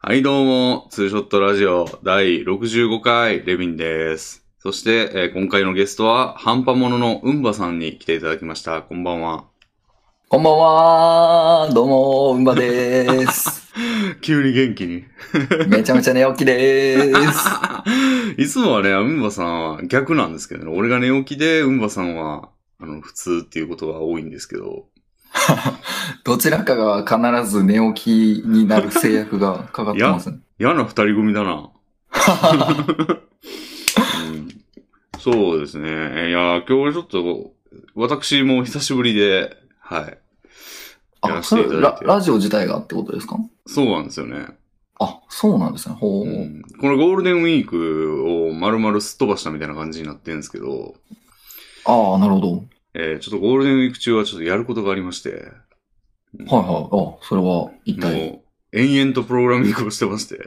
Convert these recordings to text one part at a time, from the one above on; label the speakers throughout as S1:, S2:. S1: はい、どうも、ツーショットラジオ第65回、レビンです。そして、えー今回のゲストは、半端者のうんばさんに来ていただきました。こんばんは。
S2: こんばんはどうも、うんばでー す。
S1: 急に元気に。
S2: めちゃめちゃ寝起きでーす。
S1: いつもはね、うんばさんは逆なんですけどね、俺が寝起きで、うんばさんは、あの、普通っていうことが多いんですけど、
S2: どちらかが必ず寝起きになる制約がかかってますね。
S1: 嫌な二人組だな。うんそうですね。いや、今日ちょっと、私も久しぶりで、はい。や
S2: あ、
S1: ら
S2: そ
S1: せてい
S2: れ
S1: ただいて
S2: ラ、ラジオ自体がってことですか
S1: そうなんですよね。
S2: あ、そうなんですね。ほう。
S1: うんこのゴールデンウィークを丸々すっ飛ばしたみたいな感じになってるんですけど、
S2: ああ、なるほど。
S1: えーちょっとゴールデンウィーク中はちょっとやることがありまして、
S2: はいはい。あ、それは一体。
S1: もう延々とプログラミングをしてまして、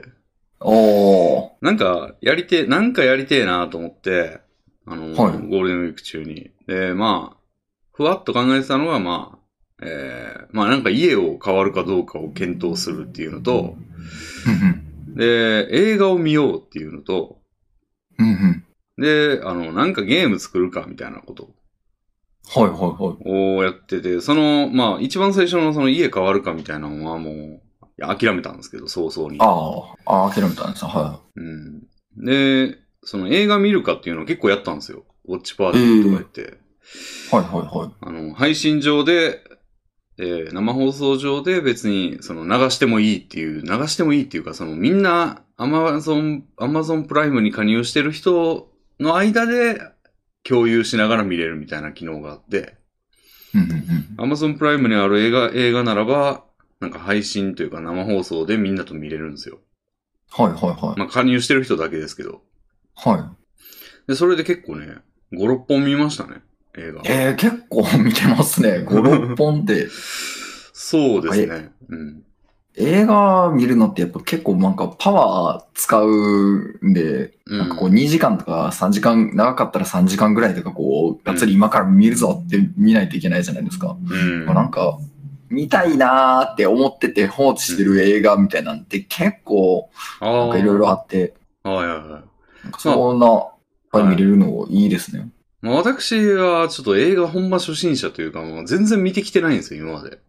S2: ああ、
S1: なんかやりてえ、なんかやりてえなと思って、あの、
S2: はい
S1: ゴールデンウィーク中に。で、まあ、ふわっと考えてたのが、まあ、えーまあなんか家を変わるかどうかを検討するっていうのと、
S2: うん
S1: で、映画を見ようっていうのと、
S2: うん。うんうん。
S1: で、あの、なんかゲーム作るかみたいなこと
S2: はいはいはい。
S1: をやってて、その、まあ、一番最初のその家変わるかみたいなのはもう、いや諦めたんですけど、早々に。
S2: ああ、ああ、諦めたんですね。は
S1: うん。で、その映画見るかっていうのを結構やったんですよ。ウォッチパーティーとか言って。
S2: い。はいはいはい。
S1: あの、配信上で、えー生放送上で別に、その流してもいいっていう、流してもいいっていうか、そのみんな、アマゾン、アマゾンプライムに加入してる人の間で共有しながら見れるみたいな機能があって、
S2: うんうんうん。
S1: Amazon プライムにある映画、映画ならば、なんか配信というか生放送でみんなと見れるんですよ。
S2: はいはいは
S1: まあ加入してる人だけですけど。
S2: い。はい。
S1: で、それで結構ね、5、6本見ましたね、映画。
S2: えー、結構見てますね。5、6本って。
S1: そうですね。うん。
S2: 映画見るのってやっぱ結構なんかパワー使うんで、
S1: うん
S2: なんかこう2時間とか3時間、長かったら3時間ぐらいとかこう、がっつり今から見るぞって見ないといけないじゃないですか。
S1: うん。
S2: なんか、見たいなーって思ってて放置してる映画みたいなんて結構
S1: あ
S2: なんかいろいろあって、
S1: あ。はいはいはい。
S2: なんかそんな、いっぱい見れるのいいですね。
S1: まあ私はちょっと映画本場初心者というか、もう全然見てきてないんですよ、今まで。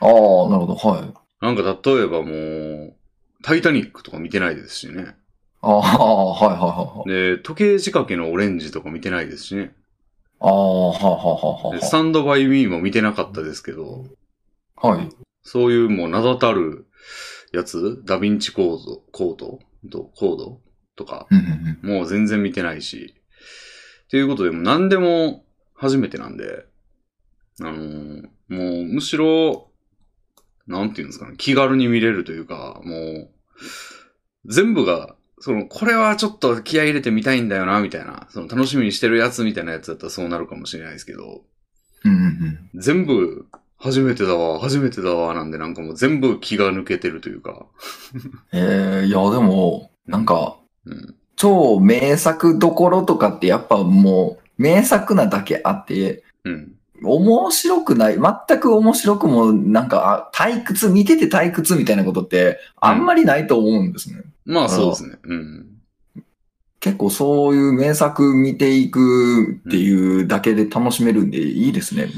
S2: ああ、なるほど、はい。
S1: なんか例えばもう、タイタニックとか見てないですしね。
S2: ああ、はいはいはいはい。
S1: で、時計仕掛けのオレンジとか見てないですしね。
S2: ああ、はいはいはい
S1: で
S2: は
S1: スタンドバイミーも見てなかったですけど、
S2: い。はい。
S1: そういうもう名だたるやつ、ダヴィンチコード、コードとコードとか、
S2: うんうんうん
S1: もう全然見てないし、ということで、もう何でも初めてなんで、あのーもうむしろ、なんていうんですかね、気軽に見れるというか、もう、全部が、その、これはちょっと気合い入れてみたいんだよな、みたいな、その楽しみにしてるやつみたいなやつだったらそうなるかもしれないですけど、
S2: うんうんうん。
S1: 全部、初めてだわ、初めてだわ、なんでなんかもう全部気が抜けてるというか。
S2: ええいや、でも、なんか、
S1: うん。
S2: 超名作どころとかってやっぱもう、名作なだけあって、
S1: うん。
S2: 面白くない、全く面白くも、なんか、あ退屈、見てて退屈みたいなことって、あんまりないと思うんですね。
S1: まあ
S2: あら
S1: そうですね。うん。
S2: 結構そういう名作見ていくっていうだけで楽しめるんで、いいですね、もう。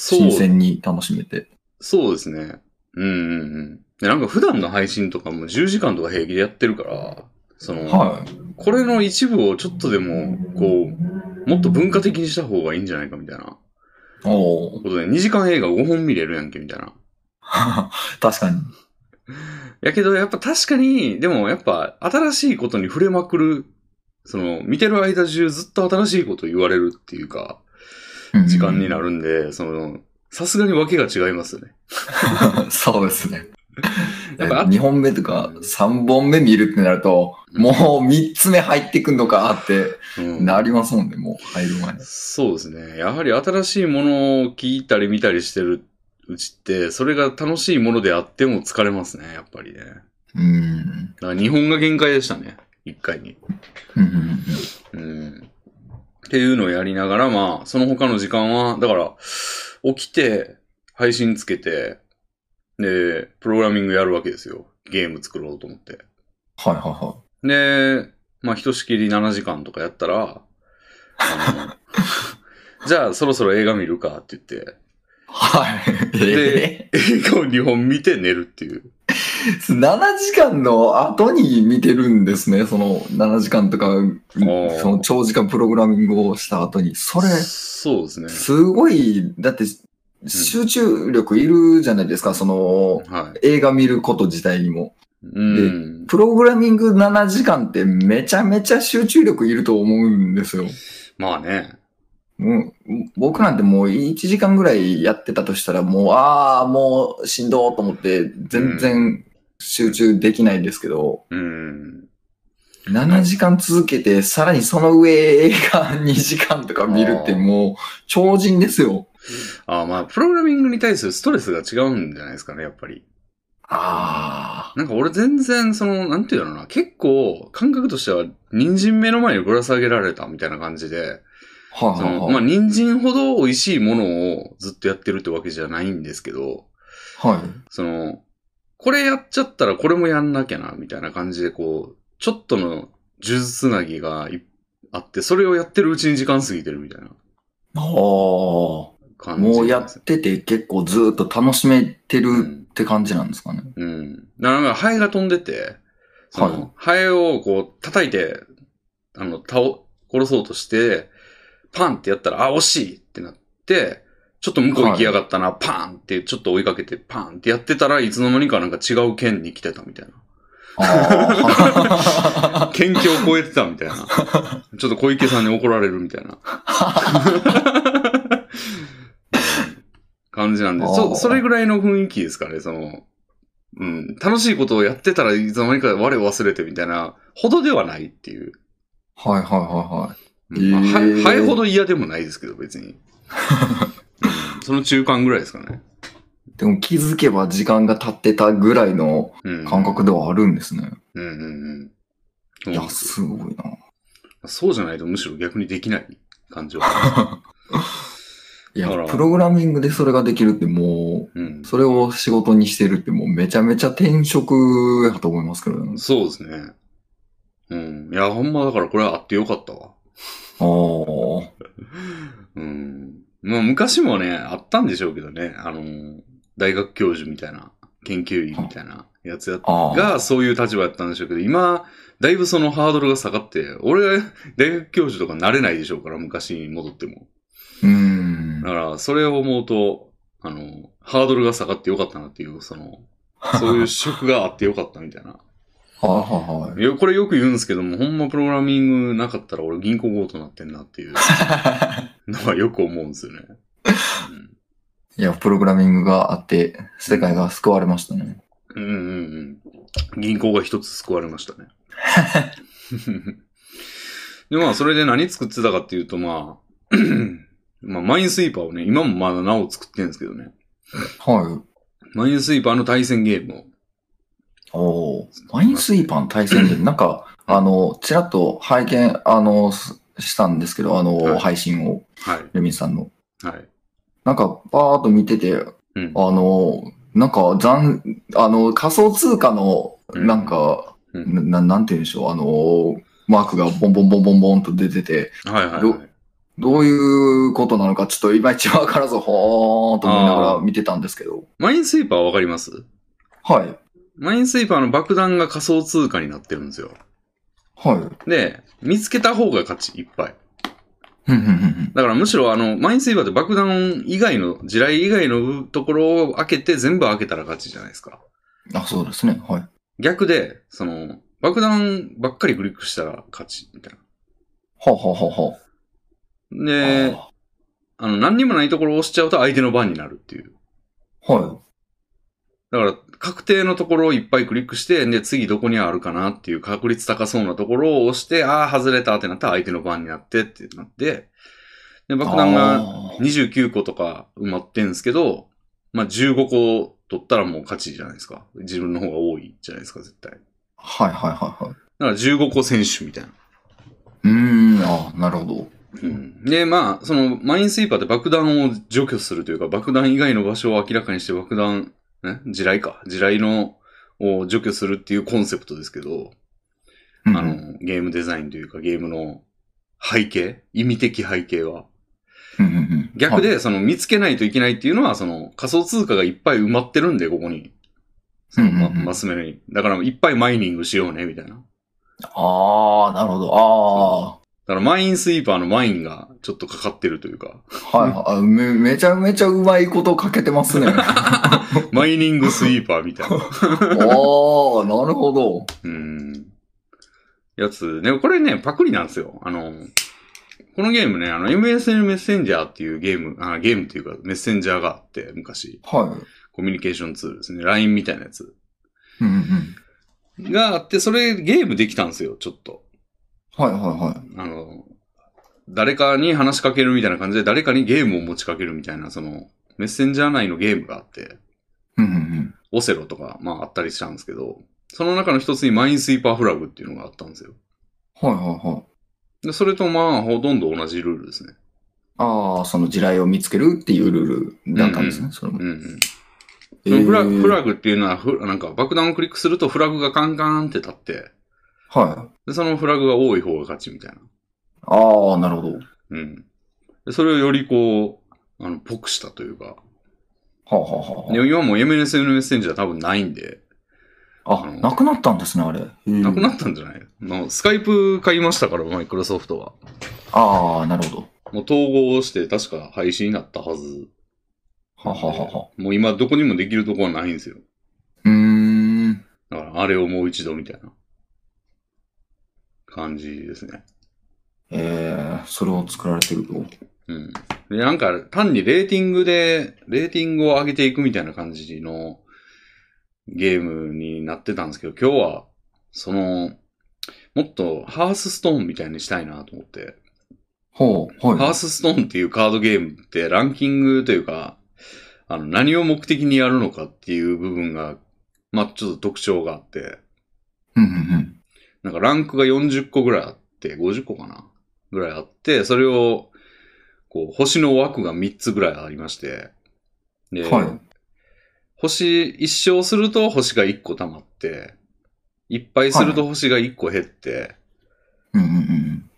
S1: そう
S2: 新、鮮に楽しめて。
S1: そうですね。うんうんうん。で、なんか普段の配信とかも10時間とか平気でやってるから、その、
S2: はい。
S1: これの一部をちょっとでも、こう、もっと文化的にした方がいいんじゃないかみたいな。
S2: おー
S1: ことで、2時間映画5本見れるやんけ、みたいな。
S2: 確かに。
S1: やけど、やっぱ確かに、でもやっぱ新しいことに触れまくる、その、見てる間中ずっと新しいこと言われるっていうか、
S2: うん
S1: 時間になるんで、その、さすがに訳が違いますよね。
S2: そうですね。
S1: やっぱ
S2: 2本目とか3本目見るってなると、
S1: うん
S2: もう3つ目入ってくんのかって
S1: うん、
S2: なりますもんね、もう入る前に。
S1: そうですね。やはり新しいものを聞いたり見たりしてるうちって、それが楽しいものであっても疲れますね、やっぱりね。だ
S2: うん。
S1: から日本が限界でしたね、一回に。
S2: うんうんうん
S1: うん。っていうのをやりながら、まあ、その他の時間は、だから、起きて、配信つけて、で、プログラミングやるわけですよ。ゲーム作ろうと思って。
S2: はいはいは
S1: で、まあ、ひとしきり7時間とかやったら、あの、じゃあそろそろ映画見るかって言って、
S2: い。はい。
S1: で
S2: で、
S1: 映画を2本見て寝るっていう。
S2: 7時間の後に見てるんですね。その7時間とか、
S1: ー
S2: その長時間プログラミングをした後に。それ、
S1: そうですね。
S2: すごい、だって、集中力いるじゃないですか、その、
S1: はい。
S2: 映画見ること自体にも。
S1: うん。
S2: プログラミング7時間ってめちゃめちゃ集中力いると思うんですよ。
S1: まあね。
S2: もう僕なんてもう1時間ぐらいやってたとしたらもう、ああ、もうしんどーと思って全然集中できないんですけど、
S1: うん。
S2: 7時間続けてさらにその上映画2時間とか見るってもう超人ですよ。
S1: あーまあ、プログラミングに対するストレスが違うんじゃないですかね、やっぱり。
S2: あ
S1: なんか俺全然、その、なんていうのかな、結構、感覚としては、人参目の前にぶら下げられたみたいな感じで、
S2: あ、は
S1: そ
S2: いはい
S1: の
S2: はい
S1: まあ、人参ほど美味しいものをずっとやってるってわけじゃないんですけど、
S2: はい。
S1: その、これやっちゃったらこれもやんなきゃな、みたいな感じで、こう、ちょっとの数珠つなぎがいあって、それをやってるうちに時間過ぎてるみたいな
S2: ああ。
S1: 感じ
S2: もう
S1: な
S2: や
S1: んです
S2: っ
S1: よ。
S2: てて結構ずーっと楽しめて
S1: う
S2: る
S1: ん
S2: って感じなんですかね。
S1: うん。だからなんかハエが飛んでて、その、
S2: はい
S1: ハエをこう叩いて、あの、倒、殺そうとして、パンってやったら、あ、惜しいってなって、ちょっと向こう行きやがったな、パンってちょっと追いかけて、パンってやってたらいつの間にかなんか違う県に来てたみたいな。
S2: あ
S1: 県境を越えてたみたいな。ちょっと小池さんに怒られるみたいな。感じなんで、
S2: あ
S1: そ、
S2: ー
S1: それぐらいの雰囲気ですかね、その、うん、楽しいことをやってたらいつの間にか我を忘れてみたいな、ほどではないっていう。
S2: あ。はいはいはいは
S1: うんまあ
S2: へー
S1: はハエほど嫌でもないですけど、別に。うんその中間ぐらいですかね。
S2: い。でも気づけば時間が経ってたぐらいの
S1: うん。
S2: 感覚ではあるんですね。
S1: うんうんうん。
S2: い
S1: うん
S2: や、すごいな。
S1: そうじゃないとむしろ逆にできない感じは。
S2: い
S1: だか
S2: や、
S1: ら
S2: プログラミングでそれができるっても
S1: うん
S2: う、。それを仕事にしてるってもうめちゃめちゃ転職やと思いますけどね。
S1: そうですね。うん。いや、ほんまだからこれはあってよかったわ。
S2: ああ。
S1: うん。まあ昔もね、あったんでしょうけどね。あの、大学教授みたいな、研究員みたいなやつや
S2: ああ。
S1: が、そういう立場やったんでしょうけど、今、だいぶそのハードルが下がって、俺が大学教授とかなれないでしょうから、昔に戻っても。
S2: うーん
S1: だ。から、それを思うと、あの、ハードルが下がってよかったなっていう、その、そういう職があってよかったみたいな。
S2: はいはいはい。
S1: いや、これよく言うんですけども、ほんまプログラミングなかったら俺銀行強盗なってんな っていうのはよく思うんですよね。
S2: いや、プログラミングがあって、世界が救われましたね。
S1: うん、うんうんうん。銀行が一つ救われました ね。で、まあ、それで何作ってたかっていうと、まあ、 まあ、マインスイーパーをね、今もまだなお作ってるんですけどね。
S2: はい。
S1: マインスイーパーの対戦ゲームを。
S2: おお。マインスイーパーの対戦で、な んか、あの、ちらっと拝見、あの、すしたんですけど、あの、
S1: はい
S2: 配信を、
S1: はい。
S2: レミさんの。
S1: はい。
S2: なんか、パーっと見てて、
S1: うん。
S2: あの、なんか、残、あの、仮想通貨の、
S1: うん
S2: なんか、
S1: うん
S2: ななんて言うんでしょう、あの、マークがボンボンボンボンボンと出てて、
S1: はいはい、
S2: ど
S1: はい。
S2: どういうことなのか、ちょっといまいちわからず、ほーんと思いながら見てたんですけど。
S1: マインスイーパーわかります
S2: はい。
S1: マインスイーパーの爆弾が仮想通貨になってるんですよ。
S2: はい。
S1: で、見つけた方が勝ち、いっぱい。
S2: ふんふんふんふん
S1: だからむしろあの、マインスイーパーって爆弾以外の、地雷以外のところを開けて全部開けたら勝ちじゃないですか。
S2: あ、そうですね。はい。
S1: 逆で、その、爆弾ばっかりクリックしたら勝ち、みたい
S2: はあ、はあはあはあ
S1: な。で、あの、何にもないところを押しちゃうと相手の番になるっていう。
S2: あーは
S1: だから、確定のところをいっぱいクリックして、で、次どこにあるかなっていう確率高そうなところを押して、ああ、外れたってなったら相手の番になってってなって、で、
S2: い。
S1: 爆弾が
S2: あー
S1: 29個とか埋まってんすけど、まあ、15個取ったらもう勝ちじゃないですか。自分の方が多いじゃないですか、絶対。だか
S2: はいはいはいはい。
S1: ら15個選手みたいな。
S2: うーん、あーなるほど。
S1: うん。で、まあ、その、マインスイーパーって爆弾を除去するというか、爆弾以外の場所を明らかにして爆弾ね、地雷か。地雷の、を除去するっていうコンセプトですけど、
S2: うん
S1: あの、ゲームデザインというかゲームの背景、意味的背景は。
S2: うんうんうん
S1: 逆で、その見つけないといけないっていうのは、その仮想通貨がいっぱい埋まってるんで、ここに。その、ま、
S2: うんうんうん
S1: マス目に。だからいっぱいマイニングしようね、みたいな。だ
S2: ああ、なるほど。
S1: からマインスイーパーのマインがちょっとかかってるという か、
S2: ああ、はいはいあ。め、めちゃめちゃうまいことかけてますね。
S1: マイニングスイーパーみた いな。
S2: ああ、なるほど。
S1: うん。やつ、ね、これね、パクリなんですよ。あの、このゲームね、あの、MSN メッセンジャーっていうゲーム、あゲームっていうか、メッセンジャーがあって、昔、
S2: は
S1: コミュニケーションツールですね。LINE みたいなやつ
S2: い。うんうん。
S1: があって、それゲームできたんですよ、ちょっと。
S2: はいはいは
S1: あの、誰かに話しかけるみたいな感じで、誰かにゲームを持ちかけるみたいな、その、メッセンジャー内のゲームがあって、
S2: い。うんうん
S1: オセロとか、まああったりしたんですけど、その中の一つにマインスイーパーフラグっていうのがあったんですよ。
S2: うん。はいはいはい。
S1: で、それとまあ、ほとんど同じルールですね。
S2: ああ、その地雷を見つけるっていうルールだったんですね、それも
S1: う。んうん。そ
S2: え
S1: のフラ
S2: ー
S1: フラグっていうのはフ、なんか爆弾をクリックするとフラグがカンカンって立って、
S2: はい。
S1: で、そのフラグが多い方が勝ちみたいな。
S2: ああ、なるほど。
S1: うん。で、それをよりこう、あの、ぽくしたというか。
S2: はあ、はあはあ
S1: で、今もう MSN メッセンジャー多分ないんで、
S2: あ、なくなったんですね、あれ。
S1: な
S2: な
S1: くなったんじゃないのスカイプ買いましたから、マイクロソフトは。
S2: ああ、なるほど。
S1: もう統合して確か廃止になったはず。
S2: はあはあはあはあ。
S1: もう今どこにもできるとこはないんですよ。
S2: うーん。
S1: だから、あれをもう一度みたいな感じですね。
S2: えー、それを作られてると。
S1: うん。で、なんか、単にレーティングで、レーティングを上げていくみたいな感じのゲームになってたんですけど、今日は、その、もっとハースストーンみたいにしたいなと思って。
S2: ほ う、
S1: ハ
S2: は
S1: ースストーンっていうカードゲームってランキングというか、あの、何を目的にやるのかっていう部分が、まあ、ちょっと特徴があって、
S2: い。うんうん
S1: なんかランクが40個ぐらいあって、50個かなぐらいあって、それを、こう、星の枠が3つぐらいありまして、で、
S2: うん。はい。
S1: 星一生すると星が1個溜まって、いっぱいすると星が1個減って、
S2: うんうんうん。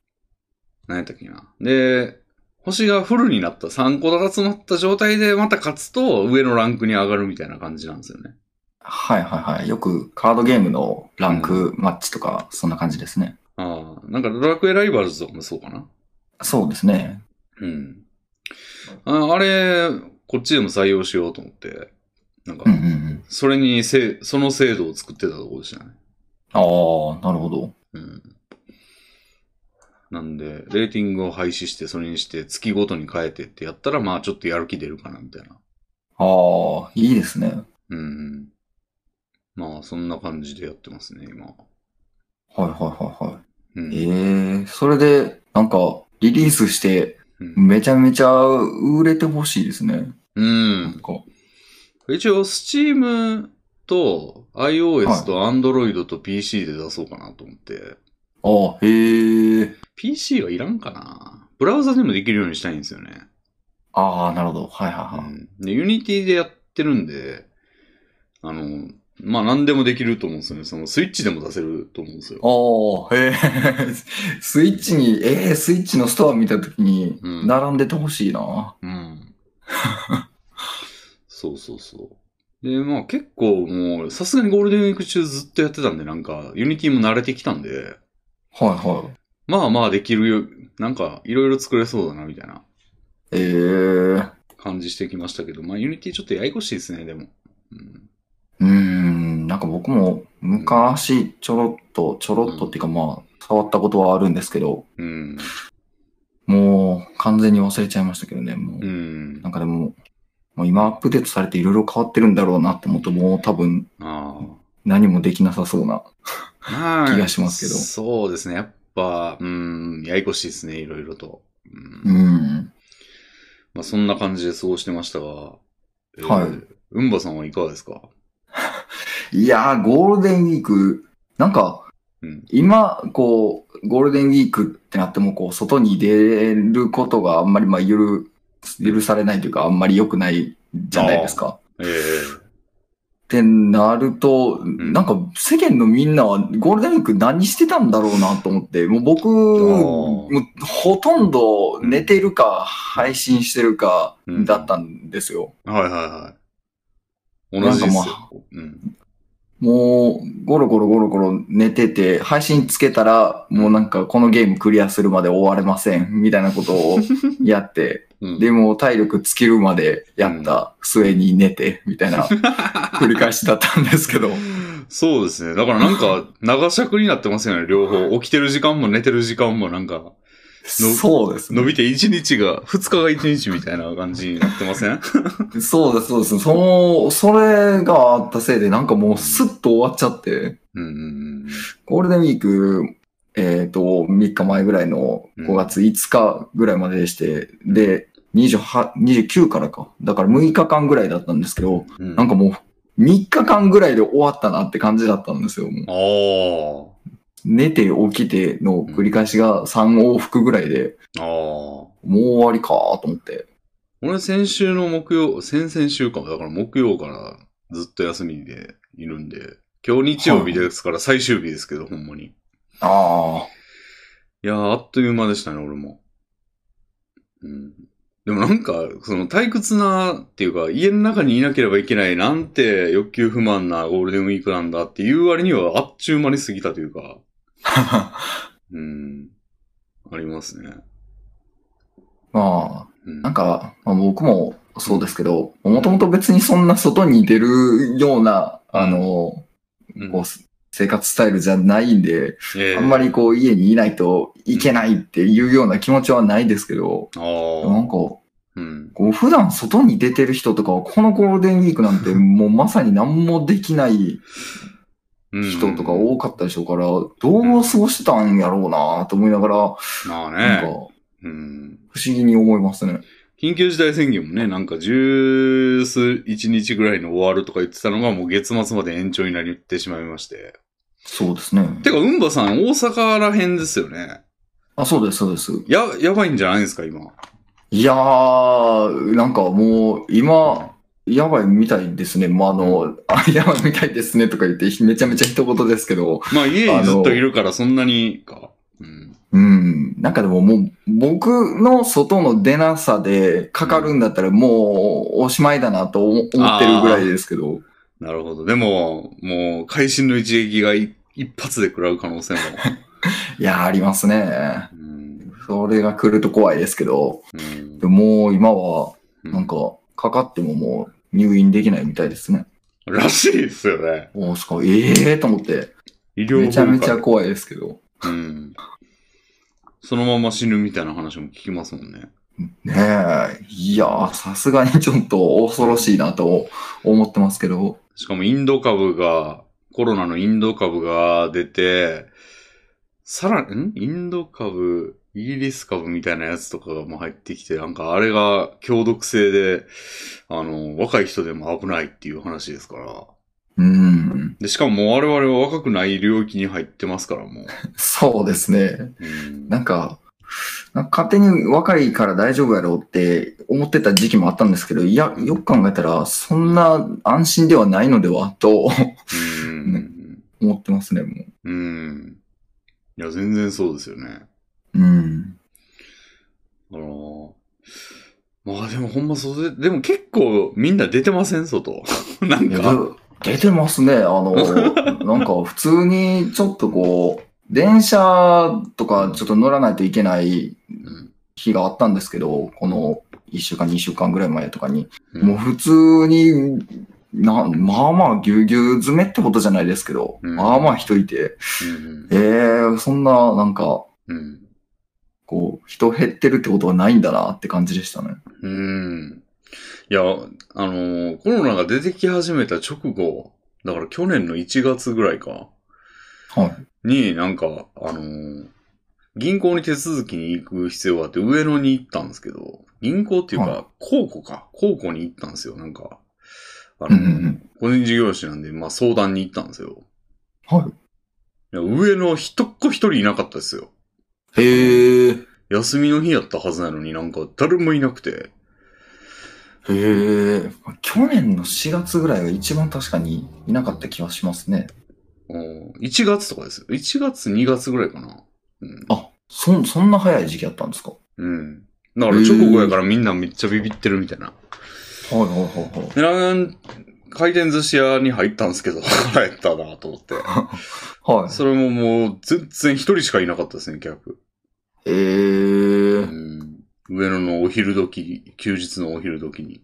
S1: 何やったっけな。で、星がフルになった3個が集まった状態でまた勝つと上のランクに上がるみたいな感じなんですよね。
S2: はいはいはい。よくカードゲームのランクマッチとか、そんな感じですね。
S1: ああ、なんかドラクエライバルズとかもそうかな。
S2: そうですね。
S1: うん。ああれ、こっちでも採用しようと思って、なんか
S2: うん、うんうん。
S1: それにせ、その制度を作ってたところでしたね。
S2: ああ、なるほど。
S1: うん。なんで、レーティングを廃止して、それにして月ごとに変えてってやったら、まあちょっとやる気出るかな、みたいな。
S2: ああ、いいですね。
S1: うん。まあ、そんな感じでやってますね、今。
S2: はいはいはいはい。
S1: うん。
S2: ええそれで、なんか、リリースして、
S1: うん
S2: めちゃめちゃ売れてほしいですね。
S1: う
S2: なん
S1: ん。
S2: か、
S1: 一応、Steam と
S2: は
S1: iOS
S2: い
S1: と Android と PC で出そうかなと思って。
S2: ああ、へえ。
S1: PC はいらんかなブラウザでもできるようにしたいんですよね。
S2: ああ、なるほど。はいは
S1: う
S2: いはい。
S1: ん。で、Unity でやってるんで、あの、まあ、何でもできると思うんですよね。その、スイッチでも出せると思うんですよ。
S2: おー、えー、 スイッチに、えー、スイッチのストア見たときに、
S1: うん
S2: 並んでてほしいな。
S1: うん。そうそうそう。で、まあ結構もう、さすがにゴールデンウィーク中ずっとやってたんで、なんか、ユニティも慣れてきたんで、
S2: はいはい。
S1: まあまあできるよ、なんか、いろいろ作れそうだな、みたいな
S2: えー、
S1: 感じしてきましたけど、まあユニティちょっとややこしいですね、でも。うん。
S2: うーん、なんか僕も昔ちょろっと、ちょろっとっていうかまあ、触ったことはあるんですけど、
S1: うん。
S2: もう完全に忘れちゃいましたけどね、もう。
S1: うん
S2: な。んかでも、もう今アップデートされていろいろ変わってるんだろうなって思うと、もう多分
S1: ああ。
S2: 何もできなさそうな。
S1: まあ、
S2: 気がしますけど
S1: そうですね、やっぱ、うん、ややこしいですね、いろいろと。うん
S2: うん。
S1: まあそんな感じで過ごしてましたが、えー
S2: はい。
S1: うんばさんはいかがですか
S2: いやー、ゴールデンウィーク、なんか、
S1: うん。
S2: 今、こう、ゴールデンウィークってなっても、こう、外に出ることがあんまり、まあ、許、許されないというか、あんまり良くないじゃないですか。
S1: ええ
S2: ってなると、
S1: ん
S2: なんか世間のみんなはゴールデンウィーク何してたんだろうなと思って、もう僕、もうほとんど寝てるか配信してるか
S1: うん
S2: だったんですよ。
S1: はいはいはい。同じです
S2: なんか
S1: よ。うん。
S2: もうゴロゴロゴロゴロ寝てて、配信つけたらもうなんかこのゲームクリアするまで終われませんみたいなことを やって、
S1: うん、
S2: でもう体力尽きるまでやった末に寝てみ たいな繰り返しだったんですけど。
S1: そうですね。だからなん か、長尺になってますよね、両方。起きてる時間も寝てる時間もなんか、
S2: そうですね
S1: 伸びて1日が、2日が1日みたいな感じになってません
S2: そうです、そうです。その、それがあったせいで、なんかもうスッと終わっちゃって、
S1: うんうん
S2: ゴールデンウィーク、えっ、と、3日前ぐらいの
S1: うん
S2: 5月5日ぐらいまででして、で、28 29からか。だから6日間ぐらいだったんですけど、
S1: うん。
S2: なん
S1: か、
S2: かもう3日間ぐらいで終わったなって感じだったんですよ。もう
S1: ああ。
S2: 寝て起きての繰り返しが3往復ぐらいで、
S1: ああ。
S2: もう終わりかーと思って。
S1: 俺先週の木曜、先々週かも。だから木曜からずっと休みでいるんで、今日日曜日ですから最終日ですけど、ほんまに。い
S2: あ
S1: やー、あっという間でしたね、俺も。うん。でもなんか、その退屈なっていうか、家の中にいなければいけない、なんて欲求不満なゴールデンウィークなんだっていう割にはあっちゅう間に過ぎたというか、
S2: あ。
S1: うん。ありますね。
S2: まあ、
S1: うん
S2: なんか、まあ、僕もそうですけど、もともと別にそんな外に出るような、あの、
S1: うん
S2: こう、生活スタイルじゃないんで、
S1: ええ
S2: あんまりこう家にいないといけないっていうような気持ちはないですけど、
S1: あ
S2: な
S1: あ。
S2: んか、こ
S1: うん。
S2: う普段外に出てる人とかは、このゴールデンウィークなんてもうまさに何もできない
S1: うん
S2: 人とか多かったでしょうから、どう過ごしてたんやろうなと思いながら、
S1: まあ
S2: なんか、
S1: ね。
S2: 不
S1: うん。
S2: 思議に思いますね。
S1: 緊急事態宣言もね、なんか十数一日ぐらいに終わるとか言ってたのが、もう月末まで延長になってしまいまして。
S2: そうですね。
S1: てか、うんばさん、大阪ら辺ですよね。
S2: あ、そうです、そうです。
S1: や、やばいんじゃないですか、今。
S2: いやー、なんかもう、今、やばいみたいですね。まあ、あの、あ、やばいみたいですねとか言って、めちゃめちゃ一言ですけど、
S1: まあ、家にずっといるから、そんなにか。うん。
S2: うん、なんかでももう、僕の外の出なさでかかるんだったら、もう、おしまいだなと思思ってるぐらいですけど、
S1: なるほど。でも、もう、会心の一撃がい一発で食らう可能性も。
S2: いやー、ありますね。
S1: うん。
S2: それが来ると怖いですけど、
S1: うん
S2: で。ももう今は、
S1: うん
S2: なんか、かかってももう、入院できないみたいですね。
S1: らしいですよね。
S2: おーすごいええーと思って、
S1: 医療
S2: めちゃめちゃ
S1: 崩
S2: 怖いですけど。
S1: 壊うん。そのまま死ぬみたいな話も聞きますもんね。
S2: ねえ、いやー、さすがにちょっと恐ろしいなと思ってますけど、
S1: しかもインド株が、コロナのインド株が出て、さらに、んインド株、イギリス株みたいなやつとかがもう入ってきて、なんかあれが強毒性で、あの、若い人でも危ないっていう話ですから。
S2: うん、
S1: で、しかももう我々は若くない領域に入ってますから、もう。
S2: そうですね。
S1: うん
S2: なんか、なんか勝手に若いから大丈夫やろうって思ってた時期もあったんですけど、いや、よく考えたら、そんな安心ではないのではと
S1: うん。
S2: 思ってますね、も
S1: うん。いや、全然そうですよね。
S2: う。うん。
S1: あのーまあでもほんまそうで、でも結構みんな出てません外。なん
S2: いや
S1: か。
S2: 出てますね、あの、 なんか普通にちょっとこう、電車とかちょっと乗らないといけない
S1: うん
S2: 日があったんですけど、この1週間、2週間ぐらい前とかに、
S1: うん
S2: もう普通に、なまあまあぎゅうぎゅう詰めってことじゃないですけど、
S1: うん
S2: まあまあ人いて、
S1: うん
S2: えー、そんななんか、
S1: うん。
S2: こう、人減ってるってことはないんだなって感じでしたね。
S1: うん。いや、あのーコロナが出てき始めた直後、だから去年の1月ぐらいか、
S2: はい。
S1: になんか、あのー銀行に手続きに行く必要があって、上野に行ったんですけど、銀行っていう
S2: は
S1: か、公庫か、公庫に行ったんですよ、なんか。あのー
S2: うんうんうん
S1: 個人事業主なんで、まあ相談に行ったんですよ。
S2: はい
S1: や上野一っ子一人いなかったですよ。
S2: い。へえ。
S1: 休みの日やったはずなのになんか誰もいなくて。
S2: へえ。去年の4月ぐらいが一番確かにいなかった気はしますね。
S1: お1月とかですよ。1月、2月ぐらいかな。うん。
S2: あ、そ、そんな早い時期やったんですかは
S1: うん。だから直後やからみんなめっちゃビビってるみたいな。
S2: いはいはいはい。
S1: で、ラーメン回転寿司屋に入ったんですけど、腹減ったなと思って。
S2: はい。
S1: それももう全然一人しかいなかったですね、客。
S2: え
S1: う
S2: ー、
S1: ん。上野のお昼時、休日のお昼時に。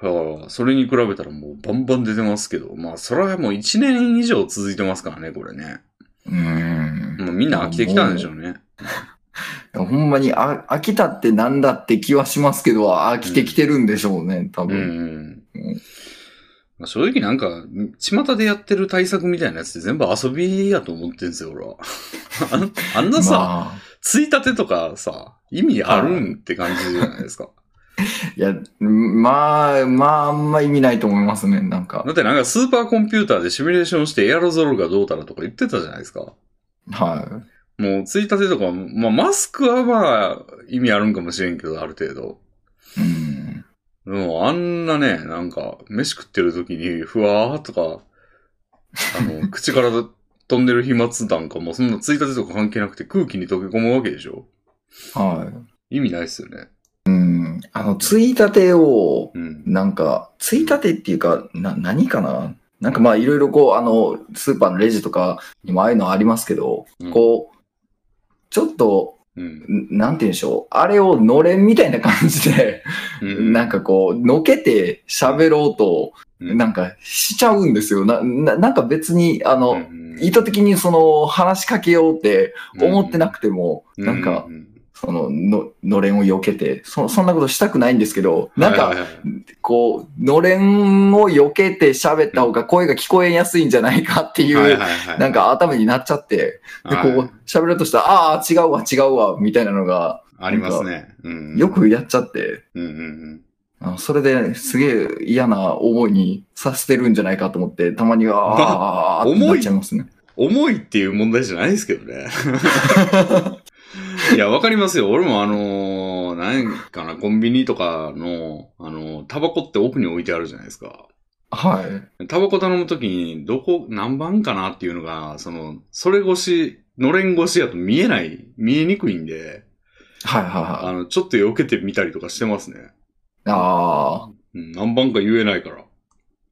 S1: だから、それに比べたらもうバンバン出てますけど、まあ、それはもう1年以上続いてますからね、これね。
S2: うーん。
S1: もうみんな飽きてきたんでしょうね。
S2: いやほんまにあ飽きたってなんだって気はしますけど、飽きてきてるんでしょうね、多
S1: うんう
S2: 分。
S1: ん。まあ、正直なんか、巷でやってる対策みたいなやつって全部遊びやと思ってんすよ、俺は。 あんあんなさ、
S2: まあ、
S1: ついたてとかさ、意味あるんって感じじゃないですか。
S2: いや、まあ、まあ、あんま意味ないと思いますね、なんか
S1: だ。ってなんかスーパーコンピューターでシミュレーションしてエアロゾルがどうたらとか言ってたじゃないですか。
S2: は
S1: もうついたてとか、まあマスクはまあ意味あるんかもしれんけど、ある程度。
S2: い。うん。
S1: でもあんなね、なんか飯食ってる時にふわーとか、あ の、口から飛んでる飛沫なんかもそんなついたてとか関係なくて空気に溶け込むわけでしょ。
S2: は
S1: 意味ないっすよね。
S2: い。うん。あの、ついたてを、
S1: うん。
S2: なんか、ついたてっていうか、な、何かななんかまあ、いろいろこう、あの、スーパーのレジとかにもああいうのありますけど、
S1: うん
S2: こう、ちょっと、
S1: うん。
S2: んなんて言うんでしょう。あれをのれんみたいな感じで、
S1: うん。
S2: なんかこう、のけて喋ろうと、
S1: うん
S2: なんかしちゃうんですよ。な、ななんか別に、あの、
S1: うん
S2: 意図的にその話しかけようって思ってなくても、なんか、
S1: うう
S2: そのの、のれんを避けてそ、そんなことしたくないんですけど、
S1: う
S2: なんか、
S1: はいはいはい
S2: こう、のれんを避けて喋った方が声が聞こえやすいんじゃないかっていう、
S1: はいはいはい
S2: なんか頭になっちゃって、で、
S1: はい
S2: こう、喋ろうとしたら、ああ、違うわ、違うわ、みたいなのが、
S1: ありますね。うん。
S2: よ。くやっちゃって、
S1: うんうんうん。
S2: あのそれですげえ嫌な思いにさせてるんじゃないかと思って、た まには、ああ、ああ、ってなっちゃいますね。
S1: 重いっていう問題じゃないですけど ね。いや、わかりますよ。俺もあのー、なんかな、コンビニとかの、あのー、タバコって奥に置いてあるじゃないですか。
S2: はい。
S1: タバコ頼むときに、どこ、何番かなっていうのが、その、それ越し、のれん越しやと見えない、見えにくいんで、
S2: はいはいは
S1: あ
S2: い。
S1: の、ちょっと避けてみたりとかしてますね。
S2: あ
S1: うん、何番か言えないから。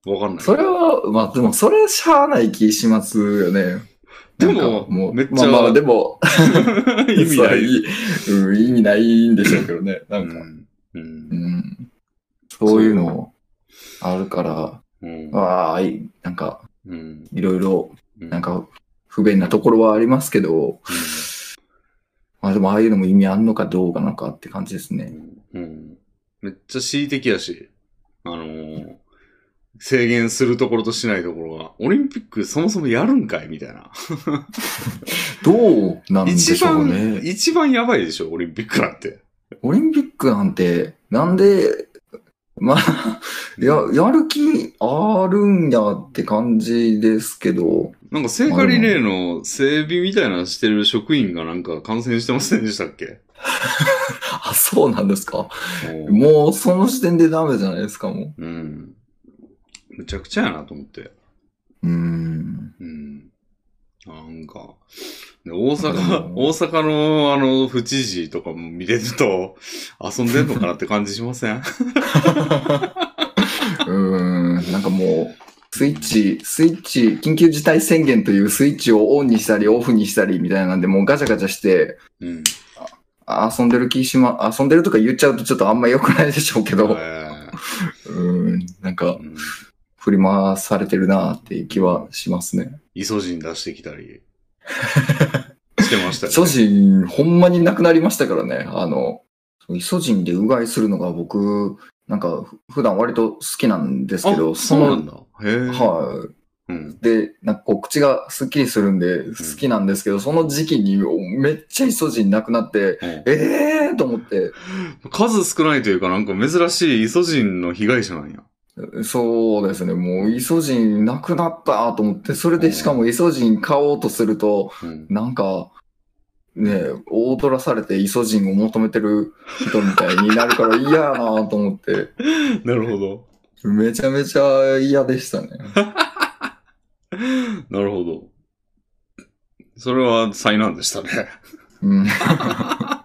S1: わかん
S2: あ、
S1: ない。
S2: それは、まあでもそれはしゃあない気しますよね。
S1: で
S2: なん
S1: も
S2: かもう、
S1: めっちゃ
S2: まあまあでも、
S1: 意味ない。
S2: そういうん意味ないんでしょうけどね。なんか、
S1: うん。う。
S2: うんん、そういうのあるから、
S1: うん。
S2: ああ、いなんか、
S1: うん。
S2: いろいろ、
S1: うん
S2: なんか、不便なところはありますけど、
S1: うん
S2: まあでも、ああいうのも意味あんのかどうかなんかって感じですね。
S1: うん。めっちゃ恣意的やし、あのー制限するところとしないところが、オリンピックそもそもやるんかいみたいな。
S2: どうなんで
S1: 一
S2: しょう
S1: 番、
S2: ね。
S1: 一番やばいでしょ、オリンピックなんて。
S2: オリンピックなんて、なんで、まあ、 や、やる気あるんやって感じですけど、
S1: なんか聖火リレーの整備みたいなのしてる職員がなんか感染してませんでしたっけ
S2: あ、そうなんですか。
S1: も
S2: もう、その時点でダメじゃないですか、も
S1: ううん。むちゃくちゃやなと思って。
S2: う。うーん。
S1: うん。なんか、で大
S2: なん
S1: 阪
S2: か、
S1: 大阪のあの、府知事とかも見てると、遊んでんのかなって感じしませ ん
S2: うーん、なんかもう、スイッチ、スイッチ、緊急事態宣言というスイッチをオンにしたりオフにしたりみたいなんで、もうガチャガチャして、
S1: うん。
S2: あ遊んでる気しま、遊んでるとか言っちゃうとちょっとあんま良くないでしょうけど、う
S1: え
S2: ーん、な
S1: ー
S2: ん
S1: う
S2: か
S1: ん
S2: 振り回されてるなっていう気はしますね。
S1: イソジン出してきた り、してましたよね。
S2: 所持、ほんまになくなりましたからね。あの、イソジンでうがいするのが僕、なんかふ普段割と好きなんですけど、
S1: あそうなんだ。へえ。
S2: はい。
S1: うん。
S2: で、なんかこう口がスッキリするんで好きなんですけど、その時期にめっちゃイソジンなくなって、
S1: うん
S2: えーと思って、
S1: 数少ないというか、なんか珍しいイソジンの被害者なんや。
S2: そうですね、もうイソジンな くなったと思って、それでしかもイソジン買おうとすると、
S1: うん。
S2: なんか、ね、大取らされてイソジンを求めてる人みたいになるから嫌やなと思って、
S1: なるほど。
S2: めちゃめちゃ嫌でしたね。
S1: なるほど。それは災難でしたね。
S2: うん。
S1: はあ。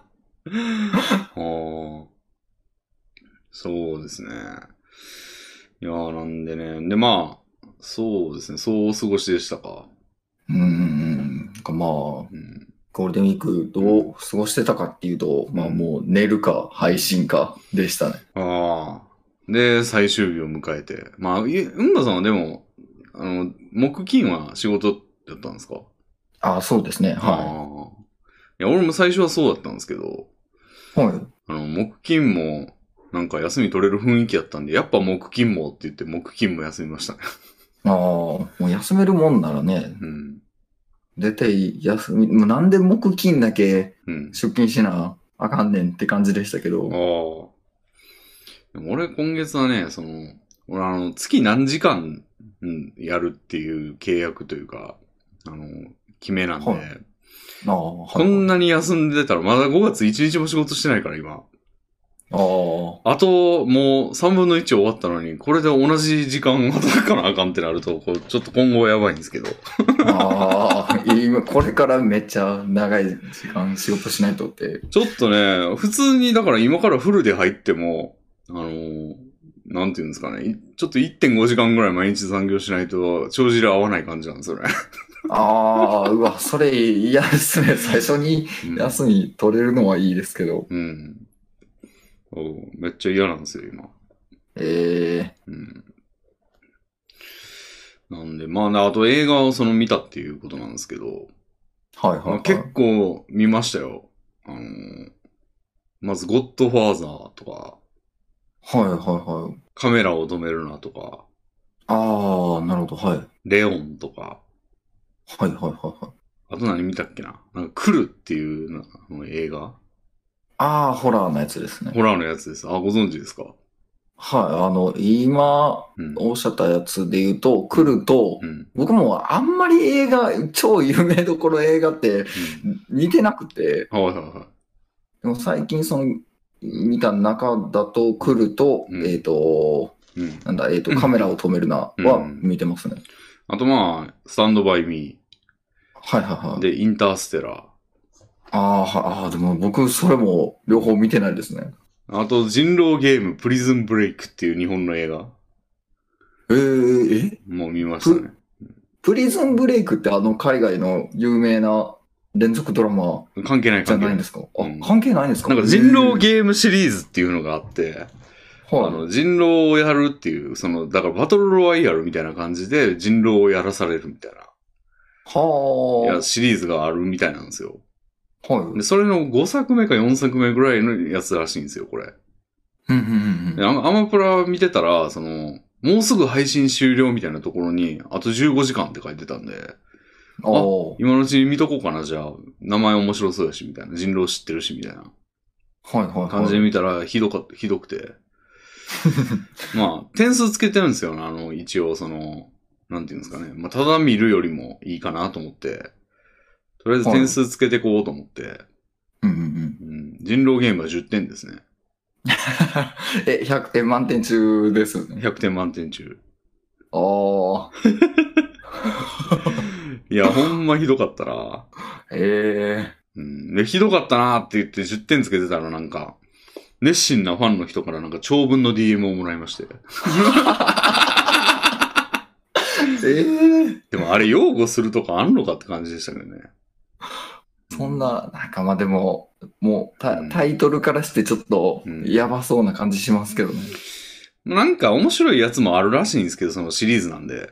S1: そうですね。いやーなんでね。で、まあ、そうですね。そうお過ごしでしたか。
S2: うんうんうん。なんかまあ、
S1: うん。
S2: ゴールデンウィークどう過ごしてたかっていうと、まあもう寝るか配信かでしたね。
S1: ああ。で、最終日を迎えて。まあ、いうんばさんはでも、あの、木金は仕事だったんですかはい。
S2: ああ、そうですね。は
S1: あーいや、俺も最初はそうだったんですけど、
S2: い。はい。
S1: あの、木金も、なんか休み取れる雰囲気だったんで、やっぱ木金もって言って木金も休みましたね。
S2: ああ、もう休めるもんならね、
S1: うん。
S2: 出て休み、もうなんで木金だけ
S1: うん。
S2: 出勤しなあかんねんって感じでしたけ
S1: ああ
S2: ど。。
S1: でも俺今月はね、その、俺あの、月何時間、うん、やるっていう契約というか、あの、決めなんで、
S2: はいああ、は
S1: こ
S2: い。
S1: んなに休んでたらまだ5月1日も仕事してないから今。
S2: ああ、
S1: あと、もう3分の1終わったのに、これで同じ時間働かなあかんってなると、こうちょっと今後やばいんですけど。
S2: ああ、今、これからめっちゃ長い時間仕事しないとって。
S1: ちょっとね、普通に、だから今からフルで入っても、あのーなんていうんですかね、いちょっと1.5時間ぐらい毎日残業しないと、帳尻合わない感じなんですよ ね。
S2: ああ、うわ、それ嫌ですね。最初に休み取れるのはいいですけど。
S1: うん。うんそうめっちゃ嫌なんですよ、今。
S2: え
S1: うん。なんで、まあ、なあと映画をその見たっていうことなんですけど、
S2: えはい
S1: まあ
S2: はい、は
S1: 結
S2: い。
S1: 構見ましたよ。あのーまず、ゴッドファーザーとか、
S2: はいはいはい。
S1: カメラを止めるなとか、
S2: ああ、なるほど。はい。
S1: レオンとか、
S2: はいはいはいはい。
S1: あと何見たっけななんか、来るっていうなあの映画
S2: ああ、ホラーのやつですね。
S1: ホラーのやつです。あ、ご存知ですか
S2: はい。あの、今、
S1: うん。
S2: おっしゃったやつで言うと、来ると、
S1: うん。
S2: 僕もあんまり映画、超有名どころ映画って見てなくて、
S1: うん。はいはいは
S2: でも最近その、見た中だと来ると、
S1: うん
S2: えっ、と、
S1: い。うん。
S2: なんだ、えっ、と、カメラを止めるな
S1: うん
S2: は見てますね。
S1: あとまあ、スタンドバイミ
S2: はいはいは
S1: ー。
S2: い。
S1: で、インターステラー。
S2: ああは、あーでも僕それも両方見てないですね。
S1: あと、人狼ゲーム、プリズンブレイクっていう日本の映画
S2: えー、え
S1: もう見ましたね。
S2: プリズンブレイクってあの海外の有名な連続ドラマ
S1: 関係ない
S2: じ
S1: 関係
S2: ゃな
S1: ない
S2: ん
S1: い
S2: で。すかあ、
S1: うん
S2: 関係ないんですか
S1: なんか人狼
S2: ー
S1: ゲームシリーズっていうのがあって、
S2: ム、
S1: あ
S2: はい、
S1: の人狼をやるっていう、その、だからバトルロワイヤルみたいな感じで人狼をやらされるみたいな、い
S2: は
S1: や、シリーズがあるみたいなんですよ。
S2: あ。はい。
S1: で、それの5作目か4作目ぐらいのやつらしいんですよ、これ。
S2: うんうんう
S1: で
S2: ん
S1: アマアマプラ見てたら、その、もうすぐ配信終了みたいなところに、あと15時間って書いてたんで、
S2: あー
S1: 今のうちに見とこうかな、じゃあ、名前面白そうやし、みたいな、人狼知ってるし、みたいな
S2: はいはいはい。
S1: 感じで見たら、ひどかった、ひどくて。まあ、点数つけてるんですよ、あの、一応、その、なんていうんですかね。まあ、ただ見るよりもいいかなと思って、とりあえず点数つけてこうと思って、
S2: うんうんうん。
S1: うん、人狼ゲームは10点ですね。
S2: え、100点満点中ですよね。
S1: 100点満点中。
S2: ああ。
S1: いや、ほんまひどかったな。
S2: え
S1: うん。で、ひどかったなって言って10点つけてたらなんか、熱心なファンの人からなんか長文の DM をもらいまして。
S2: えー。え
S1: でもあれ擁護するとかあんのかって感じでしたけどね。
S2: そんな、なんかまあでも、もうタ
S1: うん
S2: タイトルからしてちょっと
S1: うん
S2: やばそうな感じしますけどね。
S1: なんか面白いやつもあるらしいんですけど、そのシリーズなんで。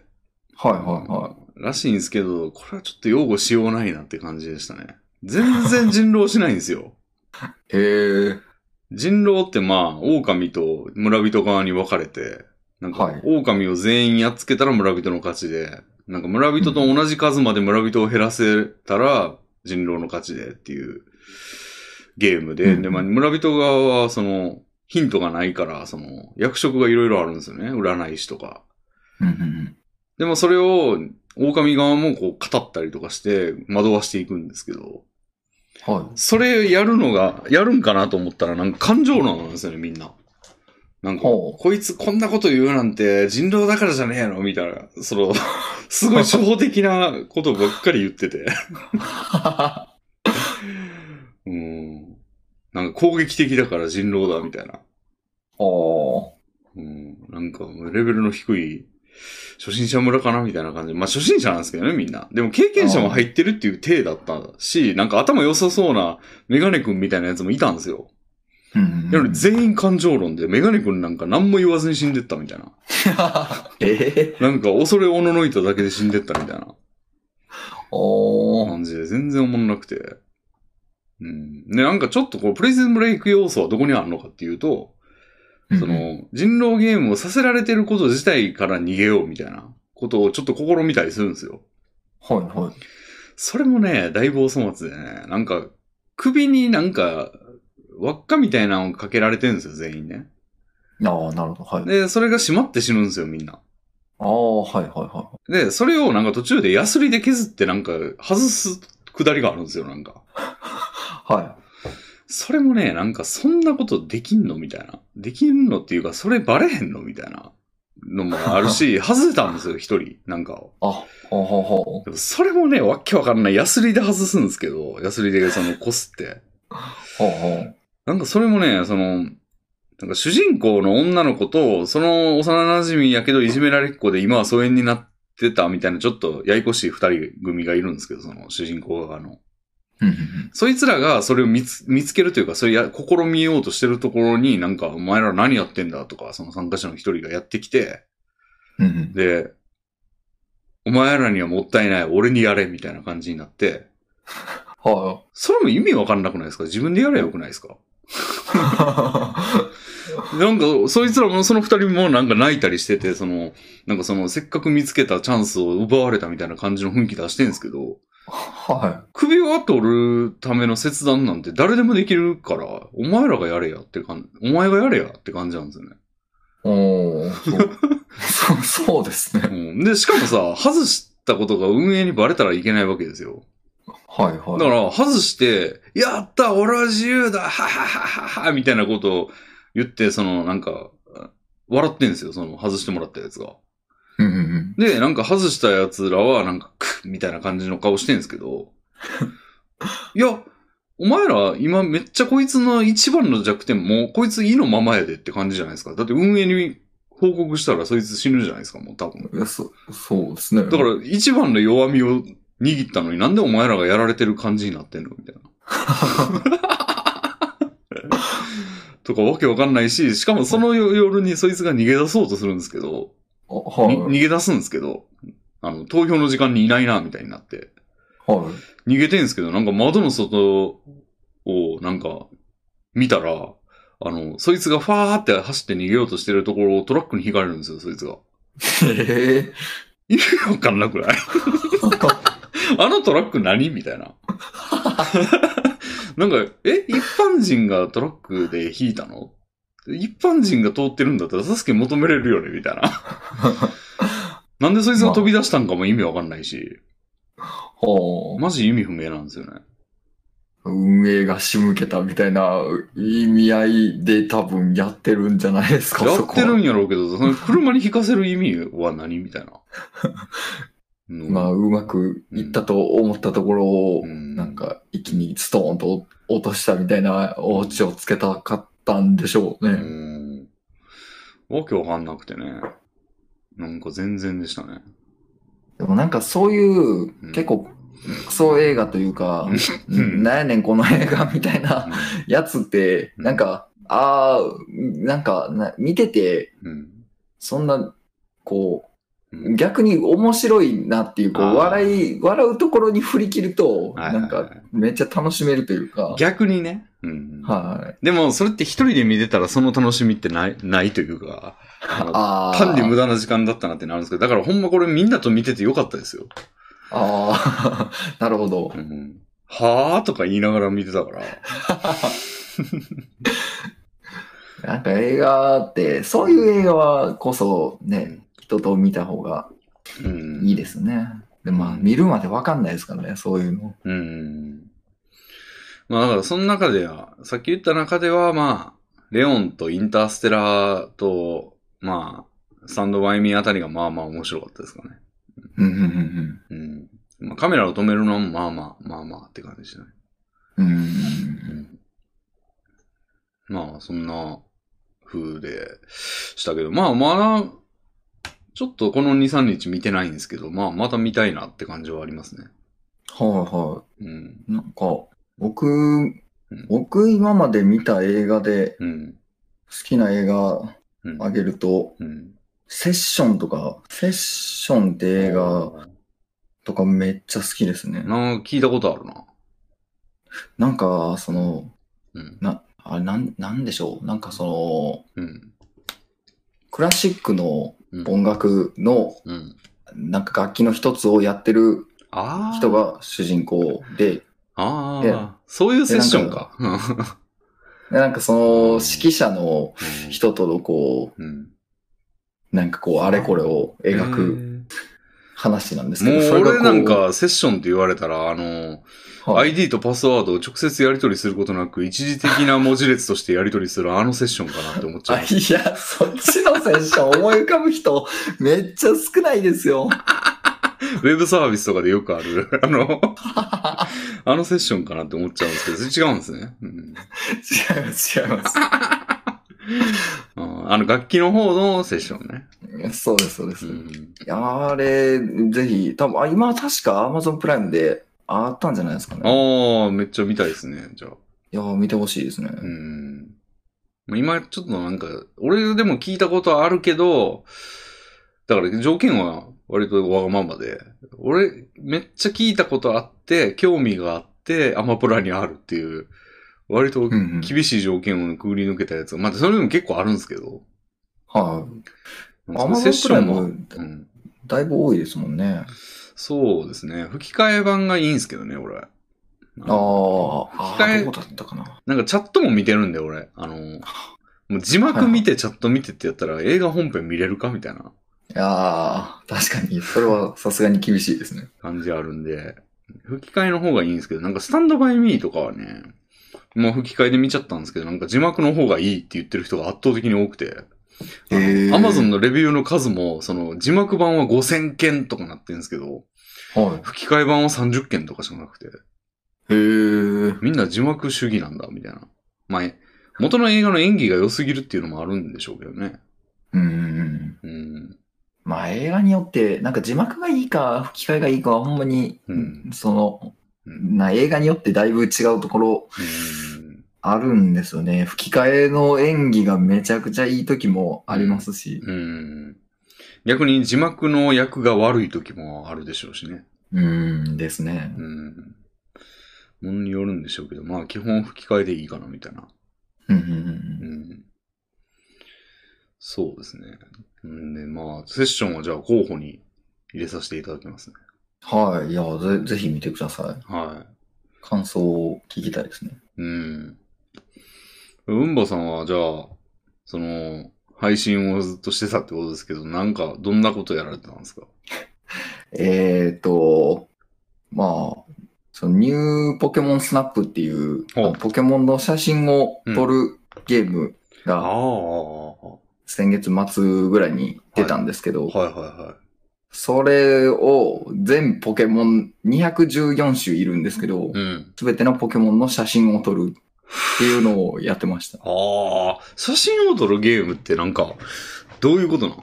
S2: はいはいはい。
S1: らしいんですけど、これはちょっと擁護しようないなって感じでしたね。全然人狼しないんですよ。
S2: へえ。
S1: 人狼ってまあ、狼と村人側に分かれて、なん
S2: は
S1: か
S2: い、
S1: 狼を全員やっつけたら村人の勝ちで、なんか村人と同じ数まで村人を減らせたら人狼の勝ちでっていうゲームで、
S2: うん
S1: で、まあ村人側はその、ヒントがないから、その、役職がいろいろあるんですよね。占い師とか。
S2: うんうん
S1: でもそれを、狼側もこう語ったりとかして惑わしていくんですけど、
S2: は
S1: それやるのが、やるんかなと思ったら、なんか感情論なんですよね、みんな。なん
S2: い。
S1: か、
S2: ほう。
S1: こいつこんなこと言うなんて人狼だからじゃねえのみたいな、その、 すごい初歩的なことばっかり言って て。うん。なんか攻撃的だから人狼だみたいな。
S2: ほ
S1: うん。なんかレベルの低い初心者村かなみたいな感じ。まあ初心者なんですけどね、みんな。でも経験者も入ってるっていう体だったし、なんか頭良さそうなメガネ君みたいなやつもいたんですよ。
S2: う。うん
S1: やのに全員感情論で、メガネ君なんか何も言わずに死んでったみたいな。
S2: え
S1: なんか恐れおののいただけで死んでったみたいな
S2: ー、おー。
S1: 感じで、全然おもんなくて。うん。で、なんかちょっとこう、プレゼンブレイク要素はどこにあるのかっていうと、そ
S2: うんうん、
S1: の、人狼ゲームをさせられてること自体から逃げようみたいなことをちょっと試みたりするんですよ。
S2: はいはい。
S1: それもね、だいぶお粗末でね、なんか、首になんか、輪っかみたいなのをかけられてるんですよ、全員ね。
S2: ああ、なるほど。はい。
S1: で、それが締まって死ぬんですよ、みんな。
S2: ああ、はいはいは
S1: で、それをなんか途中でヤスリで削ってなんか外すくだりがあるんですよ、なんか。
S2: い。は
S1: それもね、なんかそんなことできんのみたいな。できんのっていうか、それバレへんのみたいなのもある し、外れたんですよ、一人。なんかを。
S2: い。あ、ほうほうほ
S1: でもそれもね、わっけわかんない。ヤスリで外すんですけど、ヤスリでその、こすって。
S2: う。ほうほう。
S1: なんかそれもね、その、なんか主人公の女の子と、その幼馴染やけどいじめられっ子で今は疎遠になってたみたいな、ちょっとややこしい二人組がいるんですけど、その主人公側の。
S2: うんうんうん
S1: そいつらがそれを見つ見つけるというか、それや、試みようとしてるところになんか、お前ら何やってんだとか、その参加者の一人がやってきて、
S2: うんうん。
S1: で、お前らにはもったいない、俺にやれ、みたいな感じになって、
S2: は
S1: それも意味わかんなくないですか自分でやればよくないですかなんか、そいつらも、その二人もなんか泣いたりしてて、その、なんかその、せっかく見つけたチャンスを奪われたみたいな感じの雰囲気出してるんですけど、
S2: い。 は
S1: 首輪取るための切断なんて誰でもできるから、お前らがやれやって感じ、お前がやれやって感じなんですよね。
S2: い。おー。 そうそうそうですね。
S1: うん、で、しかもさ、外したことが運営にバレたらいけないわけですよ。
S2: はい
S1: だ
S2: はい。
S1: から、外して、やった俺は自由だはははははみたいなことを言って、その、なんか、笑ってんですよ、その、外してもらったやつが。
S2: うんうんうん。
S1: で、なんか外したやつらは、なんか、クッみたいな感じの顔してんですけど、いや、お前ら、今めっちゃこいつの一番の弱点も、こいつ意のままやでって感じじゃないですか。だって運営に報告したらそいつ死ぬじゃないですか、もう多分。
S2: いやそそうですね。
S1: だから、一番の弱みを握ったのになんでお前らがやられてる感じになってんのみたいな。 とかわけわかんないし、しかもその夜にそいつが逃げ出そうとするんですけど、
S2: あはい。
S1: に逃げ出すんですけど、あの、投票の時間にいないな、みたいになって。
S2: はい。
S1: 逃げてんですけど、なんか窓の外を、なんか、見たら、あの、そいつがファーって走って逃げようとしてるところをトラックに引かれるんですよ、そいつが。
S2: ええ
S1: 意味わかんなくないあのトラック何みた いな。なんか、え一般人がトラックで引いたの一般人が通ってるんだったら助け求めれるよねみたい な。なんでそいつが飛び出したんかも意味わかんないし、
S2: はあ。
S1: マジ意味不明なんですよね。
S2: 運営が仕向けたみたいな意味合いで多分やってるんじゃないですか、
S1: や
S2: そ
S1: っ
S2: こ
S1: てる
S2: は。
S1: んやろうけど、その車に引かせる意味は何みたいな。うん
S2: まあ、うまくいったと思ったところを、
S1: うん
S2: なんか、一気にストーンと落としたみたいなオチをつけたかったんでしょう
S1: う
S2: ね。
S1: ん。わけわかんなくてね。なんか全然でしたね。
S2: でもなんかそういう、
S1: うん
S2: 結構、クソ映画というか、
S1: うん
S2: なんやねんこの映画みたいな
S1: う
S2: やつって、
S1: うん
S2: なんか、ああ、なんかな、見てて、
S1: ん。
S2: そんな、こ
S1: う
S2: う、
S1: ん
S2: 逆に面白いなっていう、こう、
S1: あー
S2: 笑い、笑うところに振り切ると、
S1: はいはいはい
S2: なんか、めっちゃ楽しめるというか、
S1: 逆にね。うん。
S2: はい。
S1: でも、それって一人で見てたらその楽しみってない、ないというか、あの
S2: ああ。
S1: 単に無駄な時間だったなってなるんですけど、だからほんまこれみんなと見ててよかったですよ。
S2: ああ、 なるほど
S1: う。ん。はぁとか言いながら見てたから。
S2: なんか映画って、そういう映画はこそね、人と見た方が
S1: うん。
S2: いいですね。で、まあ、見るまでわかんないですからね、そういうの。
S1: うん。まあだからその中では、さっき言った中では、まあ、レオンとインターステラーと、まあ、サンドバイミーあたりがまあまあ面白かったですかね。
S2: うんうん
S1: うん。まあカメラを止めるのはまあまあ、まあまあって感じですね。
S2: うんう
S1: う
S2: ん。
S1: ん。まあ、そんな風でしたけど、まあまだ、ちょっとこの2、3日見てないんですけど、まあまた見たいなって感じはありますね。
S2: うん。はいは
S1: うん。
S2: い。なんか、僕、僕今まで見た映画で
S1: うん。
S2: 好きな映画
S1: うん。
S2: あげると、
S1: うん。
S2: セッションとか、セッションって映画とかめっちゃ好きですね。
S1: なんか聞いたことあるな。
S2: なんか、その、
S1: うん。
S2: な、あれなん、なんでしょう。なんかその、
S1: うん。
S2: クラシックの
S1: うん。
S2: 音楽の、
S1: うん、
S2: なんか楽器の一つをやってる
S1: ああ。
S2: 人。が主人公で、
S1: あ
S2: え
S1: あ。そういうセッションか。
S2: でなんかその指揮者の人とのこ
S1: うん。
S2: う、なんかこう、あれこれを描く話なんですけど、
S1: もう
S2: それがこ
S1: 俺なん、かセッションって言われたら、あの、
S2: はい
S1: ID とパスワードを直接やり取りすることなく、一時的な文字列としてやり取りするあのセッションかなって思っちゃ
S2: あ
S1: う
S2: い。や、そっちの選手は思い浮かぶ人、めっちゃ少ないですよ。
S1: ウェブサービスとかでよくあ る、あの、あのセッションかなって思っちゃうんですけど、違うんですね。うん
S2: 違います、違います。
S1: あーあの、楽器の方のセッションね。
S2: そうです、そうで
S1: う
S2: す。
S1: ん
S2: あれ、ぜひ、多分あ今確か Amazon プライムであったんじゃないですかね。
S1: ああ、めっちゃ見たいですね、じゃあ。
S2: いや、見てほしいですね。
S1: うん。まあ今ちょっとなんか、俺でも聞いたことあるけど、だから条件は割とわがままで、俺めっちゃ聞いたことあって、興味があって、アマプラにあるっていう、割と
S2: うんうん
S1: 厳しい条件をくぐり抜けたやつが、まあそれでも結構あるんですけど、
S2: はい。
S1: なん
S2: ア
S1: かその
S2: マ
S1: セ
S2: ゾ
S1: ッ
S2: ン
S1: シ
S2: プ
S1: ョ
S2: ライ
S1: ンも、
S2: ム、
S1: うん、
S2: だいぶ多いですもんね。
S1: そうですね、吹き替え版がいいんですけどね、俺。
S2: あーあ
S1: 吹き替え
S2: ー、どうだったかな。
S1: なんかチャットも見てるんで、俺。あの、もう字幕見てチャット見てってやったら映画本編見れるかみたいない
S2: やー確かに、それはさすがに厳しいですね。
S1: 感じあるんで、吹き替えの方がいいんですけど、なんかスタンドバイミーとかはね、もう吹き替えで見ちゃったんですけど、なんか字幕の方がいいって言ってる人が圧倒的に多くて、あの
S2: へー
S1: Amazon のレビューの数も、その字幕版は5000件とかなってるんですけど、
S2: は
S1: 吹き替え版は30件とかしかなくて、
S2: い。へー
S1: みんな字幕主義なんだ、みたいな。まあ、元の映画の演技が良すぎるっていうのもあるんでしょうけどね。
S2: うんうんうん。
S1: うん。
S2: まあ映画によって、なんか字幕がいいか、吹き替えがいいかはほんまに、
S1: うん
S2: その、
S1: うん
S2: な映画によってだいぶ違うところ
S1: うん
S2: あるんですよね。吹き替えの演技がめちゃくちゃいい時もありますし。
S1: うん。逆に字幕の役が悪い時もあるでしょうしね。
S2: うーんですね
S1: う。ん。ものによるんでしょうけど、まあ基本吹き替えでいいかなみたいな。
S2: うんうん
S1: う
S2: うん
S1: ん。そうですね。んで、まあ、セッションはじゃあ候補に入れさせていただきますね。
S2: はい。いやぜ、ぜひ見てください。
S1: は
S2: 感想を聞きたいですね。
S1: い。うん。うんばさんはじゃあ、その、配信をずっとしてたってことですけど、なんか、どんなことやられてたんですか
S2: えっ、ー、と、まあ、そのニューポケモンスナップっていう、あ
S1: ほう
S2: のポケモンの写真を撮るゲーム
S1: あ
S2: が先月末ぐらいに出たんですけど、
S1: はいはいはい。
S2: それを全ポケモン214種いるんですけど、
S1: うん。
S2: すべてのポケモンの写真を撮るっていうのをやってました。
S1: ああ、写真を撮るゲームってなんか、どういうことなの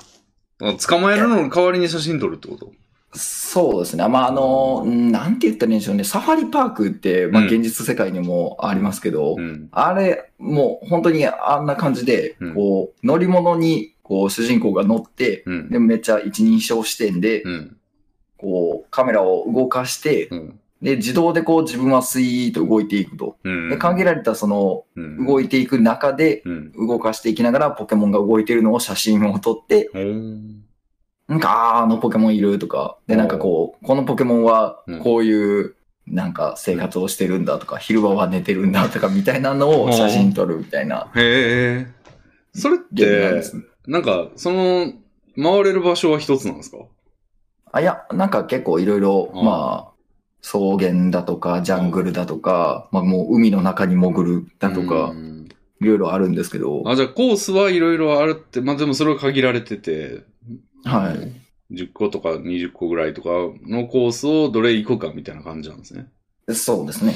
S1: あ捕まえるのの代わりに写真撮るってこと
S2: そうですね。まあ、あの、うんなんて言ったらいいんでしょうね。サファリパークって、まあ、
S1: うん
S2: 現実世界にもありますけど、
S1: うん。
S2: あれ、もう本当にあんな感じで、
S1: うん
S2: こう、乗り物に、こう、主人公が乗って、
S1: うん
S2: で、。めっちゃ一人称視点で、
S1: うん。
S2: こう、カメラを動かして、
S1: うん。
S2: で、自動でこう、自分はスイーッと動いていくと。
S1: うん。
S2: で、限られたその、
S1: うん
S2: 動いていく中で、
S1: うん。
S2: 動かしていきながらポケモンが動いてるのを写真を撮って、
S1: おー
S2: なんか、あーあのポケモンいるとか、で、なんかこう、このポケモンは
S1: うん
S2: こういう、なんか生活をしてるんだとか、昼間は寝てるんだとか、みたいなのを写真撮るみたいな
S1: へえ。それっ
S2: ゲームなんで
S1: て、
S2: すね。
S1: なんか、その、回れる場所は一つなんですか
S2: あ、いや、なんか結構いろいろ、
S1: うん
S2: まあ、草原だとか、ジャングルだとか、まあもう海の中に潜るだと
S1: う
S2: か、
S1: ん
S2: いろいろあるんですけど、
S1: あ、じゃあコースはいろいろあるって、まあでもそれは限られてて、
S2: はい。
S1: 10個とか20個ぐらいとかのコースをどれ行くかみたいな感じなんですね。
S2: そうですね。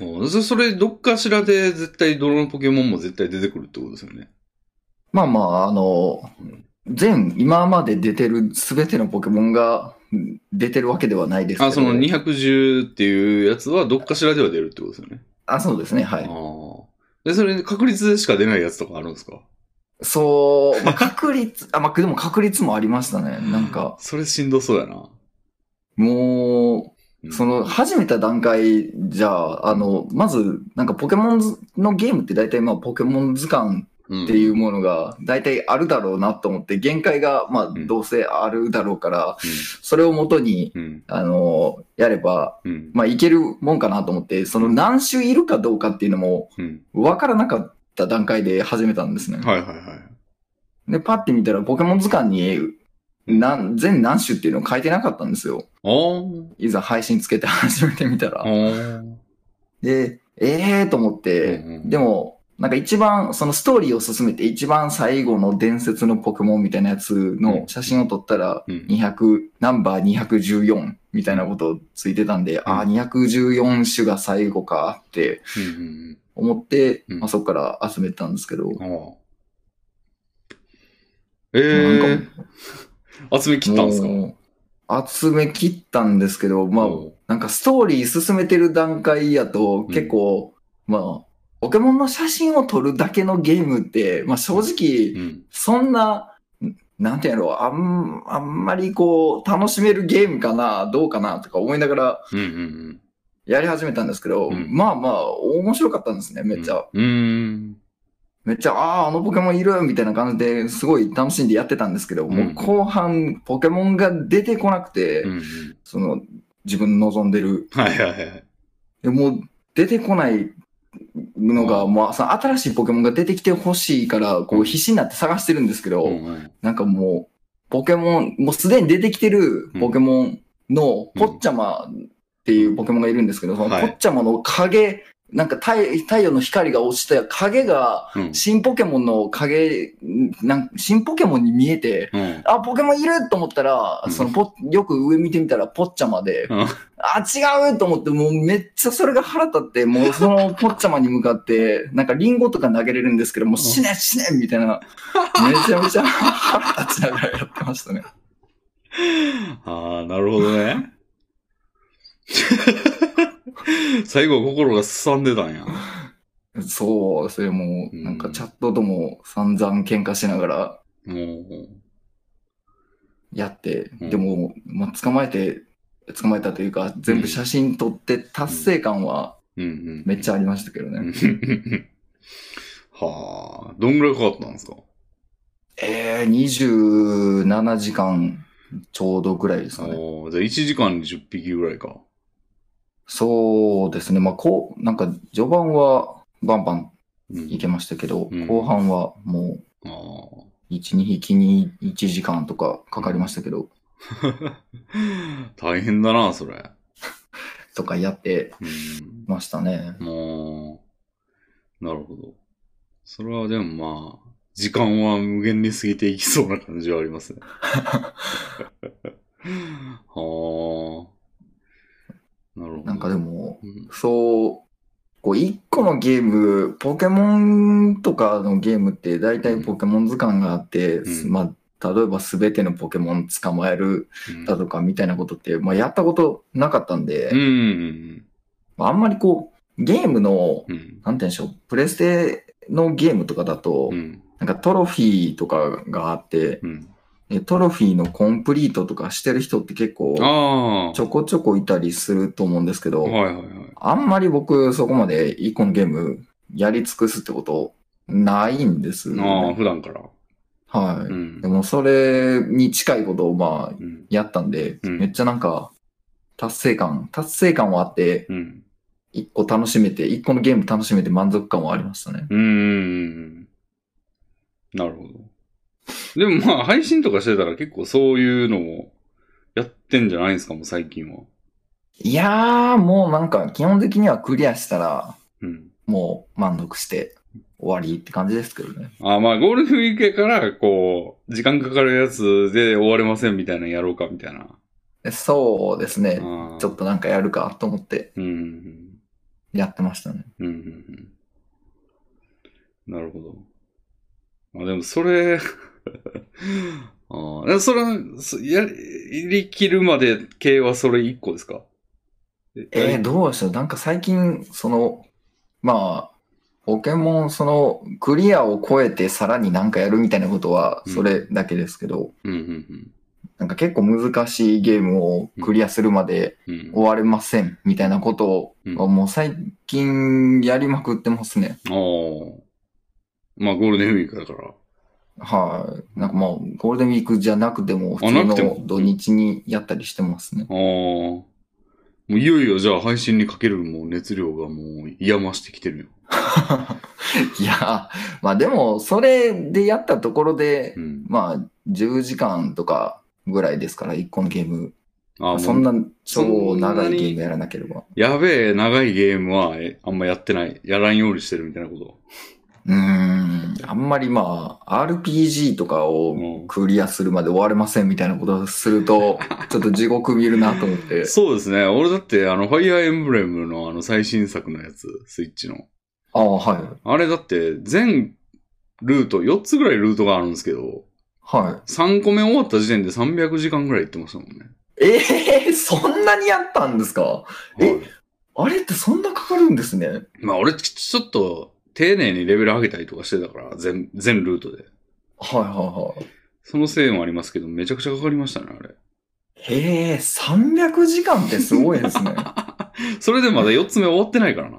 S1: おそそれ、どっかしらで絶対、どのポケモンも絶対出てくるってことですよね。
S2: まあまあ、あの、全、今まで出てる全てのポケモンがうん出てるわけではないですけど。
S1: あ、その210っていうやつは、どっかしらでは出るってことですよね。
S2: あ、そうですね、は
S1: あ
S2: い。
S1: あ。で、それ、確率でしか出ないやつとかあるんですか
S2: そう、まあ、確率、 あ、まあ、でも確率もありましたね。なんか、
S1: それしんどそうやな。
S2: も
S1: う
S2: う、
S1: ん
S2: その、始めた段階じゃ、あの、まず、なんかポケモンのゲームって大体、まあ、ポケモン図鑑
S1: うん、
S2: っていうものが大体あるだろうなと思って、限界が、まあ、
S1: ん
S2: どうせあるだろうから、それをもとに、
S1: うん。うん。
S2: あの、やれば、
S1: うん。
S2: まあ、いけるもんかなと思って、その何種いるかどうかっていうのも
S1: うん。
S2: 分からなかった段階で始めたんですね。
S1: はいはいはい。
S2: で、パッて見たらポケモン図鑑に何全何種っていうのを書いてなかったんですよ。
S1: あー
S2: いざ配信つけて始めてみた
S1: あ
S2: ら。
S1: ー。
S2: で、えーと思って、
S1: うんうん
S2: でも、なんか一番、そのストーリーを進めて一番最後の伝説のポケモンみたいなやつの写真を撮ったら、
S1: うん。
S2: 200、ナンバー214みたいなことついてたんで、ああ、214種が最後かって
S1: うん。
S2: 思って、
S1: うん
S2: まあ、そこから集めたんですけど、
S1: うん。ああ。え
S2: なん
S1: ー、集め切ったんですか
S2: もう集め切ったんですけど、まあ、
S1: お
S2: なんかストーリー進めてる段階やと、結構、まあ、ポケモンの写真を撮るだけのゲームって、まあ正
S1: う
S2: 直、
S1: ん。
S2: そんな、んなんていうんやろう、あん、あんまりこう、楽しめるゲームかな、どうかな、とか思いながら
S1: うんうんうん。
S2: やり始めたんですけど、
S1: うん
S2: まあまあ、面白かったんですね、めっちゃ。
S1: うん。うん
S2: めっちゃ、ああ、あのポケモンいるみたいな感じですごい楽しんでやってたんですけど、
S1: ん
S2: もう後半、ポケモンが出てこなくて、
S1: うんうん。
S2: その、自分の望んでる。
S1: はいはいはい。
S2: でもう、出てこないのが、
S1: う
S2: もう、その新しいポケモンが出てきてほしいから、こ
S1: う
S2: う、
S1: ん
S2: 必死になって探してるんですけど、
S1: うんうん
S2: なんかもう、ポケモン、もうすでに出てきてるポケモンの、
S1: うん
S2: ポッチャマっていうポケモンがいるんですけど、そのポ
S1: はい
S2: ッチャマの影、なんか太太陽の光が落ちた影が、
S1: うん
S2: 新ポケモンの影、なん新ポケモンに見えて、
S1: うん。
S2: あ、ポケモンいると思ったら、
S1: うん
S2: そのポよく上見てみたら、ポッチャマで、
S1: うん
S2: あ、違うと思って、もうめっちゃそれが腹立って、もうそ のポッチャマに向かって、なんかリンゴとか投げれるんですけど、もう死ね死ねみたいな、めちゃめちゃ腹立ちながらやってましたね。
S1: ああ、なるほどね。 最後心がすさんでたんや。
S2: そう、それもう、なんかチャットとも散々喧嘩しながら、
S1: も
S2: やって、
S1: うん
S2: でも、まあ、捕まえて、捕まえたというか、全部写真撮って達成感は
S1: う、うんうん。
S2: めっちゃありましたけどね。
S1: うんうんうん はあ、どんぐらいかかったんですか
S2: えー、27時間ちょうどぐらいですかね。
S1: おーじゃあ1時間に10匹ぐらいか。
S2: そうですね。まあ、こう、なんか序盤はバンバン
S1: うん
S2: いけましたけど、
S1: うん
S2: 後半はもう、
S1: あ
S2: 1、2匹に1時間とかかかりましたけど、
S1: ー 大変だな、それ。
S2: とかやって
S1: うん
S2: ましたね。
S1: もう、なるほど。それはでもまあ、時間は無限に過ぎていきそうな感じはありますね。 はあ。なるほど。
S2: なんかでも、
S1: うん、
S2: そう、こう、一個のゲーム、ポケモンとかのゲームって、大体ポケモン図鑑があって、
S1: うん
S2: まあ、例えば全てのポケモン捕まえるだとかみたいなことって、まあ、やったことなかったんで
S1: うん。う、ん。
S2: まああんまりこう、ゲームの、
S1: うん。
S2: なんて言うんでしょう、プレステのゲームとかだと
S1: う、ん。
S2: なんかトロフィーとかがあって、
S1: うん。
S2: えトロフィーのコンプリートとかしてる人って結構、
S1: ああ。
S2: ちょこちょこいたりすると思うんですけど、
S1: はいはいはい。
S2: あんまり僕、そこまで一個のゲームやり尽くすってことないんですよ
S1: ああ、
S2: ね。
S1: 普段から。
S2: は
S1: う
S2: い。
S1: ん
S2: で。も、それに近いことを、まあ、
S1: うん。
S2: やったんで、
S1: うん
S2: めっちゃなんか、達成感、達成感はあって、
S1: うん。
S2: 一個楽しめて、一個のゲーム楽しめて満足感はありましたね。
S1: うーん。なるほど。でもまあ、配信とかしてたら結構そういうのもやってんじゃないんですか、もう最近は。
S2: いやー、もうなんか基本的にはクリアしたら、
S1: うん。
S2: もう満足して終わりって感じですけどね。
S1: あ、まあ、ゴールデンウィークやから、こう、時間かかるやつで終われませんみたいなのやろうか、みたいな。
S2: でそうですね。
S1: あ
S2: ちょっとなんかやるかと思って
S1: と。うんうん。
S2: やってましたね。
S1: うんうんうん。なるほど。まあでもそれ ああ、それは、そやりきるまで系はそれ1個ですか
S2: えー、どうでしょうなんか最近、その、まあ、ポケモン、その、クリアを超えてさらになんかやるみたいなことは、
S1: うん
S2: それだけですけど、
S1: うんうん
S2: なんか結構難しいゲームをクリアするまで
S1: うん。うん、
S2: 終われません、みたいなことを、もう最近やりまくってますね。
S1: ああ。まあゴールデンウィークだから。
S2: はい。なんかまあ、ゴールデンウィークじゃなくても、普
S1: あ
S2: 通
S1: なくても
S2: の土日にやったりしてますね。
S1: ああ。もういよいよじゃあ配信にかけるもう熱量がもう嫌ましてきてるよ。
S2: いや、まあでも、それでやったところで
S1: う、ん。
S2: まあ、10時間とかぐらいですから、1個のゲーム。
S1: ああ、
S2: そん
S1: もう。
S2: な超長いゲームやらなければ。
S1: やべえ、長いゲームはえあんまやってない。やらんようにしてるみたいなこ
S2: うーん、あんまりまあ、RPG とか
S1: と。
S2: を
S1: う
S2: クリアするまで終われませんみたいなことをす ると、ちょっと地獄見るなと思って
S1: ん。。そうですね。俺だって、あの、ファイアーエンブレムのあの最新作のやつ、スイッチの。
S2: ああ、はい。
S1: あれだって、全ルート、4つぐらいルートがあるんですけど、
S2: は
S1: 3個目終わった時点で300時間ぐらい行ってましたもんね。
S2: い。ええそんなにやったんですかえ
S1: はい
S2: あれってそんなかかるんですね。
S1: まあ俺、ちちょっと、丁寧にレベル上げたりとかしてたから、全、全ルートで。
S2: はいはいはい。
S1: そのせいもありますけど、めちゃくちゃかかりましたね、あれ。
S2: へえ、300時間ってすごいですね。
S1: それでまだ4つ目終わってないからな。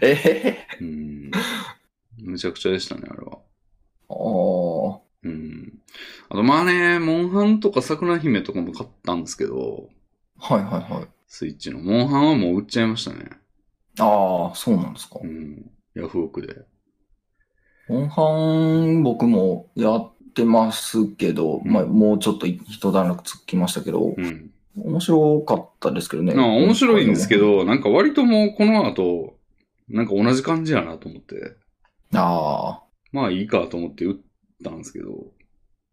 S2: ええ
S1: うん。めちゃくちゃでしたね、あれは。
S2: ああ、
S1: うん。あとまあね、モンハンとか桜姫とかも買ったんですけど、
S2: はいはいはい。
S1: スイッチの。モンハンはもう売っちゃいましたね。
S2: ああ、そうなんですか
S1: う。ん。ヤフオクで。
S2: モンハン、僕もやってますけど、
S1: うん
S2: まあ、もうちょっと一段落つきましたけど、
S1: うん。
S2: 面白かったですけどね。
S1: な面白いんですけ
S2: 今
S1: ど、なんか割ともうこの後、なんか同じ感じやなと思って、
S2: 回の。あ
S1: まあいいかと思って売ったんですけど、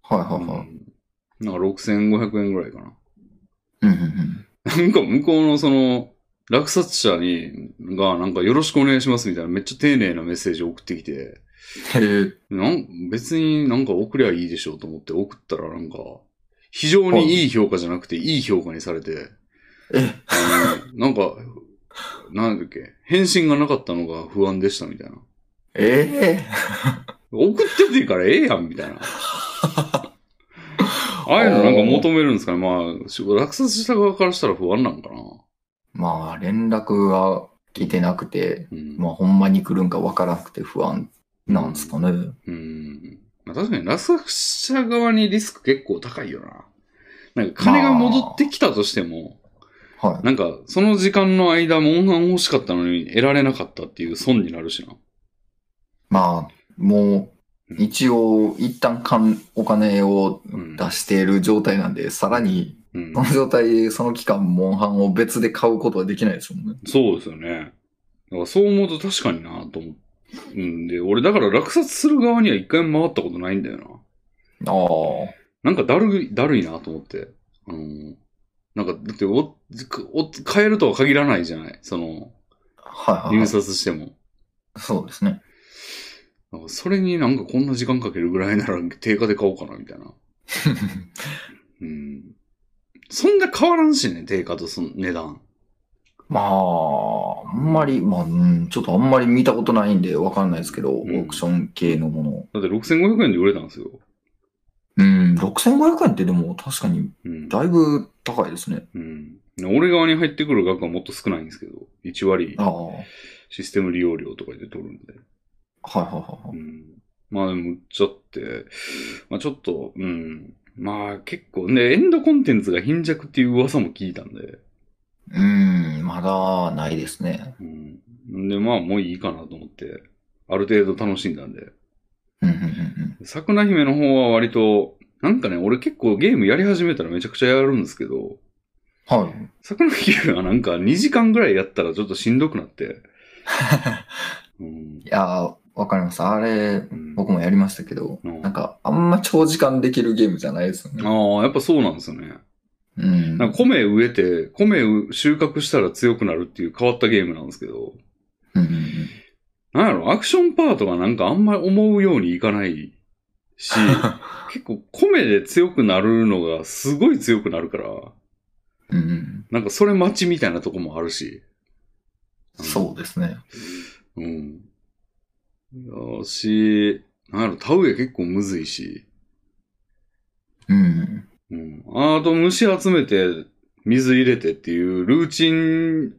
S2: あ、はいうはいはい。
S1: ん、なんか6500円ぐらいかな。
S2: うんうんうん
S1: なんか向こうのその、落札者に、が、なんかよろしくお願いしますみたいな、めっちゃ丁寧なメッセージを送ってきて、
S2: へえ、
S1: なん別になんか送りゃいいでしょうと思って送ったらなんか、非常にいい評価じゃなくて、いい評価にされて、
S2: え
S1: あのなんか、なんだっけ、返信がなかったのが不安でしたみたいな。
S2: ええ
S1: 送ってていいからええやんみたい な。ああいうのなんか求めるんですかね。まあ、し落札した側からしたら不安なんかな。
S2: まあ、連絡が来てなくて、
S1: うん。
S2: まあ、ほんまに来るんかわからなくて不安なんですかね。
S1: うん。まあ、確かに落札者側にリスク結構高いよな。なんか金が戻ってきたとしても、
S2: はい。
S1: なんか、その時間の間、モンハン欲しかったのに得られなかったっていう損になるしな。
S2: まあ、もう、
S1: うん
S2: 一応、一旦かんお金を
S1: うん。
S2: 出している状態なんで、さらに、
S1: うん
S2: その状態で、その期間、モンハンを別で買うことはできないですもんね。
S1: そうですよね。だからそう思うと確かになと思うんで、俺だから落札する側には一回も回ったことないんだよな。
S2: ああ。
S1: なんかだるい、だるいなと思って。あのーなんか、だってお、お、買えるとは限らないじゃないその、
S2: はいはいは
S1: 入
S2: い。
S1: 札しても。
S2: そうですね。
S1: だからそれになんかこんな時間かけるぐらいなら定価で買おうかな、みたい な。うん。そんな変わらんしね、定価とその値段。
S2: まあ、あんまり、まあ、うんちょっとあんまり見たことないんでわかんないですけど、オ
S1: ん
S2: ークション系のもの。
S1: だって6500円で売れたんですよ。
S2: うん、6500円ってでも確かに
S1: うん。
S2: だいぶ高いですね。
S1: うん。俺側に入ってくる額はもっと少ないんですけど、1割
S2: ああ、はい
S1: システム利用料とかで取るんで。
S2: はいはいは
S1: う
S2: い。
S1: ん。まあでも、売っちゃって、まあちょっと、うん。まあ結構ね、エンドコンテンツが貧弱っていう噂も聞いたんで、
S2: うん、まだないですね。
S1: うん。んで、まあもういいかなと思って、ある程度楽しんだんで。
S2: うんうんうんうん
S1: 桜姫の方は割と、なんかね、俺結構ゲームやり始めたらめちゃくちゃやるんですけど、
S2: はい。
S1: 桜木優がなんか2時間ぐらいやったらちょっとしんどくな って。うん
S2: い。やー、わかります。あれ、
S1: うん
S2: 僕もやりましたけど、
S1: うん
S2: なんか、あんま長時間できるゲームじゃないですよね。
S1: ああ、やっぱそうなんですよね。
S2: うん。
S1: なんか米植えて、米を収穫したら強くなるっていう変わったゲームなんですけど、
S2: うんうんうん
S1: なんやろ、アクションパートがなんかあんまり思うようにいかないし、結構米で強くなるのがすごい強くなるから、
S2: うんうん
S1: なんかそれ待ちみたいなとこもあるし。
S2: そうですね。
S1: うん。よし、なんやろ、田植え結構むずいし、
S2: うん。
S1: うん。あと虫集めて、水入れてっていうルーチン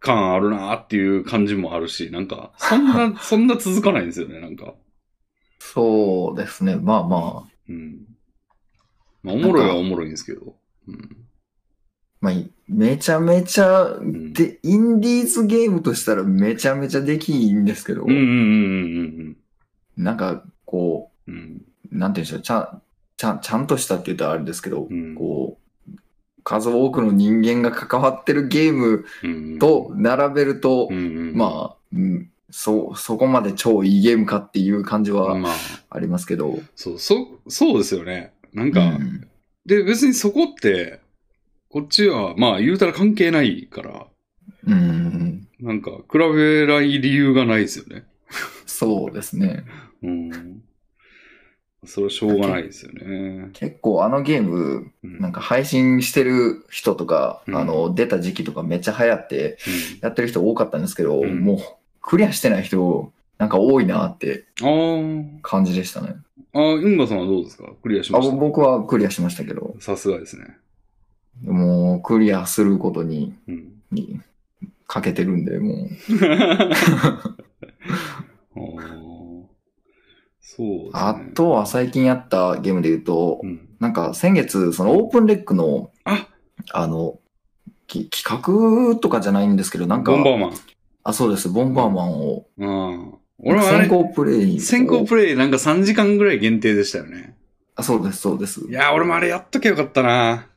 S1: 感あるなっていう感じもあるし、なんか、そん な、そんな続かないんですよね、なんか。
S2: そうですね。まあまあ、
S1: うん。まあ、おもろいはおもろいんですけど。うん。
S2: まあ、めちゃめちゃ、
S1: ん
S2: で、インディーズゲームとしたらめちゃめちゃできいいんですけど、
S1: うんうんうんうん
S2: なんか、こ
S1: うんうん。
S2: う、なんて言うんでしょう、ちゃん、ちゃん、ちゃんとしたって言ったらあれですけど、
S1: うん
S2: こう、数多くの人間が関わってるゲーム
S1: うん。
S2: と、並べると、
S1: うんうん、
S2: まあ、うん、そ、そこまで超いいゲームかっていう感じは
S1: まあ、
S2: ありますけど。
S1: そう、そ、そうですよね。なん
S2: う
S1: か、
S2: ん。
S1: で、別にそこって、こっちは、まあ、言うたら関係ないから、
S2: うん。
S1: なんか、比べない理由がないですよね。
S2: そうですね。
S1: うん。それはしょうがないですよね。
S2: 結構あのゲーム、
S1: うん
S2: なんか配信してる人とか、
S1: うん
S2: あの、出た時期とかめっちゃ流行って、やってる人多かったんですけど、
S1: うん
S2: もう、クリアしてない人、なんか多いなって
S1: うん
S2: 感じでしたね。
S1: あーあー、ユンガさんはどうですかクリアし
S2: あ
S1: ま
S2: ぼ
S1: し
S2: 僕はクリアしましたけど、
S1: たさすがですね。
S2: もうクリアすることに、
S1: うん。
S2: に、かけてるんで、もう。
S1: あーそうですね。
S2: あとは最近やったゲームで言うと
S1: う、ん、
S2: なんか先月、そのオープンレックの、
S1: あ
S2: あの、き企画とかじゃないんですけど、なんか
S1: ボ、ンバーマン。
S2: あ、そうです、ボンバーマンを、
S1: うん。俺はあ
S2: 先
S1: れ、
S2: 行プレイを。
S1: 先行プレイなんか3時間ぐらい限定でしたよね。
S2: あ、そうです、そうです。
S1: いやー、俺もあれやっときゃよかったな。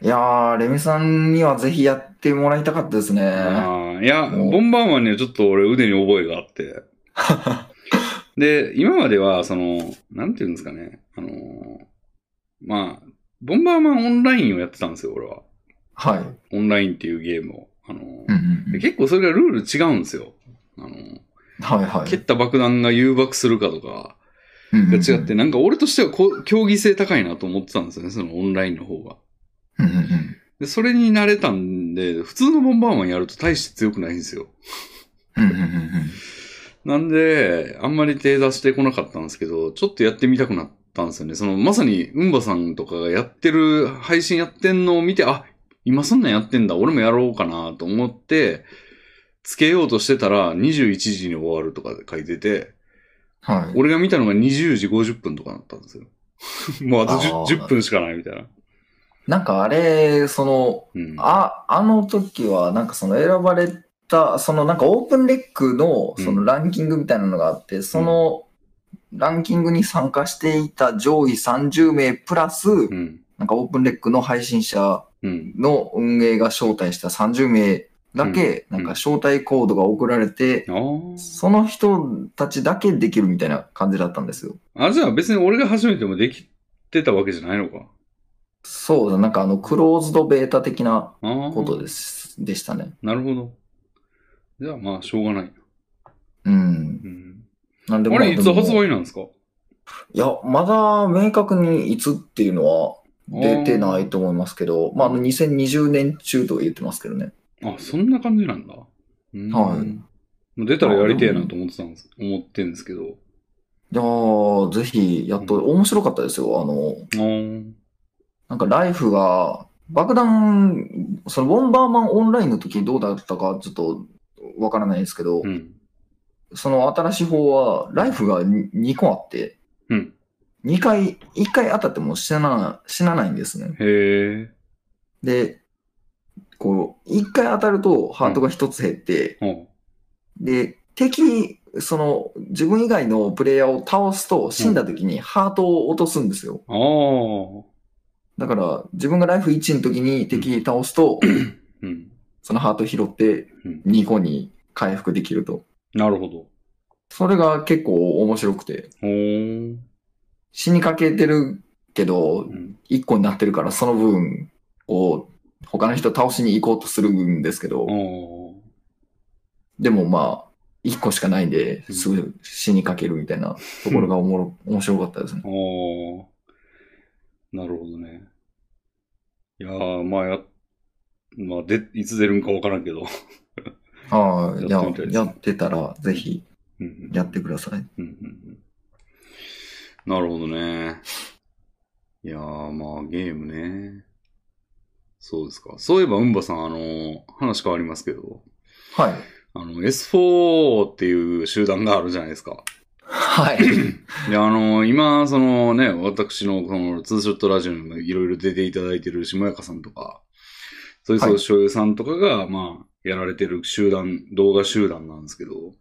S2: いやー、レミさんにはぜひやってもらいたかったですね。
S1: あーいや、
S2: もう
S1: ボンバーマンにはちょっと俺腕に覚えがあ って。で、今までは、その、なんていうんですかね。あのーまあ、ボンバーマンオンラインをやってたんですよ、俺は。
S2: はい。
S1: オンラインっていうゲームを。あのー
S2: うんうん
S1: で
S2: うん
S1: 結構それがルール違うんですよ。あのー
S2: はいはい。
S1: 蹴った爆弾が誘爆するかとかが
S2: が
S1: 違って、。なんか俺としてはこう競技性高いなと思ってたんですよね、そのオンラインの方が。
S2: うんうんうん
S1: で、それに慣れたんで、普通のボンバーマンやると大して強くないんですよ。
S2: うんうんうん
S1: なんで、あんまり手出してこなかったんですけど、ちょっとやってみたくなったんですよね。その、まさに、うんばさんとかがやってる、配信やってんのを見て、あ、今そんなんやってんだ、俺もやろうかなと思って、つけようとしてたら、21時に終わるとか書いてて、
S2: はい。
S1: 俺が見たのが20時50分とかだったんですよ。 もうあと 10,
S2: あー
S1: 10分しかないみたいな。
S2: なんかあれ、その、
S1: うん。
S2: あ、あの時は、なんかその選ばれた、そのなんかオープンレックの、そのランキングみたいなのがあって、その、ランキングに参加していた上位30名プラス、
S1: うん。
S2: なんかオープンレックの配信者
S1: うん。
S2: の運営が招待した30名だけ、
S1: うん
S2: なんか招待コードが送られて、
S1: あー
S2: その人たちだけできるみたいな感じだったんですよ。
S1: あ。じゃあ別に俺が初めてもできてたわけじゃないのか。
S2: そうだ、なんかあの、クローズドベータ的な
S1: ああ。
S2: ことです、でしたね。
S1: なるほど。じゃあまあ、しょうがない。
S2: うん。
S1: うん。
S2: なんで
S1: あれ、いつ
S2: でも
S1: 発売なんですか
S2: いや、まだ明確にいつっていうのは出てないと思いますけど、まあ、あの2020年中とは言ってますけどね。
S1: あ、そんな感じなんだ。うん
S2: はい
S1: もう出たらやりてえなと思ってたんです、思ってんですけど。
S2: いやー、ぜひ、やっと、
S1: う
S2: 面白かったですよ。あの、
S1: あー
S2: なんかライフが、爆弾、そのボンバーマンオンラインの時どうだったかちょっとわからないんですけど、
S1: うん。
S2: その新しい方は、ライフがに 2, 個あって、
S1: うん
S2: 2回、1回当たっても死な死なないんですね。
S1: へえ。
S2: で、こう、1回当たるとハートが1つ減って、
S1: あー
S2: で、敵、その自分以外のプレイヤーを倒すと死んだ時にハートを落とすんですよ。
S1: あー。
S2: だから、自分がライフ1の時に敵倒すと、
S1: うん。
S2: そのハート拾って
S1: うん、
S2: 2個に回復できると。
S1: なるほど。
S2: それが結構面白くて、
S1: ほー。
S2: 死にかけてるけど
S1: う、ん。
S2: 1個になってるから、その分を他の人倒しに行こうとするんですけど
S1: あ、ー
S2: でもまあ、1個しかないんで、
S1: うん
S2: すぐ死にかけるみたいなところがお もろ、面白かったですね。
S1: あー。なるほどね。いやー、まあや、まあ、で、いつ出るんかわからんけど。
S2: ああ、い
S1: や
S2: や
S1: ってみたいですね
S2: やってたら、ぜひ
S1: うんうん
S2: やってくださ
S1: う
S2: い。
S1: んうんうんなるほどね。いやー、まあゲームね。そうですか。そういえば、うんばさん、あの、話変わりますけど、
S2: はい。
S1: あの、S4 っていう集団があるじゃないですか。
S2: はい。
S1: で、あの、今、そのね、私のこのツーショットラジオにもいろいろ出ていただいてる下やかさんとか、そういう
S2: はい
S1: 醤油さんとかが、まあ、やられてる集団、動画集団なんですけど、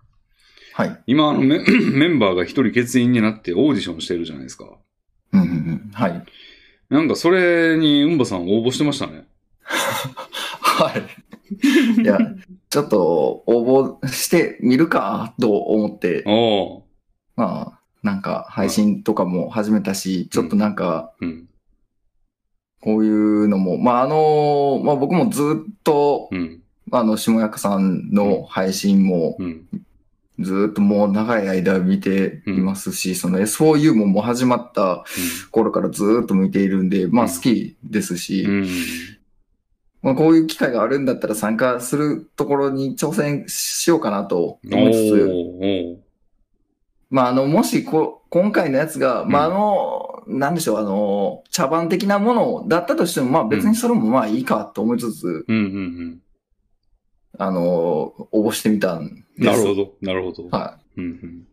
S2: はい。
S1: 今、あのメ、 メンバーが一人欠員になってオーディションしてるじゃないですか。
S2: うんうんうん。はい。
S1: なんかそれにうんばさん応募してましたね。
S2: はい。いや、ちょっと応募してみるかと思って、
S1: ああ。
S2: まあ、なんか配信とかも始めたし、ちょっとなんか、
S1: うん。
S2: こういうのも、まああの、まあ僕もずっと、
S1: うん。
S2: あの、下役さんの配信も
S1: うん。
S2: ずっともう長い間見ていますし、その SOU ももう始まった頃からずっと見ているんで、まあ
S1: うん
S2: 好きですし、
S1: うん。
S2: まあ、こういう機会があるんだったら参加するところに挑戦しようかなと
S1: お
S2: 思いつつ、
S1: ー
S2: まあ、あの、もしこ、今回のやつが、
S1: ん
S2: まあ、あの、なんでしょう、あの、茶番的なものだったとしても、まあ、別にそれもまあいいかと思いつつ、
S1: うんうん
S2: あの、応募してみたん
S1: うん。
S2: です。
S1: なるほど。なるほど。
S2: は
S1: うんうん。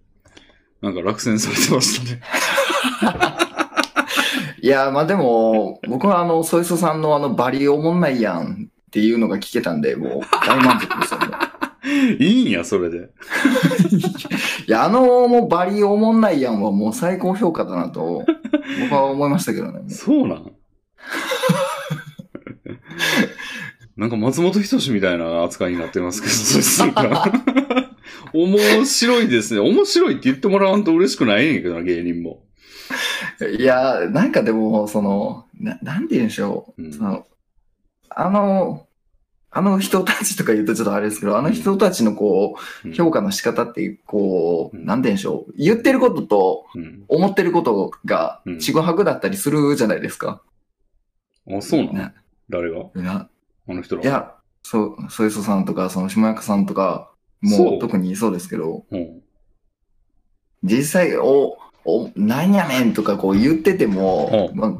S1: なんか落選されてましたね。
S2: い。いや、まあ、でも、僕はあの、ソイソさんのあの、バリおもんないやんっていうのが聞けたん で、もう、大満足ですよね。
S1: い いんや、それで。
S2: いや、あの、もう、バリおもんないやんはもう最高評価だなと、僕は思いましたけどね。
S1: そうなん なんか松本人志みたいな扱いになってますけど、そいつなんか面白いですね。面白いって言ってもらわんと嬉しくないんやけどな、芸人も。
S2: いや、なんかでも、その、ななんて言うんでしょ
S1: うん
S2: う。その、あの、あの人たちとか言うとちょっとあれですけど、あの人たちのこ
S1: うん
S2: う、評価の仕方って、こう、
S1: うん
S2: なんて言うんでしょう。言ってることと
S1: うん。
S2: 思ってることが
S1: うん、
S2: ちぐはぐだったりするじゃないですか。
S1: あ、そうなの
S2: ね
S1: 誰が
S2: な
S1: あの人ら。
S2: いや、そう、ソイソさんとか、その、下役さんとか、
S1: そう
S2: もう特にそうですけど、
S1: うん。
S2: 実際、お、お、なんやねんとかこう言ってても
S1: う、
S2: まあ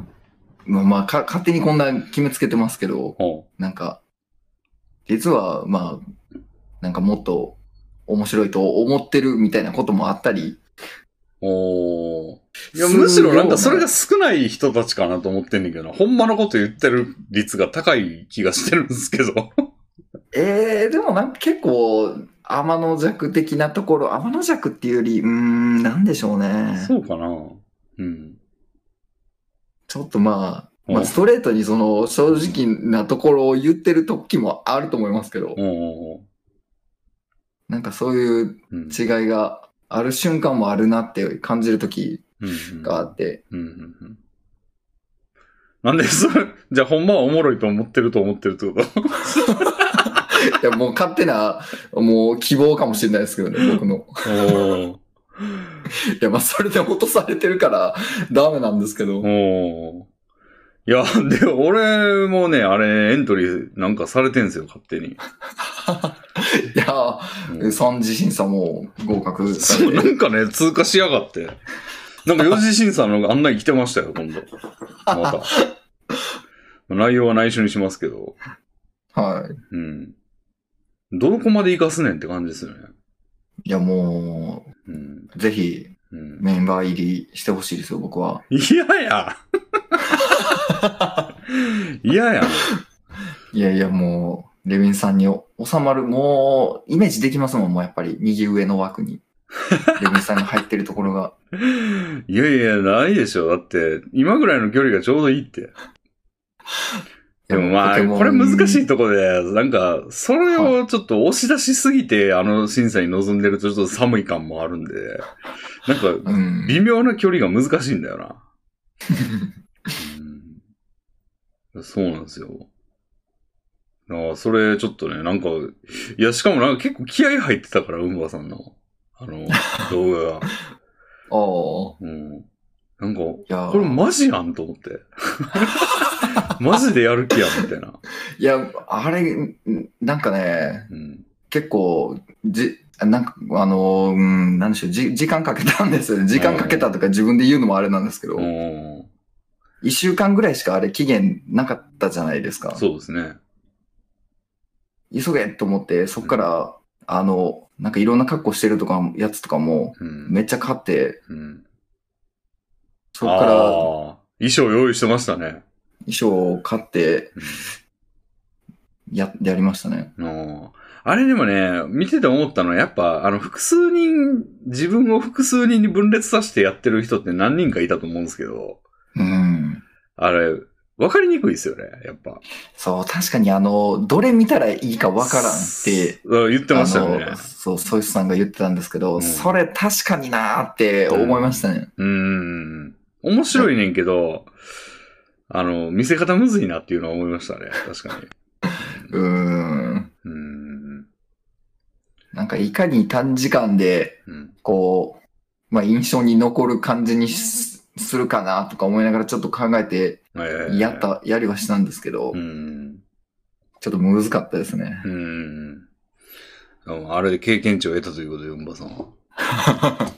S2: まあ、まあ、か勝手にこんな決めつけてますけど、
S1: うん。
S2: なんか、実は、まあ、なんかもっと面白いと思ってるみたいなこともあったり。
S1: おーいや、
S2: する
S1: むしろなん
S2: よう
S1: かそれが少ない人たちかなと思ってんねんけどな。ほんまのこと言ってる率が高い気がしてるんですけど。
S2: えー、でもなんか結構、天の弱的なところ、天の弱っていうより、うーん、なんでしょうね。
S1: そうかなうん。
S2: ちょっとまあ、ま
S1: うん
S2: あ、ストレートにその、正直なところを言ってる時もあると思いますけど
S1: う、んうん
S2: なんかそう
S1: う
S2: いう
S1: ん。うん
S2: 違いがある瞬間もあるなって感じる時
S1: うん
S2: があって、
S1: うんうんうんなんでそれ、じゃあほんまはおもろいと思ってると思ってるってこと
S2: いや、もう勝手な、もう希望かもしれないですけどね、僕の。
S1: おー
S2: いや、まあ、それで落とされてるから、ダメなんですけど。
S1: おーいや、で、俺もね、あれエントリーなんかされてんすよ、勝手 に。
S2: いや、
S1: うん
S2: 三次審査も合格さ
S1: そう、な
S2: れて。
S1: んかね、通過しやがって。なんか四次審査の案内来てましたよ、今度。ま た。内容は内緒にしますけど。
S2: は
S1: うん。どこまで行かすねんって感じですよね。
S2: い。いや、も
S1: うん。
S2: う、ぜひ、
S1: うん。
S2: メンバー入りしてほしいですよ、僕は。
S1: 嫌や嫌やや
S2: いやいや、もう、レヴィンさんに収まる、もう、イメージできますもん、もうやっぱり、右上の 枠に。レヴィンさんが入ってるところが。
S1: いやいや、ないでしょ。だって、今ぐらいの距離がちょうどいいって。でもまあ、
S2: ポケモン
S1: これ難しいとこで、なんか、それをちょっと押し出しすぎて、あの審査に臨んでるとちょっと寒い感もあるんで、なんか、
S2: うん。
S1: 微妙な距離が難しいんだよ な。うんそうなんですよ。ああ、それちょっとね、なんか、いや、しかもなんか結構気合入ってたから、うんばさんの、あ の、動画が。
S2: ああ。
S1: うん。なんか、
S2: いやー
S1: これマジやんと思って。 マジでやる気やん、みたいな。
S2: いや、あれ、んなんかね、
S1: うん。
S2: 結構、じ、なんか、あの、うん、なんでしょう、じ、時間かけたんですよね。時間かけたとか自分で言うのもあれなんですけど、
S1: お
S2: 一週間ぐらいしかあれ期限なかったじゃないですか。
S1: そうですね。
S2: 急げと思って、そっから、あの、なんかいろんな格好してるとか、やつとかも、
S1: うん。
S2: めっちゃ買って、
S1: うん、
S2: そっから
S1: あ
S2: 衣
S1: ー衣装用意してましたね。
S2: 装を買って、
S1: うん
S2: や、やりましたね。
S1: のあれでもね、見てて思ったのは、やっぱ、あの、複数人、自分を複数人に分裂させてやってる人って何人かいたと思うんですけど、
S2: うん。
S1: あれ、わかりにくいですよね、やっぱ。
S2: そう、確かにあの、どれ見たらいいかわからんって、
S1: うん言ってましたよね
S2: あの。そう、ソイスさんが言ってたんですけど、
S1: うん
S2: それ確かになーって思いましたね。
S1: うーん。面白いねんけど、あの、見せ方むずいなっていうのは思いましたね、確 かに。
S2: うーん。
S1: うーん。
S2: なんかいかに短時間で、
S1: うん。
S2: こう、まあ印象に残る感じにすするかなとか思いながらちょっと考えて、
S1: えー
S2: やっ。た、やりはしたんですけど、
S1: うん。
S2: ちょっと難かったですね。
S1: うん。でもあれで経験値を得たということで、うんばさんは。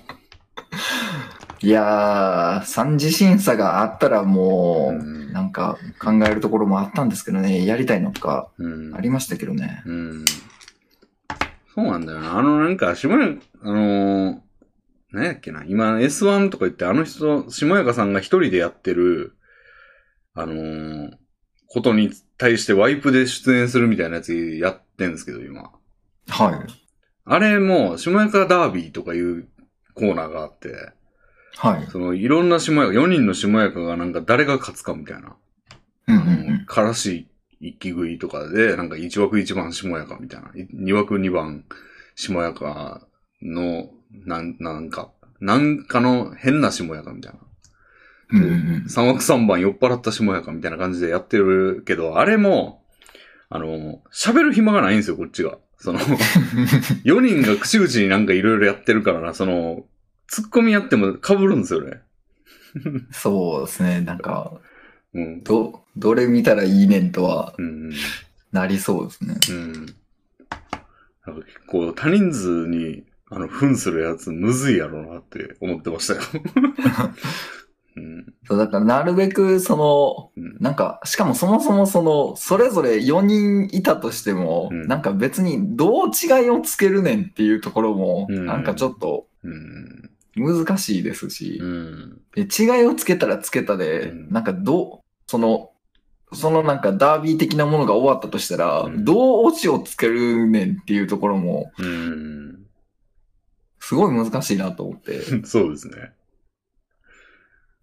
S2: いやー、三次審査があったらもう、
S1: ん
S2: なんか考えるところもあったんですけどね、やりたいのとか
S1: うん
S2: ありましたけどね。
S1: うん。そうなんだよな。あの、なんか、しもや、あのー、何やっけな。今、S1 とか言って、あの人、しもやかさんが一人でやってる、あのーことに対してワイプで出演するみたいなやつやってんですけど、今。
S2: はい。
S1: あれも、しもやかダービーとかいうコーナーがあって、
S2: はい。
S1: その、いろんなしもやか、4人のしもやかがなんか誰が勝つかみたいな。
S2: うんうん
S1: あのからし一気食いとかで、なんか一枠一番しもやかみたいな、い二枠二番しもやかの、なん、なんか、なんかの変なしもやかみたいな。
S2: うん。うんうん
S1: 三枠三番酔っ払ったしもやかみたいな感じでやってるけど、あれも、あの、喋る暇がないんですよ、こっちが。 その、4人が口々になんかいろいろやってるからな、その、ツッコミやっても被るんですよね。
S2: そうですね。なんか、
S1: うん。
S2: ど、どれ見たらいいねんとは
S1: うんうん
S2: なりそうですね。
S1: うん。なんか結構他人数に、あの、扮するやつむずいやろうなって思ってましたよ。うん。
S2: そう、だからなるべくそ
S1: うん
S2: の、なんか、しかもそもそもその、それぞれ4人いたとしても、
S1: うん
S2: なんか別にどう違いをつけるねんっていうところも、
S1: うん
S2: なんかちょっと
S1: うん。
S2: 難しいですし
S1: う、ん。
S2: で違いをつけたらつけたで、
S1: うん
S2: なんかどう、その、そのなんかダービー的なものが終わったとしたら、
S1: うん
S2: どうオチをつけるねんっていうところも、
S1: うん。
S2: すごい難しいなと 思って、
S1: そうですね。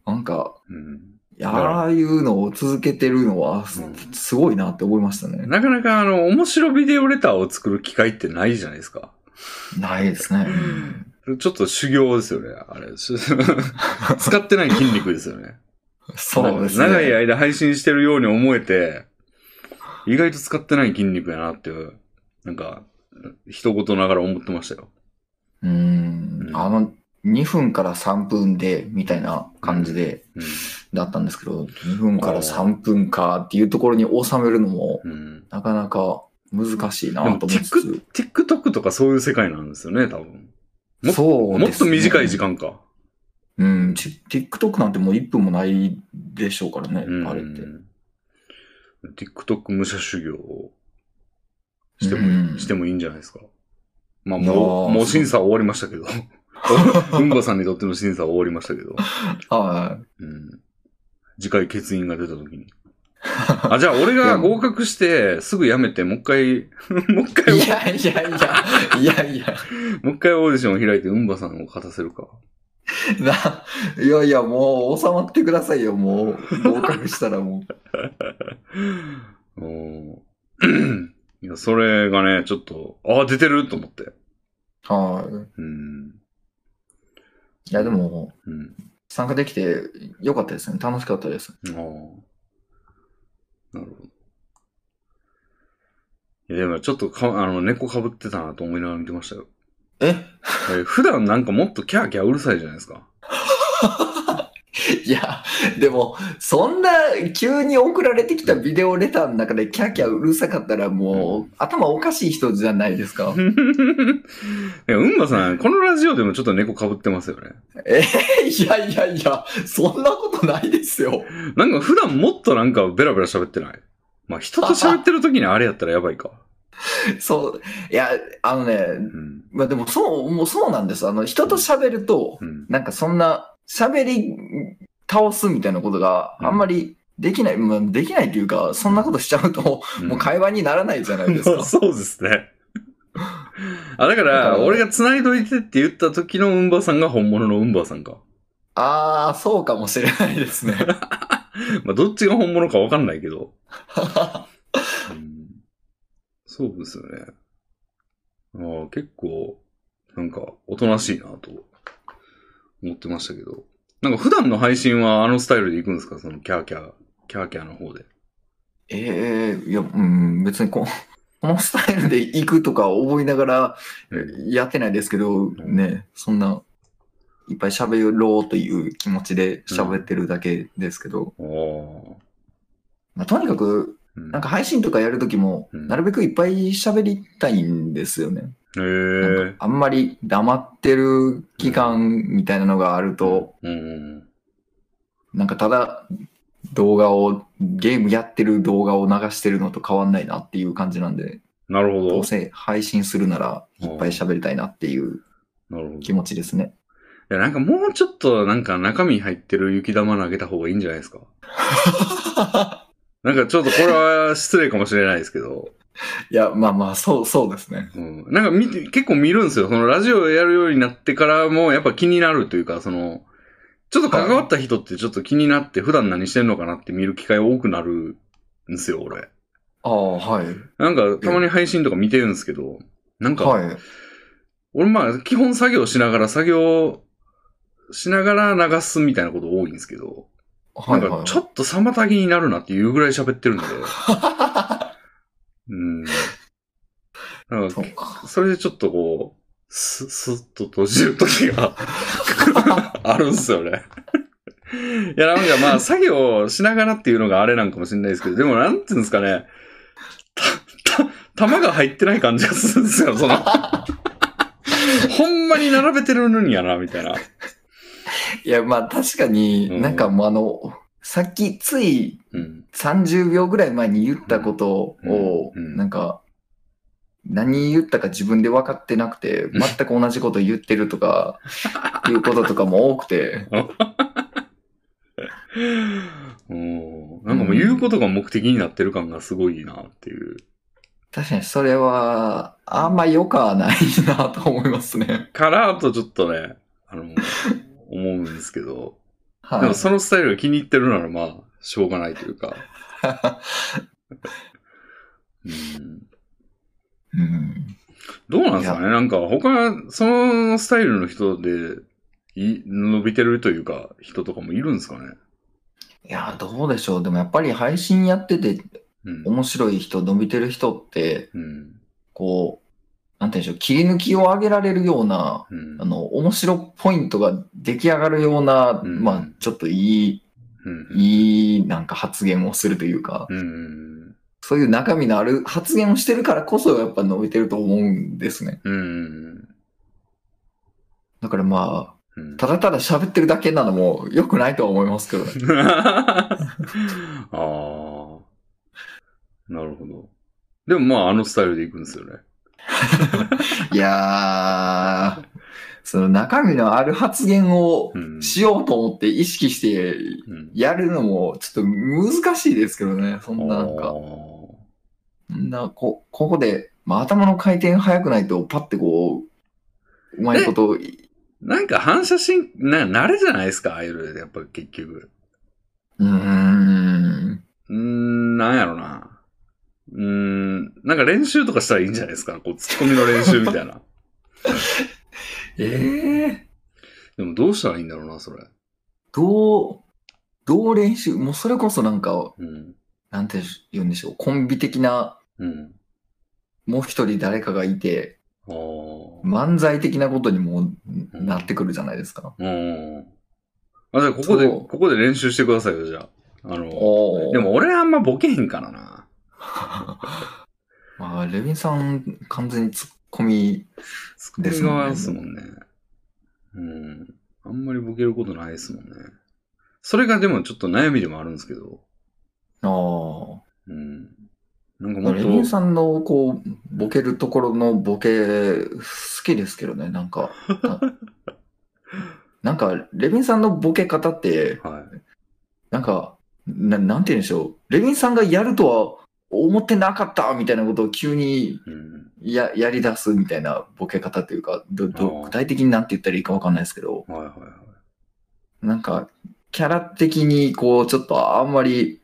S2: なんか、
S1: うん。
S2: いや
S1: だから
S2: ああいうのを続けてるのは、す
S1: うん
S2: すごいなって思いましたね。
S1: なかなかあの、面白ビデオレターを作る機会ってないじゃないですか。
S2: ないですね。
S1: ちょっと修行ですよね、あれ。 し使ってない筋肉ですよね。
S2: そうですね。
S1: 長い間配信してるように思えて、意外と使ってない筋肉やなっていう、なんか、一言ながら思ってましたよ。
S2: うーん。あの、2分から3分で、みたいな感じで、
S1: う
S2: だったんですけど、2分から3分かっていうところに収めるのも、
S1: ん。うん。
S2: なかなか難しいな
S1: でも
S2: と思いつつ
S1: Tik- TikTok とかそういう世界なんですよね、多分。も
S2: そう
S1: も
S2: で
S1: っ
S2: す
S1: と
S2: ね
S1: 短い時。間か。
S2: うん。ち TikTok なんてもう1分もないでしょうからね、
S1: うん。
S2: あれって。
S1: TikTok 武者修行をしてもいい、
S2: うん
S1: してもいいんじゃないですか。まあ、
S2: あ
S1: もう、
S2: ー
S1: もう審査は終わりました けど。うんばさんにとっての審査は終わりましたけど。
S2: はい。
S1: うん。次回欠員が出た時に。あ、じゃあ俺が合格して、すぐ辞めて、もう一回、 もう一回、
S2: いやいやいや、いやいや。
S1: もう一回オーディションを開いて、うんばさんを勝たせるか。
S2: ないやいや、もう収まってくださいよ、もう。合格したらもう。
S1: おー いや、それがね、ちょっと、ああ、出てると思って。
S2: は
S1: うん。
S2: い。いや、でも、
S1: うん。
S2: 参加できてよかったですね。楽しかったです。
S1: ああ。なるほど。いや、でもちょっとか、あの、猫被ってたなと思いながら見てましたよ。
S2: え
S1: え普段なんかもっとキャーキャーうるさいじゃないですか。
S2: いや、でも、そんな急に送られてきたビデオレターの中でキャーキャーうるさかったらもう頭おかしい人じゃないですか。
S1: いや、うんばさん、このラジオでもちょっと猫被ってますよね。
S2: いやいやいや、そんなことないですよ。
S1: なんか普段もっとなんかベラベラ喋ってない。まあ、人と喋ってる時にあれやったらやばいか。
S2: そう、いや、あのね、
S1: うん。
S2: まあでもそう、もうそうなんです。あの、人と喋ると、
S1: うん。
S2: なんかそんな喋り倒すみたいなことがあんまりできない、まあできないというか、そんなことしちゃうと、もう会話にならないじゃないです か。
S1: そうですね。あ、だか、
S2: だからら
S1: 俺が繋いどいてって言った時のうんばさんが本物のうんばさんか。
S2: ああ、そうかもしれないですね。
S1: まあ、どっちが本物かわかんないけど。うんそうですよね。ああ結構、なんか、おとなしいなと思ってましたけど。なんか普段の配信はあのスタイルで行くんですかそのキャーキャー、キャーキャーの方で。
S2: ええいや、うん、別にこう、このスタイルで行くとか思いながらやってないですけど、
S1: ん
S2: ね、そんな、いっぱい喋ろうという気持ちで喋ってるだけですけど、
S1: ああ。
S2: まあ、とにかく、
S1: うん
S2: なんか配信とかやるときも、
S1: うん
S2: なるべくいっぱい喋りたいんですよね。
S1: へえ。
S2: なんかあんまり黙ってる期間みたいなのがあると、
S1: うんうん
S2: なんかただ動画を、ゲームやってる動画を流してるのと変わんないなっていう感じなんで、
S1: うん。なるほど。
S2: どうせ配信するならいっぱい喋りたいなっていう
S1: なるほど。
S2: 気持ちですね。
S1: いや、なんかもうちょっと、なんか中身入ってる雪玉投げた方がいいんじゃない ですかなんかちょっとこれは失礼かもしれないですけど、
S2: いや、まあまあ、そう、そうですね。
S1: うん、なんか見て、結構見るんですよ。そのラジオやるようになってからもやっぱ気になるというか、その、ちょっと関わった人ってちょっと気になって普段何してんのかなって見る機会多くなるんですよ、俺。
S2: ああ、はい。
S1: なんかたまに配信とか見てるんですけど、なんか、
S2: はい。
S1: 俺まあ基本作業しながら作業しながら流すみたいなこと多いんですけど、
S2: はい、
S1: なん
S2: は
S1: か
S2: い。
S1: ちょっと妨げになるなっていうぐらい喋っ てるんで。うん。なん
S2: そ
S1: か
S2: うか。
S1: それでちょっとこう、す、すっと閉じる時が あるんすよね。 いや、なんかまあ、作業しながらっていうのがあれなんかもしれないですけど、でもなんていうんですかね、た、た、玉が入ってない感じがするんですよ、そ の。ほんまに並べてるのにやな、みたいな。
S2: いや、まあ確かに、
S1: うん
S2: なんかもうあの、さっきつい
S1: うん。
S2: 30秒ぐらい前に言ったことを、
S1: うんうん
S2: なんか、何言ったか自分で分かってなくて、全く同じこと言ってるとか、いうこととかも多く て、
S1: うんなんかもう言うことが目的になってる感がすごいなっていう。
S2: 確かにそれは、あんま良くはないなと思いますね。
S1: から、あとちょっとね、あの、思うんですけど。で
S2: は
S1: も
S2: い。
S1: そのスタイルが気に入ってるならまあ、しょうがないというか。うん、
S2: うん、
S1: どうなんですかねなんか他、そのスタイルの人で、い伸びてるというか、人とかもいるんですかね
S2: いや、どうでしょう。でもやっぱり配信やってて
S1: うん。
S2: 面白い人、伸びてる人って、
S1: うん。
S2: こう、なんて言うんでしょう、切り抜きを上げられるような、
S1: うん
S2: あ。の、面白ポイントが出来上がるような、
S1: うん
S2: まあ、ちょっとい
S1: うん
S2: い、いい、なんか発言をするというか、
S1: うん。
S2: そういう中身のある発言をしてるからこそ、やっぱ伸びてると思うんですね。
S1: うん。
S2: だからまあ、
S1: うん。
S2: ただただ喋ってるだけなのも良くないとは思いますけどね。
S1: ああ。なるほど。でもまあ、あのスタイルで行くんですよね。
S2: いやー、 その中身のある発言を
S1: うん。
S2: しようと思って意識して
S1: うん。
S2: やるのもちょっと難しいですけどね。そんななん
S1: あ
S2: か、
S1: ー
S2: そんなこ、ここで、まあ、頭の回転早くないとパッてこう、うまいこと
S1: なんか反射神、な、慣れじゃないですか、アイドルで、やっぱ結局。
S2: うーん。
S1: うーん、なんやろな。うーん、なんか練習とかしたらいいんじゃないですか、こう、ツッコミの練習みたいな。
S2: ええ
S1: でもどうしたらいいんだろうな、それ。
S2: どう、どう練習もうそれこそなんか、
S1: うん。
S2: なんて言うんでしょう。コンビ的な、
S1: うん。
S2: もう一人誰かがいて、
S1: あー
S2: 漫才的なことにもなってくるじゃないですか。
S1: うん。あ、じゃあここで、
S2: そう
S1: ここで練習してくださいよ、じゃあ。あの、
S2: おお。
S1: でも俺あんまボケへんからな。
S2: まあ、レビンさん、完全にツッコミ、
S1: ツッコミ側ですもんね。うん。あんまりボケることないですもんね。それがでもちょっと悩みでもあるんですけど。
S2: あ
S1: うん。なんかもっ
S2: あ。レビン
S1: と、
S2: さんの、こう、ボケるところのボケ、好きですけどね、なん か。ななんか、レビンさんのボケ方って、
S1: はい。
S2: なんか、ななんて言うんでしょう。レビンさんがやるとは思ってなかったみたいなことを急に
S1: うん。
S2: ややり出すみたいなボケ方というか、ど
S1: あ
S2: ど
S1: あ
S2: 具体的になんて言ったらいいかわかんないですけど、
S1: はいはいは
S2: なんか、キャラ的に、こう、ちょっとあんまり、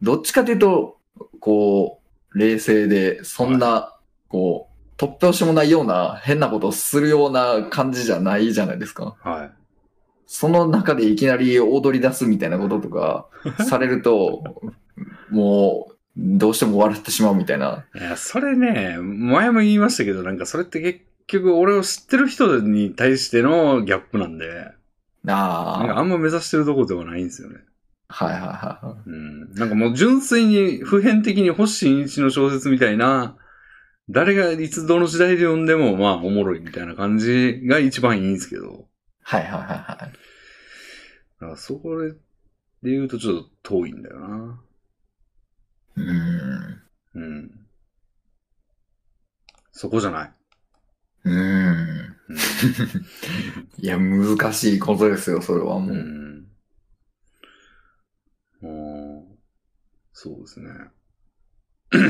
S2: どっちかというと、こう、冷静で、そんな、こう、突拍子もないような、変なことをするような感じじゃないじゃないですか。
S1: い。はい。
S2: その中でいきなり踊り出すみたいなこととか、されると、もう、どうしても笑ってしまうみたいな。
S1: いや、それね、前も言いましたけど、なんかそれって結局俺を知ってる人に対してのギャップなんで、なんか
S2: あ
S1: あんま目指してるとこではないんですよね。
S2: あ、はいはいはいはい。
S1: うん。なんかもう純粋に普遍的に星新一の小説みたいな、誰がいつどの時代で読んでもまあおもろいみたいな感じが一番いいんですけど、
S2: はいはいはいはい。
S1: だからそこで言うとちょっと遠いんだよな。
S2: うーん。
S1: うん。そこじゃない。
S2: うーん。
S1: うん
S2: いや、難しいことですよ、それはもう。
S1: うん。うん。そうですね。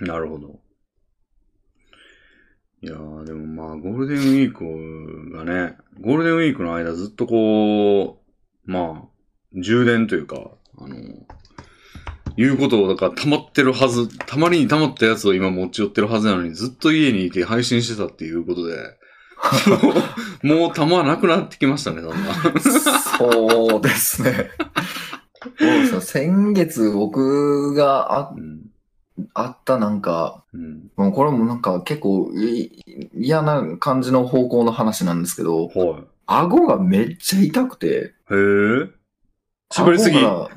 S1: なるほど。いやー、でもまあ、ゴールデンウィークがね、ゴールデンウィークの間ずっとこう、まあ、充電というか、あの、いうことを、だから溜まってるはず、たまりに溜まったやつを今持ち寄ってるはずなのに、ずっと家にいて配信してたっていうことで、もう溜まらなくなってきましたね、だんだん。
S2: そうですね。そうですよ先月僕があ
S1: うん。
S2: あったなんか、
S1: うん。
S2: もうこれもなんか結構い嫌な感じの方向の話なんですけど、
S1: はい。
S2: 顎がめっちゃ痛くて。
S1: へえ。喋りすぎ。
S2: 顎が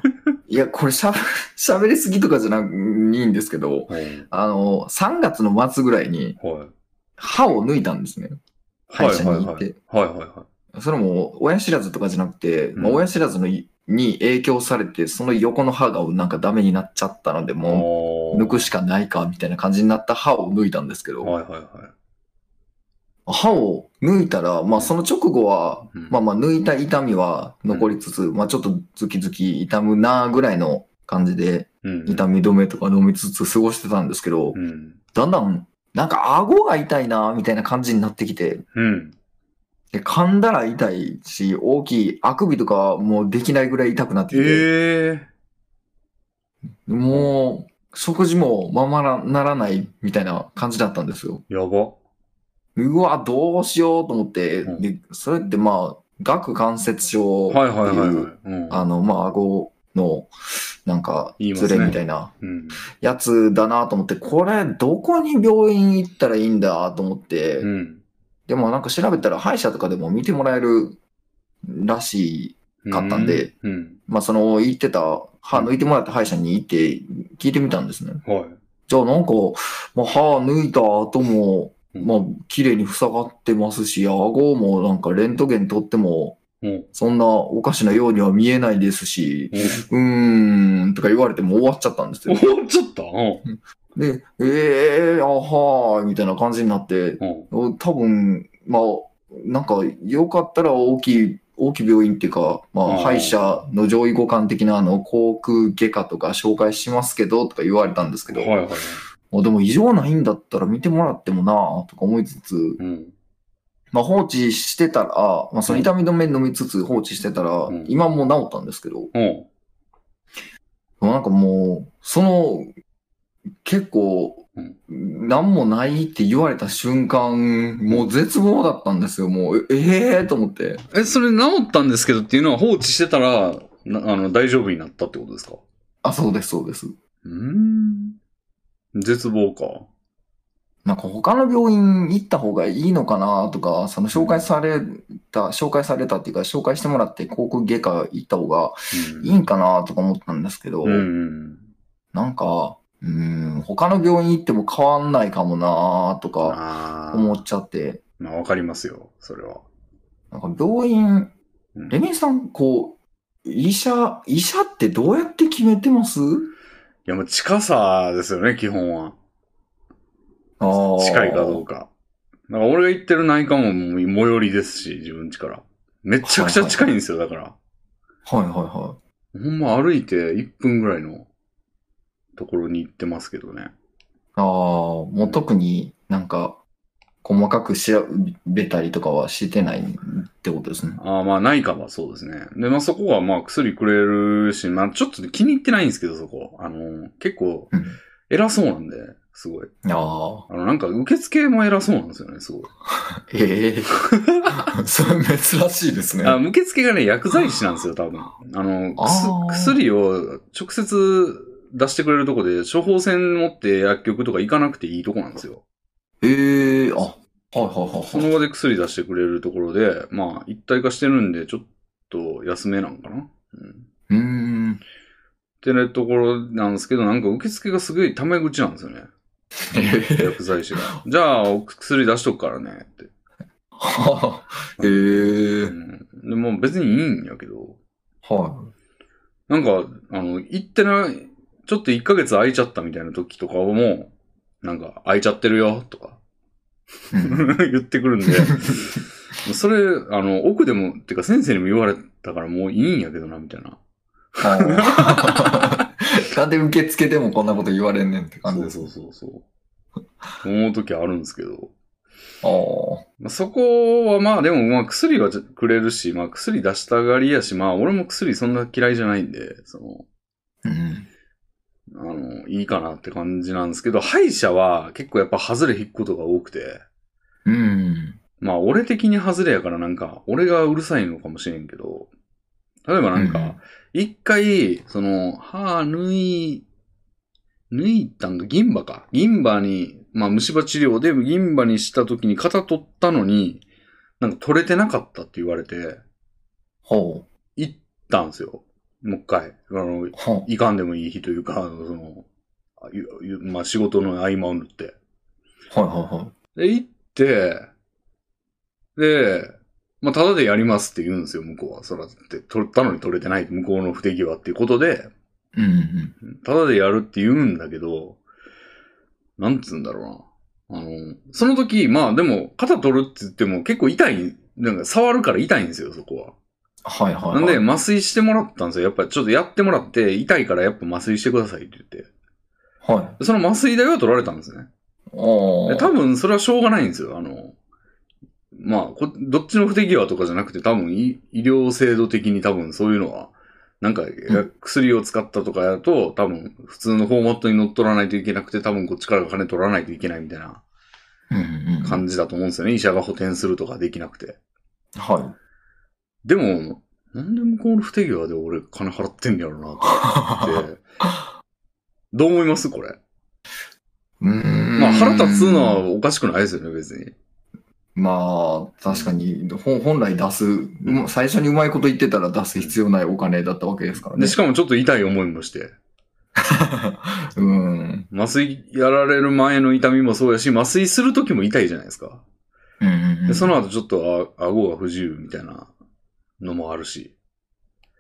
S2: いや、これ しゃべ喋りすぎとかじゃなくいいんですけど、
S1: はい。
S2: あの、3月の末ぐらいに
S1: はい。
S2: 歯を抜いたんですね。歯医者に行って。
S1: はいはいは
S2: それも親知らずとかじゃなくて、
S1: ん
S2: まあ、親知らずのいに影響されて、その横の歯がなんかダメになっちゃったので、
S1: い。
S2: もう抜くし
S1: か。
S2: かないかみたいな感じになった歯を抜いたんですけど、
S1: はいはいは
S2: 歯を抜いたら、まあその直後は、
S1: うん
S2: まあまあ抜いた痛みは残りつつ、まあちょっとズキズキ痛むなぐらいの感じで、
S1: い。うん。
S2: 痛み止めとか飲みつつ過ごしてたんですけど、
S1: うん。
S2: だんだん、なんか顎が痛いなみたいな感じになってきて、
S1: うん。
S2: で、噛んだら痛いし、大きい、あくびとかもうできないぐらい痛くなって
S1: え
S2: きて、
S1: え。
S2: もう、食事もままなならないみたいな感じだったんですよ。
S1: やば。
S2: うわ、どうしようと思って、
S1: うん
S2: で、それってまあ、顎関節症っていう、
S1: はいはいはいはい。うん。
S2: あの、まあ、顎の、なんか、
S1: 言いますね
S2: ズレみたいな
S1: うん。
S2: やつだなと思って、これ、どこに病院行ったらいいんだと思って、
S1: うん。
S2: でもなんか調べたら歯医者とかでも見てもらえるらしい買ったんで。
S1: うん。
S2: まあ、その、行ってた、歯抜いてもらった歯医者に行って、聞いてみたんですね。
S1: は
S2: じゃあ、なんか、まあ、歯抜いた後も、
S1: うん
S2: まあ、綺麗に塞がってますし、顎もなんかレントゲン取っても、
S1: い。 うん。
S2: そんなおかしなようには見えないですし、うーん、とか言われても終わっちゃったんです
S1: お
S2: よ。
S1: お、ちょっと。うん
S2: で、えー、あはー、みたいな感じになって、
S1: うん。
S2: 多分、まあ、なんか、よかったら大きい、大きい病院っていうか、ま
S1: うん
S2: あ、歯医者の上位互換的なあの、航空外科とか紹介しますけど、とか言われたんですけ
S1: は
S2: ど、
S1: いはいはい。
S2: もうでも異常ないんだったら見てもらってもなあとか思いつつ、
S1: うん。
S2: まあ、放置してたら、まあ、その痛み止め飲みつつ放置してたら、
S1: うん
S2: 今もう治ったんですけど、
S1: うん。
S2: もうなんかもう、その、結構
S1: うん、
S2: なんもないって言われた瞬間、もう絶望だったんですよ。もう、ええー、と思って。
S1: え、それ治ったんですけどっていうのは放置してたら、なあの、大丈夫になったってことですか
S2: あ、そうです、そうです。
S1: うーん。絶望か。
S2: なんか他の病院行った方がいいのかなとか、その紹介された、紹介されたっていうか、紹介してもらって航空外科行った方が
S1: うん
S2: いいんかなとか思ったんですけど、
S1: うんうん。
S2: なんか、うーん、他の病院行っても変わんないかもなとか
S1: あ
S2: 思
S1: あ。
S2: っちゃって、
S1: まあ、わかりますよ、それは。
S2: なんか病院、
S1: うん
S2: レミさん、こう、医者、医者ってどうやって決めてます
S1: いや、もう近さですよね、基本は。
S2: ああ。
S1: 近いかどうか。なんか俺が行ってる内科ももう最寄りですし、自分家から。めちゃくちゃ近いんですよ、だから。
S2: はいはいは
S1: ほんま歩いて1分ぐらいのところに行ってますけどね。
S2: い。ああ、もう特になんか、細かく調べたりとかはしてないってことですね。
S1: ああ、まあ内科はそうですね。で、まあそこはまあ薬くれるし、まあちょっと気に入ってないんですけど、そこ。あの、結構
S2: うん
S1: 偉そうなんで、すごい。あ
S2: あ
S1: の、なんか受付も偉そうなんですよね、すごい。
S2: あ、ええ それ珍しいですね。
S1: あ
S2: あ
S1: 受付がね、薬剤師なんですよ、多分。あの、くす
S2: あー
S1: 薬を直接出してくれるとこで、処方箋持って薬局とか行かなくていいとこなんですよ。
S2: ええあ、はいはいはい
S1: そ
S2: はい。
S1: の場で薬出してくれるところで、まあ、一体化してるんで、ちょっと安めなんかな。うん。っ
S2: うーん。
S1: てねところなんですけど、なんか受付がすごいタメ口なんですよね。
S2: ええ
S1: 薬剤師が。じゃあ、お薬出しとくからね、って。
S2: は あええ
S1: うん。でも別にいいんやけど、
S2: は
S1: なんか、あの、行ってない、ちょっと1ヶ月空いちゃったみたいな時とかはもう、なんか、空いちゃってるよ、とか、
S2: い。うん
S1: 言ってくるんで、 それ、あの、奥でも、てか先生にも言われたからもういいんやけどな、みたいな。
S2: あー なんで受付でもこんなこと言われんねんって感じです。
S1: そうそうそうそう。思う時あるんですけど。
S2: ああ。
S1: まあ、そこはまあでもまあ薬はじゃくれるし、まあ薬出したがりやし、まあ俺も薬そんな嫌いじゃないんで、その、
S2: うん。
S1: あの、いいかなって感じなんですけど、歯医者は結構やっぱ外れ引くことが多くて、
S2: うん。
S1: まあ俺的に外れやからなんか、俺がうるさいのかもしれんけど、例えばなん
S2: うん
S1: か、一回、その、歯抜い、抜いたんか、銀歯か。銀歯に、まあ虫歯治療で銀歯にした時に肩取ったのに、なんか取れてなかったって言われて、
S2: ほ
S1: 行ったんですよ。もう一回。あの、
S2: う。ほ
S1: いかんでもいい日というか、あのその、あゆゆまあ仕事の合間を縫って。
S2: う。はいはいはい。
S1: で、行って、で、まあ、ただでやりますって言うんですよ、向こうは。そら、って、取ったのに取れてない、向こうの不手際っていうことで、
S2: うんうん。
S1: ただでやるって言うんだけど、なんつうんだろうな。あの、その時、まあでも、肩取るって言っても結構痛い、なんか触るから痛いんですよ、そこ
S2: はいはい、
S1: は。
S2: は。
S1: ないんで、麻酔してもらったんですよ。やっぱちょっとやってもらって、痛いからやっぱ麻酔してくださいって言って。
S2: はい。ああ。
S1: でその麻酔代は取られたんですね。で多分それはしょうがないんですよ。あの、まあ、こどっちの不手際とかじゃなくて、多分医医療制度的に多分そういうのは、なんか、
S2: ん
S1: 薬を使ったとかやると、多分普通のフォーマットに乗っ取らないといけなくて、多分こっちから金取らないといけないみたいな
S2: うんうん。
S1: 感じだと思うんですよね。医者が補填するとかできなくて。
S2: は
S1: でも、なんで向こうの不手際で俺金払ってんねやろうなと思って。どう思いますこれ。
S2: い。 うーん。
S1: まあ腹立つのはおかしくないですよね、別に。
S2: まあ、確かに、本本来出す、もう最初にうまいこと言ってたら出す必要ないお金だったわけですからね
S1: で、。しかもちょっと痛い思いもして。
S2: うん。
S1: 麻酔やられる前の痛みもそうやし、麻酔する時も痛いじゃないですか。
S2: うんうんう
S1: で
S2: ん。
S1: その後ちょっとあ顎が不自由みたいなのもあるし。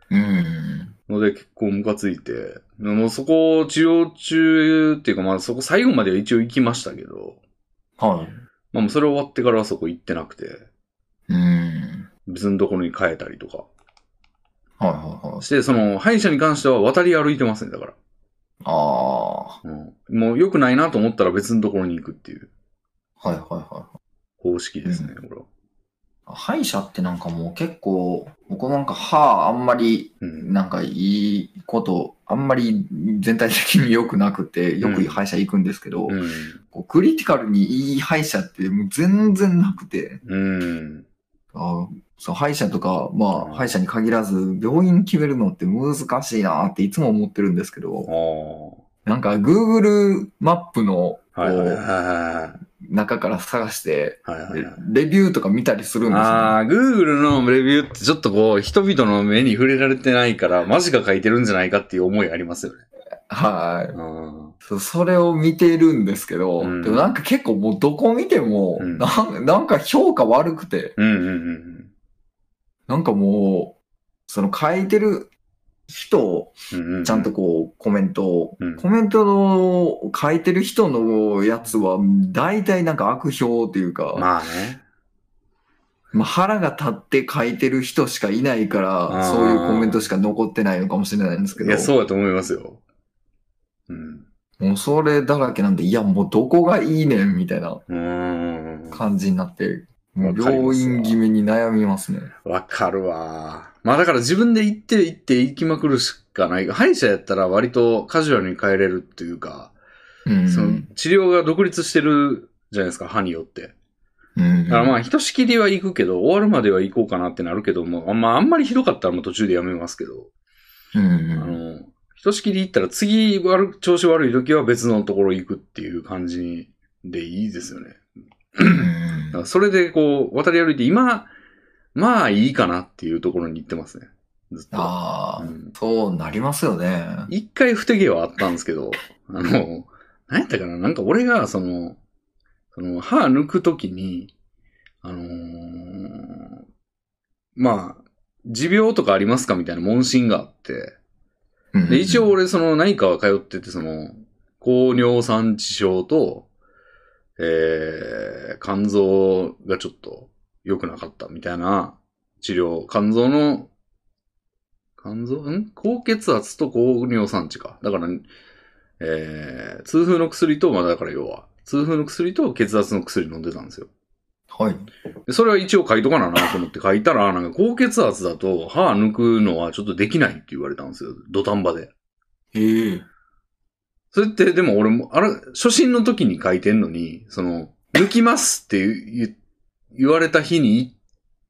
S2: うん。
S1: ので結構ムカついて、でもうそこ治療中っていうかまあそこ最後までは一応行きましたけど、
S2: は
S1: まあもうそれ終わってからはそこ行ってなくて、
S2: い。うん。
S1: 別のところに変えたりとか。
S2: はいはいはい。
S1: して、その歯医者に関しては渡り歩いてますね、だから。
S2: ああ。は
S1: うん、もう良くないなと思ったら別のところに行くっていう
S2: いはいはい。
S1: 方式ですね、これは。
S2: 歯医者ってなんかもう結構、僕なんか歯あんまり、
S1: うん。
S2: なんかいいこと、あんまり全体的に良くなくて、よく歯医者行くんですけど、
S1: うん。
S2: こうクリティカルにいい歯医者ってもう全然なくて、
S1: うん。
S2: あそう歯医者とか、ま
S1: うん
S2: あ歯医者に限らず、病院決めるのって難しいなっていつも思ってるんですけ
S1: あ
S2: ど、
S1: あ。
S2: なんか Google マップのこ
S1: はいはいはいうは
S2: 中から探して、
S1: い。はいはいはい。
S2: レビューとか見たりするんですよ。
S1: ああ、Google のレビューってちょっとこう、人々の目に触れられてないから、マジか書いてるんじゃないかっていう思いありますよね。
S2: はい。
S1: うん。
S2: そそれを見てるんですけど、
S1: うん
S2: でもなんか結構もうどこ見ても、
S1: うん
S2: なん、なんか評価悪くて、
S1: うんうんうん
S2: なんかもう、その書いてる人を
S1: うんうんうん。
S2: ちゃんとこうコメントを、
S1: うん
S2: コメントの書いてる人のやつは大体なんか悪評というか、まあ
S1: まあね。
S2: 腹が立って書いてる人しかいないか
S1: あ
S2: ら、
S1: ー
S2: そういうコメントしか残ってないのかもしれないんですけ
S1: い
S2: ど、
S1: や、そうだと思いますよ。うん。
S2: もうそれだらけなんで、いやもうどこがいいねんみたいな。
S1: うーん。
S2: 感じになって、も
S1: わ
S2: う
S1: かりますわ
S2: 病院気味に悩みますね。
S1: わかるわ。まあだから自分で行って行って行きまくるしかない。歯医者やったら割とカジュアルに変えれるっていうか、
S2: うん。
S1: その治療が独立してるじゃないですか、歯によって。
S2: うん。
S1: だからまあ、ひとしきりは行くけど、終わるまでは行こうかなってなるけども、あんまあ、あんまりひどかったらもう途中でやめますけど、
S2: う
S1: あ
S2: ん。
S1: の、ひとしきり行ったら次悪く、調子悪い時は別のところ行くっていう感じでいいですよね。だからそれでこう、渡り歩いて、今、まあいいかなっていうところに行ってますね。ずっと。
S2: あ
S1: う
S2: あ、
S1: ん
S2: そうなりますよね。
S1: 一回不手際はあったんですけど、あの、何やったかななんか俺が、その、その、歯抜くときに、あのーまあ、持病とかありますかみたいな問診があって、
S2: うん
S1: で、一応、俺、その、何かは通ってて、その、高尿酸治症と、えー、肝臓がちょっと良くなかったみたいな治療、肝臓の、肝臓、ん高血圧と高尿酸値か。だから、えー、痛風の薬と、まあだから要は、痛風の薬と血圧の薬飲んでたんですよ。
S2: はい。
S1: でそれは一応書いとかななと思って書いたら、なんか高血圧だと歯抜くのはちょっとできないって言われたんですよ。土壇場で。
S2: ええ。
S1: それって、でも俺も、あれ、初心の時に書いてんのに、その、抜きますって言う言われた日に行っ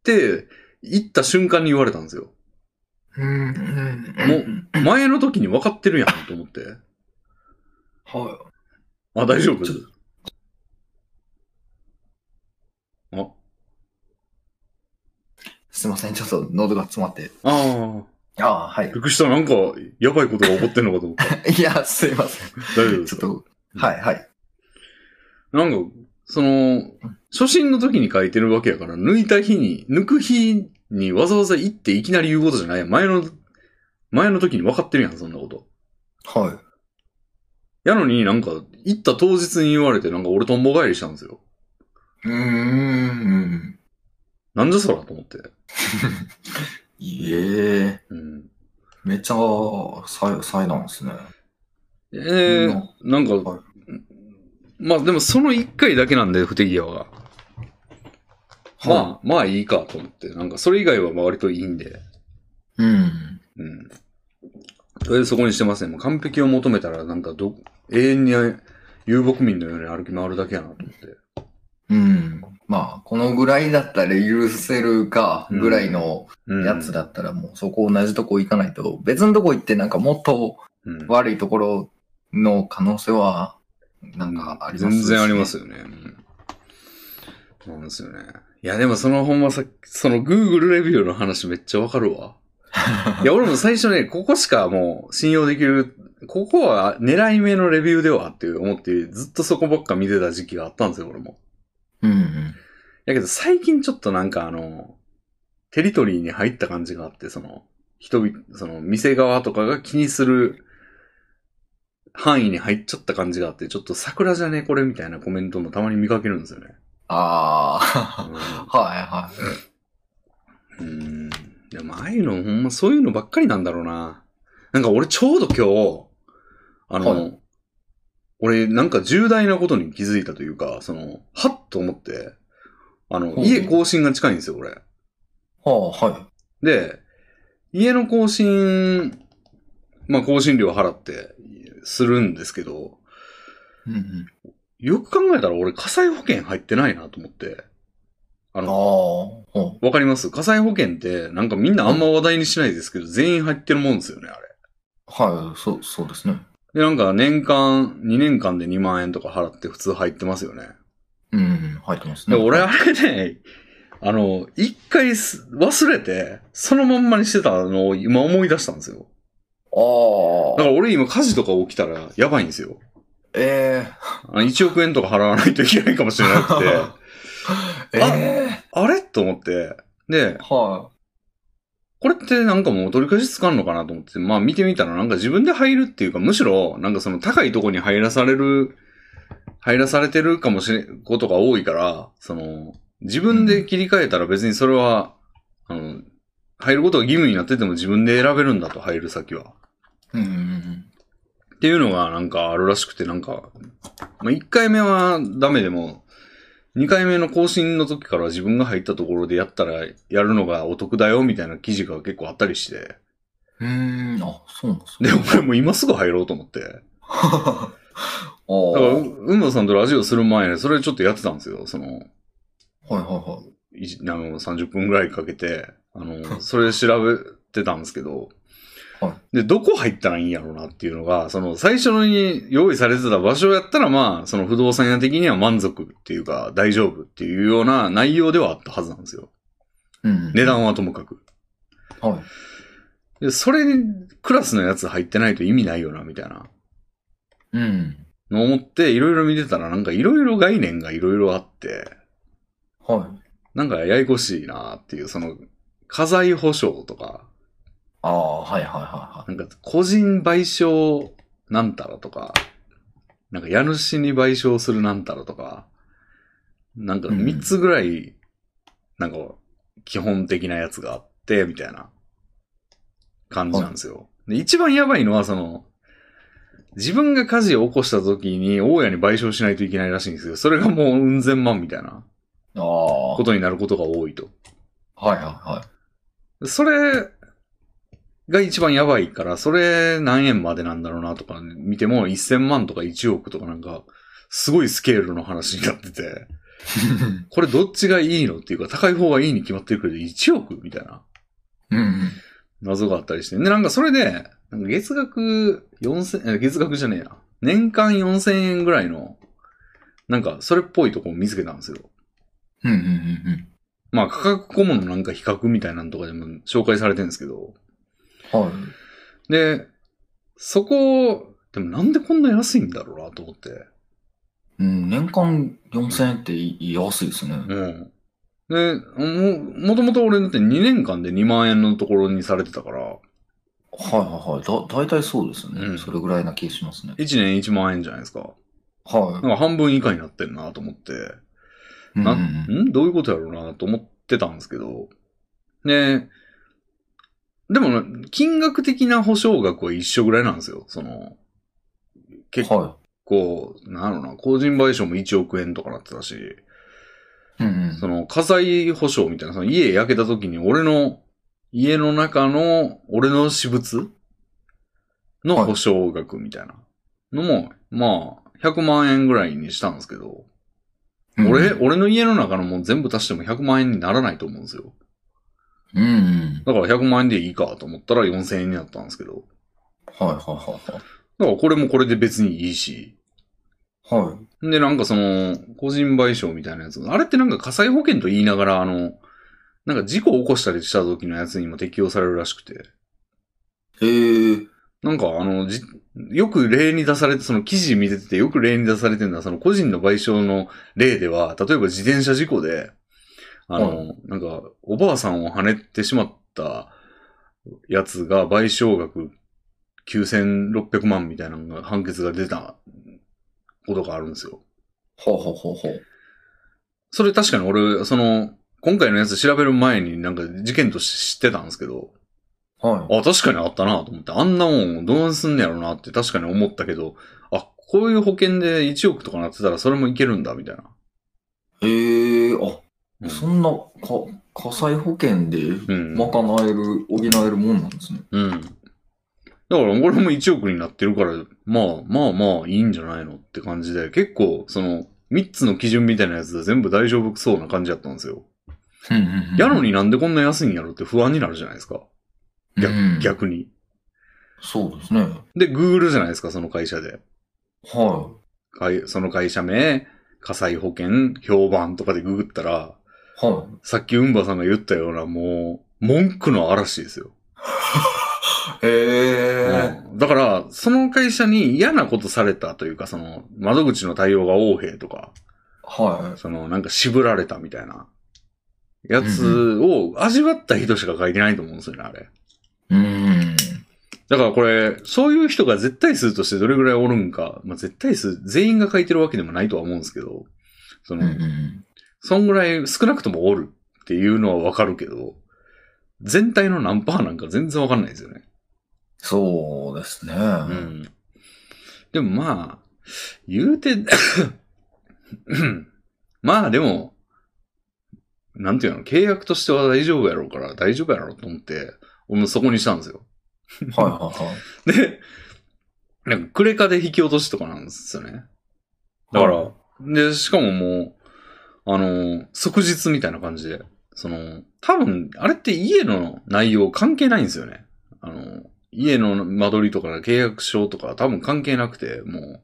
S1: て、行った瞬間に言われたんですよ。
S2: うん。
S1: 前の時に分かってるやんと思って。
S2: もは
S1: あ、大丈夫
S2: ちょ
S1: あ、
S2: い。すいません、ちょっと喉が詰まって。
S1: ああ、
S2: ああ、はい
S1: び っ。くりした。なんか、やばいことが起こってんのかと思った。
S2: いや、すいません。
S1: 大丈夫で
S2: ちょ
S1: す
S2: っ
S1: か
S2: と、はい、はい。
S1: なんか、その、初心の時に書いてるわけやから、抜いた日に、抜く日にわざわざ行っていきなり言うことじゃないやん。前の、前の時に分かってるやん、そんなこと。
S2: は
S1: やのになんか、行った当日に言われて、なんか俺とんぼ返りしたんですよ。
S2: い。うーん。
S1: なんじゃそらと思って。
S2: いえ、
S1: うん。
S2: めっちゃ、災災難ですね。
S1: えー、なんか、
S2: はい
S1: まあでもその一回だけなんで、不手際が。
S2: は
S1: まあ、まあいいかと思って。なんかそれ以外は割といいんで。
S2: い。うん。
S1: うん。とりあえずそこにしてますね。もう完璧を求めたら、なんかど、永遠に遊牧民のように歩き回るだけやなと思って。
S2: うん。まあ、このぐらいだったら許せるか、ぐらいの
S1: うん。
S2: やつだったらもうそこ同じとこ行かないと、別のとこ行ってなんかもっと
S1: うん。
S2: 悪いところの可能性は、なんかありますし
S1: 全然ありま。すよね。うんそうなんですよね。いや、でもそのほんまさ、その Google レビューの話めっちゃわかる わ。いや、俺も最初ね、ここしかもう信用できる、ここは狙い目のレビューではって思って、ずっとそこばっか見てた時期があったんですよ、俺も。
S2: うんうん。
S1: やけど最近ちょっとなんかあの、テリトリーに入った感じがあって、その、人々、その、店側とかが気にする範囲に入っちゃった感じがあって、ちょっと桜じゃねこれみたいなコメントもたまに見かけるんですよね。
S2: ああ、 はいは
S1: うん。でも、ああいうの、ほんまそういうのばっかりなんだろうな。なんか俺ちょうど今日、あの、
S2: は
S1: 俺なんか重大なことに気づいたというか、その、はっと思って、あの、
S3: うん
S1: 家更新が近いんですよ、俺。
S3: はあ、はい。
S1: で、家の更新、まあ、更新料払って、するんですけど、
S3: うんうん、
S1: よく考えたら俺火災保険入ってないなと思って。あ
S3: あ
S1: の、
S3: あ、はい
S1: わかります火災保険って、なんかみんなあんま話題にしないですけど、全員入ってるもんですよね、あれ。
S3: はい、そう、そうですね。
S1: で、なんか年間、2年間で2万円とか払って普通入ってますよね。
S3: うんうん、入ってます
S1: で、
S3: ね。
S1: 俺あれね、あの、一回す忘れて、そのまんまにしてたのを今思い出したんですよ。だか
S3: ああ、
S1: ら俺今火事とか起きたらやばいんですよ。
S3: え
S1: あの1億円とか払わないといけないかもしれな くて、
S3: えええ
S1: あれと思って、で、
S3: は
S1: これってなんかもう取り返しつかんのかなと思って、まあ見てみたらなんか自分で入るっていうか、むしろなんかその高いとこに入らされる、入らされてるかもしれん、ことが多いから、その、自分で切り替えたら別にそれは、あの、入ることが義務になってても自分で選べるんだと、入る先は。
S3: い。うんうんうん、
S1: っていうのがなんかあるらしくて、なんか、まあ、1回目はダメでも、2回目の更新の時から自分が入ったところでやったらやるのがお得だよみたいな記事が結構あったりして、
S3: うーん、あ、そうなんですね。
S1: で、俺もう今すぐ入ろうと思って。だか
S3: ああ、
S1: ら、
S3: はい
S1: うんぼさんとラジオする前にそれちょっとやってたんですよ。その、
S3: はいはい
S1: じあの30分ぐらいかけて、あの、それで調べてたんですけど、
S3: は
S1: で、どこ入ったらいいんやろうなっていうのが、その、最初に用意されてた場所やったら、まあ、その不動産屋的には満足っていうか、大丈夫っていうような内容ではあったはずなんですよ。
S3: い。うん。
S1: 値段はともかく。
S3: はい。
S1: で、それ、クラスのやつ入ってないと意味ないよな、みたいな。
S3: うん。
S1: の思って、いろいろ見てたら、なんかいろいろ概念がいろいろあって、
S3: はい。
S1: なんかややこしいなっていう、その、家財保障とか、
S3: ああ、はいはいは
S1: なんか個人賠償なんたらとか、なんか家主に賠償するなんたらとか、なんか
S3: うん
S1: 3つぐらい、なんか基本的なやつがあって、みたいな感じなんですよ。で一番やばいのはその、自分が火事を起こした時に大家に賠償しないといけないらしいんですよ。それがもううん千万みたいない
S3: はい。ああ、
S1: ことになることが多いと。
S3: はいはいは
S1: それが一番やばいから、それ何円までなんだろうなとか見ても、1000万とか1億とかなんか、すごいスケールの話になってて、
S3: い。
S1: これどっちがいいのっていうか、高い方がいいに決まってるけど、1億みたいな
S3: うんうん。
S1: 謎があったりして。で、なんかそれで、なんか月額4000、え月額じゃねえや。年間4000円ぐらいの、なんかそれっぽいとこを見つけたんですよ。
S3: うんうんうん
S1: まあ価格顧問のなんか比較みたいなのとかでも紹介されてるんですけど、
S3: うん。はい。
S1: で、そこ、でもなんでこんな安いんだろうなと思って。
S3: うん、年間4000円って安いですね。
S1: うん。で、も、もともと俺だって2年間で2万円のところにされてたから、
S3: はいはいはい。だ、大体そうですよね。
S1: うん
S3: それぐらいな気がしますね。
S1: 1年1万円じゃないですか。
S3: は
S1: なんか半分以下になってるなと思って、
S3: い。
S1: な
S3: うんうんうん
S1: んどういうことやろうなと思ってたんですけど、で、でもね、金額的な保証額は一緒ぐらいなんですよ。その、結
S3: は
S1: 構、なんやろうな、個人賠償も1億円とかなってたし、
S3: い。うんうん。
S1: その火災保障みたいな、その家焼けた時に俺の家の中の俺の私物の保証額みたいなのも、まあ、100万円ぐらいにしたんですけど、
S3: うん
S1: 俺、俺の家の中のもん全部足しても100万円にならないと思うんですよ。
S3: うんうん。
S1: だから100万円でいいかと思ったら4000円になったんですけど、
S3: はいはいはい
S1: だからこれもこれで別にいいし、
S3: はい。はい。
S1: で、なんかその、個人賠償みたいなやつ。あれってなんか火災保険と言いながら、あの、なんか事故を起こしたりした時のやつにも適用されるらしくて。
S3: えー、
S1: なんかあの、じよく例に出されて、その記事見ててよく例に出されてるのは、その個人の賠償の例では、例えば自転車事故で、あの、なんか、おばあさんを跳ねてしまったやつが賠償額9600万みたいなのが判決が出たことがあるんですよ。
S3: ほうほうほうほう。
S1: それ確かに俺、その、今回のやつ調べる前になんか事件として知ってたんですけど、
S3: はい。
S1: あ、確かにあったなと思って、あんなもんどうすんねやろなって確かに思ったけど、あ、こういう保険で1億とかなってたらそれもいけるんだ、みたいな。
S3: えー、あ、
S1: うん
S2: そんな、か、火災保険で
S1: うん。
S2: 賄える、補えるもんなんですね。
S1: うん。だから、俺も1億になってるから、まあまあまあいいんじゃないのって感じで、結構、その、3つの基準みたいなやつで全部大丈夫そうな感じだったんですよ。やのになんでこんな安いんやろって不安になるじゃないですか。逆
S2: うん
S1: 逆に。
S2: そうですね。
S1: で、Google じゃないですか、その会社で。
S2: は
S1: 会その会社名、火災保険、評判とかでググったら、
S2: い。は
S1: さっきウンバさんが言ったような、もう、文句の嵐ですよ。
S2: い。へえ。
S1: うんだから、その会社に嫌なことされたというか、その、窓口の対応が横柄とか、
S2: は
S1: その、なんか渋られたみたいな、やつを味わった人しか書いてないと思うんですよね、あれ。
S2: い。うん。
S1: だからこれ、そういう人が絶対数としてどれぐらいおるんか、まあ、絶対数全員が書いてるわけでもないとは思うんですけど、そ
S2: うんう
S1: の、
S2: ん
S1: そんぐらい少なくともおるっていうのはわかるけど、全体の何パーなんか全然わかんないですよね。
S2: そうですね。
S1: うん。でもまあ、言うて、 まあでも、なんていうの、契約としては大丈夫やろうから大丈夫やろうと思って、俺もそこにしたんですよ。
S2: はいはいはい。
S1: で、なんか、クレカで引き落としとかなんですよね。だから、
S2: は
S1: で、しかももう、あの、即日みたいな感じで、その、多分、あれって家の内容関係ないんですよね。あの、家の間取りとか契約書とか多分関係なくて、も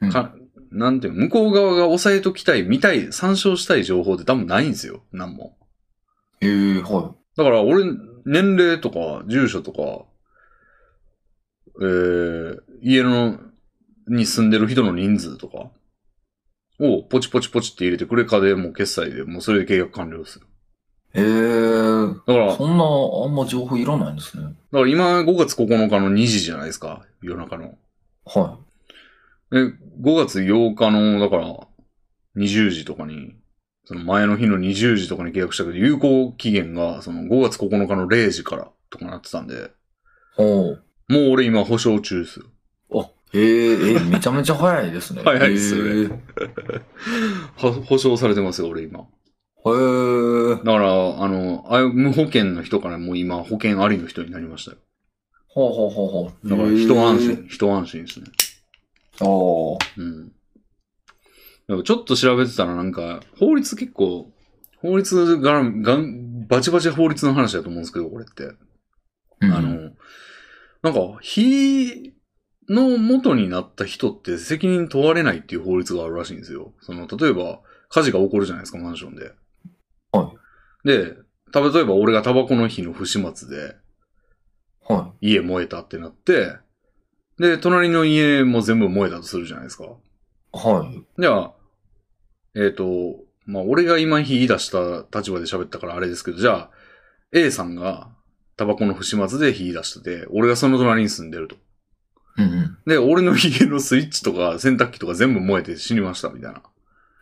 S2: うん
S1: う、かなんていうの向こう側が押さえときたい、見たい、参照したい情報って多分ないんですよ。なんも。
S2: ええ、は
S1: だから俺、年齢とか、住所とか、えー、家の、に住んでる人の人数とか、をポチポチポチって入れてくれかでもう決済で、もうそれで契約完了ですよ。
S2: い。ええ。
S1: だから、だか
S2: そんな、あんま情報いらないんですね。
S1: ら今5月9日の2時じゃないですか、夜中の。
S2: は
S1: で、5月8日の、だから、20時とかに、その前の日の20時とかに契約したけど、有効期限がその5月9日の0時からとかなってたんで、
S2: い。ほう。
S1: もう俺今保証中ですよ。
S2: あ、へえ、え、めちゃめちゃ早いですね。
S1: 早いですね
S2: へえ
S1: は保証されてますよ、俺今。
S2: へえ。
S1: だから、あの、あ無保険の人からもう今、保険ありの人になりましたよ。
S2: ほうほうほうほう。
S1: だから、一安
S2: へえ。
S1: 心、一安心ですね。
S2: ああ。
S1: うん。なんかちょっと調べてたらなんか、法律結構、法律が、がんバチバチ法律の話だと思うんですけど、これって。
S2: あ
S1: あ、の、なんか、非の元になった人って責任問われないっていう法律があるらしいんですよ。その、例えば、火事が起こるじゃないですか、マンションで。
S2: は
S1: で、た例えば俺がタバコの火の不始末で
S2: は
S1: 家燃えたってなって、で、隣の家も全部燃えたとするじゃないですか。
S2: い。はい。
S1: じゃあ、えっ、と、まあ、俺が今火出した立場で喋ったからあれですけど、じゃあ、A さんがタバコの不始末で火出してて、俺がその隣に住んでると。
S2: うんうん。
S1: で、俺の家のスイッチとか洗濯機とか全部燃えて死にました、みたいな。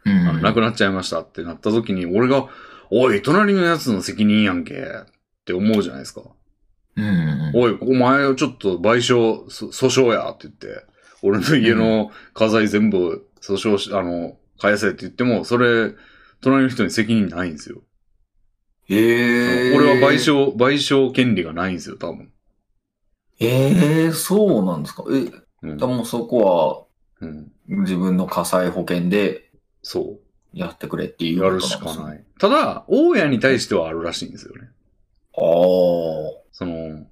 S2: うん
S1: あの、なくなっちゃいましたってなった時に、俺が、おい、隣のやつの責任やんけ、って思うじゃないですか。
S2: うんうん
S1: おい、お前をちょっと賠償、そ訴訟やって言って、俺の家の家財全部訴訟し、あの、返せって言っても、それ、隣の人に責任ないんですよ。
S2: ええ。
S1: 俺は賠。償、賠償権利がないんですよ、多分。
S2: ええ、そうなんですか。え、で
S1: うん。
S2: もそこ
S1: うん、
S2: は自分の火災保険で
S1: そ。
S2: やってくれっていうう
S1: や
S2: ことなん
S1: る
S2: で
S1: し
S2: すね。。
S1: かないい。ただ、大家に対してはあるらしいんですよね。
S2: ああ。
S1: その、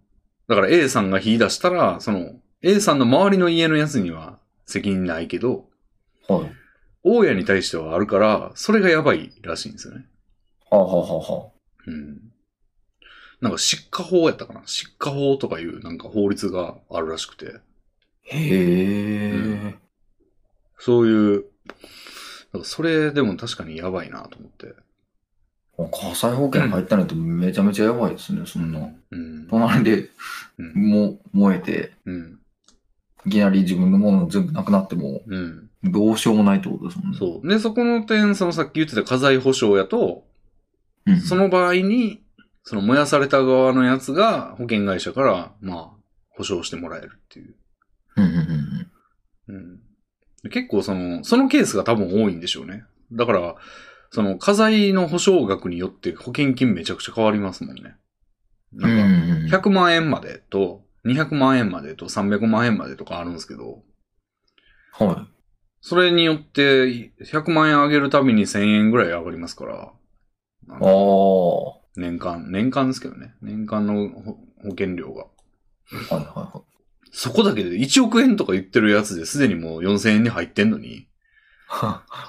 S1: だから A さんが火出したら、その、A さんの周りの家のやつには責任ないけど、
S2: はい。は
S1: 大家に対してはあるから、それがやばいらしいんですよね。
S2: あはあはあはあ。
S1: うん。なんか失火法やったかな失火法とかいうなんか法律があるらしくて、
S2: へえ、
S1: うんそういう、なんかそれでも確かにやばいなと思って。
S2: 火災保険入ったのってめちゃめちゃやばいですね、そんな。
S1: うん。
S2: 隣で、
S1: うん
S2: も、燃えて、
S1: うん。
S2: いきなり自分のもの全部なくなっても、
S1: うん。
S2: どうしようもないってことですもんね。
S1: そう。で、そこの点、そのさっき言ってた家財保障やと、
S2: うん。
S1: その場合に、その燃やされた側のやつが保険会社から、まあ、保証してもらえるっていう。
S2: うんうんうんうん。
S1: うん。結構その、そのケースが多分多いんでしょうね。だから、その、家財の保証額によって保険金めちゃくちゃ変わりますもんね。
S2: う
S1: なんか、
S2: ん。
S1: 100万円までと、200万円までと、300万円までとかあるんですけど、
S2: は
S1: それによって、100万円上げるたびに1000円ぐらい上がりますから、
S2: い。ああ。
S1: 年間、年間ですけどね。年間の保保険料が。
S2: はいはいは
S1: そこだけで1億円とか言ってるやつですでにもう4000円に入ってんのに、
S2: い。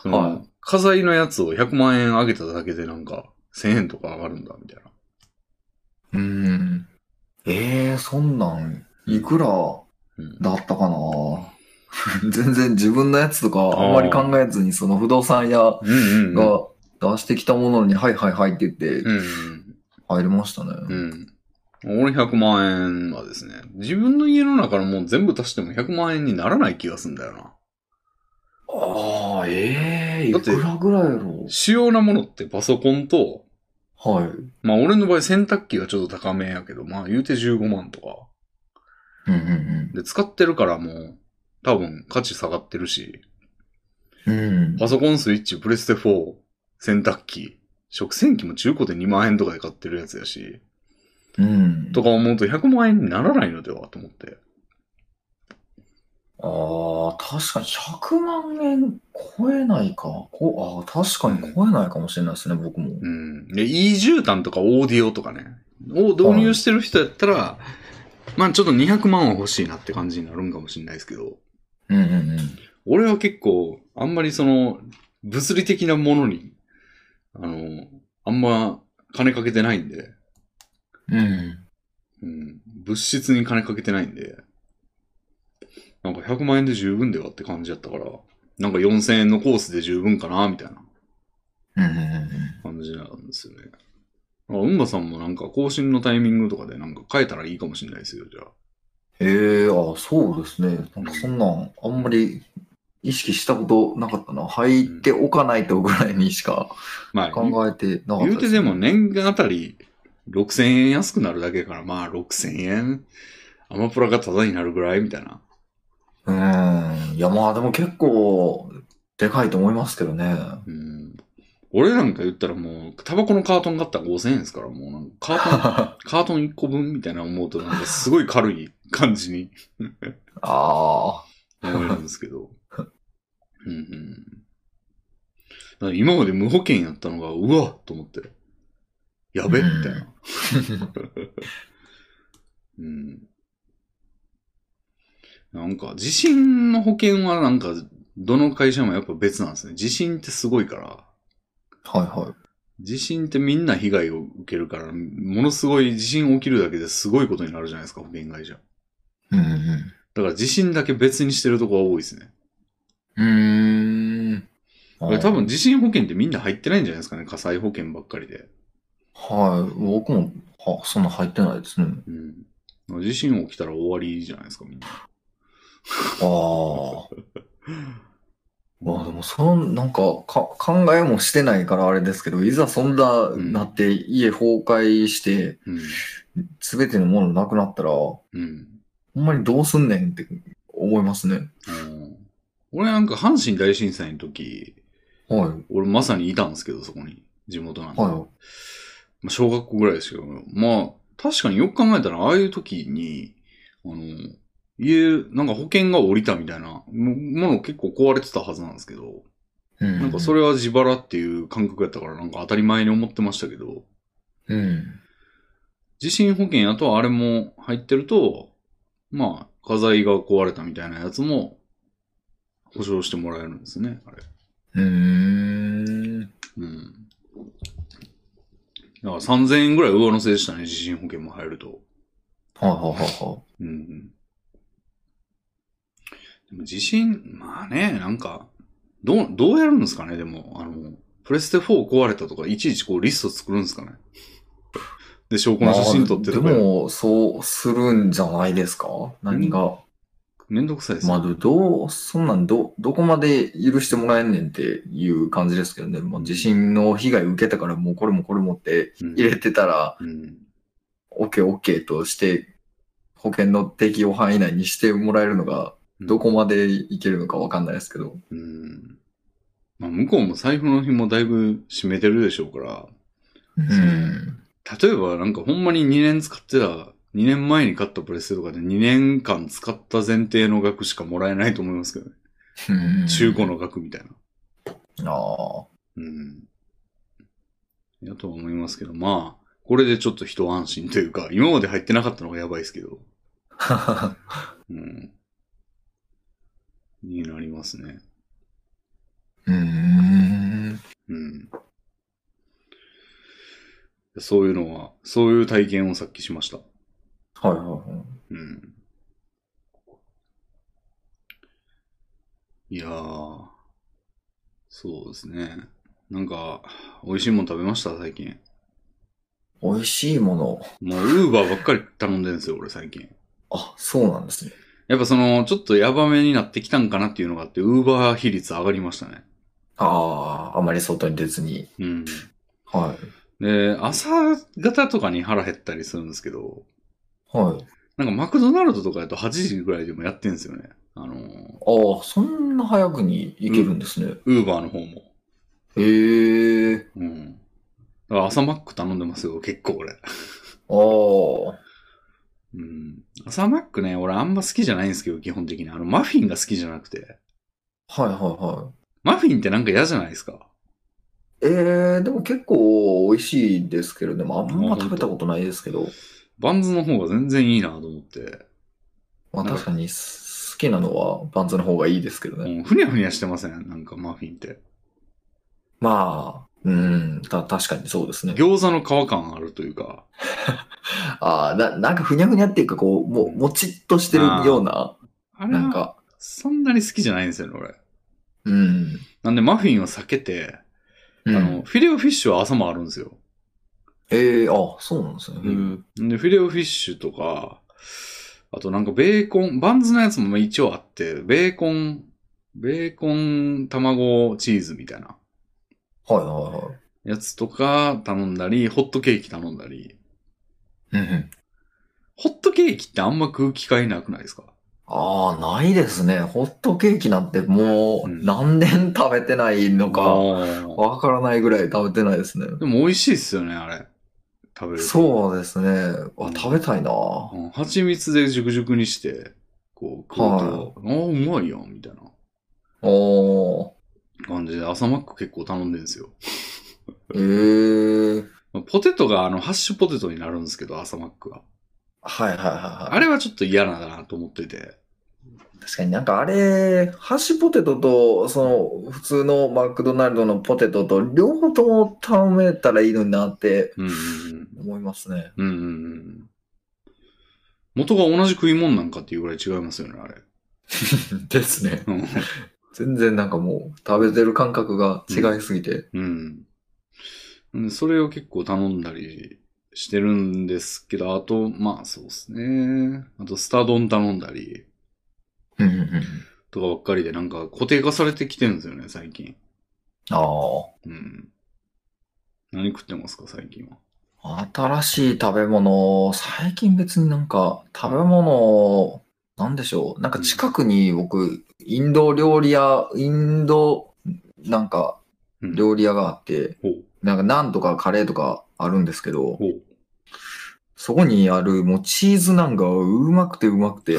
S1: その
S2: はい
S1: 家財のやつを100万円上げただけでなんか1000円とか上がるんだ、みたいな。
S2: うん。ええー、そんなん、いくら
S1: うん
S2: だったかな 全然自分のやつとかあんまり考えずに、その不動産屋
S1: うんうんうん。
S2: が出してきたものに、はいはいはいって言って
S1: う
S2: 入りましたね。
S1: ん。うん。俺100万円はですね、自分の家の中のもう全部足しても100万円にならない気がすんだよな。
S2: ああ、ええ
S1: だって
S2: いくらぐらいやろ
S1: 主要なものってパソコンと、
S2: はい。
S1: まあ俺の場合洗濯機がちょっと高めやけど、まあ言うて15万とか。
S2: うんうん
S1: で、使ってるからもう、多分価値下がってるし、
S2: うん。うん。
S1: パソコンスイッチ、プレステ4、洗濯機、食洗機も中古で2万円とかで買ってるやつやし、
S2: うん。
S1: とか思うと100万円にならないのではと思って。
S2: ああ、確かに100万円超えないか。こああ、確かに超えないかもしれないですね、僕も。
S1: うん。で、いい絨毯とかオーディオとかね、を導入してる人やったら、まあちょっと200万は欲しいなって感じになるんかもしれないですけど、
S2: うんうんうん。
S1: 俺は結構、あんまりその、物理的なものに、あの、あんま金かけてないんで、
S2: うん。
S1: うん、物質に金かけてないんで、なんか100万円で十分ではって感じだったから、なんか4000円のコースで十分かな、みたいな
S2: うんうんうん
S1: 感じなんですよね。あ、うんばさんもなんか更新のタイミングとかでなんか変えたらいいかもしれないですよ、じゃあ。
S2: ええあ、そうですね。なんかそんなん、あんまり意識したことなかったな。履いておかないとぐらいにしか
S1: まあ、
S2: 考えてなかった
S1: 言う
S2: で
S1: て
S2: す。
S1: でも年間あたり6000円安くなるだけやから、まあ6000円、アマプラがタダになるぐらいみたいな。
S2: うん。いや、まあでも結構、でかいと思いますけどね。
S1: うん。俺なんか言ったらもう、タバコのカートン買ったら5000円ですから、もうなんかカートン、
S2: あ
S1: カートン1個分みたいな思うと、なんかすごい軽い感じに
S2: あ
S1: 思えるんですけど。うんうん。だから今まで無保険やったのが、うわっと思って。やべみ
S2: うん
S1: たいな。 うん。なんか、地震の保険はなんか、どの会社もやっぱ別なんですね。地震ってすごいから。
S2: ー。はいはい。
S1: 地震ってみんな被害を受けるから、ものすごい地震起きるだけですごいことになるじゃないですか、保険会社。
S2: うん
S1: だから地震だけ別にしてるとこが多いですね。
S2: うん。う
S1: こ
S2: ー
S1: れ
S2: ん。
S1: 多分地震保険ってみんな入ってないんじゃないですかね。火災保険ばっかりで。
S2: はい。僕も、は、そんな入ってないですね。
S1: うん。地震起きたら終わりじゃないですか、みんな。
S2: ああ。まあでも、その、なんかか、考えもしてないからあれですけど、いざそんな、
S1: ん
S2: なって、家崩壊して、
S1: うん。
S2: すべてのものなくなったら、ほ
S1: うん。
S2: んまにどうすんねんって思いますね。
S1: うん俺なんか阪神大震災の時、
S2: はい。
S1: 俺まさにいたんですけど、そこに。地元なんで。
S2: は
S1: まあ、小学校ぐらいですけど、まあ、確かによく考えたら、ああいう時に、あの、家、なんか保険が降りたみたいなももの結構壊れてたはずなんですけど、
S2: い。な
S1: なんかそ
S2: れ、
S1: れは自腹っていう感覚やったから、なんか当たり前に思ってましたけど、
S2: うん。
S1: 地震保険やとあれも入ってると、まあ、家財が壊れたみたいなやつも、保証してもらえるんですね、あれ。
S2: うーん。
S1: うん。だから3000円ぐらい上乗せでしたね、地震保険も入ると。
S2: はいはいはいはい。
S1: うん。でも地震、まあね、なんか、どう、どうやるんですかね、でも、あの、プレステ4壊れたとか、いちいちこうリスト作るんですかね。で、証拠の写真撮ってと
S2: ま
S1: か
S2: あ、で、も、そうするんじゃないですか何が。
S1: めんどくさいですよ
S2: まあ、どう、そんなんど、どこまで許してもらえんねんっていう感じですけどね。まあ、地震の被害受けたから、もうこれもこれもって
S1: うん
S2: 入れてたら、
S1: うん。
S2: OK、OK として、保険の適用範囲内にしてもらえるのが、どこまでいけるのかわかんないですけど。
S1: うん。まあ、向こうも財布の紐だいぶ締めてるでしょうから、
S2: うん。
S1: 例えばなんかほんまに2年使ってた、2年前に買ったプレステとかで2年間使った前提の額しかもらえないと思いますけどね。
S2: うん
S1: 中古の額みたいな。
S2: あ
S1: うん。やとは思いますけど、まあ、これでちょっと一安心というか、今まで入ってなかったのがやばいですけど、
S2: あ。
S1: うん。になりますね。
S2: うん。
S1: うん。そういうのは、そういう体験をさっきしました。
S2: はいはいはい。
S1: うん。いやー、そうですね。なんか、美味しいもん食べました最近。
S2: 美味しいもの。
S1: もう、ウーバーばっかり頼んでるんですよ、俺最近。
S2: あ、そうなんですね。
S1: やっぱその、ちょっとヤバめになってきたんかなっていうのがあって、ウーバー比率上がりましたね。
S2: ああ、あまり外に出ずに。
S1: うん。
S2: は
S1: で、朝方とかに腹減ったりするんですけど、
S2: い。はい。
S1: なんかマクドナルドとかやと8時ぐらいでもやってんですよね。あのー、
S2: ああ、そんな早くに行けるんですね。
S1: ウーバーの方も。
S2: へえ。
S1: うん。だから朝マック頼んでますよ、結構俺。
S2: ああ。
S1: うん。朝マックね、俺あんま好きじゃないんですけど、基本的に。あの、マフィンが好きじゃなくて。
S2: はいはいは
S1: マフィンってなんか嫌じゃないですか。
S2: い。えー、でも結構美味しいですけど、でもあんま食べたことないですけど、
S1: バンズの方が全然いいなと思って。
S2: まあ
S1: なんか
S2: 確かに好きなのはバンズの方がいいですけどね。
S1: うん、ふにゃふにゃしてませんなんかマフィンって。
S2: まあ、うん、た確かにそうですね。
S1: 餃子の皮感あるというか。
S2: ああ、な、なんかふにゃふにゃっていうかこう、もう、もちっとしてるような、
S1: あれ
S2: な
S1: は
S2: んか、
S1: そんなに好きじゃないんですよね、俺。
S2: うん。
S1: なんでマフィンを避けて、
S2: うん
S1: あの、フィレオフィッシュは朝もあるんですよ。
S2: ええあ、そうなんですね。
S1: うんで、フィレオフィッシュとか、あとなんかベーコン、バンズのやつも一応あって、ベーコン、ベーコン、卵、チーズみたいな
S2: はいはいはい。
S1: やつとか頼んだり、ホットケーキ頼んだり。
S2: うんうん
S1: ホットケーキってあんま空気変えなくないですか
S2: ああ、ないですね。ホットケーキなんても
S1: う
S2: う
S1: ん
S2: 何年食べてないのか、
S1: あー
S2: わからないぐらい食べてないですね。
S1: でも美味しいっすよね、あれ。食べると。
S2: そうですね。
S1: う
S2: あ
S1: ん、
S2: 食べたいな。
S1: うん蜂蜜で熟々にして、こう、食うと、ああ、うまいやん、みたいな
S2: おー。
S1: 感じで、朝マック結構頼んでるんですよ。
S2: えー。
S1: まあポテトが、あの、ハッシュポテトになるんですけど、朝マックは。
S2: はいはいはいはい。
S1: あれはちょっと嫌なんだなと思ってて。
S2: 確かになんかあれ、ハッシュポテトと、その、普通のマクドナルドのポテトと、両方とも頼めたらいいのになって
S1: うんうん
S2: 思いますね。
S1: うん。うんうんうん。元が同じ食い物なんかっていうぐらい違いますよね、あれ。
S2: ですね。
S1: うん
S2: 全然なんかもう、食べてる感覚が違いすぎて。
S1: うん。うんそれを結構頼んだりしてるんですけど、あと、まあそうですね。あと、スター丼頼んだり
S2: うんうんうん。
S1: とかばっかりで、なんか固定化されてきてるんですよね、最近。
S2: あ
S1: うん。何食ってますか、最近は。
S2: あ。新しい食べ物、最近別になんか、食べ物、なんでしょう。なんか近くに僕、インド料理屋、インド、なんか、
S1: うん
S2: 料理屋があって、
S1: ほう。
S2: なんかナンとかカレーとかあるんですけど、
S1: ほう。
S2: そこにあるもうチーズナンがうまくてうま くて、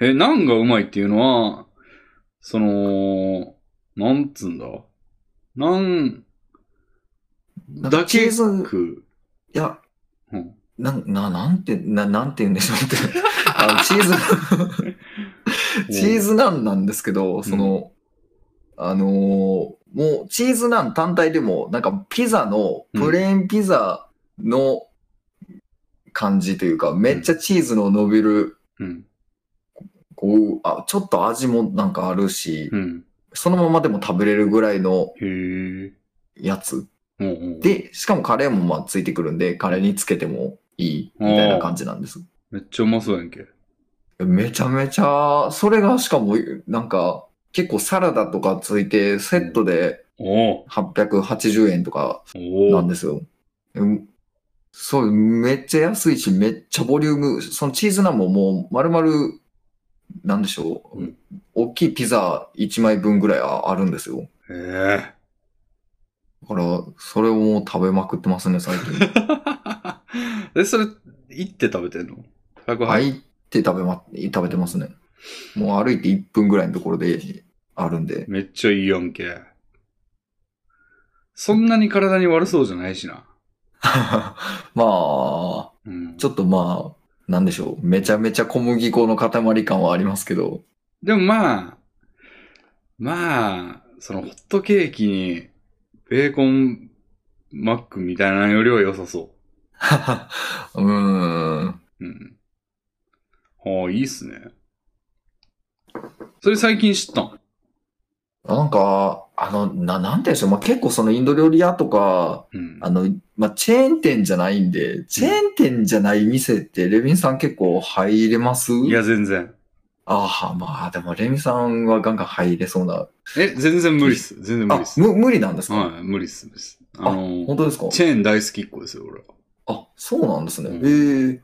S1: え、ナンがうまいっていうのは、その、なんつうんだ。ナン
S2: なんか
S1: だ
S2: チ
S1: け
S2: ーズ、
S1: 食う。
S2: いや、
S1: うん
S2: なん、な、なんて、な、なんて言うんでしょうって。 あのチ ーズ、 チーズナンなんですけど、その、あのーもうチーズナン単体でも、なんかピザの、プレーンピザの感じというか、めっちゃチーズの伸びる、
S1: うん。
S2: こう、あ、ちょっと味もなんかあるし、
S1: うん。
S2: そのままでも食べれるぐらいの
S1: へえ。
S2: やつ。
S1: うんうん
S2: で、しかもカレーもまあついてくるんで、カレーにつけてもいいみたいな感じなんです。
S1: めっちゃうまそうやんけ。
S2: めちゃめちゃ、それがしかもなんか結構サラダとかついてセットで
S1: おお
S2: 880円とか
S1: お
S2: なん
S1: お
S2: ですよ。うんそう、めっちゃ安いし、めっちゃボリューム、そのチーズナンももう丸々なんでしょう、
S1: うん
S2: 大きいピザ1枚分ぐらいああるんですよ。
S1: ええ
S2: だから、それをもう食べまくってますね、最近。
S1: で、それ、行って食べてんの宅配、
S2: 入って食べま、食べてますね。もう歩いて1分ぐらいのところである んで。
S1: めっちゃいいやんけ。そんなに体に悪そうじゃないしな。
S2: まあ、
S1: うん。
S2: ちょっとまあ、なんでしょう。めちゃめちゃ小麦粉の塊感はありますけど。
S1: でもまあ、まあ、そのホットケーキに、ベーコンマックみたいなのよりは良さそう
S2: ーん。
S1: う。うん。はあ、いいっすね。それ最近知ったん
S2: なんか、あの、な、なんていうんでしょう。まあ結構そのインド料理屋とか、
S1: うん。
S2: あの、まあチェーン店じゃないんで、チェーン店じゃない店ってレビンさん結構入れます
S1: いや、全然。
S2: ああ、まあでもレミさんはガンガン入れそうな。
S1: え、全然無理っす。全然無理
S2: あ
S1: っ、す。
S2: む無理なんですか、
S1: はい、無理っす。無理っすあのー
S2: 本当ですか
S1: チェーン大好きっ子ですよ、俺は。
S2: あ、そうなんですね。
S1: うん
S2: へえ。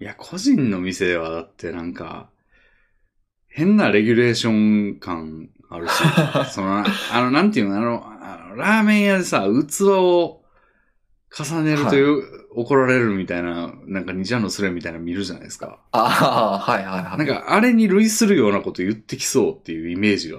S1: いや、個人の店はだってなんか、変なレギュレーション感あ るし、その、あの、なんていうの、あの、あのラーメン屋でさ、器を重ねるという、怒られるみたいな、なんかジャンのスレみたいなの見るじゃないですか。
S2: ああ、はいはいは
S1: な
S2: い。
S1: んか、あれに類するようなこと言ってきそうっていうイメージが。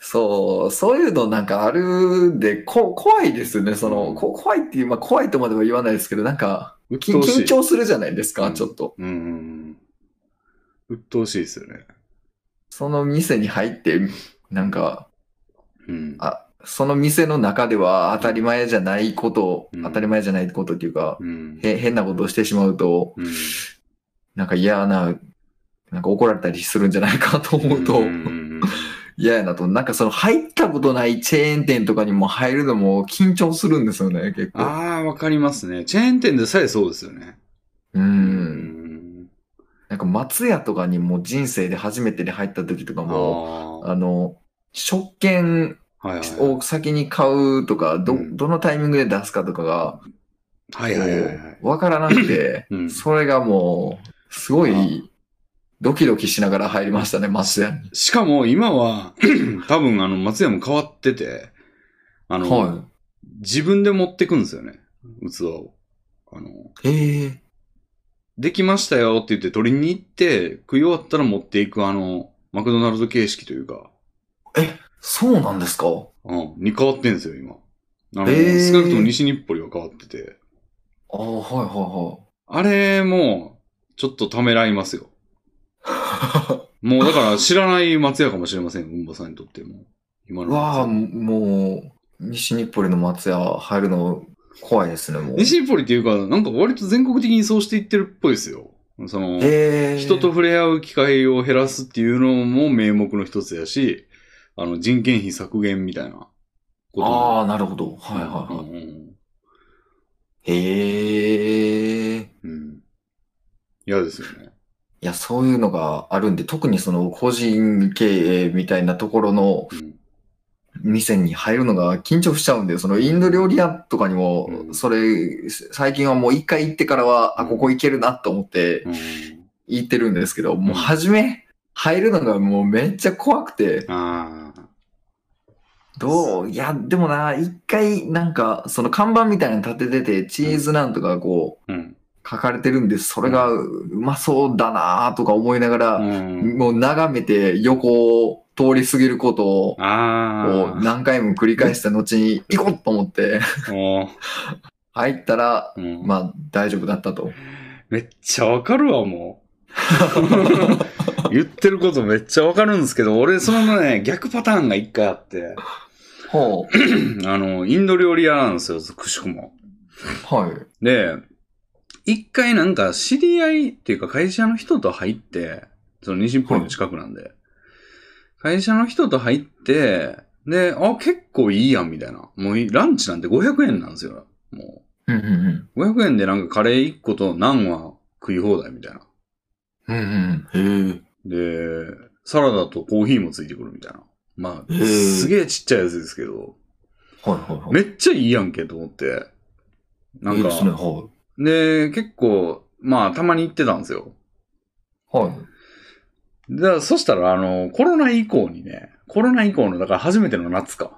S2: そう、そういうのなんかあるんで、こ怖いですよね。その、こ怖いっていう、まあ怖いとまでは言わないですけど、なんか、
S1: うっ
S2: き
S1: とうしい。
S2: 緊張するじゃないですか、
S1: うん
S2: ちょっと。
S1: うんうんうん。うっとうしいですよね。
S2: その店に入って、なんか、
S1: うん。
S2: あその店の中では当たり前じゃないことを、
S1: うん
S2: 当たり前じゃないことっていうか、
S1: うん。
S2: へ変なことをしてしまうと、
S1: うん
S2: なんか嫌な、なんか怒られたりするんじゃないかと思うと、
S1: んんうんうん
S2: 嫌やなと、なんかその入ったことないチェーン店とかにも入るのも緊張するんですよね、結構。
S1: ああ、わかりますね。チェーン店でさえそうですよね。
S2: う。
S1: うん
S2: なんか松屋とかにも人生で初めてで入った時とか
S1: あ
S2: も、
S1: あ
S2: あの、食券
S1: はいはい
S2: を先に買うとか、ど
S1: う、ん
S2: どのタイミングで出すかとかが、
S1: はいはいはいはい。、
S2: わからなくて
S1: うん
S2: それがもう、すご
S1: あ
S2: い、ドキドキしながら入りましたね、松屋に。
S1: しかも今は、 多分あの、松屋も変わってて、あの、
S2: は
S1: 自分で持ってくんですよね。器を。あの、
S2: い。へえ。
S1: できましたよって言って取りに行って、食い終わったら持っていくあの、マクドナルド形式というか、
S2: そうなんですか
S1: うん、に変わってんですよ、今。あの、
S2: へー
S1: 少なくとも西日暮里は変わってて。
S2: ああ、はいはいはい。
S1: あれも、ちょっとためらいますよ。もうだから知らない松屋かもしれません、うんばさんにとっても。今の
S2: うわあ、
S1: 松屋。
S2: もう、西日暮里の松屋入るの怖いですね、もう。
S1: 西日暮里っていうか、なんか割と全国的にそうしていってるっぽいですよ。その、
S2: えー
S1: 人と触れ合う機会を減らすっていうのも名目の一つやし、あの、人件費削減みたいなこと
S2: あ
S1: も。
S2: あ、なるほど。はいはいは
S1: うんうん
S2: い。へえ。い
S1: うんうん。嫌ですよね。
S2: や、そういうのがあるんで、特にその個人経営みたいなところの
S1: うん
S2: 店に入るのが緊張しちゃうんで、そのインド料理屋とかにも
S1: う、ん
S2: それ、最近はもう一回行ってからは、あ、ここ行けるなと思って
S1: うん
S2: 行ってるんですけど、もう初め入るのがもうめっちゃ怖くて、
S1: ああ。
S2: どういや、でもな、一回、なんか、その看板みたいなの立ててて、チーズなんとかこ
S1: うん。
S2: う、書かれてるんで、それがうまそうだなとか思いなが
S1: う
S2: ら、
S1: ん、
S2: もう眺めて横を通り過ぎることを、
S1: ああ。
S2: 何回も繰り返した後に、行こうと思って、
S1: おー
S2: 入ったら、
S1: うん
S2: まあ、大丈夫だったと。
S1: めっちゃわかるわ、もう。 言ってることめっちゃわかるんですけど、俺、そのね、逆パターンが一回あって、
S2: ほう。
S1: あの、インド料理屋なんですよ、くしくも。
S2: はい。
S1: で、一回なんか知り合いっていうか会社の人と入って、その西日暮里の近くなんで、会社の人と入って、で、あ、結構いいやん、みたいな。もういランチなんて500円なんですよ、も
S2: うんうん
S1: う。500円でなんかカレー1個とナンは食い放題みたいな。
S2: うん。うんうん。へえ。
S1: で、サラダとコーヒーもついてくるみたいな。まあ、
S2: へー
S1: すげえちっちゃいやつですけど、
S2: はいはいはい。
S1: めっちゃいいやんけと思って。なん
S2: いいですね、
S1: か、
S2: は
S1: で、結構、まあ、たまに行ってたんですよ。
S2: い。はい。
S1: だからそしたら、あの、コロナ以降にね、コロナ以降の、だから初めての夏か。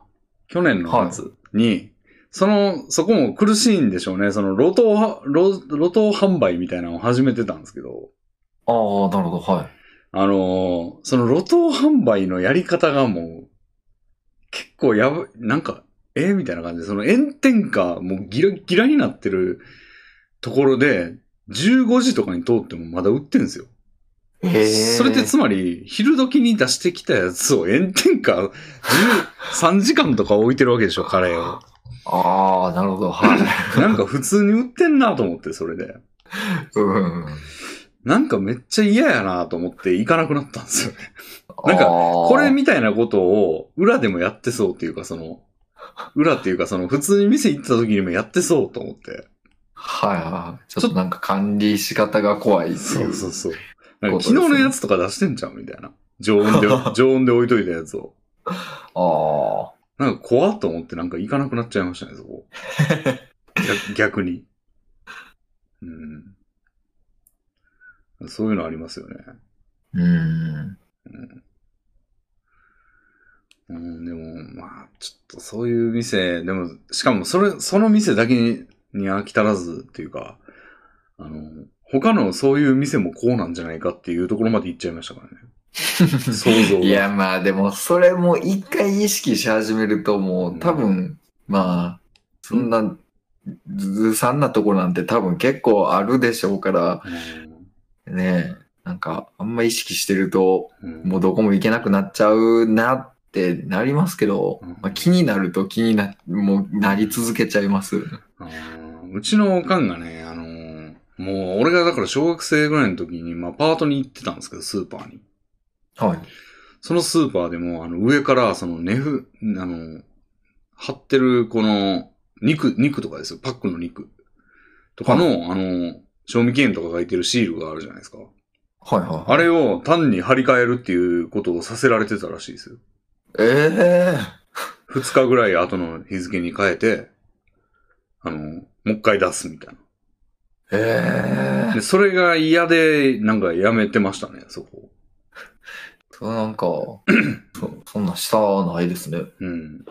S1: 去年の夏に、その、そこも苦しいんでしょうね。その、路頭は、路、路頭販売みたいなのを始めてたんですけど、
S2: ああ、なるほど、はい。
S1: あのーその路頭販売のやり方がもう、結構やば、なんか、えーみたいな感じで、その炎天下、もうギラギラになってるところで、15時とかに通ってもまだ売ってんですよ。
S2: へ
S1: それってつまり、昼時に出してきたやつを炎天下13時間とか置いてるわけでしょ、カレーを。
S2: ああ、なるほど、はい。
S1: なんか普通に売ってんなと思って、それで。
S2: うん。
S1: なんかめっちゃ嫌やなと思って行かなくなったんですよね。なんかこれみたいなことを裏でもやってそうっていうか、その、裏っていうか、その普通に店行った時にもやってそうと思って。
S2: はいはい。ちょっとなんか管理仕方が怖いっていう。
S1: そうそうそう。なんか昨日のやつとか出してんじゃんみたいな。常温 で、常温で置いといたやつを。
S2: あ
S1: なんか怖っと思ってなんか行かなくなっちゃいましたね、そ こ。逆逆に。うん。そういうのありますよね。
S2: あ。うん。
S1: うん、でも、まあ、ちょっとそういう店、でも、しかもそれ、その店だけにに飽き足らずっていうか、あの、他のそういう店もこうなんじゃないかっていうところまで行っちゃいましたからね。想像が。
S2: いや、まあでも、それも一回意識し始めるともう、多分、
S1: う
S2: まあ、そんな、ずずさんなところなんて多分結構あるでしょうから、ねえ、なんか、あんま意識してると、
S1: うん、
S2: もうどこも行けなくなっちゃうなってなりますけど、
S1: うん
S2: まあ、気になると気にな、もうなり続けちゃいます。
S1: あーうちのおかんがね、あのーもう俺がだから小学生ぐらいの時に、まあパートに行ってたんですけど、スーパーに。
S2: はい。
S1: そのスーパーでも、あの、上から、その、ネフ、あの、貼ってる、この、肉、肉とかですよ。パックの肉。とかの、あの、賞味期限とか書いてるシールがあるじゃないですか。
S2: はいはい。
S1: あれを単に貼り替えるっていうことをさせられてたらしいですよ。
S2: え
S1: 二日ぐらい後の日付に変えて、あの、もう一回出すみたいな。
S2: えええ
S1: で、それが嫌で、なんかやめてましたね、そこ。
S2: そうなんか、そそんなしたないです ね。
S1: うん。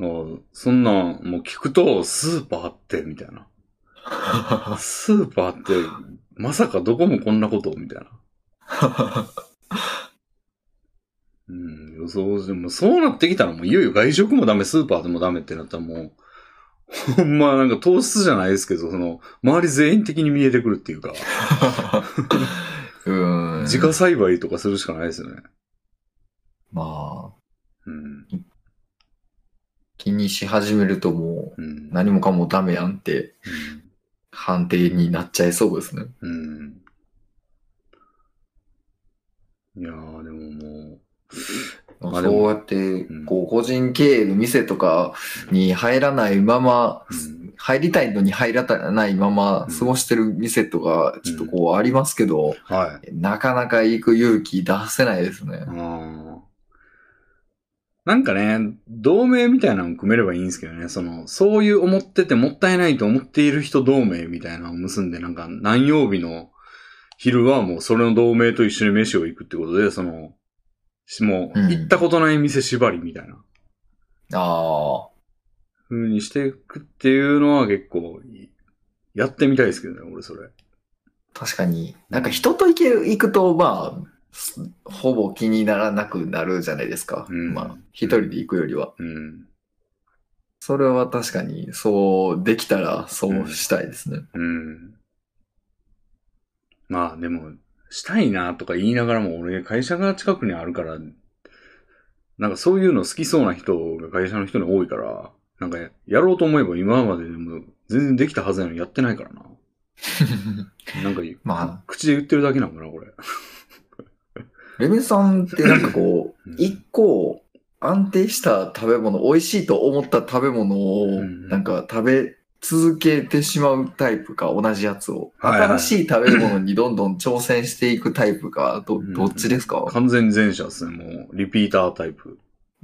S1: あそんなん、もう聞くと、スーパーって、みたい な。スーパーって、まさかどこもこんなことみたいな。うん、予想でも、そうなってきたらもういよいよ外食もダメ、スーパーでもダメってなったらもう、ほんまなんか糖質じゃないですけど、その、周り全員的に見えてくるっていうか、
S2: うん。
S1: 自家栽培とかするしかないですよね。
S2: まあ、
S1: うん。
S2: 気にし始めるとも
S1: うん。
S2: う何もかもダメやんって判定になっちゃいそうですね。
S1: うん。いやー、でももまあでも
S2: そうやって
S1: うん、
S2: こう、個人経営の店とかに入らないまま、
S1: う、 うん
S2: 入りたいのに入らないまま
S1: うん
S2: 過ごしてる店とか、ちょっとこうありますけど、
S1: はい。
S2: なかなか行く勇気出せないですね。
S1: ああ。なんかね、同盟みたいなの組めればいいんですけどね、その、そういう思っててもったいないと思っている人同盟みたいなのを結んで、なんか何曜日の昼はもうそれの同盟と一緒に飯を行くってことで、その、しもう
S2: うん
S1: 行ったことない店縛りみたいな
S2: あ
S1: 風にしていくっていうのは結構いい、やってみたいですけどね、俺それ。
S2: あ、確かに。なんか人と行ける行くと、まあ、すほぼ気にならなくなるじゃないですか。
S1: うん
S2: まあ、一人で行くよりは。
S1: うん。
S2: それは確かに、そう、できたらそうしたいですね。
S1: うん。まあでも、したいなとか言いながらも、俺会社が近くにあるから、なんかそういうの好きそうな人が会社の人に多いから、なんかやろうと思えば今まででも全然できたはずなのにやってないからな。なんか
S2: ま
S1: 口で言ってるだけなんかな、これ。
S2: あ、レミさんってなんかこ
S1: うん
S2: う、一個安定した食べ物、美味しいと思った食べ物
S1: う
S2: を、
S1: ん
S2: なんか食べ続けてしまうタイプか、同じやつを。
S1: はいはい
S2: 新しい食べ物にどんどん挑戦していくタイプか、ど
S1: ん
S2: どっちですか、あ
S1: 完全に前者ですね、もう。リピータータイプ。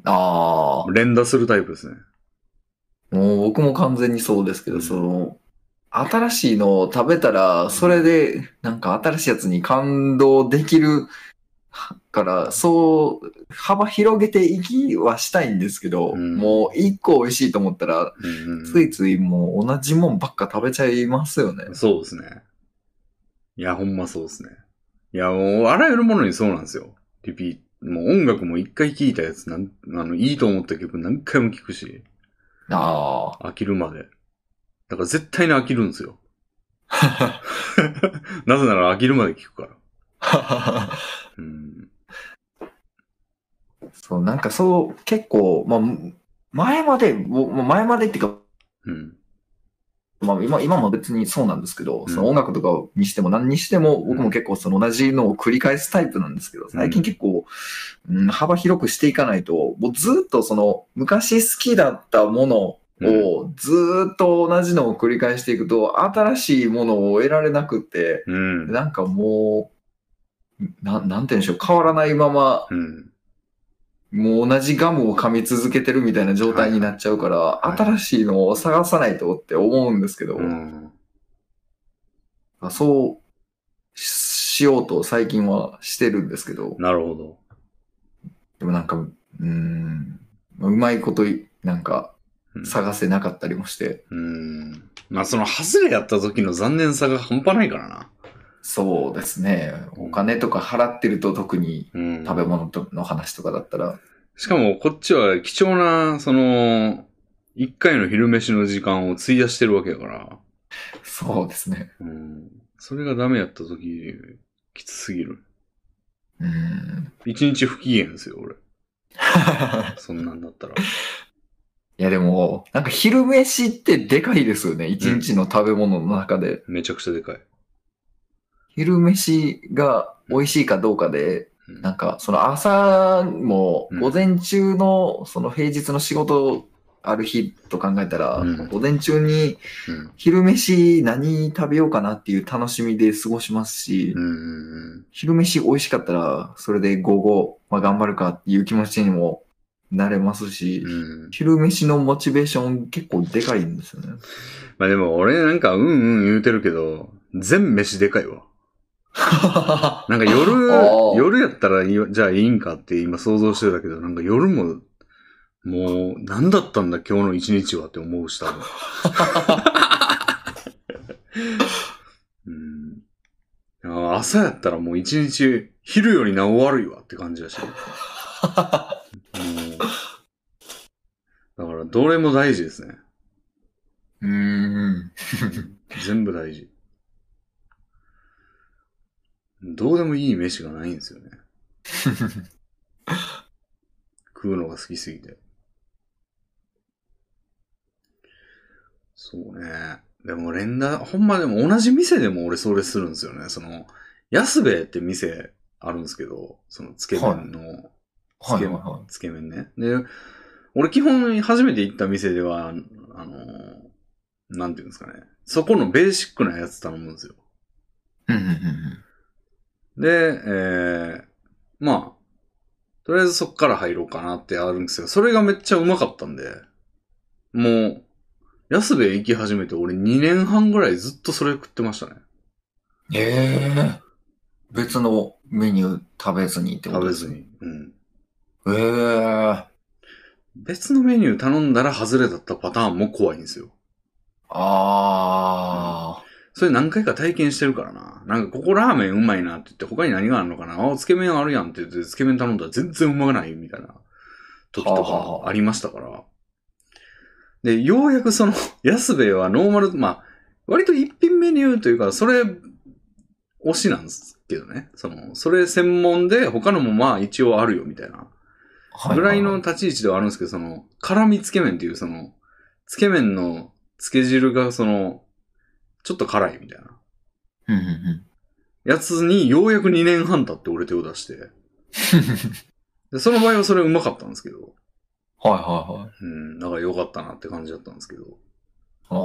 S2: あー。
S1: 連打するタイプですね。
S2: もう僕も完全にそうですけど、
S1: うん
S2: その、新しいのを食べたら、それで、なんか新しいやつに感動できるから、そう、幅広げていきはしたいんですけど、
S1: うん
S2: もう一個美味しいと思ったら、
S1: うん
S2: ついついもう同じもんばっか食べちゃいますよね。
S1: そうですね。いや、ほんまそうですね。いや、もう、あらゆるものにそうなんですよ。リピもう音楽も一回聴いたやつ、なん、あの、いいと思った曲何回も聴くし、
S2: あ
S1: 飽きるまで。だから絶対に飽きるんです よ。なぜなら飽きるまで聴くから。
S2: あ。
S1: うん。
S2: そう、なんかそう、結構、まあ、前まで、もうもう前までっていうか、
S1: うん。
S2: まあ、今今も別にそうなんですけど、
S1: ん
S2: その音楽とかにしても何にしても、
S1: ん
S2: 僕も結構その同じのを繰り返すタイプなんですけど、最近結構、うん、幅広くしていかないと、もうずっとその昔好きだったものをずっと同じのを繰り返していくと、新しいものを得られなくて、
S1: うん。
S2: なんかもう、ななんて言うんでしょう、変わらないまま
S1: うん。
S2: もう同じガムを噛み続けてるみたいな状態になっちゃうから、
S1: い
S2: 新しいのを探さないとって思うんですけど、
S1: うん。
S2: そうししようと最近はしてるんですけど、
S1: なるほど。
S2: でもなんか、うーん、うまいこといなんか
S1: うん
S2: 探せなかったりもして、
S1: うん。まあ、その、外れやった時の残念さが半端ないからな。
S2: そうですね、お金とか払ってると特に
S1: うん。
S2: 食べ物との話とかだったら、
S1: しかも、こっちは貴重な、その、一回の昼飯の時間を費やしてるわけやから、
S2: そうですね。
S1: うん。それがダメやった時、きつすぎる。
S2: うーん
S1: 一日不機嫌ですよ、俺。そんなんだったら。
S2: いやでも、なんか昼飯ってでかいですよね。一日の食べ物の中で。
S1: めちゃくちゃでかい。
S2: 昼飯が美味しいかどうかで、
S1: うん
S2: なんかその朝も
S1: うん
S2: 午前中のその平日の仕事ある日と考えたら、
S1: うん
S2: 午前中に
S1: うん。
S2: 昼飯何食べようかなっていう楽しみで過ごしますし、
S1: うんうんうん。
S2: 昼飯美味しかったらそれで午後、まあ、頑張るかっていう気持ちにもなれますし、
S1: うん。
S2: 昼飯のモチベーション結構でかいんで すよね。
S1: まあでも、俺なんか、うんうん言うてるけど、全飯でかいわ。なんか夜
S2: あー、
S1: 夜やったらいいよ、じゃあいいんかって今想像してたけど、なんか夜も、もう、何だったんだ今日の一日はって思うし、多 分。うん、あー朝やったらもう一日、昼よりなお悪いわって感じだ し。もうだから、どれも大事ですね。
S2: うーん。
S1: 全部大事。どうでもいい飯がないんですよ ね。食うのが好きすぎて。そうね。でも連打、ほんまでも同じ店でも俺それするんですよね。その、安兵衛って店あるんですけど、そのつけ麺の、
S2: はいはいは
S1: つけ麺ね。で、俺基本初めて行った店では、あの、なんていうんですかね。そこのベーシックなやつ頼むんですよ。
S2: い。うんうんうん
S1: で、えー、まあ、とりあえずそっから入ろうかなってあるんですけど、それがめっちゃうまかったんで、もう、安部行き始めて俺2年半ぐらいずっとそれ食ってましたね。
S2: ええ別のメニュー食べずにってこ
S1: 食
S2: と
S1: べ
S2: です
S1: ず
S2: ね。
S1: に。うん。
S2: ええ
S1: 別のメニュー頼んだら外れだったパターンも怖いんですよ。
S2: あ
S1: それ何回か体験してるからな。なんかここラーメンうまいなって言って他に何があるのかなあ、つけ麺あるやんって言ってつけ麺頼んだら全然うまくないみたいな時と
S2: はあは
S1: かありましたから。で、ようやくその 安部はノーマル、まあ、割と一品メニューというか、それ推しなんですけどね。その、それ専門で他のもまあ一応あるよみたいな。
S2: あ。
S1: ぐらいの
S2: は
S1: 立ち位置ではあるんですけど、その、辛味つけ麺っていう、その、つけ麺のつけ汁が、その、ちょっと辛いみたいな。
S2: いはいはい。うんうんうん
S1: やつに、ようやく2年半経って俺手を出して。で、その場合はそれうまかったんですけど。
S2: はいはいはい。
S1: うん、だから良かったなって感じだったんですけど。
S2: ああ。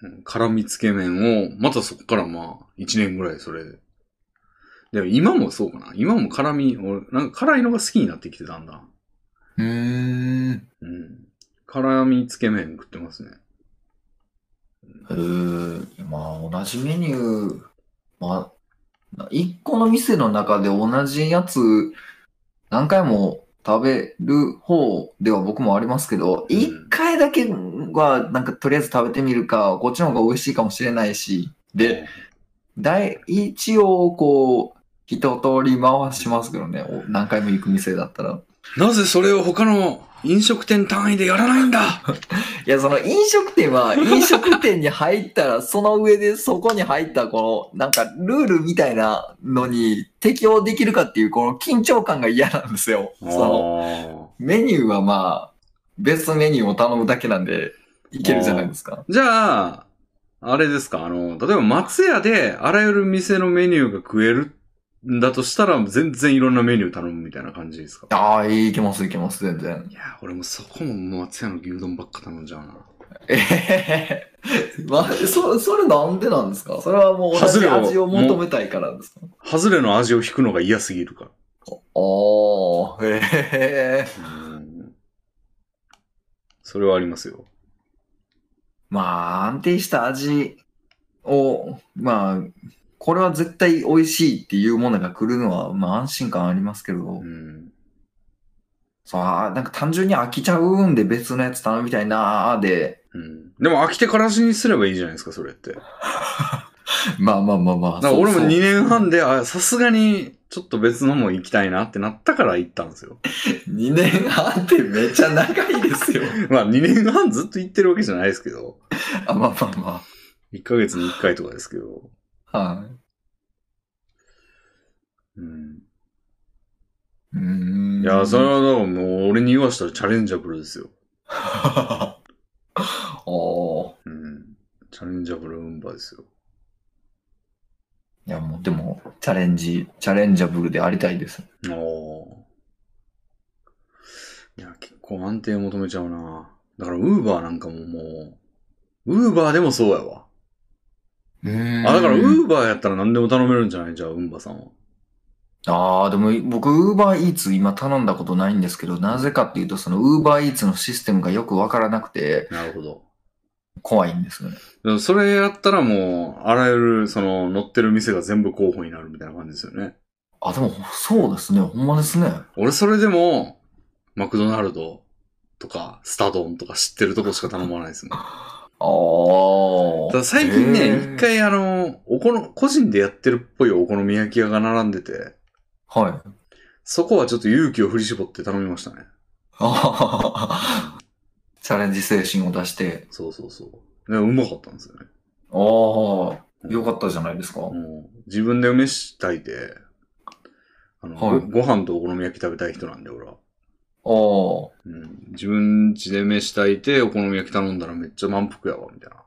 S1: うん、辛味つけ麺を、またそこからまあ、1年ぐらいそれで。でも今もそうかな。今も辛味、俺、なんか辛いのが好きになってきてだんだん。
S2: うーん。
S1: うん。辛味つけ麺食ってますね。
S2: えうーんまあ同じメニュー、まあ、一個の店の中で同じやつ何回も食べる方では僕もありますけど、
S1: うん
S2: 一回だけはなんかとりあえず食べてみるか、こっちの方が美味しいかもしれないし、で、第一をこう、一通り回しますけどね、お何回も行く店だったら。
S1: なぜそれを他の飲食店単位でやらないんだ
S2: いや、その飲食店 は、飲食店に入ったら、その上でそこに入った、この、なんか、ルールみたいなのに適応できるかっていう、この緊張感が嫌なんですよ。その、
S1: あ
S2: メニューはまあ、別メニューを頼むだけなんで、いけるじゃないですか。
S1: ーじゃあ、あれですか、あの、例えば松屋であらゆる店のメニューが食えるんだとしたら、全然いろんなメニュー頼むみたいな感じですか
S2: ああ、いけます、いけます、全然。
S1: いや、俺もそこも松屋の牛丼ばっか頼んじゃうな。
S2: ええまあ、そ、それなんでなんですかそれはもう同
S1: 外
S2: じ
S1: れを
S2: 味を求めたいからですか
S1: ハズレの味を引くのが嫌すぎるか
S2: ああ、へえ。
S1: ら。うんそれはありますよ。
S2: まあ、安定した味を、まあ、これは絶対美味しいっていうものが来るのは、まあ安心感ありますけど
S1: う、ん。
S2: そうあーなんか単純に飽きちゃうんで別のやつ頼みたいなーで、
S1: うん、でも飽きてからしにすればいいじゃないですか、それって。だか
S2: まあまあまあまあ。
S1: ら俺も
S2: そうそう
S1: 2年半で、あ、さすがにちょっと別のも行きたいなってなったから行ったんですよ。
S2: 二年半ってめっちゃ長いですよ。
S1: まあ2年半ずっと行ってるわけじゃないですけど、
S2: あ、まあまあま
S1: 1ヶ月に1回とかですけど。
S2: あ。はい。
S1: うん。
S2: うーん。
S1: いや、それはだからもう俺に言わしたらチャレンジャブルですよ。
S2: は。 おー
S1: うん。チャレンジャブルウンバですよ。
S2: いや、もうでも、チャレンジ、チャレンジャブルでありたいです。
S1: おーいや、結構安定求めちゃうな。だから、ウーバーなんかももう、ウーバーでもそうやわ。
S2: うーん
S1: あ、だから、ウーバーやったら何でも頼めるんじゃないじゃあ、ウンバさんは。
S2: ああ、でも僕、ウーバーイーツ今頼んだことないんですけど、なぜかっていうと、そのウーバーイーツのシステムがよくわからなくて、
S1: なるほど。
S2: 怖いんですよね。
S1: でもそれやったらもう、あらゆる、その、乗ってる店が全部候補になるみたいな感じですよね。
S2: あ、でも、そうですね。ほんまですね。
S1: 俺、それでも、マクドナルドとか、スタドンとか知ってるとこしか頼まないですもん。
S2: ああ。
S1: ただ最近
S2: へ
S1: ね、
S2: ー
S1: 一。回あの、おこの、個人でやってるっぽいお好み焼き屋が並んでて、
S2: はい。
S1: そこはちょっと勇気を振り絞って頼みましたね。
S2: あーチャレンジ精神を出して、
S1: そうそうそう。でうまかったんですよね。
S2: ああ、よかったじゃないですか。
S1: もう自分で飯炊いて、あの、
S2: はい
S1: ごご飯とお好み焼き食べたい人なんで、俺は。
S2: ああ。
S1: うん、自分家で飯炊いて、お好み焼き頼んだらめっちゃ満腹やわ、みたいな。
S2: あ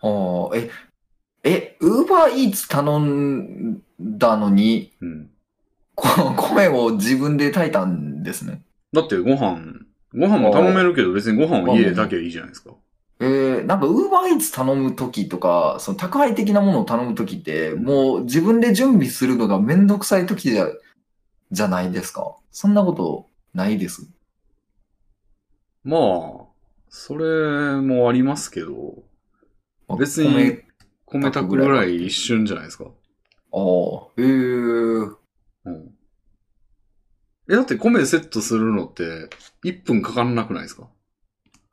S2: あ、え、え、ウーバーイーツ頼んだのに、
S1: うん。
S2: こ 米を自分で炊いたんですね。
S1: だってご飯、ご飯も頼めるけど、別にご飯を家で炊けばいいじゃないですか。
S2: えー、なんか、ウーバーイーツ頼むときとか、その宅配的なものを頼むときって、もう自分で準備するのがめんどくさいときじゃ、じゃないですか。そんなことないです。
S1: まあ、それもありますけど、
S2: あ
S1: 別に
S2: 米
S1: 米炊くぐらい一瞬じゃないですか。
S2: ああ、えー、
S1: うん。え、だって米セットするのって、1分かかんなくないですか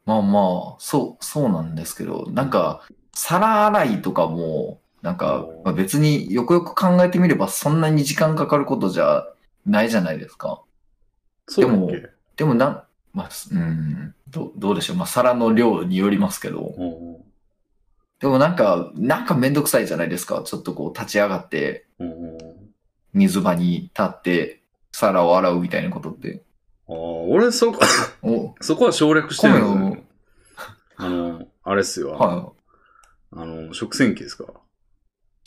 S2: まあまあ、そう、そうなんですけど、なんか、皿洗いとかも、なんか
S1: お、ー
S2: まあ、別によくよく考えてみればそんなに時間かかることじゃないじゃないですか。
S1: そうだっけ
S2: ででもなん、まあ、すうん、どどうでしょう。まあ、皿の量によりますけど。
S1: うん
S2: でもなんか、なんかめんどくさいじゃないですか。ちょっとこう立ち上がって、
S1: うんうん
S2: 水場に立って、皿を洗うみたいなことって。
S1: ああ、俺そこ、
S2: お
S1: そこは省略してる
S2: 米
S1: の
S2: を
S1: よ。あの、あれっすよ。
S2: はい。
S1: あの、食洗機ですか。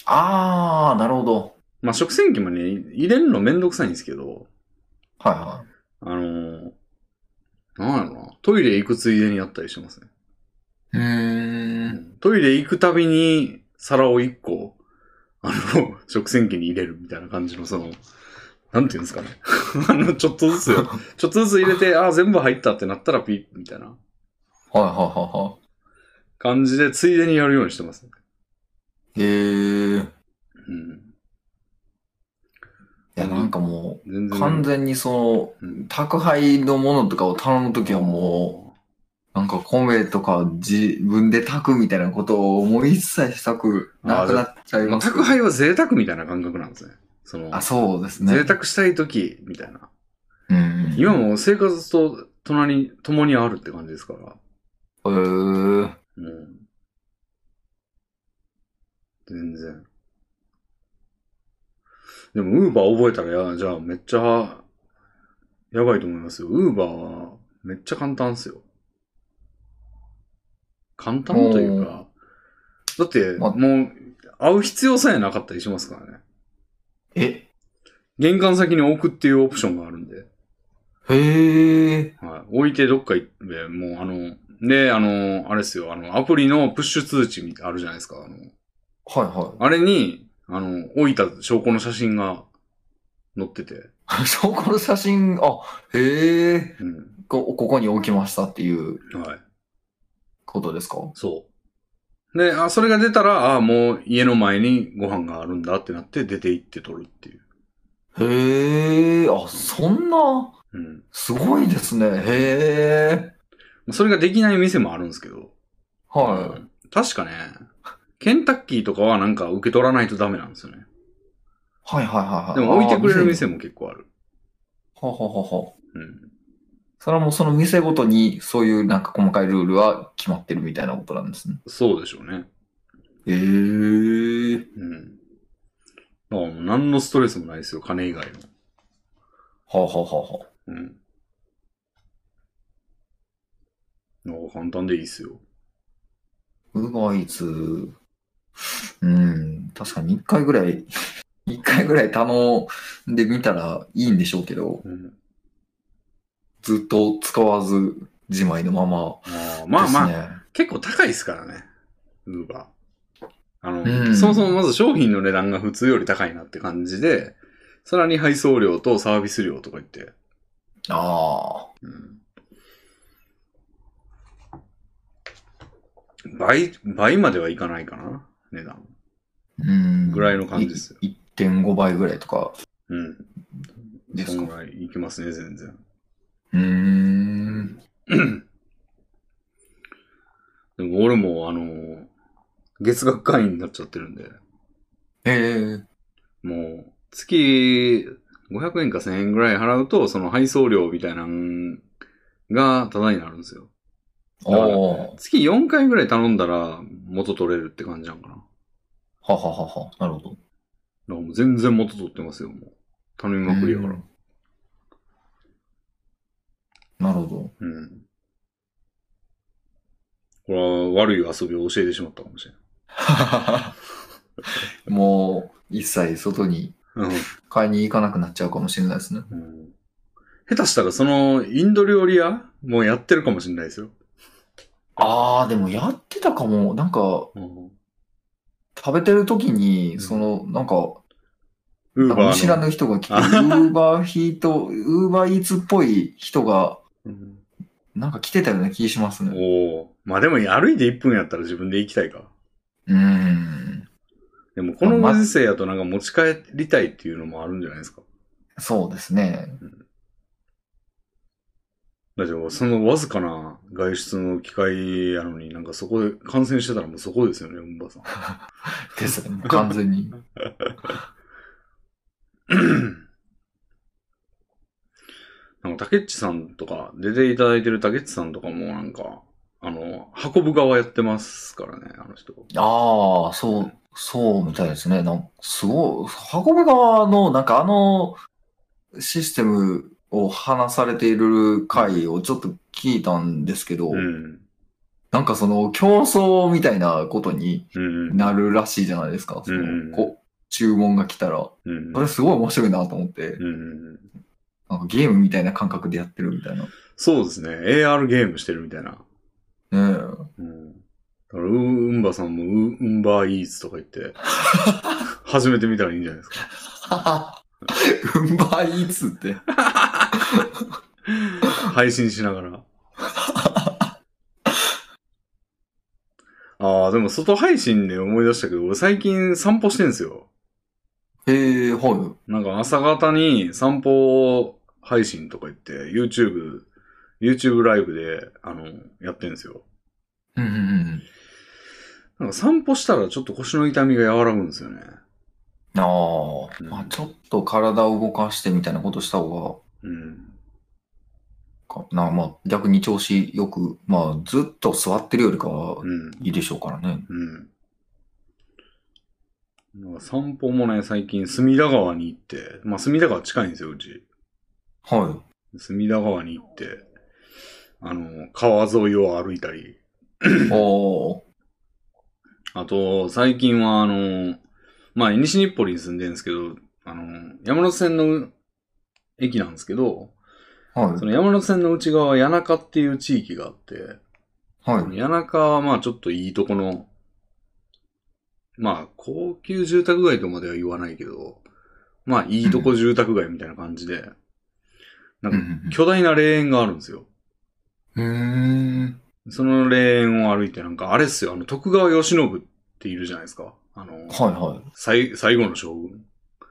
S2: あー、なるほど。
S1: まあ、食洗機もね、入れるのめんどくさいんですけど、
S2: はいはい。
S1: あの、なんやろな。トイレ行くついでにやったりしてますね。
S2: うーん。
S1: トイレ行くたびに皿を1個、あの、 食洗機に入れるみたいな感じの、その、なんていうんですかね。 あの、ちょっとずつ よ、ちょっとずつ入れて、ああ、全部入ったってなったらピッ、みたいな
S2: はいはいは
S1: 感じで、ついでにやるようにしてます。
S2: へえ。い
S1: うん。
S2: や、なんかも
S1: 全
S2: う、
S1: 然。
S2: 完全にそ
S1: うん
S2: の、宅配のものとかを頼むときはもう、なんか米とか自分で炊くみたいなことをもう一切したくなくなっちゃいます。
S1: 宅配は贅沢みたいな感覚なんですね。その、
S2: あ、そうですね。
S1: 贅沢したい時みたいな。
S2: うん。
S1: 今も生活と隣に、共にあるって感じですから。
S2: へー
S1: もう。全然。でも、ウーバー覚えたらや、じゃあめっちゃ、やばいと思いますよ。ウーバーはめっちゃ簡単っすよ。簡単というか、だって、
S2: ま
S1: もう、会う必要さえなかったりしますからね。
S2: え
S1: 玄関先に置くっていうオプションがあるんで。
S2: へえ。
S1: はい。置いてどっか行って、もうあの、で、あの、あれですよ、あの、アプリのプッシュ通知みたいあるじゃないですか。あの、
S2: はいは
S1: あれに、あの、置いた証拠の写真が載ってて、
S2: い。 証拠の写真、あ、へえ。
S1: うん。
S2: こ、ここに置きましたっていう
S1: はい。
S2: ことですか
S1: そう。で、あ、それが出たら、あもう家の前にご飯があるんだってなって出て行って撮るっていう。
S2: へえ。あ、そんな、
S1: うん。
S2: すごいですね。へえ。
S1: それができない店もあるんですけど。
S2: は
S1: うん確かね、ケンタッキーとかはなんか受け取らないとダメなんですよね。
S2: い。はいはいはいは
S1: で
S2: い。
S1: も置いてくれる
S2: あ。
S1: 店も結構ある。
S2: はははは。
S1: うん。
S2: それはもうその店ごとにそういうなんか細かいルールは決まってるみたいなことなんですね。
S1: そうでしょうね。
S2: へえ。
S1: うん。だからもう何のストレスもないですよ、金以外の。
S2: はあはあはあはあ。
S1: うん。なんか簡単でいいっすよ。
S2: ウーバーイーツ、うん、確かに1回ぐらい、 一回ぐらい頼んでみたらいいんでしょうけど、
S1: うん。
S2: ずっと使わずじまいのまま
S1: あーま
S2: で
S1: あ
S2: すね。
S1: まあ、結構高いですからね。ウーバー。あの、
S2: うん
S1: そもそもまず商品の値段が普通より高いなって感じで、さらに配送料とサービス料とか言って。
S2: あ
S1: うん。倍、倍まではいかないかな値段。
S2: あ、うん。
S1: ぐらいの感じですよ
S2: い1.5倍ぐらいとか
S1: うん。
S2: で
S1: そ
S2: す
S1: ん
S2: か。
S1: ぐらいいきますね、全然。
S2: うーん。
S1: でも俺も、あの、月額会員になっちゃってるんで、
S2: へえ。
S1: もう、月500円か1000円ぐらい払うと、その配送料みたいなんがタダになるんですよ。
S2: ああ。は
S1: 月4回ぐらい頼んだら元取れるって感じなんかな。だか
S2: ははは。なるほど。
S1: らもう全然元取ってますよ、もう。頼みまくりやから。
S2: なるほど。
S1: うん。これは悪い遊びを教えてしまったかもし
S2: もう、一切外に
S1: れない。うん
S2: 買いに行かなくなっちゃうかもしれないですね。
S1: うん下手したらそのインド料理屋もうやってるかもしれないですよ。
S2: ああ、でもやってたかも。なんか、
S1: うん
S2: 食べてる時
S1: うん
S2: に、その、なんか、
S1: ウ
S2: な
S1: ー
S2: ん
S1: バ
S2: か見知ら
S1: ーの。
S2: ぬ人が来て、ウ
S1: あ
S2: ーバーヒート、ウーバーイーツっぽい人が、
S1: うん
S2: なんか来てたような気しますね。
S1: おお。まあでも歩いて1分やったら自分で行きたいか。
S2: うーん。
S1: でもこの
S2: まあ
S1: ご
S2: ま
S1: 時世やとなんか持ち帰りたいっていうのもあるんじゃないですか。
S2: そうですね。
S1: だってもうそのわずかな外出の機会やのになんかそこで感染してたらもうそこですよね、ウンバさん。
S2: ですね。完全 に。
S1: なんか、竹内さんとか、出ていただいてる竹内さんとかもなんか、あの、運ぶ側やってますからね、あの人。
S2: ああ、そう、そうみたいですね。なんすごい、運ぶ側の、なんかあの、システムを話されている回をちょっと聞いたんですけど、
S1: うん。
S2: なんかその競争みたいなことに
S1: うん。
S2: なるらしいじゃないですか。その
S1: うん
S2: こ注文が来たら。
S1: うん
S2: そ。れすごい面白いなと思って、
S1: うん。
S2: なんかゲームみたいな感覚でやってるみたいな。ね
S1: そうですね。AR ゲームしてるみたいな。
S2: え。
S1: うん。だから、ウンバさんもウ、ウンバーイーツとか言って、始めてみたらいいんじゃないですか。
S2: うんばいイーツって。
S1: 配信しながら。ああ、でも外配信で思い出したけど、俺最近散歩してんすよ。
S2: ええは
S1: なんか朝方に散歩配信とか言って、YouTube、YouTube ライブで、あの、やってんすよ。
S2: い。うんうんうん。
S1: なんか散歩したらちょっと腰の痛みが和らぐんですよね。
S2: あ
S1: う
S2: あ、
S1: ん
S2: まあ、ちょっと体を動かしてみたいなことした方
S1: うん。
S2: が、かなまあ、逆に調子よく、まあ、ずっと座ってるよりかは
S1: うん。
S2: いいでしょうからね。
S1: うん。なんか散歩もね、最近隅田川に行って、まあ隅田川近いんですよ、うち。
S2: は
S1: 隅田川に行って、あの、川沿いを歩いたり、
S2: い。おー
S1: あと、最近はあの、まあ西日暮里に住んでるんですけど、あの、山手線の駅なんですけど、
S2: は
S1: その山手線の内側、谷中っていう地域があって、
S2: い。はい。
S1: 谷中はまあちょっといいとこの、まあ高級住宅街とまでは言わないけど、まあいいとこ住宅街みたいな感じで、なん
S2: う
S1: か
S2: ん
S1: 巨大な霊園があるんですよ。
S2: うん。うーん。
S1: その霊園を歩いてなんかあれっすよ、あの徳川慶喜っているじゃないですか。あの、
S2: はいは
S1: 最最後の将軍。
S2: い。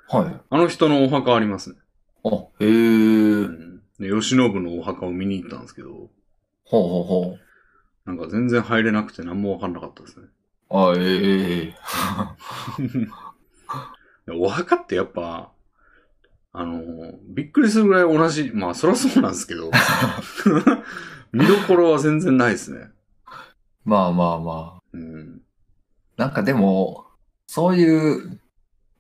S2: はい。
S1: あの人のお墓ありますね。
S2: あ、へえ
S1: う。ん。で、慶喜のお墓を見に行ったんですけど、
S2: ほうほうほう。
S1: なんか全然入れなくて何もわかんなかったですね。
S2: あ、ええええ。
S1: お墓ってやっぱ、あの、びっくりするぐらい同じ、まあそらそうなんですけど、見どころは全然ないですね。
S2: まあまあまあ。
S1: うん。
S2: なんかでも、そういう、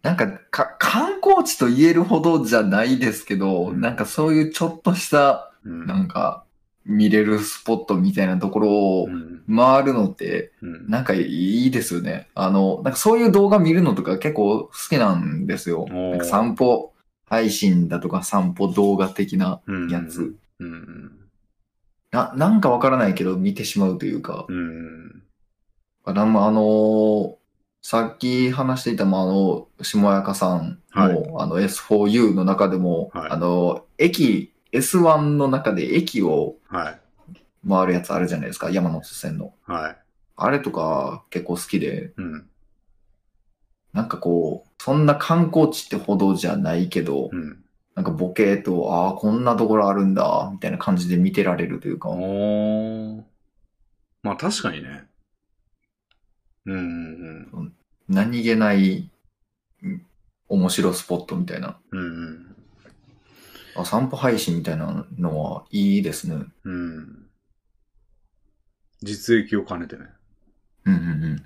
S2: なんかか観光地と言えるほどじゃないですけど、
S1: うん
S2: なんかそういうちょっとした、
S1: うん。
S2: なんか見れるスポットみたいなところを
S1: うん。
S2: 回るのって、
S1: うん。
S2: なんかいいですよね。あの、なんかそういう動画見るのとか結構好きなんですよ。
S1: おー
S2: なんか散歩配信だとか散歩動画的な
S1: うん
S2: やつ。。
S1: うん。
S2: ななんかわからないけど見てしまうというか。
S1: うん。
S2: あの、あのーさっき話していた、まあ、あの、下やかさんの、
S1: はい
S2: あの S4U の中でも、
S1: はい
S2: あの、駅、S1 の中で駅を
S1: はい。
S2: 回るやつあるじゃないですか、山手線の。
S1: はい。
S2: あれとか結構好きで、
S1: うん。
S2: なんかこう、そんな観光地ってほどじゃないけど、
S1: うん。
S2: なんかボケと、ああ、こんなところあるんだ、みたいな感じで見てられるというか、
S1: おー。まあ確かにね。うんうん
S2: 何気ない、うん面白スポットみたいな。
S1: うん。うん
S2: あ散歩配信みたいなのはいいですね。
S1: うん。うん。実益を兼ねてね。
S2: うんうんうんうん。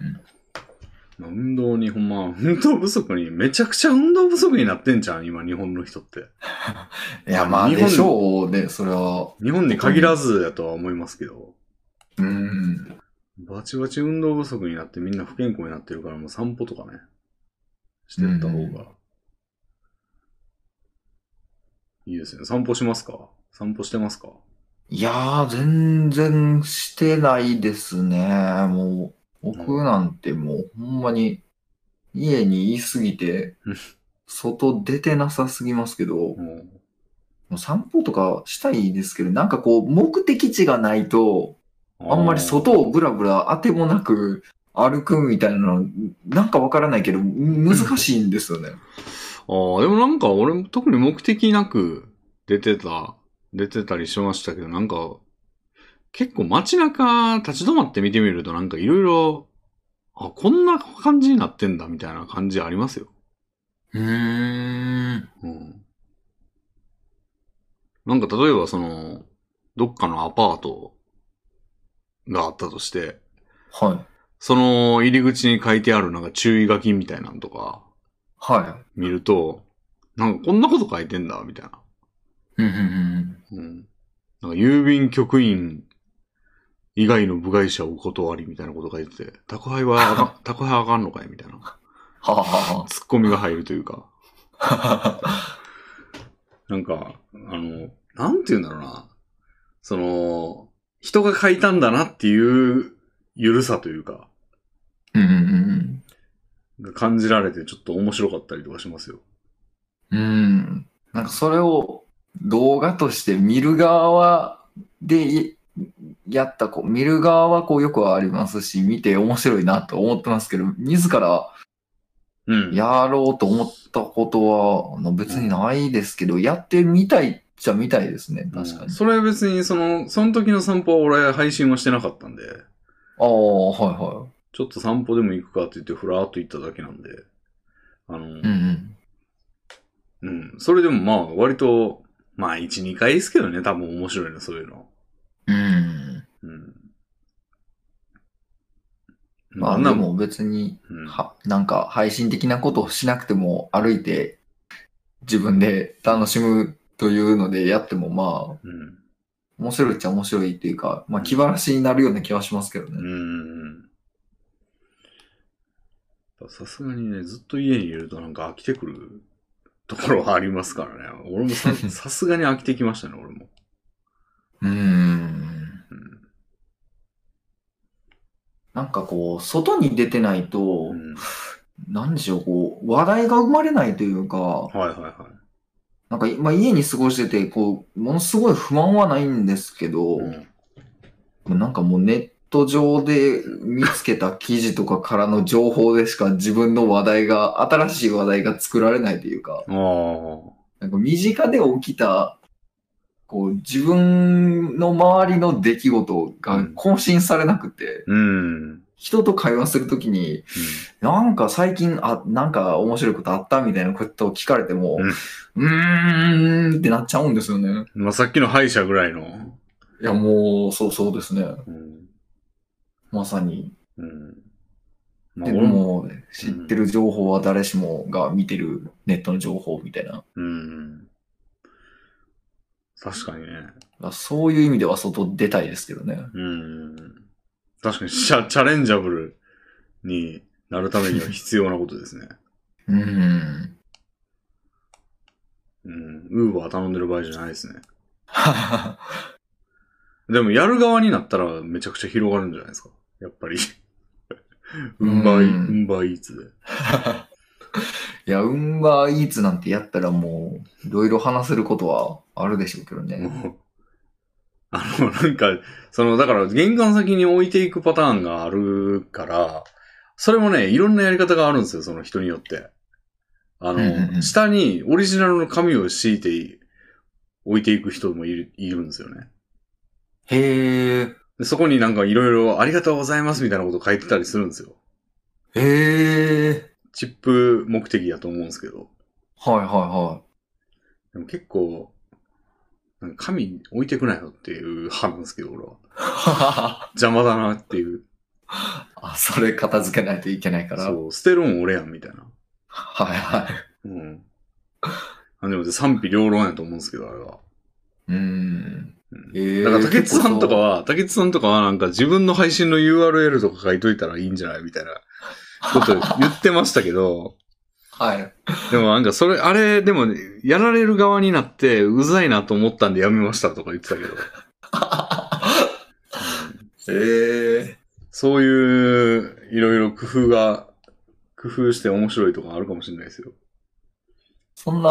S1: まあ運動にほんま、運動不足に、めちゃくちゃ運動不足になってんじゃん、今日本の人って。
S2: いや、まあ、
S1: 日本
S2: でしょうね、それは。
S1: 日本に限らずやとは思いますけど、
S2: うん。
S1: バチバチ運動不足になってみんな不健康になってるからもう散歩とかね、してった方が、いいですよね。散歩しますか散歩してますか
S2: いやー、全然してないですね。もう、僕なんてもう、ほんまに、家にいすぎて
S1: うん、
S2: 外出てなさすぎますけど、も
S1: うん。
S2: う散歩とかしたいですけど、なんかこう、目的地がないと、あんまり外をブラブラ当てもなく歩くみたいなの、なんかわからないけど、難しいんですよね。
S1: あーあー、でもなんか俺も特に目的なく出てた、出てたりしましたけど、なんか、結構街中立ち止まって見てみるとなんかいろいろ、あ、こんな感じになってんだみたいな感じありますよ。
S2: うーん。
S1: うん。なんか例えばその、どっかのアパートがあったとして、
S2: はい。
S1: その入り口に書いてあるなんか注意書きみたいなんとか
S2: は
S1: 見ると、なんかこんなこと書いてんだ、みたいな。
S2: い。うんうんうん。
S1: うん。なんか郵便局員以外の部外者お断りみたいなこと書いてて、宅配はあか ん、宅配はあかんのかいみたいな。
S2: ははは
S1: ツッコミが入るという か。
S2: は。
S1: なんか、あの、なんて言うんだろうな。その、人が書いたんだなっていうゆるさというか、
S2: うんうん
S1: が感じられてちょっと面白かったりとかしますよ。
S2: うん。うん。なんかそれを動画として見る側でいやったこう見る側はこうよくありますし、見て面白いなと思ってますけど、自ら
S1: うん。
S2: やろうと思ったことはあの別にないですけど、やってみたいっちゃみたいですね、確かに。
S1: それは別に、その、その時の散歩は俺配信はしてなかったんで、
S2: ああ、は
S1: ちょっと散歩でも行くかって言って、ふらーっと行っただけなんで、あの、
S2: いはい。うん
S1: うん。それでもまあ、割と、まあ、1、2回ですけどね、多分面白いな、そういうの。
S2: うん。うん。
S1: うん。
S2: まあ
S1: んな
S2: で
S1: ん、
S2: も別に、
S1: うん
S2: は、なんか配信的なことをしなくても歩いて自分で楽しむというのでやってもまあ
S1: うん。
S2: 面白いっちゃ面白いっていうか、まあ気晴らしになるような気はしますけど
S1: う
S2: ね。
S1: ん。さすがにね、ずっと家にいるとなんか飽きてくるところはありますからね。俺も ささすがに飽きてきましたね、俺も。
S2: うーん。なんかこう、外に出てないと
S1: う、ん。
S2: なんでしょう、こう、話題が生まれないというか、
S1: はいはいは
S2: なんか、まあ、家に過ごしてて、こう、ものすごい不満はないんですけど、
S1: い。うん
S2: なんかもうネット上で見つけた記事とかからの情報でしか自分の話題が、新しい話題が作られないというか、
S1: ああ。
S2: なんか身近で起きた、こう自分の周りの出来事
S1: う
S2: が
S1: ん
S2: 更新されなくて、
S1: うん。
S2: 人と会話するときに、なんか最近、あ、なんか面白いことあったみたいなことを聞かれても、うーんってなっちゃうんですよね。
S1: うんまあ、さっきの歯医者ぐらいの。
S2: いや、もう、そうそうですね。
S1: うん。
S2: まさに。
S1: うん。まあ、
S2: で
S1: 俺も。
S2: も、知ってる情報は誰しもが見てるネットの情報みたいな。
S1: うん。確かにね。
S2: まあそういう意味では外出たいですけどね。
S1: うん。確かにチャ、チャレンジャブルになるためには必要なことですね。
S2: うーん。
S1: うん。ウーバー頼んでる場合じゃないですね。でも、やる側になったらめちゃくちゃ広がるんじゃないですか。やっぱり。ウ
S2: うん
S1: ーバーイ、ウーバーイーツで。
S2: いや、ウンバーイーツなんてやったらもう、いろいろ話せることはあるでしょうけどね。
S1: もう あの、なんか、その、だから玄関先に置いていくパターンがあるから、それもね、いろんなやり方があるんですよ、その人によって。あ
S2: うんうんう
S1: の、
S2: ん
S1: 下にオリジナルの紙を敷いて置いていく人もいるいるんですよね。
S2: へえ、
S1: でそこになんかいろいろありがとうございますみたいなこと書いてたりするんですよ。
S2: へえ、
S1: チップ目的だと思うんですけど。
S2: はいはいは
S1: でも結構、なんか紙置いてくなよっていう派なんですけど、俺は。
S2: い。
S1: 邪魔だなっていう。
S2: あ、それ片付けないといけないから。
S1: そう、捨てるん俺やんみたいな。
S2: はいはい。
S1: うん。あでも賛否両論やと思うんですけど、あれは。
S2: うーん。
S1: うん
S2: ええ
S1: だから、竹内さんとかは、竹内さんとかはなんか自分の配信の URL とか書いといたらいいんじゃないみたいなこと言ってましたけど、
S2: はい。
S1: でもなんかそれ、あれ、でも、やられる側になって、うざいなと思ったんでやめましたとか言ってたけど、
S2: ええ
S1: そういう、いろいろ工夫が、工夫して面白いとかあるかもしれないですよ。
S2: そんな、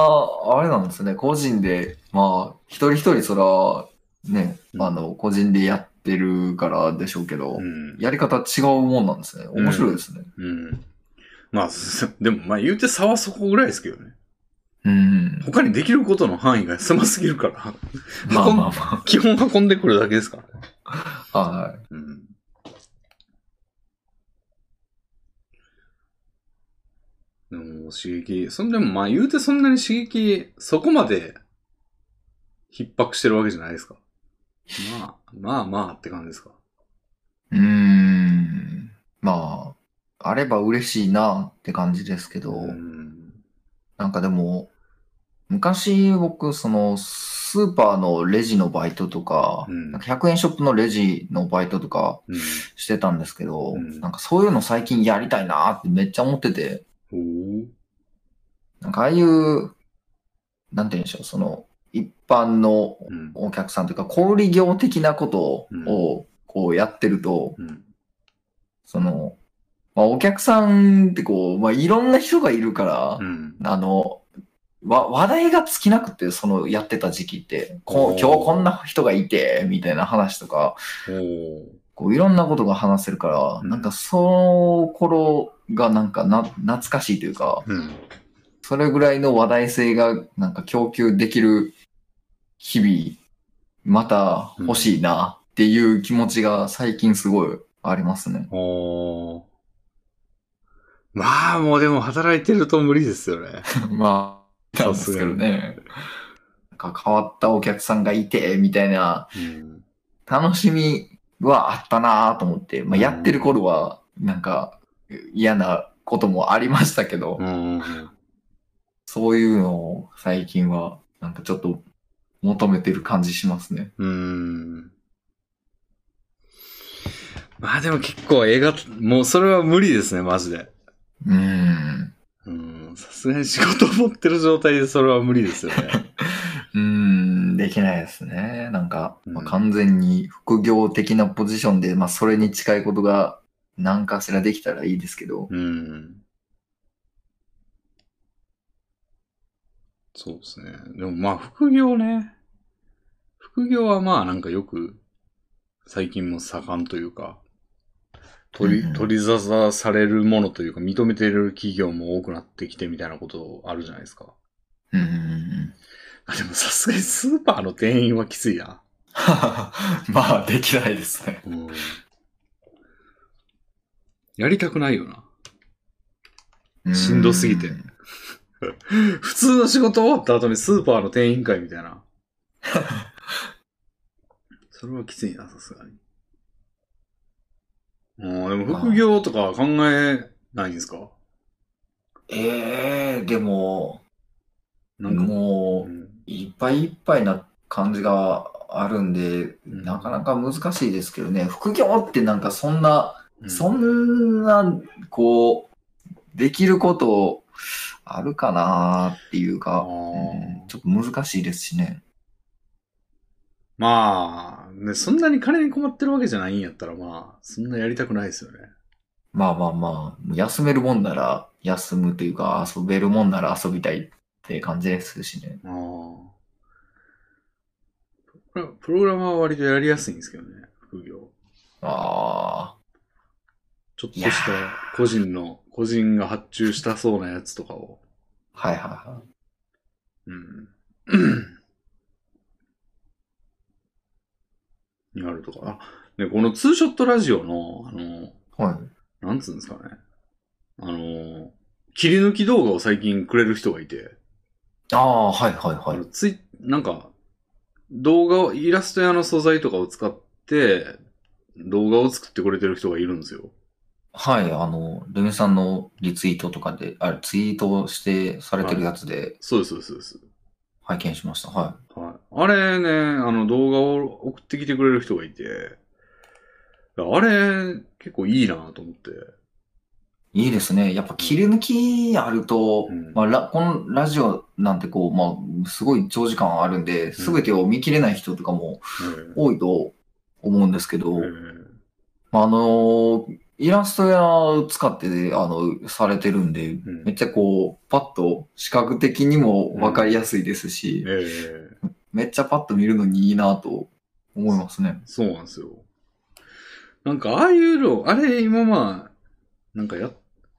S2: あれなんですね。個人で、まあ、一人一人そら、ね、
S1: うん
S2: あの、個人でやってるからでしょうけど、
S1: うん。
S2: やり方違うもんなんですね。面白いですね。
S1: うん。まあ、すでも、まあ言うて差はそこぐらいですけどね。
S2: うん。
S1: 他にできることの範囲が狭すぎるから、
S2: まあまあま
S1: 基本運んでくるだけですからね。
S2: あ。はい。
S1: うん。でも刺激、そんでもまあ言うてそんなに刺激、そこまで逼迫してるわけじゃないですか。まあ、まあまあって感じですか。
S2: うーん。まあ、あれば嬉しいなって感じですけど、
S1: うん。
S2: なんかでも、昔僕、その、スーパーのレジのバイトとか、
S1: うん
S2: なんか100円ショップのレジのバイトとか
S1: うん
S2: してたんですけど、
S1: うん
S2: なんかそういうの最近やりたいなってめっちゃ思ってて、
S1: ほう。
S2: なんかああいう、なんて言うんでしょう、その、一般の
S1: うん。
S2: お客さんというか、小売業的なことを、こうやってると、
S1: うん。
S2: その、まあ、お客さんってこう、まあ、いろんな人がいるから
S1: う、ん。
S2: あの、わ話題が尽きなくて、そのやってた時期って、こ
S1: お
S2: う
S1: ー
S2: 今日こんな人がいて、みたいな話とか、
S1: おー
S2: こういろんなことが話せるから、
S1: うん
S2: なんかその頃がなんかな懐かしいというか、
S1: うん。
S2: それぐらいの話題性がなんか供給できる日々、また欲しいなっていう気持ちが最近すごいありますね。
S1: おーまあ、もうでも働いてると無理ですよね。
S2: まあ、なんですけどね。なんか変わったお客さんがいて、みたいな
S1: うん。
S2: 楽しみはあったなぁと思って、まあ、やってる頃はなんか嫌なこともありましたけど、
S1: うん。うん
S2: そういうのを最近はなんかちょっと求めてる感じしますね。
S1: うん。まあでも結構映画、もうそれは無理ですね、マジで。
S2: うーん。
S1: うん。さすがに仕事を持ってる状態でそれは無理ですよね。
S2: うーん、できないですね。なんか、
S1: うん
S2: まあ完全に副業的なポジションで、まあ、それに近いことが何かしらできたらいいですけど。
S1: うん。そうですね。でもまあ副業ね。副業はまあなんかよく最近も盛んというか、取
S2: うんう
S1: り、
S2: ん
S1: 取り沙汰されるものというか認めている企業も多くなってきてみたいなことあるじゃないですか。
S2: うーん。
S1: あでもさすがにスーパーの店員はきついな。
S2: まあ、できないですね。
S1: うん。やりたくないよな。しんどすぎて
S2: うーん。
S1: 普通の仕事終わった後にスーパーの店員会みたい な。それはきついな、さすがに。うん、でも副業とか考えないんですか
S2: ええでも、
S1: なんかも
S2: も
S1: う
S2: う、
S1: ん、
S2: いっぱいいっぱいな感じがあるんで、
S1: うん
S2: なかなか難しいですけどね。副業ってなんかそんな、
S1: うん
S2: そんな、こう、できることあるかなっていう
S1: あー
S2: か、うんちょっと難しいですしね。
S1: まあ、ね、そんなに金に困ってるわけじゃないんやったら、まあ、そんなやりたくないですよね。
S2: まあまあまあ、休めるもんなら休むというか、遊べるもんなら遊びたいって感じですしね。
S1: ああ。プロプログラマーは割とやりやすいんですけどね、副業。
S2: あ
S1: ちょっとした個人の、個人が発注したそうなやつとかを。
S2: あ、はいはいはい。
S1: うん。やるとか。あ、ね、このツーショットラジオの、あの、
S2: はい。
S1: なんつうんですかね。あの、切り抜き動画を最近くれる人がいて、
S2: ああ、はいはいは
S1: あの
S2: い。
S1: ツイなんか、動画を、イラスト屋の素材とかを使って、動画を作ってくれてる人がいるんですよ。
S2: はい、あの、ルミさんのリツイートとかで、あれ、ツイートしてされてるやつで
S1: そうです、そうです、そうです。
S2: 拝見しました。は
S1: はい。あれね、あの動画を送ってきてくれる人がいて、あれ、結構いいなと思って。
S2: い。いいですね。やっぱ切り抜きあると、
S1: うん
S2: まあ、ラこのラジオなんてこう、まあ、すごい長時間あるんで、すべてを見切れない人とかも多いと思うんですけど、
S1: ええ
S2: まあ、あの、イラストやを使って、あの、されてるんで、
S1: うん
S2: めっちゃこう、パッと視覚的にもわかりやすいですし、
S1: ええ
S2: めっちゃパッと見るのにいいなと思いますね。
S1: そうなんですよ。なんか、ああいうの、あれ、今まあ、なんかや、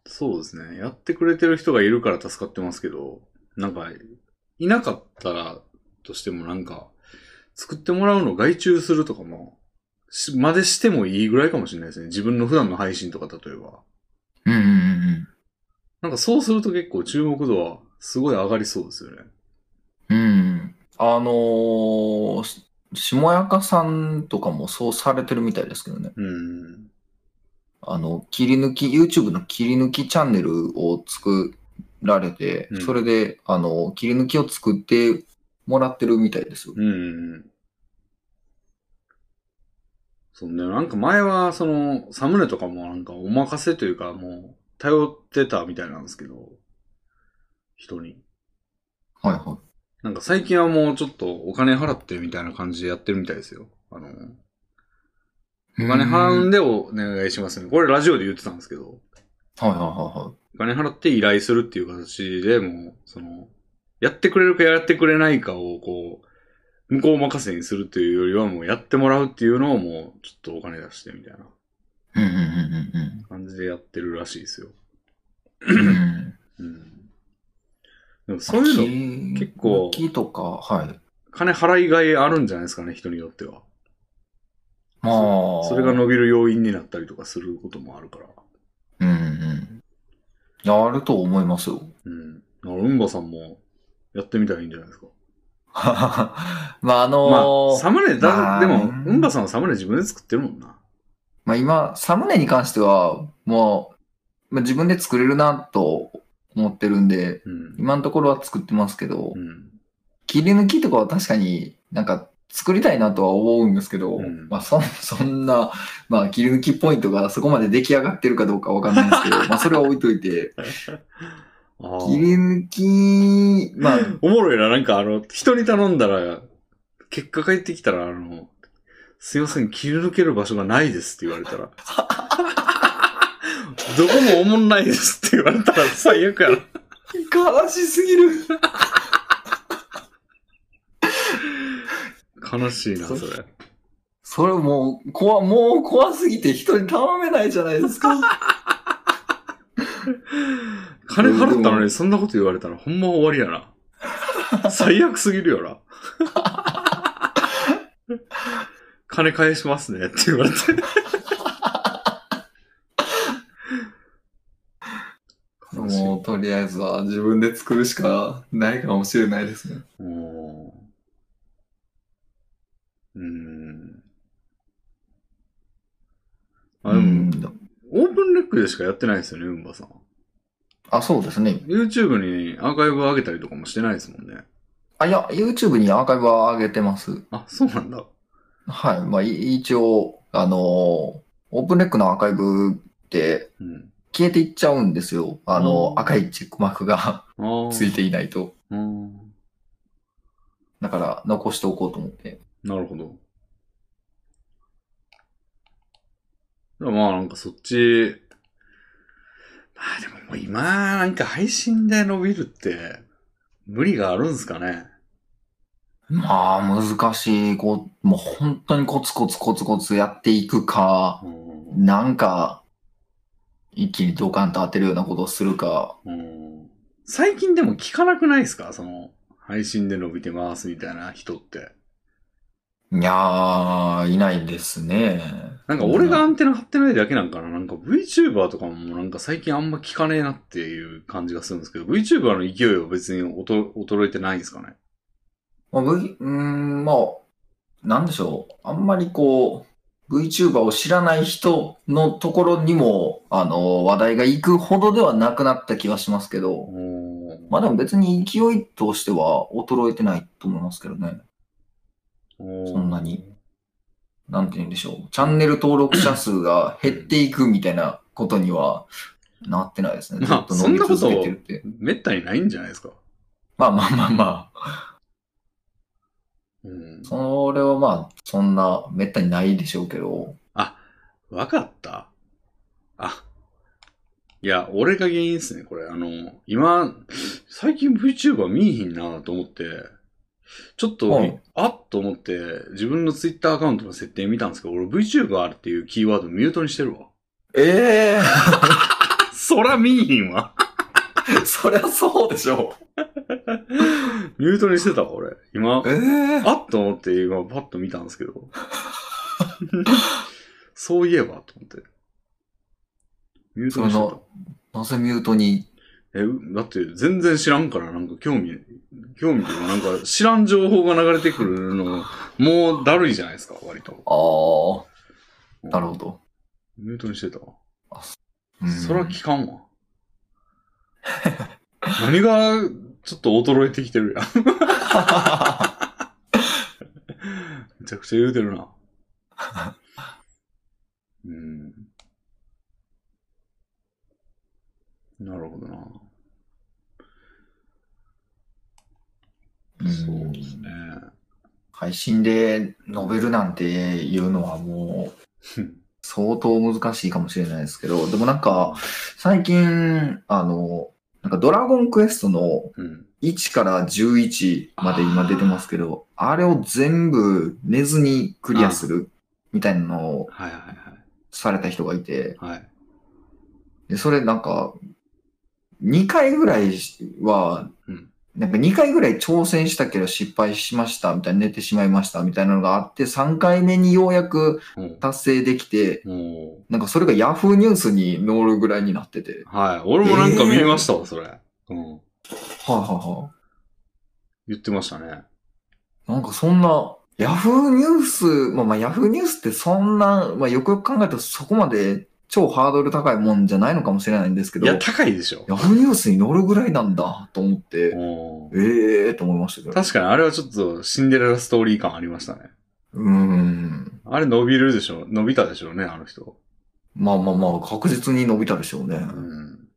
S1: そうですね。やってくれてる人がいるから助かってますけど、なんか、いなかったら、としてもなんか、作ってもらうのを外注するとかも、しまでしてもいいぐらいかもしれないですね。自分の普段の配信とか、例えば。
S2: うんうんうん
S1: なんかそうすると結構注目度はすごい上がりそうですよね。
S2: うん。うん。あのーし下やかさんとかもそうされてるみたいですけどね。
S1: うん。
S2: あの、切り抜き、YouTube の切り抜きチャンネルを作られて、
S1: うん
S2: それで、あの、切り抜きを作ってもらってるみたいですよ。
S1: うん。そんで、なんか前はそのサムネとかもなんかお任せというかもう頼ってたみたいなんですけど、人に。
S2: はいは
S1: なんか最近はもうちょっとお金払ってみたいな感じでやってるみたいですよ。あの、
S2: い。
S1: お金払うん
S2: で。
S1: でお願いしますね。これラジオで言ってたんですけど。
S2: はいはいはいはい。
S1: お金払って依頼するっていう形でもう、その、やってくれるかやってくれないかを、こう、向こう任せにするというよりは、もうやってもらうっていうのをもう、ちょっとお金出してみたいな
S2: うんうんうん
S1: 感じでやってるらしいですよ。
S2: うんうんうん。
S1: うん。でもそういうの、
S2: の
S1: 結構
S2: 木とか、はい。
S1: 金払いがいあるんじゃないですかね、人によっては。
S2: まあ。
S1: それが伸びる要因になったりとかすることもあるから。
S2: うんうん。いやあると思いますよ。
S1: うん。だから、うんばさんも、やってみたらいいんじゃないですか。
S2: まあ、あ
S1: ま
S2: の
S1: あ、サムネだ、
S2: まあ
S1: でも、うんばさんはサムネ自分で作ってるもんな。
S2: まあ今、サムネに関しては、もう、まあ、自分で作れるなと思ってるんで、
S1: うん。
S2: 今のところは作ってますけど
S1: う、ん。
S2: 切り抜きとかは確かになんか作りたいなとは思うんですけど、
S1: うん
S2: まあそそん な、まあ切り抜きポイントがそこまで出来上がってるかどうかわかんないです けど、まあそれは置いといて、
S1: ああ。
S2: 切り抜き、まあ、
S1: おもろいな、なんかあの、人に頼んだら、結果返ってきたら、あの、すいません、切り抜ける場所がないですって言われたら。どこもおもんないですって言われたら最悪やな。
S2: 悲しすぎる。
S1: 悲しいな、それ。
S2: それもう、怖、もう怖すぎて人に頼めないじゃないです か。
S1: 金払ったのにそんなこと言われたらほんま終わりやな。最悪すぎるよな。金返しますねって言われて。悲しい
S2: もう、とりあえずは自分で作るしかないかもしれないですね。
S1: おーうーん。あ、でも、
S2: うん。
S1: オープンレックでしかやってないですよね、うんばさん。
S2: あ、そうですね。
S1: YouTube にアーカイブ上げたりとかもしてないですもんね。
S2: あ、いや、YouTube にアーカイブは上げてます。
S1: あ、そうなんだ。
S2: はい。まあ、い一応、あのーオープンレックのアーカイブって
S1: うん。
S2: 消えていっちゃうんですよ。あのー
S1: うん
S2: 赤いチェックマークが
S1: あー
S2: ついていないと。
S1: あー
S2: だから、残しておこうと思って。
S1: なるほど。でもまあなんかそっち、まあでももう今なんか配信で伸びるって無理があるんすかね。
S2: まあ、難しい。こう、もう本当にコツコツコツコツやっていくか、
S1: うん
S2: なんか、一気にドカンと当てるようなことをするか、
S1: うん最近でも聞かなくないですかその配信で伸びてますみたいな人って。
S2: いやー、いないですね。
S1: なんか俺がアンテナ張ってないだけなんかななんか VTuber とかもなんか最近あんま聞かねえなっていう感じがするんですけど、VTuber の勢いは別に衰衰えてないんですかね
S2: まあ、v、うーん、まあ、なんでしょう。あんまりこう、VTuber を知らない人のところにも、あの、話題が行くほどではなくなった気はしますけど、
S1: おー
S2: まあでも別に勢いとしては衰えてないと思いますけどね。
S1: そ
S2: そんなに。なんて言うんでしょう。チャンネル登録者数が減っていくみたいなことにはなってないですね。
S1: まあ
S2: ずっと伸び続けてるって。
S1: めったにないんじゃないですか。
S2: まあまあまあまあ。
S1: うん。
S2: それはまあ、そんな、めったにないでしょうけど。
S1: あ、わかった。あ。いや、俺が原因ですね、これ。あの、今、最近 VTuber 見えひんなと思って、ちょっと、
S2: はい
S1: あっと思って、自分の Twitter アカウントの設定見たんですけど、俺 VTuber っていうキーワードミュートにしてるわ。
S2: ええ
S1: そら見えひんわ。
S2: そりゃそうでしょ
S1: ミュートにしてたわ、俺。今
S2: う。、ええ
S1: あっと思って今パッと見たんですけど。 そういえばと思って。ミュートにしてた
S2: そ。なぜミュートに。
S1: え、うだって全然知らんからなんか興味、興味というかなんか知らん情報が流れてくるの、もうだるいじゃないですか、割と。
S2: ああ、なるほ
S1: ど。
S2: ど。
S1: ミュートにしてたわ。
S2: うん
S1: そら聞かんわ。 何がちょっと衰えてきてるやん。めちゃくちゃ言うてるな。うん。なるほどな。
S2: うん
S1: そうですね。
S2: 配信で述べるなんていうのはもう、相当難しいかもしれないですけど、でもなんか、最近、あの、なんかドラゴンクエストの
S1: うん。
S2: 1から11まで今出てますけど、あれを全部寝ずにクリアするみたいなのを
S1: はいはい
S2: された人がいて、
S1: はい。はい。
S2: で、それなんか、2回ぐらいは
S1: うん、
S2: なんか2回ぐらい挑戦したけど失敗しましたみたいな、寝てしまいましたみたいなのがあって、3回目にようやく
S1: お
S2: 達成できて、
S1: うおう
S2: なんかそれがヤフーニュースに載るぐらいになってて、
S1: はい。俺もなんか見ましたわ、それ。うん。
S2: はいはいはい。
S1: 言ってましたね。
S2: なんかそんな、ヤフーニュース、まあまあヤフーニュースってそんな、まあよくよく考えるとそこまで超ハードル高いもんじゃないのかもしれないんですけ
S1: い
S2: ど、
S1: や、
S2: ヤ
S1: 高いでしょ。
S2: フーニュースに載るぐらいなんだと思って、
S1: おう
S2: ええーと思いましたけど。
S1: 確かにあれはちょっとシンデレラストーリー感ありましたね。
S2: うーん。
S1: あれ伸びるでしょ伸びたでしょうね、あの人。
S2: まあまあまあ確実に伸びたでしょうね
S1: う。ん。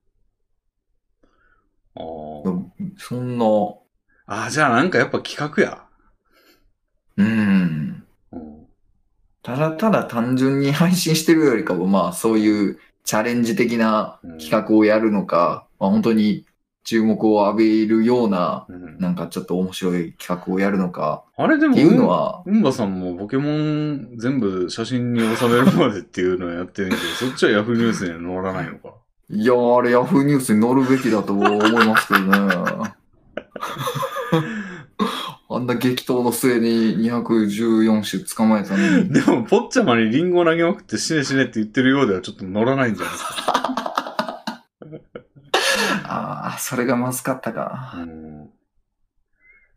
S1: あ
S2: う
S1: ー
S2: んそんな、
S1: あー。じゃあなんかやっぱ企画や。
S2: うん。
S1: うん。
S2: ただただ単純に配信してるよりかは、まあそういうチャレンジ的な
S1: うん
S2: 企画をやるのか、まあ本当に注目を浴びるような
S1: うん
S2: なんかちょっと面白い企画をやるのか
S1: あれでも、
S2: っていうのは、
S1: うんばさんもポケモン全部写真に収めるまでっていうのをやってるけど、そっちはヤフーニュースには載らないのか。
S2: いやーあれヤフーニュースに載るべきだと思いますけどね。あんな激闘の末に214種捕まえたのに。
S1: でも、ポッチャマにリンゴ投げまくって死ね死ねって言ってるようではちょっと乗らないんじゃないですか。
S2: ああ、それがまずかったか。
S1: うん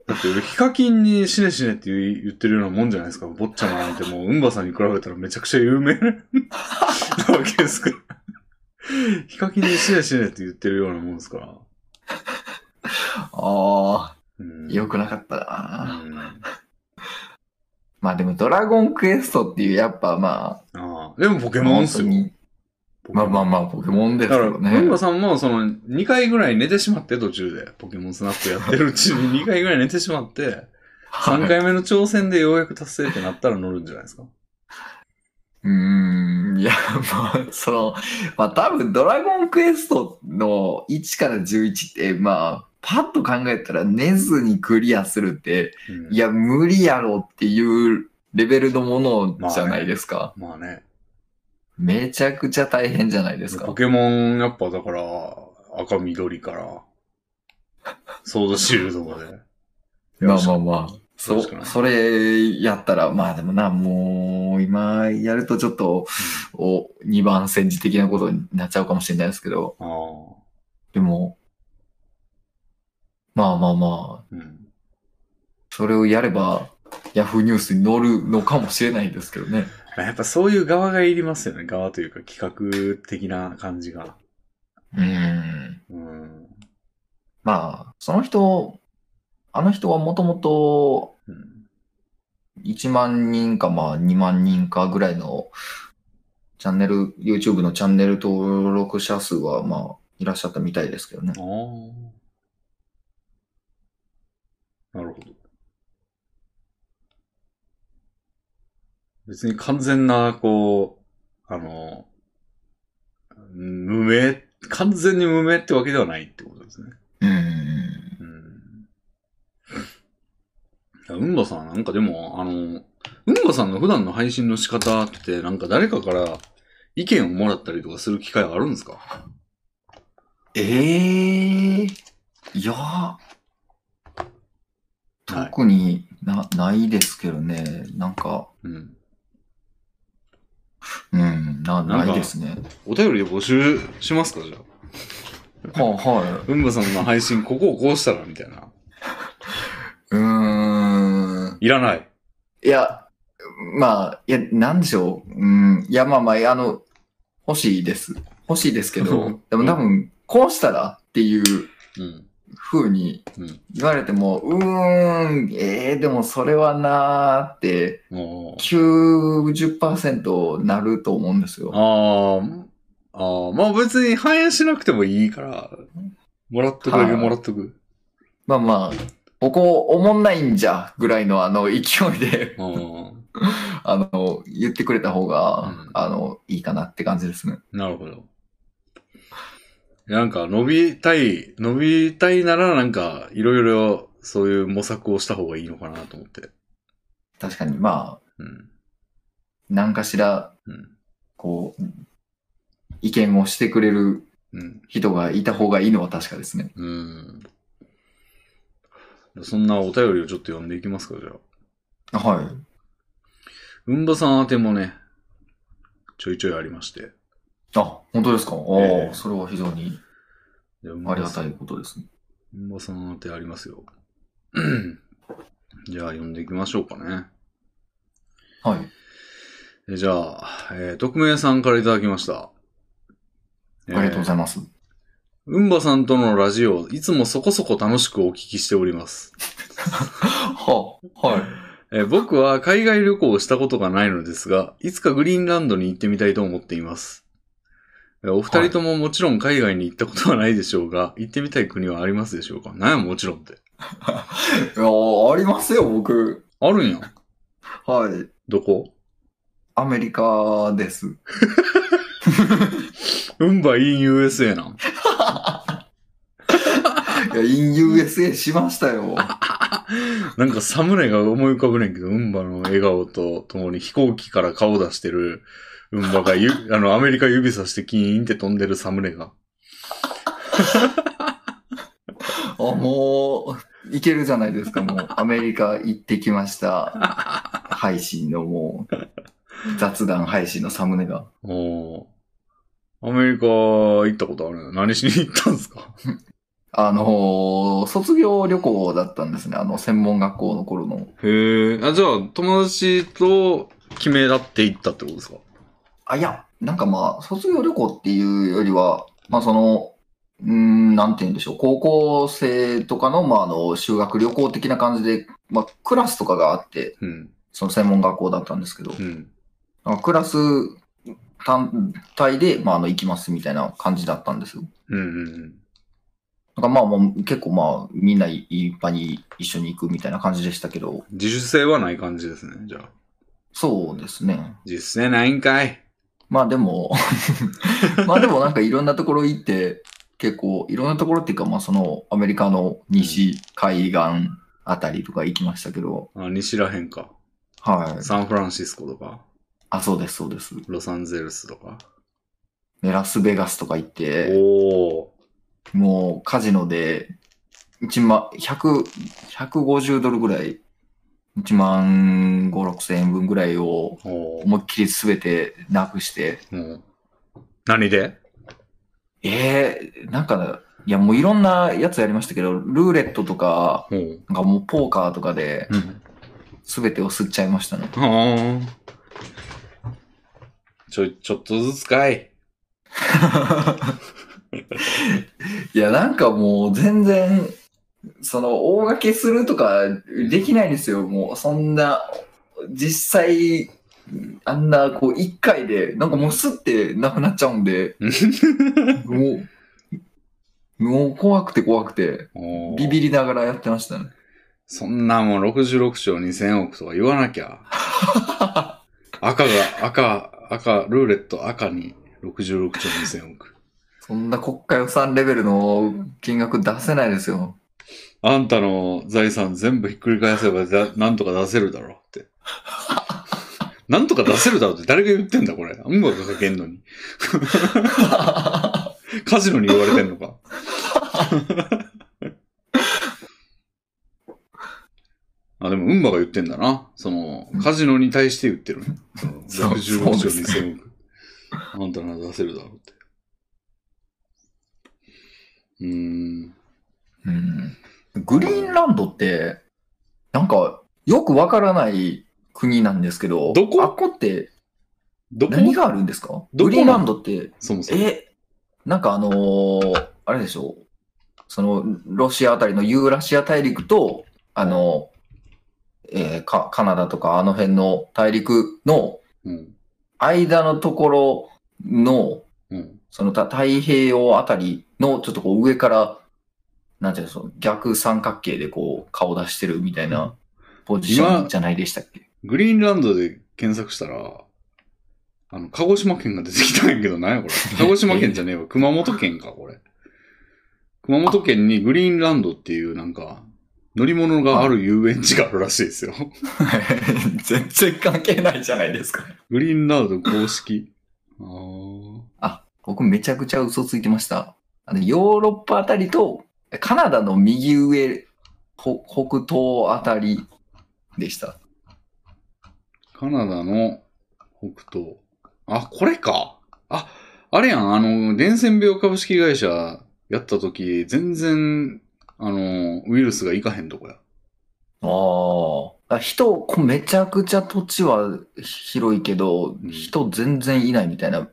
S1: だって、ヒカキンに死ね死ねって言言ってるようなもんじゃないですか。ボッチャマなんてもう、うんばさんに比べたらめちゃくちゃ有名ななわけですから。ヒカキンに死ね死ねって言ってるようなもんですから。
S2: ああ、
S1: うん
S2: 良くなかったな。
S1: うんあ
S2: まあでもドラゴンクエストっていうやっぱま
S1: あでもポケ
S2: あ、
S1: モンっすよ。
S2: 本当にまあまあまあポケモンですけ
S1: だから、
S2: ど
S1: 文
S2: ね
S1: 馬。さんもその2回ぐらい寝てしまって途中で、ポケモンスナップやってるうちに2回ぐらい寝てしまって、3
S2: はい
S1: 回目の挑戦でようやく達成ってなったら乗るんじゃないですか。
S2: うーん、いや、まあ、その、まあ多分ドラゴンクエストの1から11って、まあ、パッと考えたら寝ずにクリアするって、
S1: うん
S2: い、や、無理やろっていうレベルのものじゃないですか。
S1: まあね。
S2: めちゃくちゃ大変じゃないです
S1: ポ
S2: か。
S1: ケモンやっぱだから、赤緑から、ソードシールドまで。
S2: まあまあまあ。そ
S1: よろしくな
S2: それやったら、まあでもな、もう今やるとちょっと、お2番戦時的なことになっちゃうかもしれないですけど、
S1: ああ。
S2: でも、まあまあま
S1: う
S2: あ、
S1: ん。
S2: それをやれば、ヤフーニュースに載るのかもしれないですけどね。
S1: やっぱそういう側がいりますよね。側というか企画的な感じが。
S2: うん。
S1: うん。
S2: まあ、その人、あの人はもともと
S1: うん。
S2: 1万人かまあ2万人かぐらいのチャンネル、YouTube のチャンネル登録者数はまあいらっしゃったみたいですけどね
S1: あ。あ。なるほど。別に完全な、こう、あの、うん無名、完全に無名ってわけではないってことですね。
S2: うん。
S1: うん。いや、うんばさん、なんかでも、あの、うんばさんの普段の配信の仕方って、なんか誰かから意見をもらったりとかする機会あるんですか
S2: ええいや、
S1: はい
S2: 特にな、ないですけどね。なんか、
S1: うん。
S2: うん、な、
S1: なんか
S2: ないですね。
S1: お便りで募集しますかじゃあ。
S2: はあ、はい。
S1: うんばさんの配信、ここをこうしたら、みたいな。
S2: うーん。
S1: いらない。
S2: いや、まあ、いや、なんでしょう。うん。いや、まあまあ、あの、欲しいです。欲しいですけ
S1: うん
S2: ど、でも多分、こうしたらっていう
S1: うん。
S2: 風に
S1: うん
S2: 言われても、うーん、ええでもそれはなーって、
S1: もう
S2: 90%なると思うんですよ。
S1: あーあー、まあ別に反映しなくてもいいから、もらっとくだけ
S2: はい
S1: もらっとく。
S2: まあまあ、ここ、おもんないんじゃ、ぐらいのあの、勢いで、
S1: うん
S2: あの、言ってくれた方が、
S1: うん
S2: あの、いいかなって感じですね。
S1: なるほど。なんか伸びたい、伸びたいならなんかいろいろそういう模索をした方がいいのかなと思って。
S2: 確かに、まあ、
S1: うん。
S2: 何かしら、
S1: うん。
S2: こう、意見をしてくれる
S1: うん。
S2: 人がいた方がいいのは確かですね。
S1: うん。そんなお便りをちょっと読んでいきますか、じゃあ。
S2: は
S1: うんばさん宛てもね、ちょいちょいありまして。
S2: い。あ、本当ですかああ、
S1: ええ
S2: それは非常に
S1: でうん
S2: あり
S1: ば
S2: が
S1: さ
S2: た
S1: ん
S2: いことですね。
S1: うんばさん宛てありますよ。 じゃあ読んでいきましょうかね。
S2: はい。
S1: えじゃあ、えー、匿名さんからいただきました。
S2: ありがとうございます。
S1: うんばさんとのラジオ、いつもそこそこ楽しくお聞きしております。
S2: は、はい。
S1: えー僕は海外旅行をしたことがないのですが、いつかグリーンランドに行ってみたいと思っています。えーお二人とももちろん海外に行ったことはないでしょうが、行ってみたい国はありますでしょうかなんやもちろんって。
S2: いやーありますよ、僕。
S1: あるんや。
S2: はい。
S1: どこ
S2: アメリカです。
S1: うんばいい USA なん。
S2: いや、イン USA しましたよ。
S1: なんかサムネが思い浮かぶねんけど、ウンバの笑顔と共に飛行機から顔出してるウンバが ゆ、あの、アメリカ指さしてキーンって飛んでるサムネが。
S2: あ、もう、いけるじゃないですか、もう。アメリカ行ってきました。配信のもう、雑談配信のサムネが。
S1: おーアメリカ行ったことあるの何しに行ったんすか
S2: あのー卒業旅行だったんですね。あの、専門学校の頃の。
S1: へえ。あ、じゃあ、友達と決めだって行ったってことですか
S2: あ、いや、なんかまあ、卒業旅行っていうよりは、まあその、うーん、なんて言うんでしょう。高校生とかの、まああの、修学旅行的な感じで、まあクラスとかがあって、
S1: うん。
S2: その専門学校だったんですけど、
S1: うん。
S2: なんかクラス単体で、まああの、行きますみたいな感じだったんですよ。
S1: うんうん
S2: なんかまあもう結構まあ、みんないいっぱいに一緒に行くみたいな感じでしたけど、
S1: 自主性はない感じですね、じゃあ。
S2: そうですね。
S1: 自主性ないんかい。
S2: まあでも、 まあでもなんかいろんなところ行って、結構いろんなところっていうか、まあそのアメリカの西海岸あたりとか行きましたけど、
S1: あ、西らへんか。
S2: はい。
S1: サンフランシスコとか、
S2: あ、そうです、そうです。
S1: ロサンゼルスとか。
S2: ねラスベガスとか行って、
S1: おー。
S2: もうカジノで1万、100、150ドルぐらい、1万5、6千円分ぐらいを
S1: おー
S2: 思いっきり全てなくして、
S1: もう。何で
S2: ええなんか、いやもういろんなやつやりましたけど、ルーレットとか、
S1: ほう。
S2: なんかもうポーカーとかで
S1: うん。
S2: 全てを吸っちゃいましたね。
S1: はあ。ちょ、ちょっとずつかい。
S2: いや、なんかもう全然、その大掛けするとかできないですよ。もうそんな、実際、あんなこう一回で、なんかもう吸ってなくなっちゃうんで、もう、もう怖くて怖くて、
S1: おー
S2: ビビりながらやってましたね。
S1: そんなもん66兆2000億とか言わなきゃ。赤が、赤、赤、ルーレット赤に66兆2000億。
S2: そんな国家予算レベルの金額出せないですよ。
S1: あんたの財産全部ひっくり返せばだ、なんとか出せるだろう って。なんとか出せるだろうって誰が言ってんだこれ。音楽かけんの に。カジノに言われてんの か。あ、でも、ウンバが言ってんだな。その、カジノに対して言ってるね。その
S2: そう
S1: 65兆
S2: そうで
S1: 2000億。あんたなら出せるだろうって。うーん。
S2: うんグリーンランドって、なんか、よくわからない国なんですけど、
S1: どこ
S2: あっこって
S1: どこ
S2: 何があるんですか
S1: どこなの
S2: グリーンランドって、
S1: そもそも。
S2: え、なんかあのーあれでしょう、その、ロシアあたりのユーラシア大陸と、あの、えーか、カナダとかあの辺の大陸の
S1: うん。
S2: 間のところの、
S1: うん。
S2: そのた太平洋あたりのちょっとこう上から、なんていうの、その逆三角形でこう顔出してるみたいなポジションじゃないでしたっけ
S1: グリーンランドで検索したら、あの、鹿児島県が出てきたんやけど、なんやこれ。鹿児島県じゃねえわ。熊本県か、これ。熊本県にグリーンランドっていうなんか、乗り物がある遊園地があるらしいですよ。
S2: 全然関係ないじゃないですか。
S1: グリーンランド公式。あー
S2: あ、僕めちゃくちゃ嘘ついてました。あのヨーロッパあたりと、カナダの右上、ほ北東あたりでした。
S1: カナダの北東。あ、これか。あ、あれやん、あの、伝染病株式会社やった時、全然、あの、ウイルスがいかへんとこや。
S2: ああ。人、こめちゃくちゃ土地は広いけど、
S1: うん
S2: 人全然いないみたいな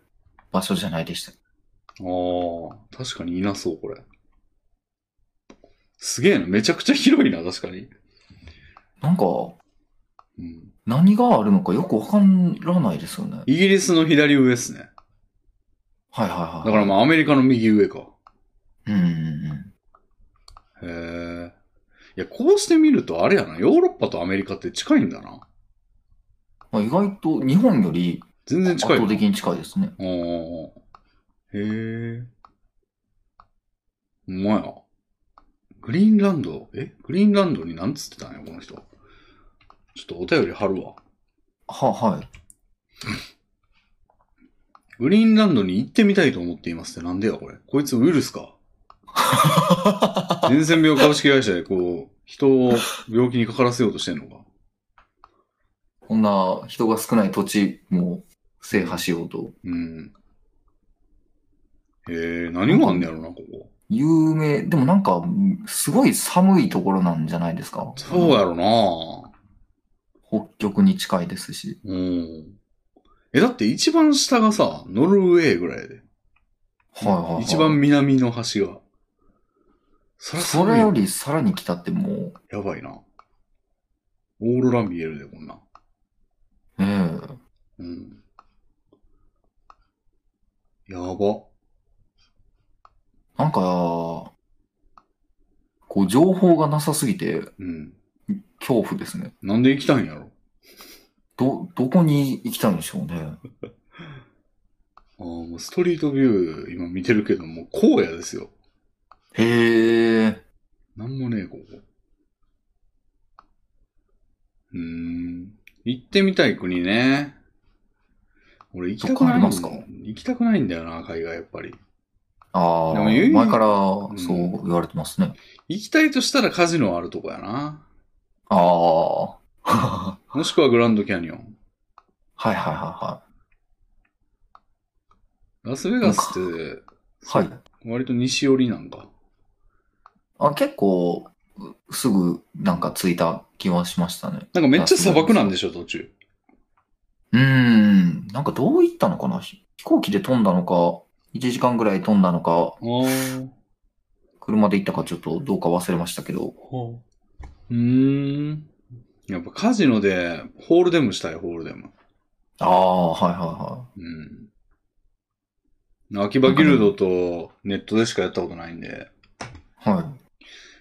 S2: 場所じゃないでした。
S1: ああ、確かにいなそう、これ。すげえな、めちゃくちゃ広いな、確かに。
S2: なんか、
S1: うん、
S2: 何があるのかよくわからないですよね。
S1: イギリスの左上っすね。
S2: はいはい
S1: だ
S2: は
S1: か
S2: い。
S1: らまあ、アメリカの右上か。
S2: うんうんうん。
S1: へえ。いや、こうしてみると、あれやな、ヨーロッパとアメリカって近いんだな。
S2: まあ、意外と日本より
S1: 全然
S2: 圧
S1: 近いな。
S2: 倒的に近いですね。
S1: おー。へえ。ほんまや。グリーンランド、えグリーンランドになんつってたんや、この人。ちょっとお便り貼るわ。
S2: は、はい。
S1: グリーンランドに行ってみたいと思っていますってなんでや、これ。こいつウイルス か。伝染病株式会社でこう、人を病気にかからせようとしてんのか。
S2: こんな人が少ない土地も制覇しようと。
S1: うん。へえ、何があんねやろな、ここ。
S2: 有名、でもなんか、すごい寒いところなんじゃないですか。
S1: そうやろな
S2: 北極に近いですし。
S1: うん。え、だって一番下がさ、ノルウェーぐらいやで。
S2: はいはい、はい。
S1: 一番南の端が。そら
S2: そ
S1: 寒
S2: れ
S1: い
S2: よ
S1: よ。
S2: りさらに北ってもう、
S1: やばいな。オーロラ見えるで、こんなん。
S2: ねえ。
S1: うん。やば。
S2: なんか、こう情報がなさすぎて
S1: うん。
S2: 恐怖ですね。
S1: なんで行きたいんやろ。
S2: ど、どこに行きたいんでしょうね。
S1: ああ、もうストリートビュー今見てるけど、もう荒野ですよ。
S2: へえ。
S1: なんもねえ、ここ。うーん。行ってみたい国ね。俺行きたくないん
S2: どっかありますか
S1: 行きたくないんだよな、海外やっぱり。
S2: ああ、
S1: でもゆい
S2: 前から
S1: ん
S2: そう言われてますね。
S1: 行きたいとしたらカジノあるとこやな。
S2: ああ。
S1: もしくはグランドキャニオン。
S2: はいはいは
S1: ラスベガスって、
S2: いはい。はい。
S1: 割と西寄りなんか。
S2: あ結構、うすぐなんか着いた気はしましたね。
S1: なんかめっちゃ砂漠なんでしょ、途中。
S2: うーん。なんかどういったのかなひ飛行機で飛んだのか、1時間ぐらい飛んだのか、
S1: あー
S2: 車で行ったかちょっとどうか忘れましたけど。
S1: はあ。うーん。やっぱカジノで、ホールデムしたい、ホールデム。
S2: ああ、はいは
S1: うん。秋葉ギルドとネットでしかやったことないんで、
S2: いはい。は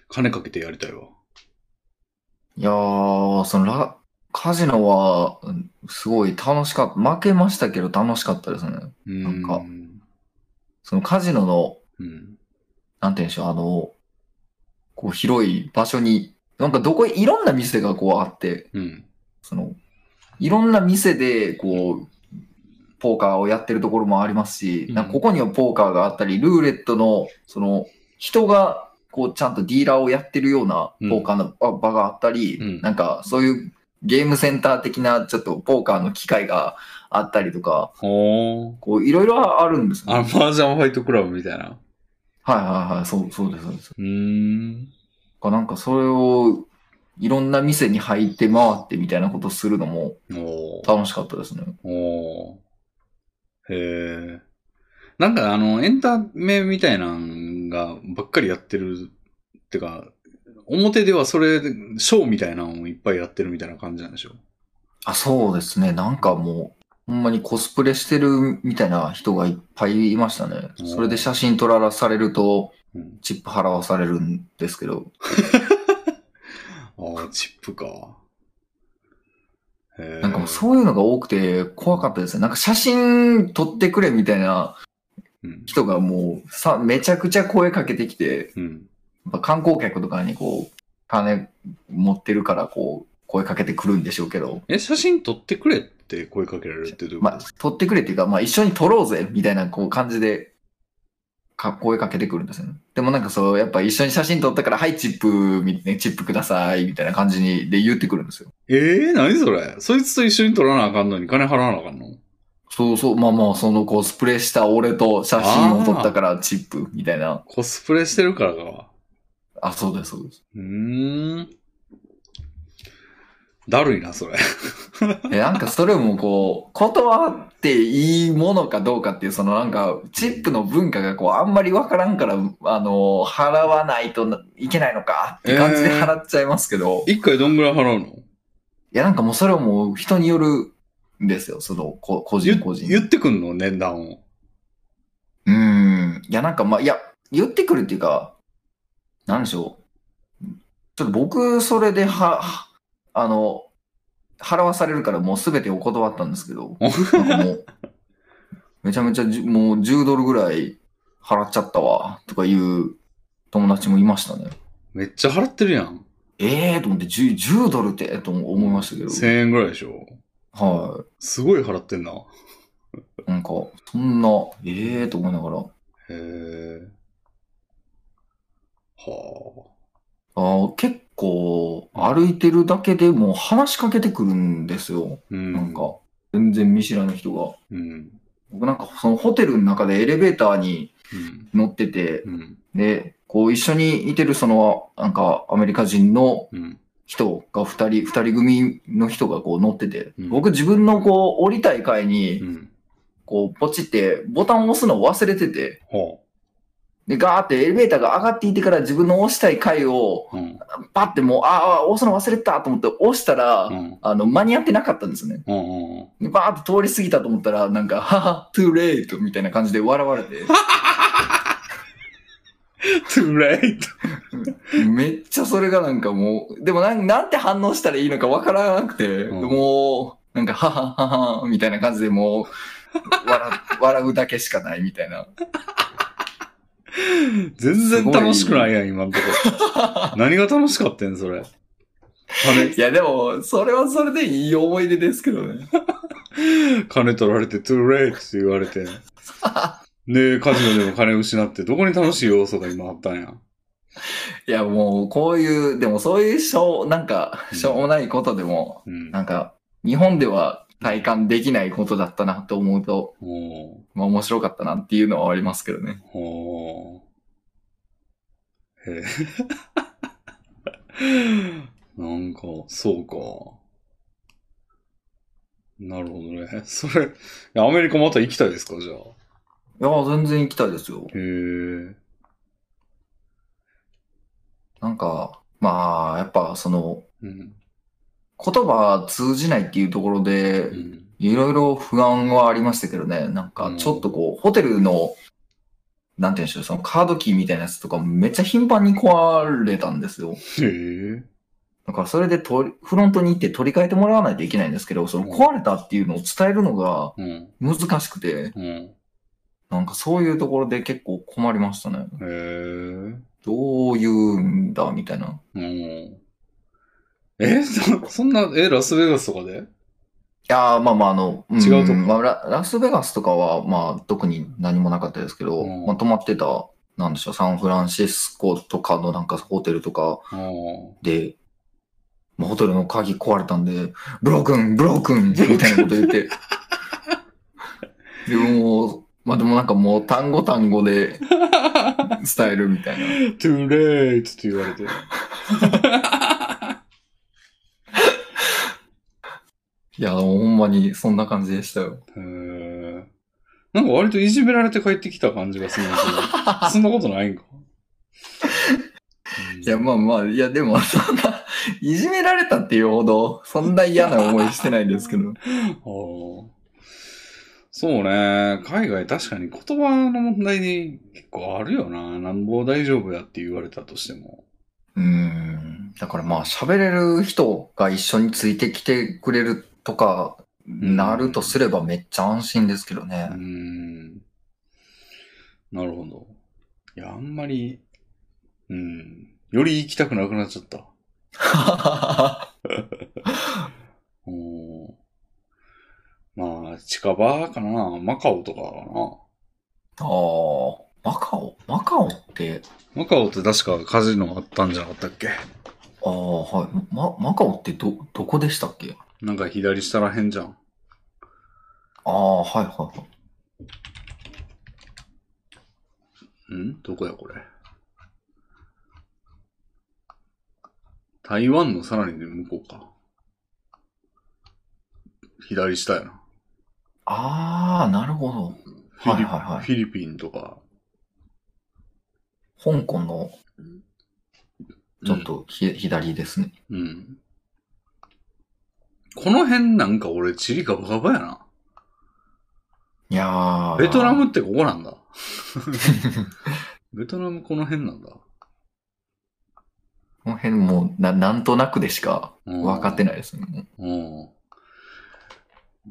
S1: 金かけてやりたいわ。
S2: い。いやー、そのラ、カジノは、うんすごい楽しかった。負けましたけど楽しかったですね。
S1: うん
S2: なんかそのカジノの
S1: うん。
S2: なんて言うんでしょう、あの、こう広い場所に、なんかどこいろんな店がこうあって、
S1: うん。
S2: その、いろんな店でこう、ポーカーをやってるところもありますし、
S1: うん
S2: なんかここにはポーカーがあったり、ルーレットの、その、人が、こう、ちゃんとディーラーをやってるようなポーカーの場場があったり、
S1: うん
S2: なんかそういうゲームセンター的な、ちょっとポーカーの機会があったりとか、
S1: ほー。
S2: こう、いろいろあるんですね。
S1: あの、
S2: はい
S1: 麻雀ファイトクラブみたいな。
S2: はいはい、そう、そうです、そうです。
S1: うーん。
S2: かなんかそれをいろんな店に入って回ってみたいなことするのも
S1: おー。
S2: 楽しかったですね。
S1: おー。へえ。なんかあの、エンタメみたいなんがばっかりやってるってか、表ではそれ、ショーみたいなのをいっぱいやってるみたいな感じなんでしょ
S2: あ、そうですね。なんかもう、ほんまにコスプレしてるみたいな人がいっぱいいましたね
S1: うん。
S2: それで写真撮らされると
S1: うん、
S2: チップ払わされるんですけど。
S1: ああ、チップか。へえ。
S2: なんかもうそういうのが多くて怖かったですね。なんか写真撮ってくれみたいな
S1: うん。
S2: 人がもうさ、めちゃくちゃ声かけてきて、
S1: うん。
S2: やっぱ観光客とかにこう、金持ってるからこう、声かけてくるんでしょうけど、
S1: え、写真撮ってくれって声かけられるってどういうこと
S2: まあ、取ってくれっていうか、まあ、一緒に取ろうぜ、みたいな、こう、感じで、か、声かけてくるんですよね。でもなんかそう、やっぱ一緒に写真撮ったから、はい、チップ、みねチップください、みたいな感じに、で言ってくるんですよ。
S1: えー、何それそいつと一緒に撮らなあかんのに金払わなあかんの
S2: そうそう、まあまあ、そのコスプレした俺と写真を撮ったから、チップ、みたいな。
S1: コスプレしてるからか。
S2: あ、そうです、そうです。
S1: うーん。だるいな、それ。
S2: え、なんかそれもこう、断っていいものかどうかっていう、そのなんか、チップの文化がこう、あんまりわからんから、あの、払わないといけないのか、って感じで払っちゃいますけど。
S1: 一回どんぐらい払うの
S2: いや、なんかもうそれはもう人によるんですよ。その、こ個人
S1: 言
S2: 個人。
S1: 言ってくんの値段を。
S2: うーん。いや、なんかまあ、いや、言ってくるっていうか、なんでしょう。ちょっと僕、それでは、はあの、払わされるからもうすべてお断ったんですけど、なんかもう、めちゃめちゃじゅもう10ドルぐらい払っちゃったわ、とかいう友達もいましたね。
S1: めっちゃ払ってるやん。
S2: ええー、と思って10、10ドルって、と思いましたけど。
S1: 1000円ぐらいでしょ。
S2: はい。
S1: すごい払ってんな。
S2: なんか、そんな、ええと思いながら、
S1: へえ。は
S2: あー結構歩いてるだけでもう話しかけてくるんですよ。
S1: あ。うん。
S2: なんか、全然見知らぬ人が。
S1: うん。
S2: 僕なんかそのホテルの中でエレベーターに
S1: うん。
S2: 乗ってて、
S1: うん。
S2: で、こう一緒にいてるその、なんかアメリカ人の
S1: うん。
S2: 人が二人、二人組の人がこう乗ってて、
S1: うん
S2: 僕自分のこう降りたい階
S1: う
S2: に、
S1: ん。
S2: こうポチってボタンを押すのを忘れてて、
S1: は
S2: で、ガーってエレベーターが上がっていてから自分の押したい階を、
S1: あ。うん。
S2: パってもう、ああ、押すの忘れてたと思って押したら、
S1: うん。
S2: あの、間に合ってなかったんですよね。
S1: うんうん。うん。
S2: で、バーって通り過ぎたと思ったら、なんか、はは、too late みたいな感じで笑わ れて、
S1: too late.
S2: めっちゃそれがなんかもう、でもなんなんて反応したらいいのかわからなくて、
S1: ん
S2: もう、なんか、はははは、みたいな感じでもう、笑 笑うだけしかないみたいな。
S1: 全然楽しくないやん、今んとこ。何が楽しかったん、それ。金、
S2: いや、でも、それはそれでいい思い出ですけどね。
S1: 金取られて too late って言われて。で、カジノでも金失って、どこに楽しい要素が今あったんや。
S2: いや、もう、こういう、でもそういうしょう、なんか、
S1: うん
S2: しょうもないことでも、
S1: うん。
S2: なんか、日本では体感できないことだったなと思うと、
S1: お
S2: まあ面白かったなっていうのはありますけどね。
S1: ーおーへえ。 なんか、そうか。なるほどね。 それ、いやアメリカまた行きたいですか、じゃあ。
S2: いや、全然行きたいですよ。
S1: へえ。
S2: なんか、まあ、やっぱその、
S1: うん。
S2: 言葉通じないっていうところで
S1: う、ん。
S2: いろいろ不安はありましたけどね、なん
S1: う
S2: か
S1: ん
S2: ちょっとこう、ホテルの、なんて言うんでしょう、そのカードキーみたいなやつとかめっちゃ頻繁に壊れたんですよ。
S1: へえ。
S2: だからそれで取りフロントに行って取り替えてもらわないといけないんですけど、その壊れたっていうのを伝えるのが
S1: うん。
S2: 難しくて、
S1: うん。
S2: なんかそういうところで結構困りましたね。
S1: へえ。
S2: どういうんだみたいな。
S1: うん。えそ、そんな、え、ラスベガスとかで
S2: いやー、まあまあ、あの、ん
S1: 違うとこ
S2: まあラ。ラスベガスとかは、まあ、特に何もなかったですけど、
S1: うん
S2: まあ、泊まってた、なんでしょう、サンフランシスコとかのなんかホテルとか
S1: うん。
S2: で、まあ、ホテルの鍵壊れたんで、ブロークン、ブロークンみたいなこと言って。 でも、まあでもなんかもう単語単語で伝えるみたいな。
S1: too late って言われて。
S2: いや、ほんまにそんな感じでしたよ。
S1: へえ。なんか割といじめられて帰ってきた感じがするんだ けど、そんなことないんか。
S2: いや、まあまあ、いやでも そんな、いじめられたっていうほど、そんな嫌な思いしてないですけど。
S1: あーそうね。海外確かに言葉の問題に結構あるよな。なんぼ大丈夫やって言われたとしても。
S2: うん。だからまあ、喋れる人が一緒についてきてくれるとか、なるとすればめっちゃ安心ですけどね。
S1: うーんなるほど。いや、あんまり、うん。より行きたくなくなっちゃ った。おーまあ、近場かな。マカオとかかな。
S2: ああ、マカオマカオって、
S1: マカオって確かカジノあったんじゃなかったっけ
S2: ああ、はい。ま、マカオってど、どこでしたっけ
S1: なんか左下らへんじゃん。
S2: ああ、はいはいはい。
S1: んどこやこれ。台湾のさらに向こうか。左下やな。
S2: ああ、なるほど。
S1: フィリ,、
S2: はいはいはい
S1: フィリピンとか。
S2: 香港の、ちょっとひ、左ですね。
S1: うん。うん。この辺なんか俺チリカバカバやな。
S2: いやー
S1: ベトナムってここなんだ。 ベトナムこの辺なんだ。
S2: この辺もうな、なんとなくでしか分かって
S1: ない
S2: ないですね。もう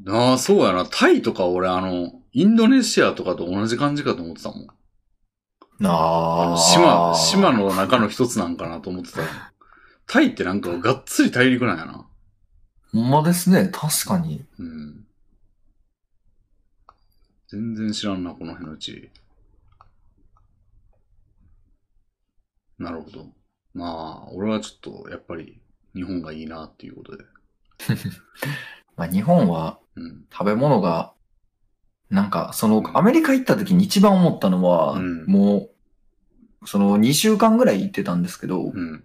S1: うん。ああ、そうやな。タイとか俺、あの、インドネシアとかと同じ感じかと思ってたもん。あ
S2: あ
S1: の
S2: あ。
S1: 島、島の中の一つなんかなと思ってた。タイってなんかがっつり大陸なんやな。
S2: ほんまですね。確かに。
S1: うん。全然知らんな、この辺の地理。なるほど。まあ、俺はちょっと、やっぱり、日本がいいなっていうことで。
S2: まあ、日本は
S1: うん。
S2: 食べ物が、なんか、その
S1: う、ん
S2: アメリカ行った時に一番思ったのは、
S1: うん
S2: もう、その2週間ぐらい行ってたんですけど、
S1: うん。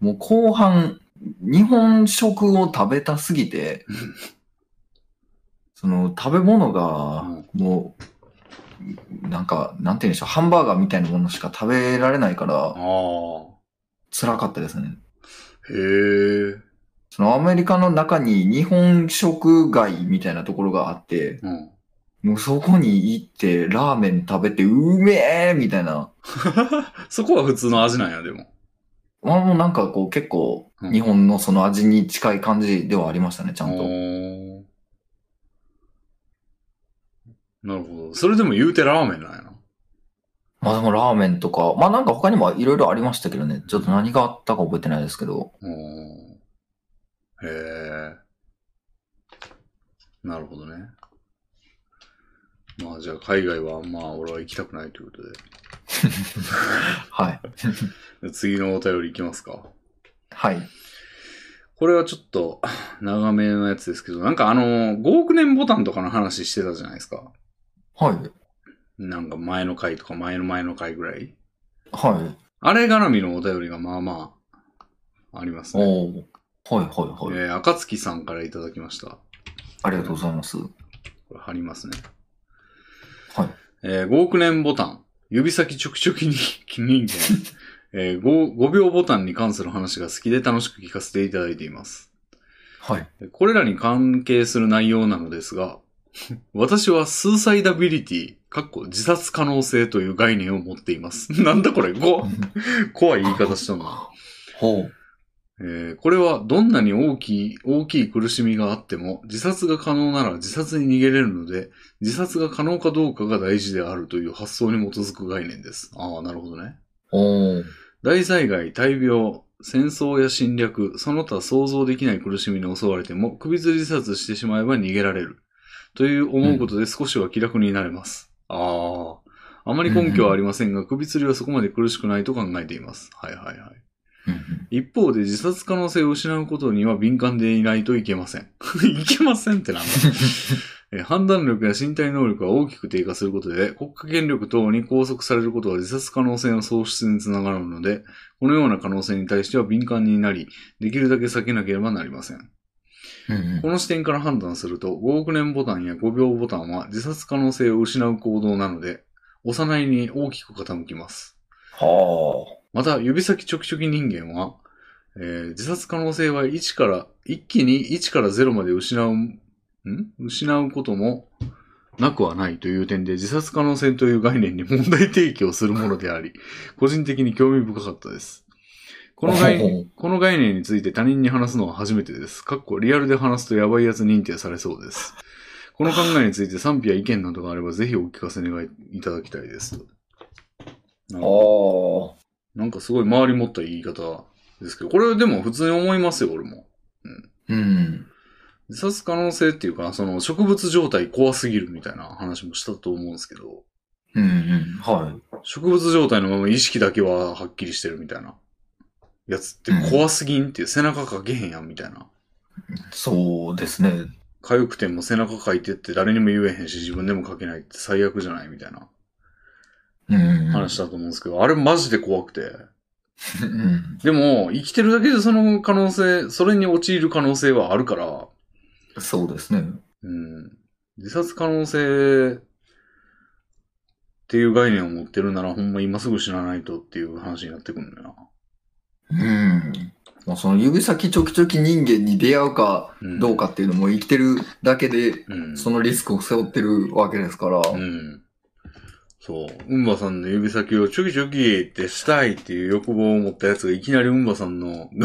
S2: もう後半、日本食を食べたすぎて、その食べ物が、もう、なんか、なんて言うんでしょう、ハンバーガーみたいなものしか食べられないから、
S1: あ
S2: 辛かったですね。
S1: あ。へえ。
S2: そのアメリカの中に日本食街みたいなところがあって、
S1: うん。
S2: もうそこに行ってラーメン食べてうめえみたいな。
S1: そこは普通の味なんや、でも。
S2: まあもうなんかこう結構
S1: うん
S2: 日本のその味に近い感じではありましたね、ちゃん
S1: お
S2: と。
S1: ーなるほど。それでも言うてラーメンなんやな。
S2: まあでもラーメンとか、まあなんか他にもいろいろありましたけどね、ちょっと何があったか覚えてないですけど。
S1: おーへえ。なるほどね。まあじゃあ海外はあんま俺は行きたくないということ
S2: はい。
S1: で。次のお便り行きますか。
S2: はい。
S1: これはちょっと長めのやつですけど、なんかあの、5億年ボタンとかの話してたじゃないですか。
S2: はい。
S1: なんか前の回とか前の前の回ぐらい。
S2: はい。
S1: あれ絡みのお便りがまあまあ、ありますね。
S2: おーはいはいはい。
S1: えー、赤月さんからいただきました。
S2: ありがとうございます。
S1: これ貼りますね。
S2: はい。
S1: えー、5億年ボタン。指先ちょくちょくに 人間。えー5、5秒ボタンに関する話が好きで楽しく聞かせていただいています。
S2: はい。
S1: これらに関係する内容なのですが、 私はスーサイダビリティ、かっこ自殺可能性という概念を持っています。 なんだこれ、 ご、怖い言い方したな。
S2: ほう。
S1: えーこれはどんなに大きい、大きい苦しみがあっても、自殺が可能なら自殺に逃げれるので、自殺が可能かどうかが大事であるという発想に基づく概念です。ああ、なるほどね。
S2: おー
S1: 大災害、大病、戦争や侵略、その他想像できない苦しみに襲われても、首吊り自殺してしまえば逃げられる。という思うことで少しは気楽になれます。ああ。あまり根拠はありませんが、首吊りはそこまで苦しくないと考えています。はいはいはい。
S2: うんうん
S1: 一方で自殺可能性を失うことには敏感でいないといけません。 いけませんってなんだえー判断力や身体能力が大きく低下することで、国家権力等に拘束されることは自殺可能性の喪失につながるので、このような可能性に対しては敏感になり、できるだけ避けなければなりません。
S2: うんう
S1: この視点から判断すると、5億年ボタンや5秒ボタンは自殺可能性を失う行動なので、幼いに大きく傾きます。
S2: ん。はあ。
S1: また、指先ちょきちょき人間は、えー自殺可能性は1から、一気に1から0まで失う、ん失うこともなくはないという点で、自殺可能性という概念に問題提起をするものであり、個人的に興味深かったです。この概
S2: ほうほう
S1: この概念について他人に話すのは初めてです。かっこリアルで話すとやばいやつ認定されそうです。この考えについて賛否や意見などがあれば、ぜひお聞かせ願いいただきたいです。なんか
S2: ああ。
S1: なんかすごい周り持った言い方ですけど、これでも普通に思いますよ、俺も。
S2: うん。
S1: 自殺可能性っていうか、その植物状態怖すぎるみたいな話もしたと思うんですけど、
S2: うんうん。は
S1: 植物状態のまま意識だけははっきりしてるみたいな。やつって怖すぎんっていう背中かけへんやんみたいな。
S2: い。そうですね。
S1: 痒くても背中かいてって誰にも言えへんし自分でもかけないって最悪じゃないみたいな
S2: うん。
S1: 話だと思うんですけど、あれマジで怖くて。
S2: うん。
S1: でも、生きてるだけでその可能性、それに陥る可能性はあるから、
S2: そうですね。
S1: うん。自殺可能性っていう概念を持ってるなら、ほんま今すぐ死なないとっていう話になってくるんだよ
S2: うん。まあ、その指先ちょきちょき人間に出会うか
S1: な。ん
S2: どう。かっていうのも生きてるだけで、
S1: うん。
S2: そのリスクを背負ってるわけですから。
S1: うん。そう。うんばさんの指先をチョキチョキってしたいっていう欲望を持ったやつがいきなりうんばさんの、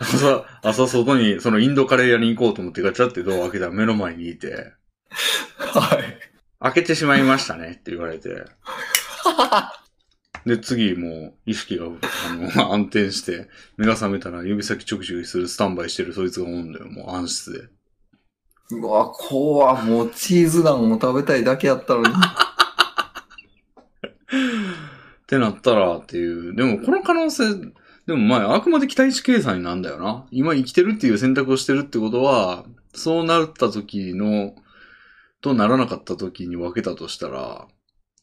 S1: 朝、朝外に、そのインドカレー屋に行こうと思ってガチャってドア開けたら目の前にいて、
S2: はい。
S1: 開けてしまいましたねって言われて。で、次もう意識が、あの、暗転して、目が覚めたら指先チョキチョキするスタンバイしてるそいつがおるんだよ、もう暗室で。
S2: うわ、こうはもうチーズナンを食べたいだけやったの に。
S1: ってなったらっていう。でもこの可能性、でもまああくまで期待値計算になんだよな。今生きてるっていう選択をしてるってことは、そうなった時の、とならなかった時に分けたとしたら、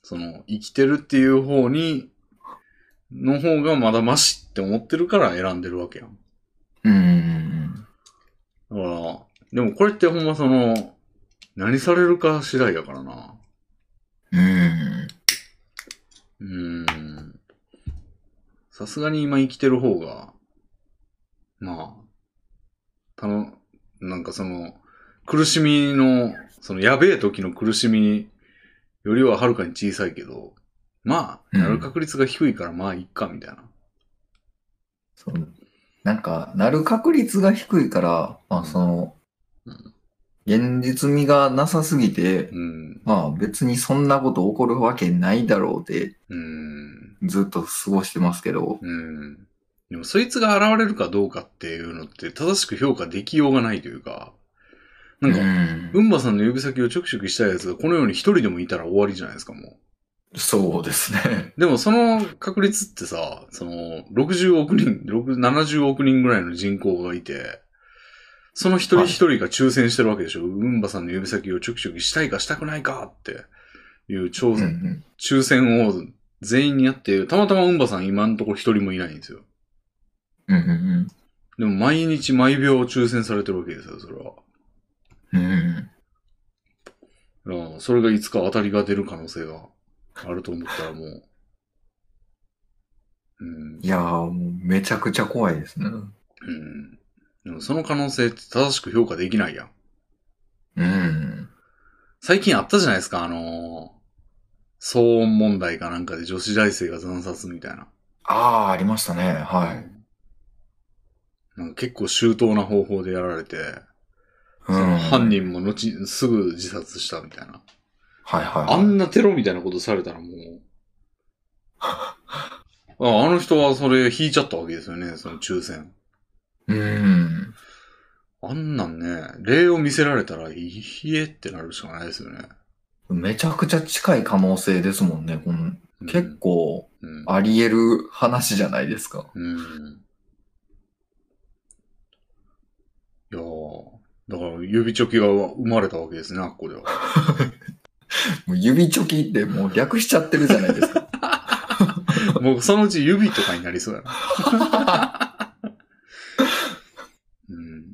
S1: その生きてるっていう方に、の方がまだマシって思ってるから選んでるわけやん。
S2: うん。
S1: だから、でもこれってほんまその、何されるか次第やからな。
S2: うん。
S1: うーん。さすがに今生きてる方が、まあ、たの、なんかその、苦しみの、そのやべえ時の苦しみよりははるかに小さいけど、まあ、
S2: うん
S1: なる確率が低いからまあいっか、みたいな。
S2: そうなんか、なる確率が低いから、まあその
S1: うん、
S2: 現実味がなさすぎて、
S1: うん。
S2: まあ別にそんなこと起こるわけないだろうって
S1: うん。
S2: ずっと過ごしてますけど、
S1: うん。でもそいつが現れるかどうかっていうのって正しく評価できようがないというか、なんか、
S2: う
S1: うんんばさんの指先をちょくちょくしたいやつがこの世に一人でもいたら終わりじゃないですか、もう。
S2: そうですね。
S1: でもその確率ってさ、その、60億人、6 70億人ぐらいの人口がいて、その一人一人が抽選してるわけでしょ。うんばさんの指先をチョキチョキしたいかしたくないかっていう調
S2: うん
S1: 査、
S2: うん
S1: 抽選を全員にやって、たまたまうんばさん今のところ一人もいないんですよ。
S2: うんうん
S1: でも毎日毎秒抽選されてるわけですよ、それは。
S2: うんうん
S1: うんそれがいつか当たりが出る可能性があると思ったらもう、うん、
S2: いやー、もうめちゃくちゃ怖いですね。
S1: うん。でもその可能性って正しく評価できないやん。
S2: うん。
S1: 最近あったじゃないですか、あのー騒音問題かなんかで女子大生が惨殺みたいな。
S2: ああ、ありましたね。はい。
S1: なんか結構周到な方法でやられて、
S2: う
S1: その
S2: ん。
S1: 犯人も後、すぐ自殺したみたいな。
S2: はいは
S1: あ
S2: い。
S1: んなテロみたいなことされた らもう、ああの人はそれ引いちゃったわけですよね、その抽選。
S2: うん。
S1: あんなんね、例を見せられたら、いひえってなるしかないですよね。
S2: めちゃくちゃ近い可能性ですもんね。この
S1: うん
S2: 結、構
S1: うん
S2: あり得る話じゃないですか。
S1: うん。いやーだから指チョキが生まれたわけですね、あっこでは。
S2: もう指チョキってもう略しちゃってるじゃないですか。
S1: もうそのうち指とかになりそうやな。 うん、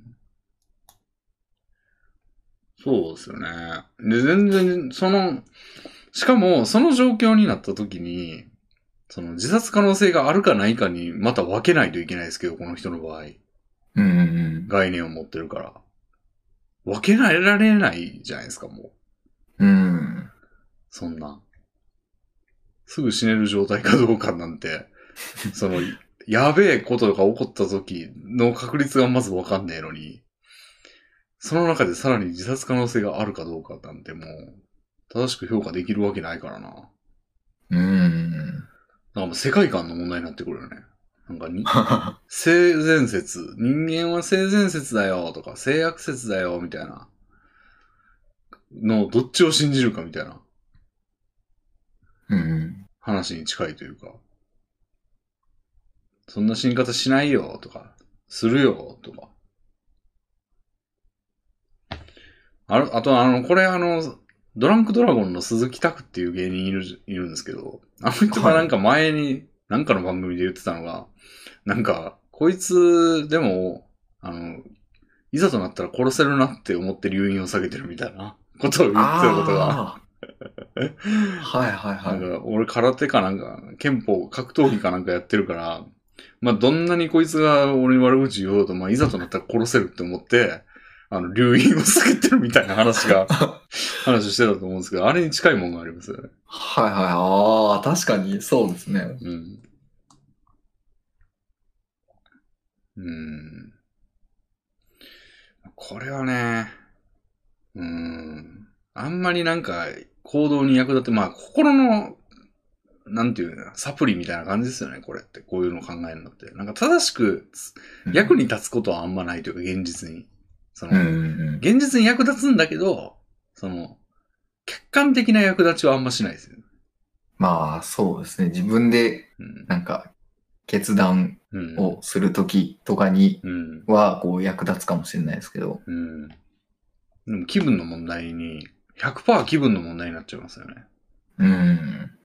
S1: そうですよね。で、全然、その、しかも、その状況になった時に、その自殺可能性があるかないかにまた分けないといけないですけど、この人の場合。
S2: うんうん
S1: 概念を持ってるから。分けられないじゃないですか、もう。
S2: うん。うん。
S1: そんな。すぐ死ねる状態かどうかなんて、 その、やべえことが起こった時の確率がまずわかんねえのに、その中でさらに自殺可能性があるかどうかなんてもう、正しく評価できるわけないからな。
S2: うん。
S1: なんかもう世界観の問題になってくるよね。なんかに、性善説。人間は性善説だよとか、性悪説だよみたいな。の、どっちを信じるかみたいな
S2: うん。
S1: 話に近いというか。そんな死に方しないよとか、するよとか。ある、あとあの、これあの、ドランクドラゴンの鈴木拓っていう芸人いるじ、いるんですけど、あの人がなんか前に、なんかの番組で言ってたのが、なんか、こいつでも、あの、いざとなったら殺せるなって思って留飲を下げてるみたいなことを言ってることが
S2: あーはいはい
S1: な
S2: は
S1: ん
S2: い。
S1: か、俺空手かなんか、憲法、格闘技かなんかやってるから、まあ、どんなにこいつが俺に悪口言おうと、まあ、いざとなったら殺せるって思って、あの、留飲を避けてるみたいな話 が、話をしてたと思うんですけど、あれに近いもんがありますよね。
S2: はいはい。ああ、確かにそうですね。
S1: うん。うん。これはね、うん。あんまりなんか行動に役立って、まあ心の、なんていうのかなサプリみたいな感じですよね、これって。こういうの考えるのって。なんか正しく役に立つことはあんまないというか、現実に。その、
S2: うんうん
S1: 現実に役立つんだけど、その、客観的な役立ちはあんましないですよね。
S2: まあそうですね。自分でなんか決
S1: う
S2: 断
S1: ん。うん。
S2: をするときとかに
S1: うん。
S2: はこう役立つかもしれないですけど。
S1: うん。でも気分の問題に、100%気分の問題になっちゃいますよね。
S2: うん。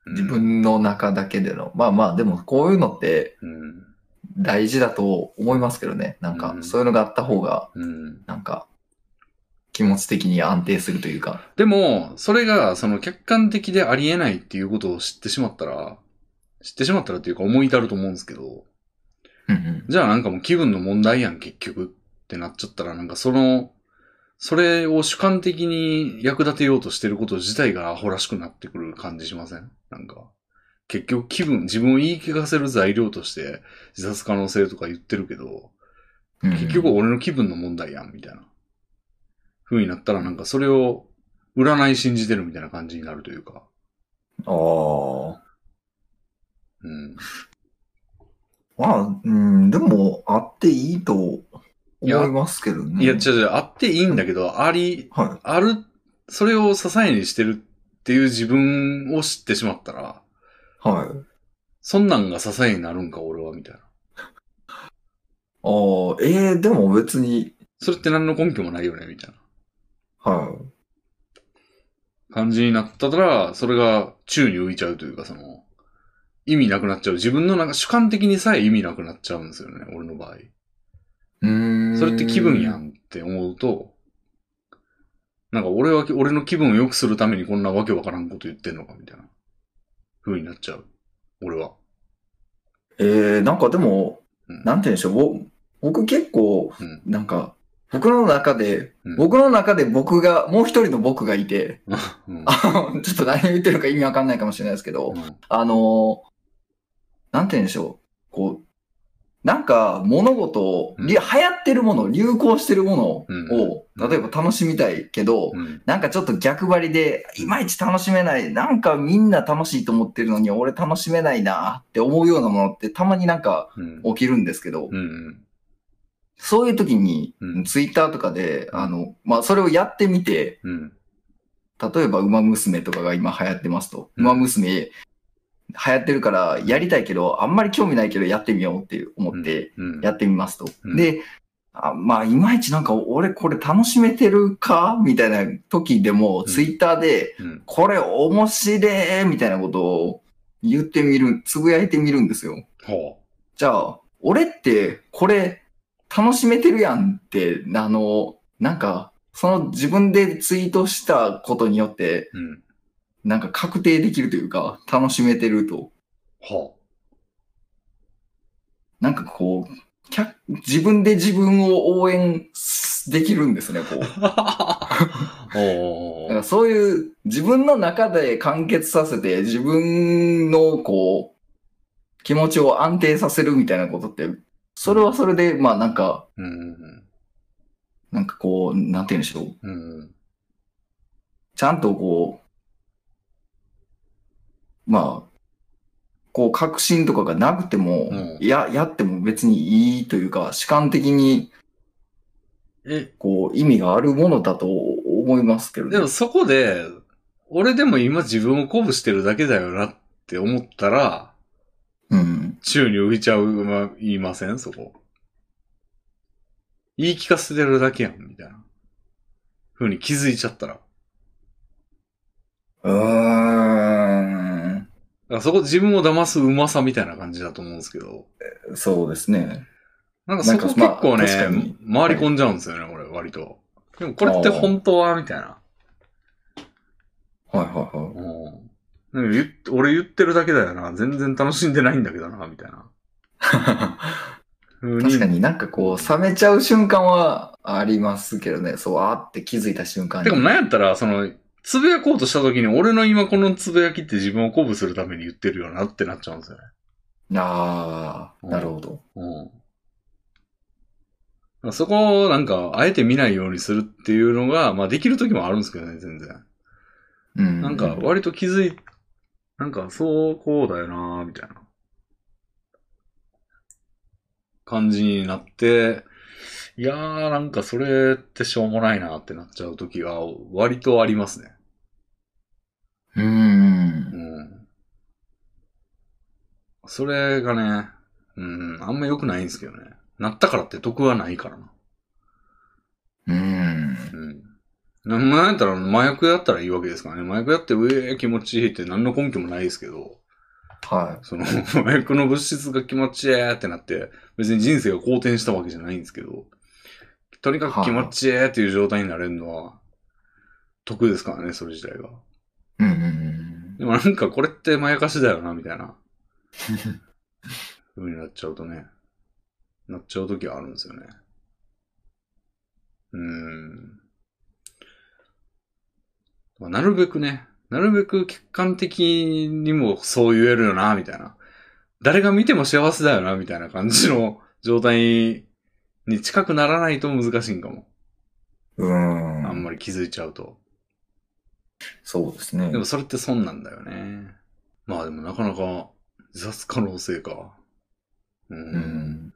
S1: うん
S2: 自。分の中だけでの。まあまあでもこういうのって
S1: うん。
S2: 大事だと思いますけどね。なんか
S1: うん
S2: そういうのがあった方が
S1: うん。
S2: なんか気持ち的に安定するというか。
S1: でも、それが、その客観的でありえないっていうことを知ってしまったら、知ってしまったらっていうか思い至ると思うんですけど、
S2: うんうん
S1: じゃあなんかもう気分の問題やん、結局ってなっちゃったら、なんかその、それを主観的に役立てようとしてること自体がアホらしくなってくる感じしませんなんか、結局気分、自分を言い聞かせる材料として自殺可能性とか言ってるけど、
S2: うんうん
S1: 結局俺の気分の問題やん、みたいな。風になったらなんかそれを占い信じてるみたいな感じになるというか。
S2: ああ。
S1: うん。
S2: まあ、うん、でも、あっていいと思
S1: いや
S2: いますけどね。
S1: いや、違う違う、あっていいんだけど、あり、
S2: は
S1: ある、それを支えにしてるっていう自分を知ってしまったら、
S2: い。はい。
S1: そんなんが支えになるんか、俺は、みたいな。
S2: ああ、ええでも別に、
S1: それって何の根拠もないよね、みたい
S2: は
S1: な感じになったら、それが宙に浮いちゃうというか、その、意味なくなっちゃう。自分のなんか主観的にさえ意味なくなっちゃうんですよね、俺の場合。
S2: い。うーん。
S1: それって気分や。んって思うと、なんか俺は、俺の気分を良くするためにこんなわけわからんこと言ってんのか、みたいな、風になっちゃう。俺は。
S2: ええなんかでも、
S1: うん
S2: なんて言うんでしょう。ぼ僕結構、
S1: うん
S2: なんか、僕の中で、
S1: うん
S2: 僕の中で僕が、もう一人の僕がいて、
S1: うん。
S2: あ のちょっと何を言ってるか意味わかんないかもしれないですけど、
S1: うん
S2: あのーなんて言うんでしょう。こう、なんか物事を、
S1: うん
S2: り流行ってるもの、流行してるものを、
S1: うん
S2: 例えば楽しみたいけど、
S1: うん。
S2: なんかちょっと逆張りで、いまいち楽しめない、なんかみんな楽しいと思ってるのに俺楽しめないなって思うようなものってたまになんか
S1: うん。
S2: 起きるんですけど、
S1: うん。
S2: そういう時に、
S1: うん
S2: ツイッターとかで、あの、まあ、それをやってみて、
S1: うん。
S2: 例えば、馬娘とかが今流行ってますと。
S1: うん
S2: 馬娘、流行ってるから、やりたいけど、あんまり興味ないけど、やってみようって思って、
S1: うん。
S2: やってみますと。
S1: うん
S2: で、あまあ、いまいちなんか、俺これ楽しめてるかみたいな時でも、
S1: うん
S2: ツイッターで、
S1: うん。
S2: これ面白えみたいなことを言ってみる、つぶやいてみるんですよ。
S1: ほ
S2: じゃあ、俺って、これ、楽しめてるやんって、あの、なんか、その自分でツイートしたことによって、
S1: う。うん。
S2: なんか確定できるというか、楽しめてると。
S1: ほ
S2: なんかこう、客自分で自分を応援すできるんですね、こう。
S1: う。お
S2: だからそういう自分の中で完結させて、自分のこう、気持ちを安定させるみたいなことって、それはそれで、まあなんか、
S1: うん。
S2: なんかこう、なんて言うんでしょう。
S1: うん。
S2: ちゃんとこう、まあ、
S3: こう、確信とかがなくても、
S1: うん
S3: や、やっても別にいいというか、主観的に、
S1: え、
S3: こう、意味があるものだと思いますけど、
S1: でもそこで、俺でも今自分を鼓舞してるだけだよなって思ったら、
S3: うん。
S1: 宙に浮いちゃう、まあ、言いませんそこ。言い聞かせてるだけやん、みたいな。ふうに気づいちゃったら。だか
S3: うーん。
S1: らそこ自分を騙すうまさみたいな感じだと思うんですけど。
S3: そうですね。
S1: なんかそこ結構ね、
S3: なんかまあ確
S1: 回り込んじゃうんですよね、これ、割と。でもこれって本当はみたいな。
S3: はいはい はい。
S1: うんなんか言っ俺言ってるだけだよな。全然楽しんでないんだけどな、みたいな。
S3: 確
S1: 確
S3: か。になんかこう、冷めちゃう瞬間はありますけどね。そう、あーって気づいた瞬間
S1: て
S3: に。
S1: か、なんやったら、その、つぶやこうとした時に、俺の今このつぶやきって自分を鼓舞するために言ってるよなってなっちゃうんですよね。
S3: ああ、なるほど。
S1: うん。だからそこをなんか、あえて見ないようにするっていうのが、まあできる時もあるんですけどね、全然。
S3: うん。
S1: なんか、割と気づい、なんか、そう、こうだよなみたいな。感じになって、いやー、なんかそれってしょうもないなってなっちゃう時が割とありますね。
S3: うーん。
S1: うん。それがね、うん、あんま良くないんですけどね。なったからって得はないからな。
S3: うーん。
S1: うん。ななんやったら麻薬やったらいいわけですからね。麻薬やって、うえー気持ちいいって何の根拠もないですけど。
S3: は
S1: その、 麻薬の物質が気持ちいいってなって、別に人生が好転したわけじゃないんですけど、とにかく気持ちいいっていう状態になれるのは、得ですからね、それ自体が。
S3: い。うんうんうん。
S1: でもなんかこれってまやかしだよな、みたいな。風になっちゃうとね、なっちゃうときはあるんですよね。うーん。まあなるべくね、なるべく客観的にもそう言えるよな、みたいな。誰が見ても幸せだよな、みたいな感じの状態に近くならないと難しいんかも。
S3: う
S1: あ
S3: ー
S1: ん
S3: ん。
S1: まり気づいちゃうと。
S3: そうですね
S1: で。もそれって損なんだよね。まあでもなかなか自殺可能性か。うん。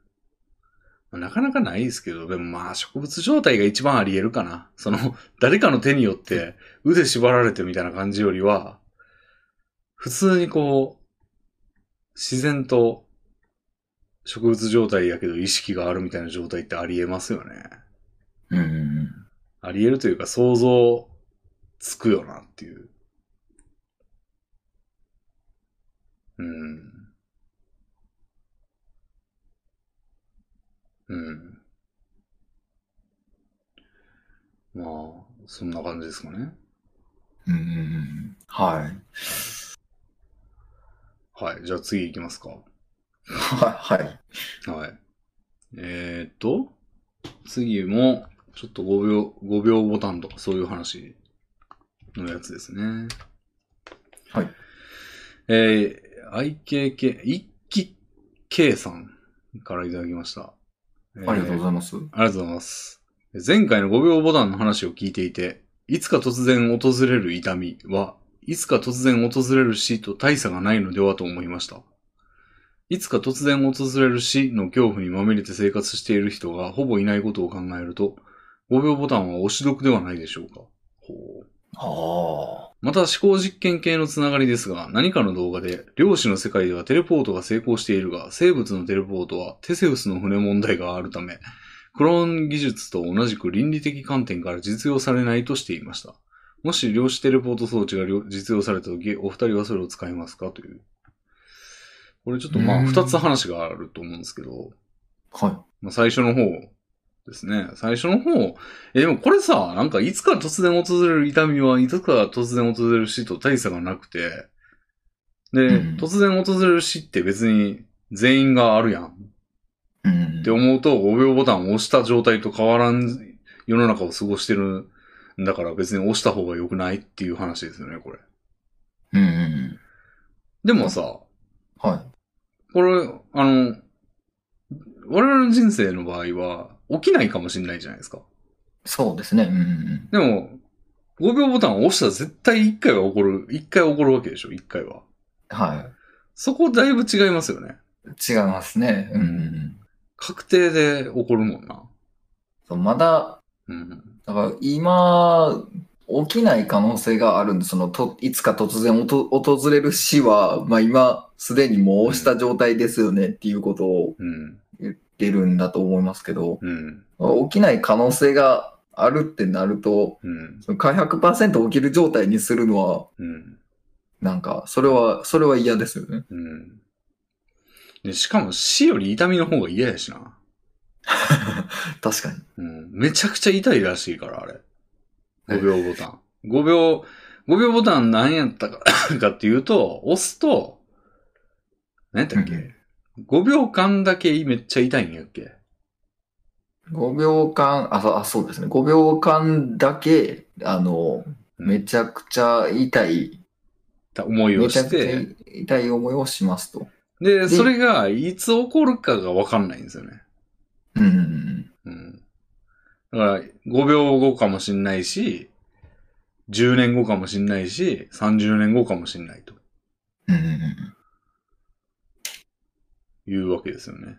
S3: うん。
S1: なかなかないですけど、でもまあ植物状態が一番あり得るかな。その、誰かの手によって腕縛られてみたいな感じよりは、普通にこう、自然と植物状態やけど意識があるみたいな状態ってあり得ますよね。
S3: うんうんうん。
S1: あり得るというか想像つくよなっていう。うん。うん。まあ、そんな感じですかね。
S3: うんうんうん。はい。
S1: はい。じゃあ次行きますか。
S3: はい。はい。
S1: はい。えー、っと、次も、ちょっと5秒、5秒ボタンとかそういう話のやつですね。
S3: はい。
S1: えー、IKK、一気 K さんからいただきました。あり
S3: ありがとうございます。
S1: ありがとうございます。前回の5秒ボタンの話を聞いていて、いつか突然訪れる痛みは、いつか突然訪れる死と大差がないのではと思いました。いつか突然訪れる死の恐怖にまみれて生活している人がほぼいないことを考えると、5秒ボタンは押し毒ではないでしょうか。ほう
S3: ああ。
S1: また思考実験系のつながりですが、何かの動画で、漁師の世界ではテレポートが成功しているが、生物のテレポートはテセウスの船問題があるため、クローン技術と同じく倫理的観点から実用されないとしていました。もし量子テレポート装置が両実用された時、お二人はそれを使いますかという。これちょっとま
S3: う
S1: あ、
S3: ん
S1: 二つ話があると思うんですけど、
S3: は
S1: まあ、最初の方ですね。最初の方、え、でもこれさ、なんかいつか突然訪れる痛みはいつか突然訪れる死と大差がなくて、で、
S3: うん
S1: 突然訪れる死って別に全員があるやんっ
S3: い。うん。
S1: て思うと5秒ボタンを押した状態と変わらん世の中を過ごしてるんだから別に押した方が良くないっていう話ですよね、これ。
S3: うんうん。
S1: でもさ、
S3: は
S1: これ、あの、我々の人生の場合は起きないかもしれないじゃないですか。
S3: い。そうですね。うんうん
S1: でも、5秒ボタンを押したら絶対1回は起こる、1回起こるわけでしょ、1回は。
S3: うん。はい。
S1: そこだいぶ違いますよね。
S2: 違いますね。うんうんうん
S1: 確定で起こるもんな。
S2: そう。まだ、
S1: うん。
S2: だから今、起きない可能性があるんで、そのと、いつか突然おと訪れる死は、まあ今、すでにもうした状態ですよねっていうことを
S1: うん。
S2: 出るんだと思いますけど、
S1: うん。
S2: 起きない可能性があるってなると、
S1: うん。
S2: その開100%起きる状態にするのは、
S1: うん。
S2: なんか、それは、それは嫌ですよね。
S1: うん。で、しかも死より痛みの方が嫌やしな。
S2: 確か
S1: う
S2: に。
S1: ん。めちゃくちゃ痛いらしいから、あれ。5秒ボタン。5秒、5秒ボタン何やったか かっていうと、押すと、何やったっけ、?5 秒間だけめっちゃ痛いんやっけ
S2: 5秒間、あ、そうあそうですね。5秒間だけ、あの、めちゃくちゃ痛い、
S1: 思いを
S2: めちゃ
S1: し
S2: くちゃ
S1: て、
S2: 痛い思いをしますと。
S1: で、それがいつ起こるかがわかんないんですよね。
S2: うんうんう
S1: う
S2: ん。
S1: ん。だから、5秒後かもしんないし、10年後かもしんないし、30年後かもしんないと
S2: うんうんうん
S1: いうわけですよね。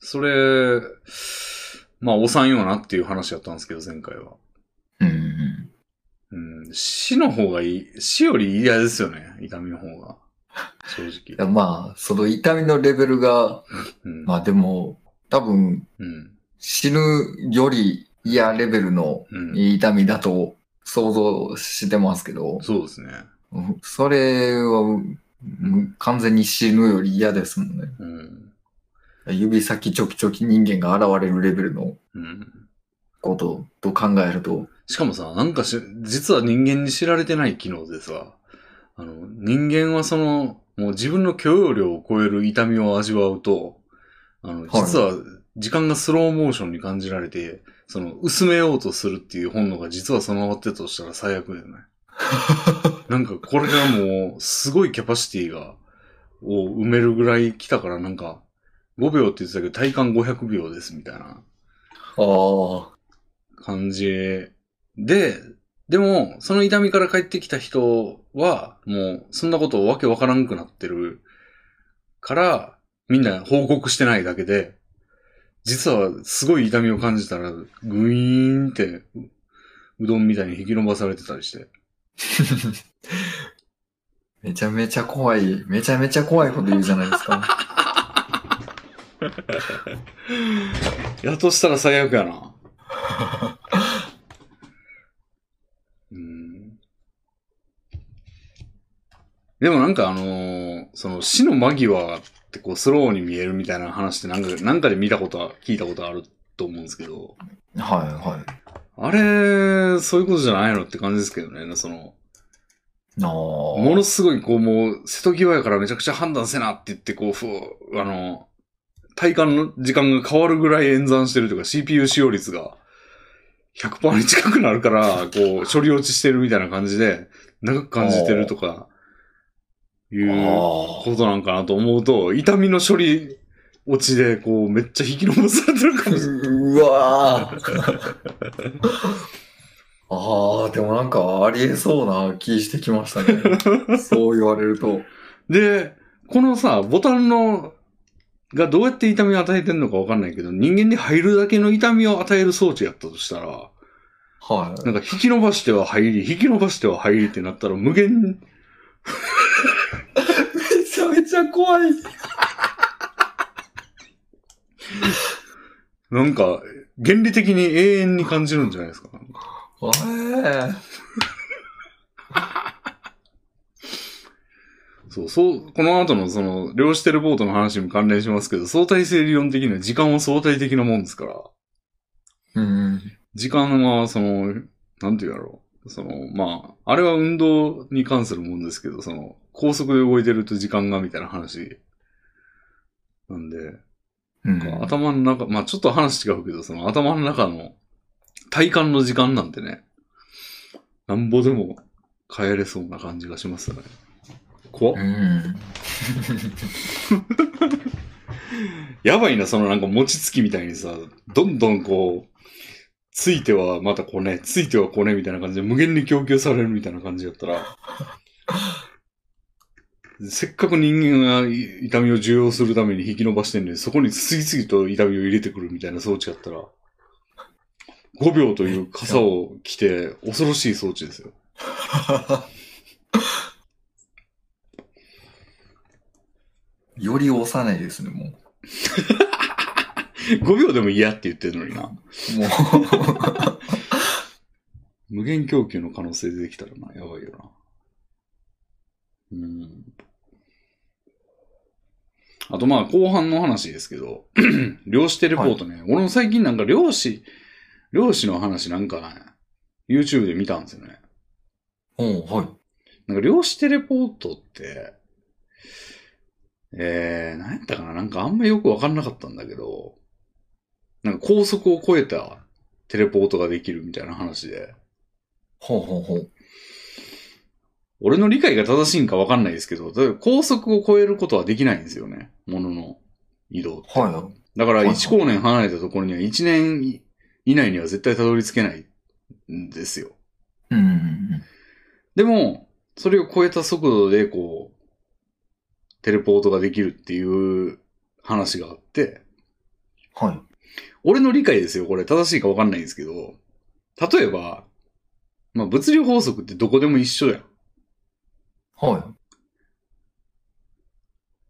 S1: それ、まあ、押さんよなっていう話やったんですけど、前回は。
S2: うんうん
S1: うん、死の方がいい、死より嫌ですよね、痛みの方が。正
S2: いや
S1: 直。
S2: まあ、その痛みのレベルが、
S1: うん。
S2: まあでも、多分、
S1: うん。
S2: 死ぬより嫌レベルの
S1: うん。
S2: 痛みだと想像してますけど、
S1: そうですね。
S2: うんそれは、うん完全に死ぬより嫌ですもんね。
S1: うん。
S2: 指先ちょきちょき人間が現れるレベルの
S1: うん。
S2: ことと考えると、
S1: しかもさ、なんかし、実は人間に知られてない機能でさ、あの、人間はその、もう自分の許容量を超える痛みを味わうと、あの、実は時間がスローモーションに感じられて、その、薄めようとするっていう本能が実は備わってたとしたら最悪だよね。なんかこれがもう、すごいキャパシティが、を埋めるぐらい来たからなんか、5秒って言ってたけど体感500秒ですみたいな。
S2: ああ、
S1: 感じで、でも、その痛みから帰ってきた人は、もう、そんなことわけわからんくなってるから、みんな報告してないだけで、実はすごい痛みを感じたら、グイーンって、ううどんみたいに引き伸ばされてたりして。
S2: めちゃめちゃ怖い、めちゃめちゃ怖いこと言うじゃないですか。
S1: やとしたら最悪やな。うん。でもなんかあのーその死の間際ってこうスローに見えるみたいな話ってなんか、なんかで見たことは、聞いたことあると思うんですけど、
S2: はいはい。
S1: あれ、そういうことじゃないのって感じですけどね、その、
S2: あー
S1: ものすごいこうもう、瀬戸際やからめちゃくちゃ判断せなって言って、こう、ふうあの、体感の時間が変わるぐらい演算してるというか、CPU 使用率が100%に近くなるから、こう、処理落ちしてるみたいな感じで、長く感じてるとか、いう
S2: あ
S1: ことなんかなと思うと、痛みの処理落ちで、こう、めっちゃ引き伸ばされてるかもしれない。
S2: ーうわーあー、でもなんかありえそうな気してきましたね。そう言われると。
S1: で、このさ、ボタンの、がどうやって痛みを与えてんのかわかんないけど、人間に入るだけの痛みを与える装置やったとしたら、
S2: は
S1: なんか引き伸ばしては入り、引き伸ばしては入りってなったら無限、
S2: い。めちゃめちゃ怖い。
S1: なんか、原理的に永遠に感じるんじゃないですか。なんか
S2: え
S1: そう、そう、この後のその、量子テレポートの話にも関連しますけど、相対性理論的には時間は相対的なもんですから、
S2: うん。
S1: 時間は、その、なんて言うやろう。その、まあ、あれは運動に関するもんですけど、その、高速で動いてると時間がみたいな話。なんで、
S2: うん
S1: なんか頭の中、まあちょっと話違うけど、その頭の中の体感の時間なんてね、なんぼでも変えれそうな感じがしますよね。怖っ
S2: うん。
S1: やばいな、そのなんか餅つきみたいにさ、どんどんこう、ついてはまたこうね、ついてはこうねみたいな感じで無限に供給されるみたいな感じだったら、せっかく人間がい痛みを受容するために引き伸ばしてんのに、そこに次々と痛みを入れてくるみたいな装置やったら、5秒という傘を着て、恐ろしい装置ですよ。
S2: より幼いですね、もう。
S1: 5秒でも嫌って言ってるのにな。
S2: も
S1: 無限供給の可能性出てきたらな、やばいよな。うん。あとまあ、後半の話ですけど、 漁師テレポートね。俺も最近なんか漁師、漁師の話なんかね、YouTube で見たんですよね。
S2: う、うん、はい。
S1: なんか漁師テレポートって、えー、何やったかななんかあんまよくわかんなかったんだけど、なんか高速を超えたテレポートができるみたいな話で。
S2: ほうほうほう。
S1: 俺の理解が正しいんかわかんないですけど、例えば高速を超えることはできないんですよね。ものの移動って。
S2: は
S1: だから
S2: はいはい
S1: 1光年離れたところには1年以内には絶対たどり着けないんですよ。
S2: い。うんうん
S1: でも、それを超えた速度でこう、テレポートができるっていう話があって、
S2: うん。はい。
S1: 俺の理解ですよ。これ正しいかわかんないんですけど、例えば、まあ物理法則ってどこでも一緒やん。
S2: は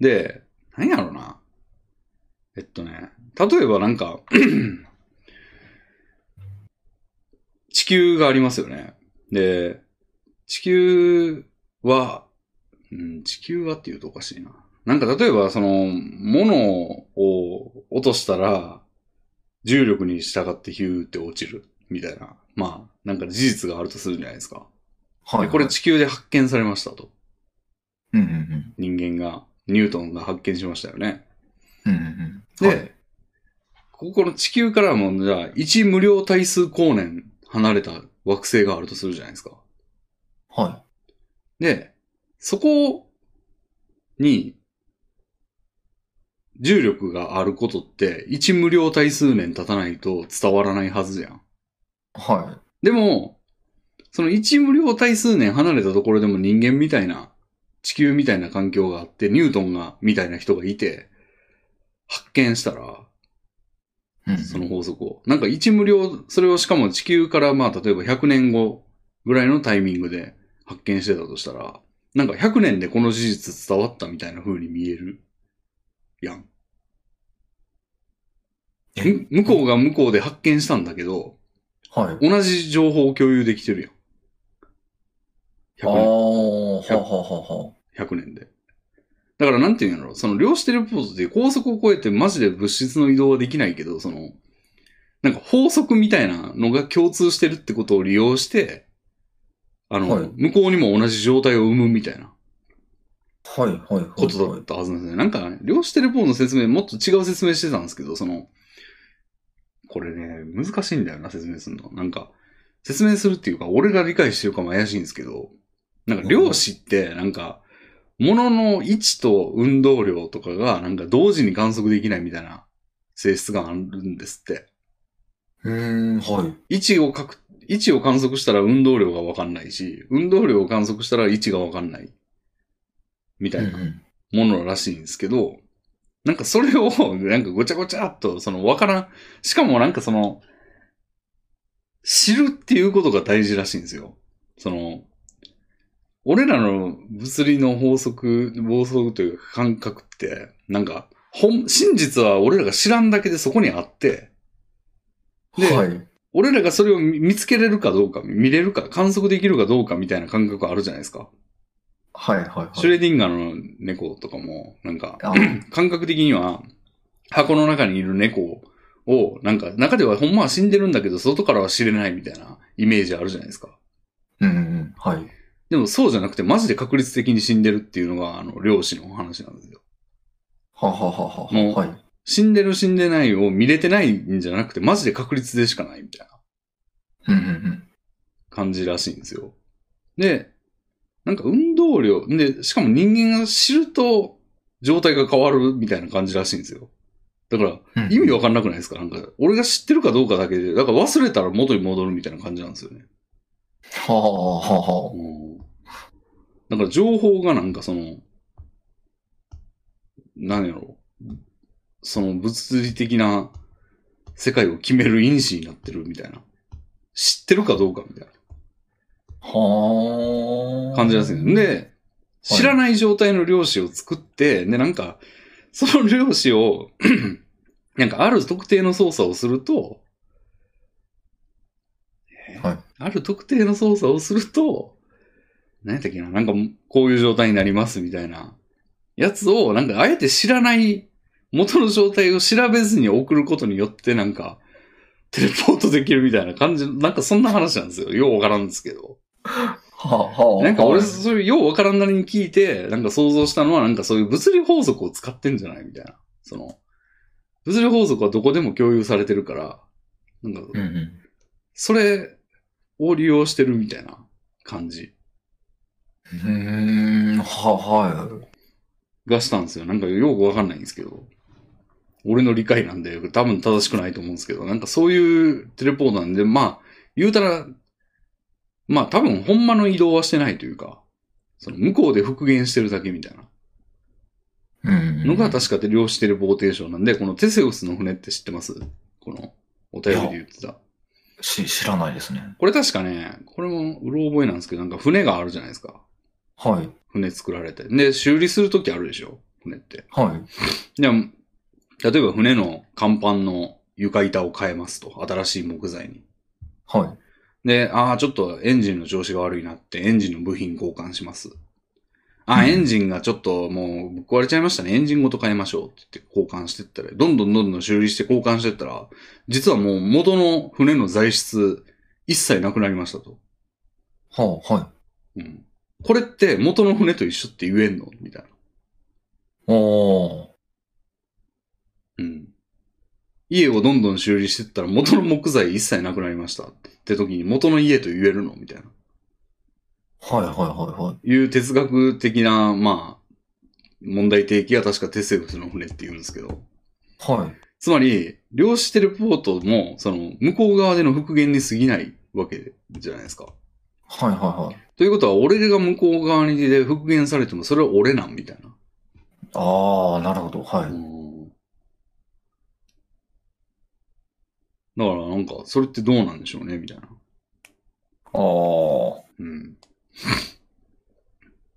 S2: い。
S1: で、何やろな。えっとね、例えばなんか、 地球がありますよね。で、地球は、うん、地球はって言うとおかしいな。なんか例えばその、物を落としたら、重力に従ってヒューって落ちる。みたいな。まあ、なんか事実があるとするじゃないですか。
S2: は
S1: で、
S2: い。
S1: これ、地球で発見されましたと。
S2: うんうん
S1: 人間が、ニュートンが発見しましたよね。
S2: うん。うんうん。
S1: で、、ここの地球からも、じゃあ、1無量対数光年離れた惑星があるとするじゃないですか。
S2: は
S1: で、そこに、重力があることって、1無量対数年経たないと伝わらないはずじゃん。
S2: い。は
S1: でも、その1無量対数年離れたところでも人間みたいな、地球みたいな環境があって、ニュートンが、みたいな人がいて、発見したら、
S2: い。うん
S1: その法則を。なんか一無料、それをしかも地球からまあ例えば100年後ぐらいのタイミングで発見してたとしたら、なんか100年でこの事実伝わったみたいな風に見える。やん。
S2: え
S1: む向こうが向こうで発見したんだけど、
S2: はい。
S1: 同じ情報を共有できてるや
S2: ああ、
S1: ん。100
S2: はあ
S1: 年百
S2: はあはあは
S1: 100年で。だからなんていうんやろ、その量子テレポートって高速を超えてマジで物質の移動はできないけど、その、なんか法則みたいなのが共通してるってことを利用して、あの、
S2: はい
S1: 向こうにも同じ状態を生むみたいな
S2: あ。はいはいはい。
S1: ことだったはずなんですね。なんか、ね、量子テレポートの説明、もっと違う説明してたんですけど、その、これね、難しいんだよな、説明するの。なんか、説明するっていうか、俺が理解してるかも怪しいんですけど、なんか、量子って、なんか、物の位置と運動量とかが、なんか同時に観測できないみたいな性質があるんですって。
S2: うーん、はい。
S1: 位置をかく、位置を観測したら運動量がわかんないし、運動量を観測したら位置がわかんない。みたいな。
S2: ん
S1: ものらしいんですけど、なんかそれを、 なんかごちゃごちゃっと、その、わからん、しかもなんかその、知るっていうことが大事らしいんですよ。その、俺らの物理の法則、法則というか感覚って、なんか、本、真実は俺らが知らんだけでそこにあって、
S2: うん
S1: で
S2: はい。
S1: 俺らがそれを見見つけれるかどうか、見れるか、観測できるかどうかみたいな感覚あるじゃないですか。
S2: はいはいはい。
S1: シュレディンガーの猫とかも、なんか、
S2: あ
S1: 感覚的には、箱の中にいる猫を、なんか、中ではほんまは死んでるんだけど、外からは知れないみたいなイメージあるじゃないですか。
S2: うんうん。はい。
S1: でもそうじゃなくて、マジで確率的に死んでるっていうのが、あの、漁師のお話なんですよ。
S2: はあはあはあはあ。
S1: もう
S2: はい。
S1: 死んでる死んでないを見れてないんじゃなくて、マジで確率でしかないみたいな
S2: うんうんうん。
S1: 感じらしいんですよ。で、なんか運動量、で、しかも人間が知ると、状態が変わるみたいな感じらしいんですよ。だから、
S2: うん
S1: 意味わかんなくないですかなんか、俺が知ってるかどうかだけで、だから忘れたら元に戻るみたいな感じなんですよね。
S2: はあはあはあは
S1: だから情報がなんかその、なんやろう。その物理的な世界を決める因子になってるみたいな。知ってるかどうかみたい
S2: は
S1: な
S2: あ。
S1: 感じなんですよ。で、知らない状態の量子を作って、で、なんか、その量子を、 なんかある特定の操作をすると、えー
S2: はい
S1: ある特定の操作をすると、何やったっけな、なんかこういう状態になりますみたいなやつを、なんかあえて知らない元の状態を調べずに送ることによって、なんか、テレポートできるみたいな感じ、なんかそんな話なんですよ。ようわからんですけど。
S2: はあ、はあ。
S1: なんか俺、
S2: はい
S1: そういうようわからんなりに聞いて、なんか想像したのは、なんかそういう物理法則を使ってんじゃないみたいな。その、物理法則はどこでも共有されてるから、なんか、
S2: うんうん。
S1: それを利用してるみたいな感じ
S2: うーん、は、はい。
S1: がしたんですよ。なんかよくわかんないんですけど。俺の理解なんで、多分正しくないと思うんですけど、なんかそういうテレポートなんで、まあ、言うたら、まあ多分ほんまの移動はしてないというか、その向こうで復元してるだけみたいな。
S2: うん
S1: のが確かで漁師テレポーテーションなんで、このテセウスの船って知ってますこの、お便りで言ってた。
S2: し知らないですね。
S1: これ確かね、これもうろ覚えなんですけど、なんか船があるじゃないですか。
S2: はい。
S1: 船作られて。で、修理するときあるでしょ船って。
S2: はい。
S1: で例えば船の甲板の床板を変えますと。新しい木材に。
S2: はい。
S1: で、ああ、ちょっとエンジンの調子が悪いなって、エンジンの部品交換します。あ
S2: う
S1: ー、
S2: ん
S1: エンジンがちょっともうぶっ壊れちゃいましたね。エンジンごと変えましょうって言って交換してったら、どんどんどんどん修理して交換してったら、実はもう元の船の材質一切なくなりましたと。
S2: はあ、はい。
S1: うん。これって元の船と一緒って言えんのみたいな。
S2: おー。
S1: うん。家をどんどん修理してったら元の木材一切なくなりましたってって時に元の家と言えるのみたいな。
S2: はい、はい、はい、はい。
S1: いう哲学的な、まあ、問題提起が確かテセウスの船って言うんですけど。
S2: はい。
S1: つまり、量子テレポートも、その、向こう側での復元に過ぎないわけじゃないですか。
S2: はい、はい、はい。
S1: ということは、俺が向こう側にで復元されても、それは俺なん、みたいな。
S2: あー、なるほど。は
S1: う
S2: い。
S1: んだから、なんか、それってどうなんでしょうね、みたいな。
S2: あー。
S1: うん。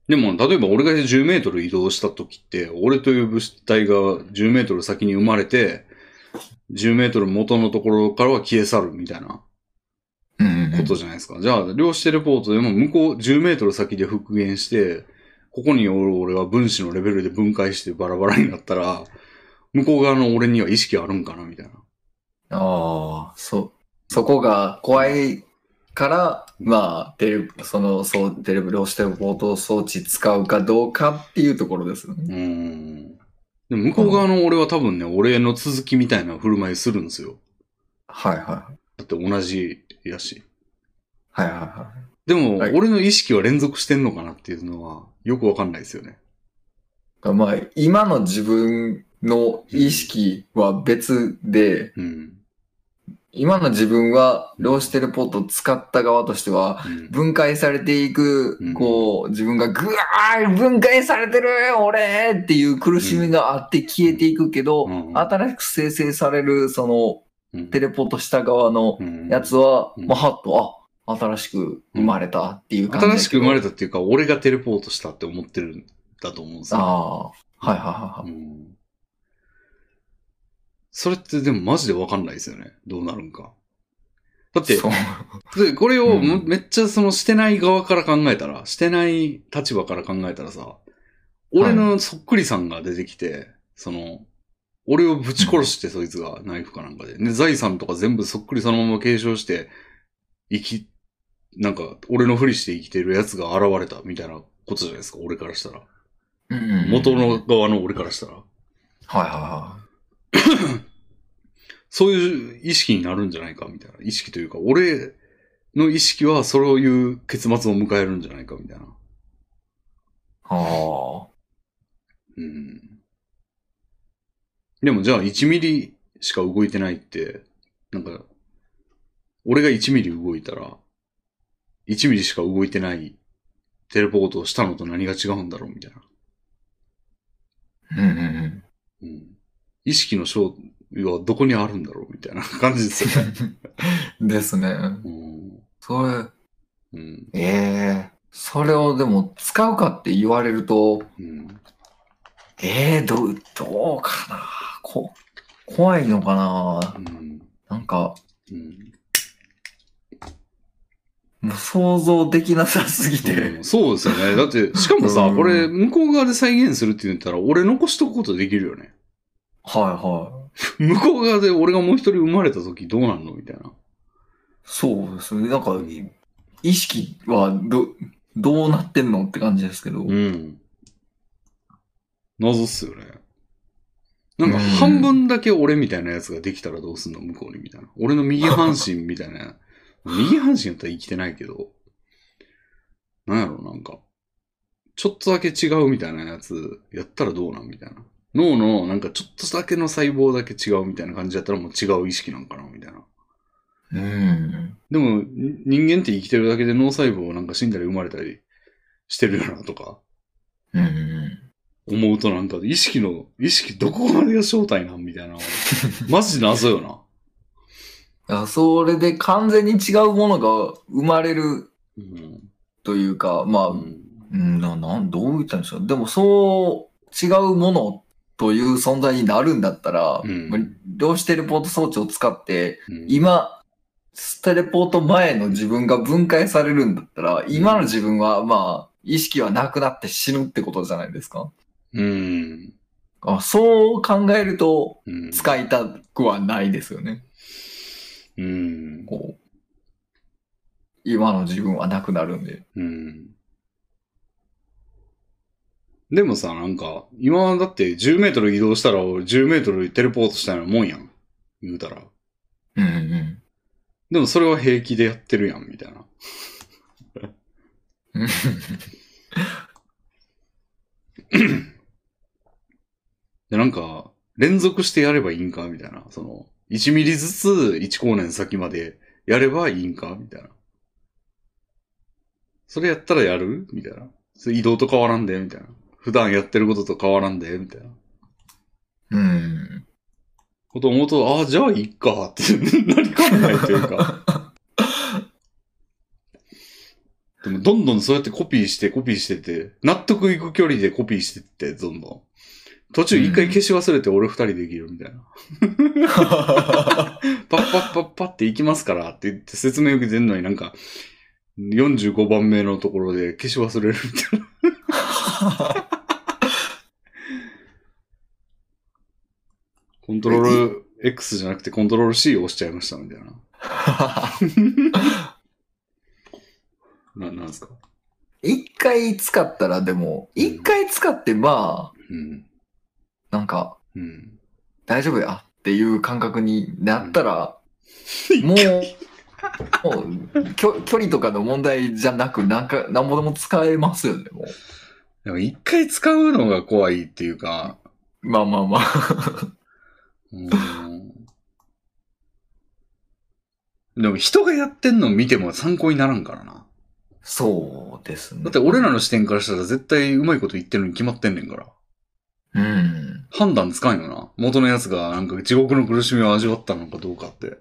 S1: でも、例えば俺が10メートル移動した時って、俺という物体が10メートル先に生まれて、10メートル元のところからは消え去るみたいな
S2: うんうんう
S1: こ
S2: ん。
S1: とじゃないですか。じゃあ、量子テレポートでも向こう10メートル先で復元して、ここにおる俺は分子のレベルで分解してバラバラになったら、向こう側の俺には意識あるんかなみたいな。
S2: あ
S3: そう。そこが怖いから、まあ、テレ、その、そう、テレビをして冒頭装置使うかどうかっていうところですよ
S1: う
S3: ね。
S1: ーん。でも向こう側の俺は多分ね、俺の続きみたいな振る舞いするんですよ。
S3: はいは
S1: だって同じやし。
S3: い。はいはいは
S1: でも、
S3: はい
S1: 俺の意識は連続してんのかなっていうのは、よくわかんないですよね。
S3: い。まあ、今の自分の意識は別で、
S1: うん。
S3: 今の自分は、量子テレポートを使った側としては、
S1: うん
S3: 分解されていく
S1: うん、
S3: こう、自分がぐわー分解されてる俺っていう苦しみがあって消えていくけど、
S1: うん
S3: 新しく生成される、その、
S1: うん
S3: テレポートした側の
S1: うん
S3: やつは、
S1: うん
S3: まあ、はっと、あ、新しく生まれたっていう感じだけど。
S1: 新しく生まれ
S3: た。
S1: たっていうか、俺がテレポートしたって思ってるんだと思うんですよ。
S3: ああー、はいはいはいは
S1: う
S3: い。
S1: んそれってでもマジでわかんないですよね。どうなるんか。だって、
S3: そう
S1: でこれをも
S2: うん
S1: めっちゃそのしてない側から考えたら、してない立場から考えたらさ、俺のそっくりさんが出てきて、その、俺をぶち殺して、そいつがナイフかなんかで。で、財産とか全部そっくりそのまま継承して、生き、なんか、俺のふりして生きてるやつが現れたみたいなことじゃないですか、俺からしたら。
S2: うんうんうん
S1: 元
S2: はい
S1: の側の俺からしたら。
S2: はいは
S1: そういう意識になるんじゃないかみたいな。意識というか、俺の意識はそういう結末を迎えるんじゃないかみたいな。
S2: い。あ
S1: うん。でもじゃあ1ミリしか動いてないって、なんか、俺が1ミリ動いたら、1ミリしか動いてないテレポートをしたのと何が違うんだろうみたいな。
S2: ー。うんうん
S1: うん、意識の正体はどこにあるんだろうみたいな 感じですよね。
S2: うん。ですね。
S1: うん
S2: それ、
S1: うん
S2: ええそれをでも使うかって言われると、
S1: うん
S2: ええどう、どうかなこ、怖いのかな
S1: うん
S2: なんか、
S1: うん
S2: もう想像できなさすぎ
S1: う
S2: て。
S1: んそうですよね。だって、しかもさ、
S2: うん
S1: これ、向こう側で再現するって言ったら、俺残しとくことできるよね。
S2: はいはい。
S1: 向こう側で俺がもう一人生まれた時どうなんのみたいな。
S2: そうですね。なんか、
S1: うん
S2: 意識はど、どうなってんのって感じですけど。
S1: うん。謎っすよね。なんか
S2: うん
S1: 半分だけ俺みたいなやつができたらどうすんの向こうにみたいな。俺の右半身みたいな。 右半身だったら生きてないけど。なんやろうなんか。ちょっとだけ違うみたいなやつやったらどうなんみたいな。脳のなんかちょっとだけの細胞だけ違うみたいな感じだったらもう違う意識なんかなみたいな。
S2: うん。
S1: でもに人間って生きてるだけで脳細胞なんか死んだり生まれたりしてるよなとか。
S2: うん。
S1: 思うとなんか、意識の、意識どこまでが正体なんみ たいな。マジ謎よな。
S2: いや、それで完全に違うものが生まれる
S1: うん。
S2: というか、まあ、
S1: う
S2: うんん、ななんどう言ったんでしょう。でも、そう、違うものという存在になるんだったら、
S1: うん
S2: まあ量子テレポート装置を使って、
S1: うん
S2: 今、テレポート前の自分が分解されるんだったら、今の自分は、まあ、意識はなくなって死ぬってことじゃないですか。
S1: うん。
S2: あそう考えると、
S1: うん。
S2: 使いたくはないですよね。
S1: うん。
S2: こう今の自分はなくなるんで。
S1: うん。でもさ、なんか、今はだって10メートル移動したら俺10メートルテレポートしたようなもんやん。言うたら。
S2: うんうん。
S1: でもそれは平気でやってるやん、みたいな。
S2: うん
S1: で、なんか、連続してやればいいんかみたいな。その、1ミリずつ1光年先までやればいいんかみたいな。それやったらやるみたいな。それ移動と変わらんでみたいな。普段やってることと変わらんでみたいな。
S2: うん。
S1: こと思うと、ああ、じゃあいっかって なりかねないというか。でも、どんどんそうやってコピーして、コピーしてて、納得いく距離でコピーしてって、どんどん。途中一回消し忘れて俺二人できるみたいな。パッパッパッパって行きますからって言って説明受けてんのになんか、45番目のところで消し忘れるみ たいな。コントロール X じゃなくてコントロール C を押しちゃいましたみたいな。な、なんですか
S2: 一回使ったらでも、一回使ってまあ、
S1: うん。
S2: なんか
S1: うん。
S2: 大丈夫やっていう感覚になったら、もう、もう距距離とかの問題じゃなく、なんか、なんぼでも使えますよね、もう。
S1: でも一回使うのが怖いっていうか、
S2: まあまあまあ。
S1: うーんでも人がやってんの見ても参考にならんからな。
S2: そうですね。
S1: だって俺らの視点からしたら絶対うまいこと言ってるに決まってんねんから。
S2: うん。
S1: 判断つかんよな。元のやつがなんか地獄の苦しみを味わったのかどうかって。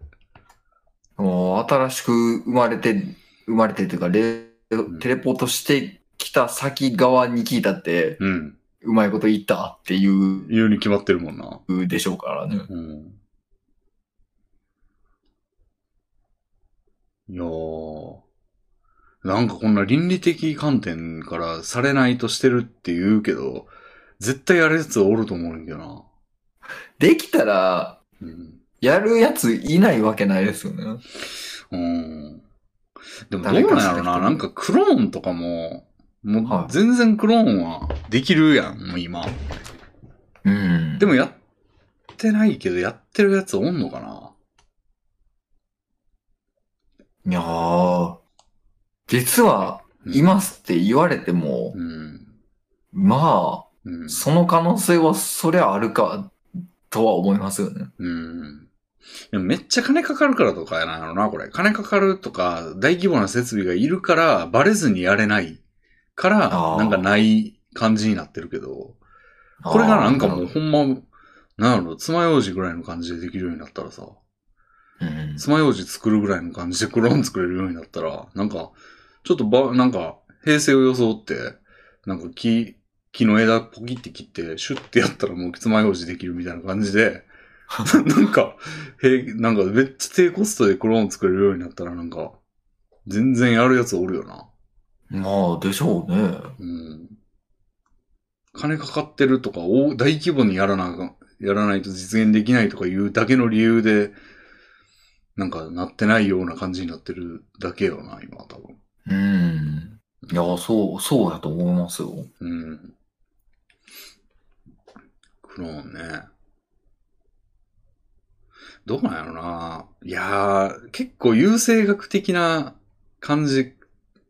S2: もう新しく生まれて、生まれてというか、レ
S1: ん
S2: テレポートしてきた先側に聞いたって、
S1: うん。
S2: うまいこと言ったっていう
S1: 言うに決まってるもんな。
S2: でしょうからね。
S1: うん。いやー。なんかこんな倫理的観点からされないとしてるって言うけど、絶対やるやつはおると思うんだよな。
S2: できたら、
S1: うん。
S2: やるやついないわけないですよね。
S1: うん。でもどうなん
S2: 誰か
S1: やろ
S2: しか
S1: な。
S2: 人
S1: なんかクローンとかも、も
S2: は
S1: う
S2: い
S1: 全然クローンはできるやん、もう今。
S2: うん
S1: で
S2: も、
S1: もやってないけど、やってるやつおんのかない
S2: やー実は、
S1: うん
S2: いますって言われても、
S1: うん。
S2: ま
S1: うん
S2: あ、。その可能性はそりゃあるか、とは思いますよね。
S1: うん。でもめっちゃ金かかるからとかやなのな、これ。金かかるとか、大規模な設備がいるから、バレずにやれないから、
S2: あー
S1: なんかない感じになってるけど、これがなんかも
S2: う
S1: うほんま、なんやろ、爪楊枝ぐらいの感じでできるようになったらさ、
S2: ん。
S1: 爪楊枝作るぐらいの感じでクローン作れるようになったら、なんか、ちょっとば、なんか、平成を装って、なんか木、木の枝ポキって切って、シュッてやったらもう爪楊枝できるみたいな感じで、なんか、へなんかめっちゃ低コストでクローン作れるようになったらなんか、全然やるやつおるよな。
S2: まあ、でしょうね。
S1: うん。金かかってるとか、大大規模にやらなあかん、やらないと実現できないとかいうだけの理由で、なんかなってないような感じになってるだけよな、今多分。
S2: うん。いや、そう、そうだと思いますよ。
S1: うん。クローンね。どうなんやろな。いやー、結構優生学的な感じ。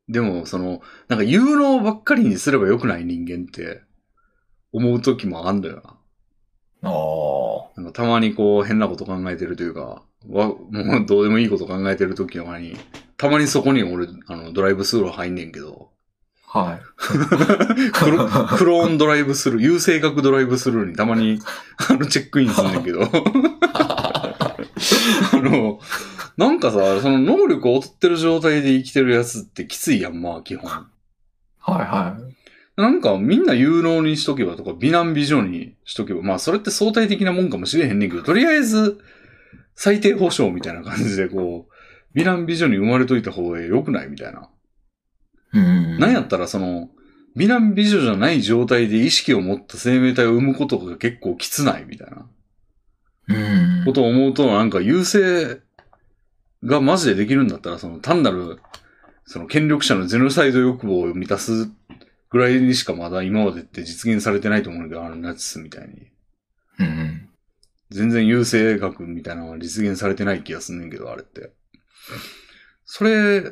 S1: でも、その、なんか有能ばっかりにすれば良くない人間って思う時もあんだよな。
S2: ああ。
S1: なんかたまにこう変なこと考えてるというか、わもうどうでもいいこと考えてる時とかに、たまにそこに俺、あの、ドライブスルー入んねんけど、
S2: はい。
S1: クロクローンドライブスルー、優性格ドライブスルーにたまに、あの、チェックインするんだけど。あの、なんかさ、その能力を劣ってる状態で生きてるやつってきついやん、まあ、基本。
S2: はいはい。
S1: なんかみんな有能にしとけばとか、美男美女にしとけば、まあそれって相対的なもんかもしれへんねんけど、とりあえず、最低保障みたいな感じでこう、美男美女に生まれといた方が良くないみたいな。
S2: うん
S1: なんやったらその、美男美女じゃない状態で意識を持った生命体を生むことが結構きつないみたいな
S2: うん
S1: こ。とを思うと、なんか優勢がマジでできるんだったら、その単なる、その権力者のゼノサイド欲望を満たすぐらいにしかまだ今までって実現されてないと思うんだけど、あのナチスみたいに。
S2: うん。
S1: 全然優勢学みたいなのは実現されてない気がすんねんけど、あれって。それ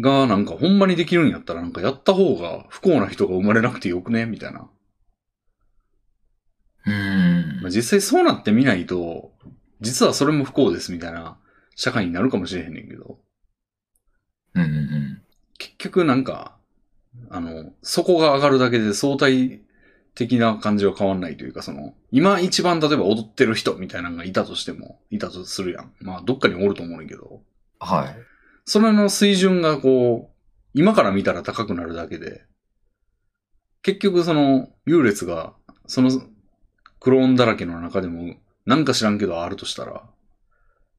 S1: がなんかほんまにできるんやったらなんかやった方が不幸な人が生まれなくてよくねみたいな。
S2: うん
S1: まあ、実際そうなってみないと、実はそれも不幸ですみたいな社会になるかもしれへんねんけど、
S2: うんうん。
S1: 結局なんか、あの、底が上がるだけで相対的な感じは変わんないというか、その、今一番例えば踊ってる人みたいなのがいたとしても、いたとするやん。まあ、どっかにおると思うねんけど、
S2: はい。
S1: それの水準がこう、今から見たら高くなるだけで、結局その優劣が、そのクローンだらけの中でも、なんか知らんけどあるとしたら、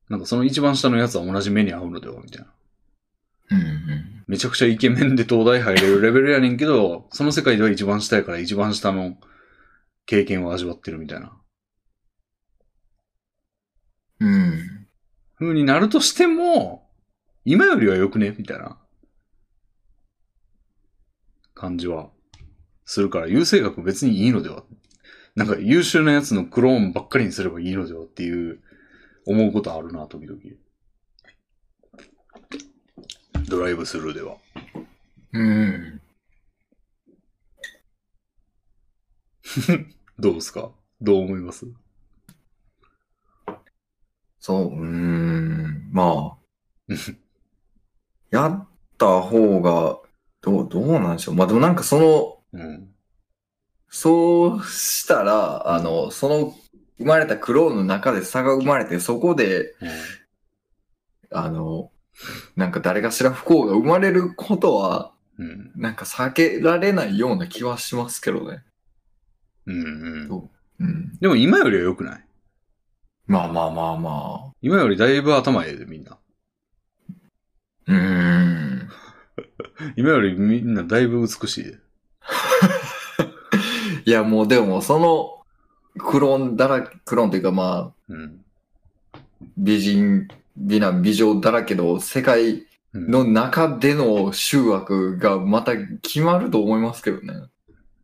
S1: なんかその一番下のやつは同じ目に遭うのでは、みたいな。
S2: うんうん。
S1: めちゃくちゃイケメンで東大入れるレ ベルやねんけど、その世界では一番下やから一番下の経験を味わってるみたいな。
S2: うん。
S1: 風になるとしても、今よりは良くねみたいな感じはするから、優勢学別にいいのではなんか優秀なやつのクローンばっかりにすればいいのではっていう思うことあるな、時々。ドライブスルーでは。
S2: うん。
S1: どうですかどう思います
S2: そう、うー ん。まあ。やった方が、どう、どうなんでしょう。まあでもなんかその、
S1: うん。
S2: そうしたら、あの、その、生まれたクローンの中で差が生まれて、そこで、あの、なんか誰かしら不幸が生まれることは、
S1: うん。
S2: なんか避けられないような気はしますけどね。
S1: うん。うん。
S2: うん。
S1: でも今よりは良くない
S2: まあまあまあまあ。
S1: 今よりだいぶ頭ええで、みんな。
S2: うーん。
S1: 今よりみんなだいぶ美しいで。
S2: いやもうでもその、クローンだら、クローンというかまあ、
S1: うん。
S2: 美人、美男、美女だらけの世界
S1: うん
S2: の中での集悪がまた決まると思いますけどね。
S1: う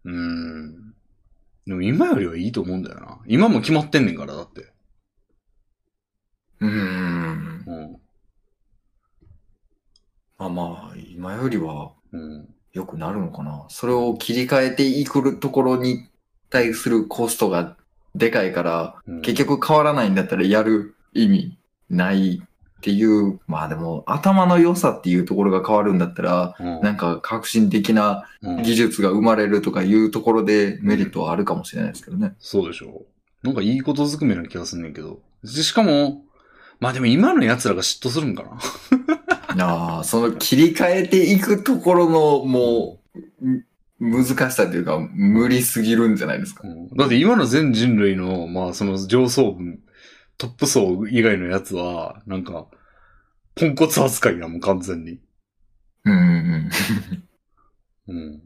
S1: ーん。でも今よりはいいと思うんだよな。今も決まってんねんから、だって。
S2: うーん。
S1: うん。
S2: まあまあ、今よりは
S1: うん。
S2: 良くなるのかな。それを切り替えていくところに対するコストがでかいから、
S1: うん、
S2: 結局変わらないんだったらやる意味ないっていう、まあでも、頭の良さっていうところが変わるんだったら、
S1: うん
S2: なんか革新的な
S1: うん
S2: 技術が生まれるとかいうところでメリットはあるかもしれないですけどね。
S1: そうでしょなんかいいことずくめな気がすんねんけど。でしかも、まあでも今の奴らが嫉妬するんかな。
S2: ああ、その切り替えていくところの、もう、ん難しさというか、無理すぎるんじゃないですか。
S1: だって今の全人類の、まあその上層部、トップ層以外のやつは、なんか、ポンコツ扱いやもう完全に。
S2: うんうん
S1: うん。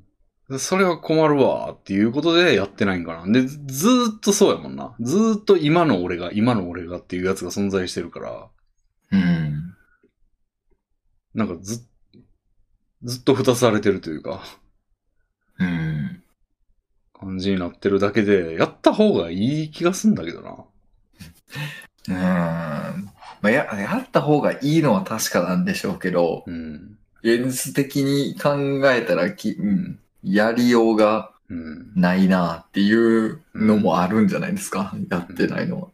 S1: でそれは困るわ、っていうことでやってないんかな。で、ずーっとそうやもんな。ずーっと今の俺が、今の俺がっていうやつが存在してるから、
S2: うん。うん。
S1: なんかず、ずっと蓋されてるというか、
S2: うん。
S1: 感じになってるだけで、やった方がいい気がすんだけどな。
S2: うん。まあ、や、やった方がいいのは確かなんでしょうけど、
S1: うん。
S2: 現実的に考えたらき、うん、やりようが
S1: うん。
S2: ないなっていうのもあるんじゃないですか。やってないのは。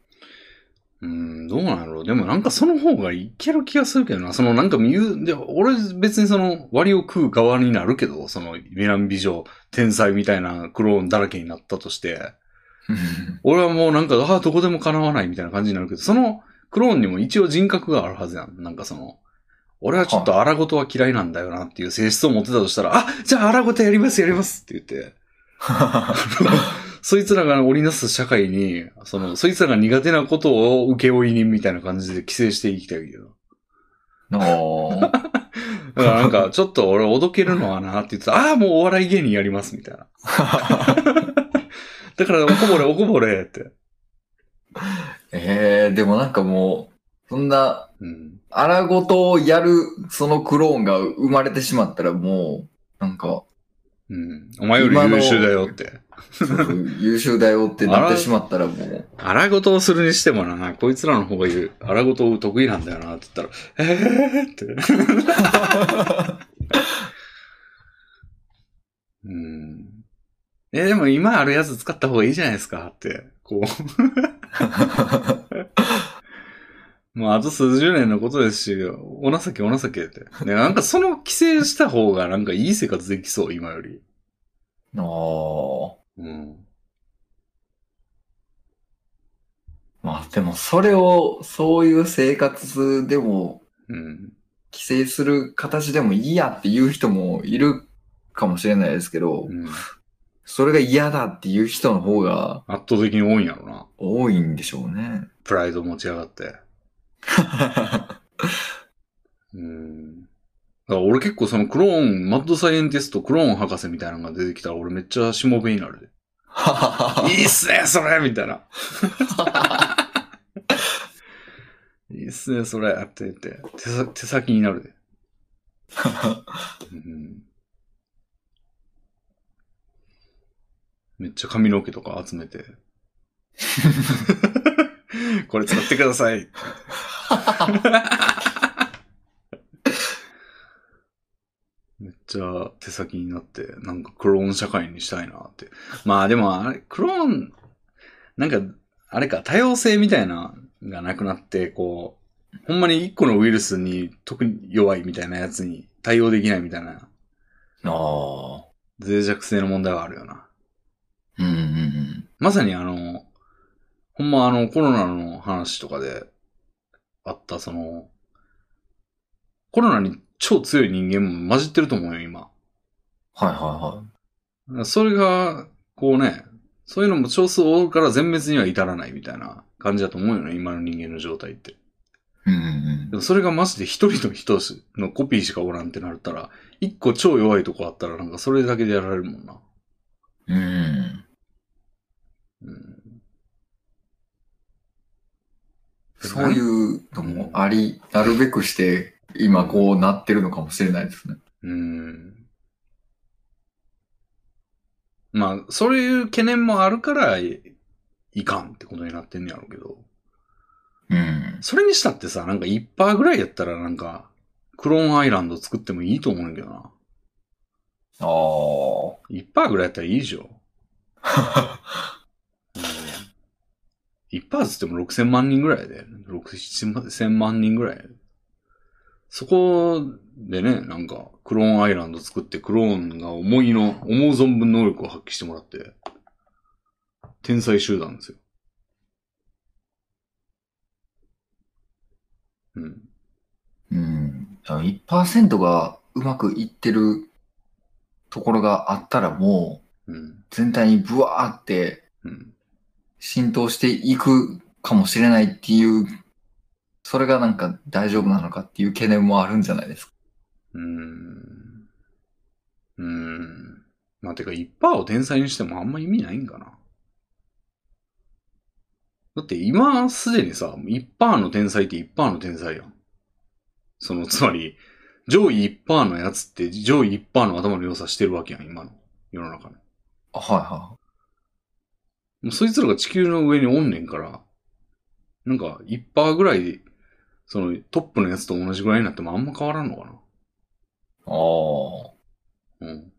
S1: うん、どうなんやろう。でもなんかその方がいける気がするけどな。そのなんか言う、で、俺別にその割を食う側になるけど、その美男美女、天才みたいなクローンだらけになったとして、 俺はもうなんか、ああ、どこでも叶わないみたいな感じになるけど、そのクローンにも一応人格があるはずやん。なんかその、俺はちょっと荒事は嫌いなんだよなっていう性質を持ってたとしたら、あじゃあ荒事やりますやりますって言って、そいつらが織りなす社会に、その、そいつらが苦手なことを請負人みたいな感じで規制していきたいけど。
S2: の
S1: だからなんか、ちょっと俺おどけるのはなって言って た、ああ、もうお笑い芸人やります、みたいな。だから、おこぼれ、おこぼれって。
S2: えー、でもなんかもう、そんな、
S1: うん。
S2: 荒事をやる、そのクローンが生まれてしまったらもう、なんか、
S1: うん。お前より優秀だよって。
S2: そう優秀だよってなってしまったらもう、
S1: 荒事をするにしてもな、こいつらの方が言う、荒事を得意なんだよなって言ったら、ええー、って。 うん。え、でも今あるやつ使った方がいいじゃないですかって。こう。 もうあと数十年のことですし、お情けお情けって。ね、なんかその規制した方がなんかいい生活できそう、今より。
S2: あ
S1: うん。
S2: あ、まあでもそれを、そういう生活でも、
S1: うん。
S2: 規制する形でもいいやっていう人もいるかもしれないですけど、
S1: うん。
S2: それが嫌だっていう人の方が
S1: 圧倒的に多いんやろな。
S2: 多いんでしょうね。
S1: プライド持ち上がって。 うん。だから俺結構そのクローン、マッドサイエンティスト、クローン博士みたいなのが出てきたら俺めっちゃしもべになるで。 いいっすね、それみたいな。いいっすね、それって言って。手さ手先になるで。うんめっちゃ髪の毛とか集めて。これ使ってください。めっちゃ手先になって、なんかクローン社会にしたいなって。まあでもあれ、クローン、なんか、あれか、多様性みたいなのがなくなって、こう、ほんまに一個のウイルスに特に弱いみたいなやつに対応できないみたいな
S2: ああ。
S1: 脆弱性の問題はあるよな。
S2: うんうんうん。
S1: まさにあの、ほんまあのコロナの話とかであったその、コロナに超強い人間も混じってると思うよ、今。
S2: はいは
S1: それが、こうね、そういうのも少数多いから全滅には至らないみたいな感じだと思うよね、今の人間の状態って。
S2: いはい。うんうん
S1: でもそれがマジで一人の人のコピーしかおらんってなったら、一個超弱いとこあったらなんかそれだけでやられるもんな。
S2: うん。
S1: う
S2: うん。
S1: ん。
S2: そういうのもあり、なるべくして、今こうなってるのかもしれないですね。
S1: うん。まあ、そういう懸念もあるからい、いかんってことになってんねやろうけど。
S2: うん。
S1: それにしたってさ、なんか1%ぐらいやったらなんか、クローンアイランド作ってもいいと思うんだけどな。
S2: ああ。
S1: 1%ぐらいやったらいいでしょ。うん1%っつっても6000万人ぐらいやで。6、7000万人ぐらいやで。そこでね、なんか、クローンアイランド作って、クローンが思いの、思う存分能力を発揮してもらって、天才集団ですよ。うん。
S2: うん。あの1%がうまくいってるところがあったらもう
S1: うん。
S2: 全体にブワーって
S1: うん。
S2: 浸透していくかもしれないっていう、それがなんか大丈夫なのかっていう懸念もあるんじゃないですか。
S1: うーん。うーん。まあ、てか、1%を天才にしてもあんま意味ないんかな。だって今すでにさ、1%の天才って1%の天才やん。その、つまり、上位1%のやつって上位1%の頭の良さしてるわけやん、今の世の中の。
S2: あは
S1: もうそいつらが地球の上におんねんから、なんか1%ぐらい、そのトップのやつと同じぐらいになってもあんま変わらんのかな。
S2: いはい。ああ。
S1: うん。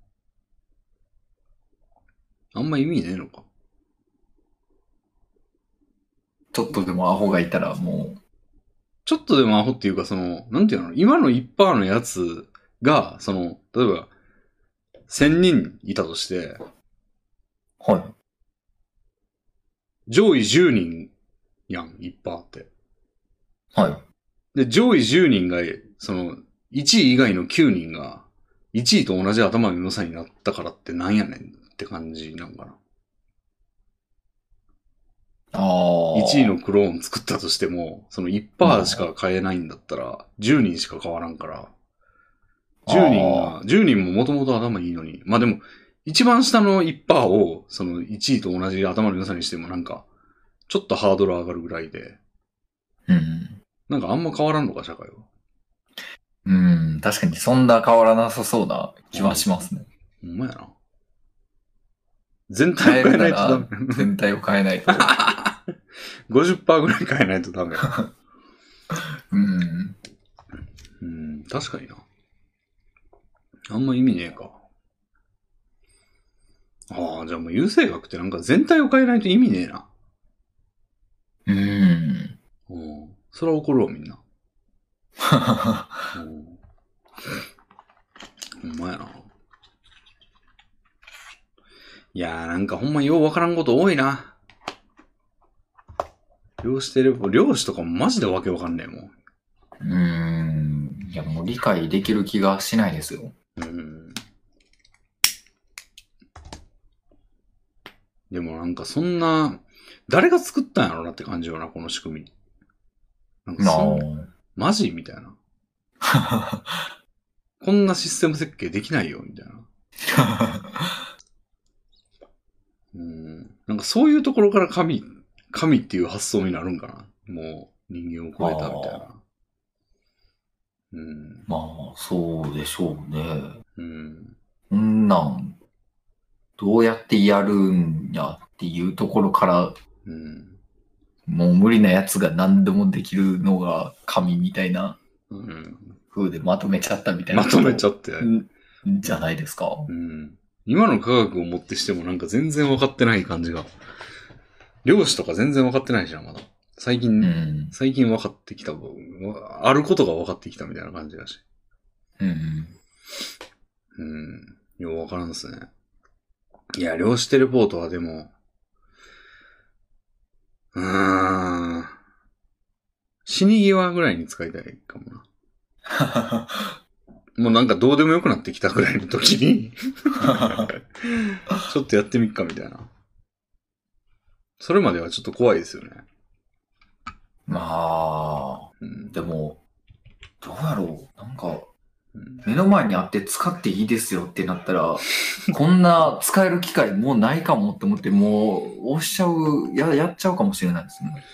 S1: あんま意味ねえのか。
S2: ちょっとでもアホがいたらも
S1: ちょっとでもアホっていうか、その、なんていうの、今の1%のやつが、その、例えば、1000人いたとして、
S2: う、はい。
S1: 上位10人やん、1%って。
S2: はい。
S1: で、上位10人が、その、1位以外の9人が、1位と同じ頭の良さになったからってなんやねんって感じなんかな。
S2: ああ。
S1: 1位のクローン作ったとしても、その1%しか買えないんだったら、10人しか変わらんから、10人が、10人ももともと頭いいのに、まあでも、一番下の1%を、その1位と同じ頭の良さにしてもなんか、ちょっとハードル上がるぐらいで、
S2: うん。
S1: なんかあんま変わらんのか、社会は。
S2: うん、確かにそんな変わらなさそうな気はしますね。
S1: ほんまやな。全体を 変えないとダメ。
S2: 全体を変えないと。
S1: 50%ぐらい変えないとダメ。
S2: うん。
S1: うん、確かにな。あんま意味ねえか。ああ、じゃあもう優勢学ってなんか全体を変えないと意味ねえな。
S2: うん。
S1: うん。それは怒るわ、みんな。うん。ほんまやな。いやーなんかほんまようわからんこと多いな。漁師テレポ、漁師とかもマジでわけわかんねえもん。
S2: うん。いや、もう理解できる気がしないですよ。
S1: うんでもなんかそんな、誰が作ったんやろなって感じよな、この仕組み。なんか
S2: な
S1: そ
S2: あ
S1: んマジみたいな。こんなシステム設計できないよ、みたいな。うん。なんかそういうところから神、神っていう発想になるんかな。もう人間を超えたみたいな。うん。
S2: まあ、そうでしょうね。
S1: うん。
S2: こんなん、どうやってやるんやっていうところから、
S1: うん。
S2: もう無理なやつが何でもできるのが神みたいな
S1: うん。
S2: 風でまとめちゃったみたいな。
S1: まとめちゃ
S2: っ
S1: って。
S2: じゃないですか。
S1: うん。今の科学をもってしてもなんか全然分かってない感じが。漁師とか全然分かってないしな、まだ。最近、
S2: うん。
S1: 最近分かってきた分、わあることが分かってきたみたいな感じだし。
S2: うん。
S1: うん。よう分からんですね。いや、漁師テレポートはでも、うーん。死に際ぐらいに使いたいかもな。もうなんかどうでもよくなってきたぐらいの時に。 ちょっとやってみっかみたいな。それまではちょっと怖いですよね。
S2: まあ、
S1: うん。
S2: でも、どうやろう。なんか、
S1: うん
S2: 目の前にあって使っていいですよってなったら、こんな使える機会もうないかもって思って、もう押しちゃう、ややっちゃうかもしれないですね。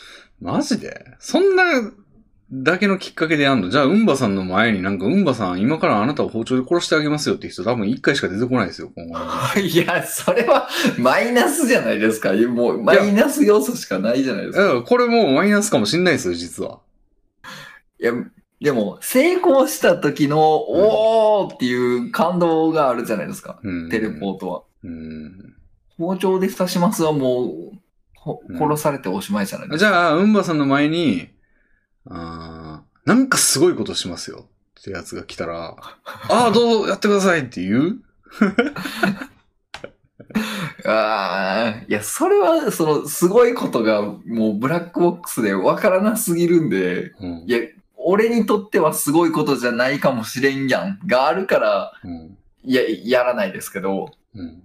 S1: マジでそんなだけのきっかけでやんのじゃあ、うんばさんの前になんか、うんばさん、今からあなたを包丁で殺してあげますよって人多分一回しか出てこないですよ、今後。
S2: いや、それはマイナスじゃないですか。もうマイナス要素しかないじゃないです
S1: だか
S2: か。
S1: らこれもうマイナスかもしんないですよ、実は。
S2: いや、でも、成功した時の、おーっていう感動があるじゃないですか。
S1: うん。
S2: テレポートは。
S1: うん。
S2: 包丁で刺しますはもう、ほ
S1: うん
S2: 殺されておしまいじゃないですか。
S1: じゃあ、うんばさんの前に、あーなんかすごいことしますよ。ってやつが来たら、ああ、どうやってくださいって言う
S2: ああ、
S3: いや、それは、その、すごいことが、もう、ブラックボックスでわからなすぎるんで、
S1: うん
S3: い。や、俺にとってはすごいことじゃないかもしれんやん、があるから、
S1: うん。
S3: いや、やらないですけど、
S1: うん。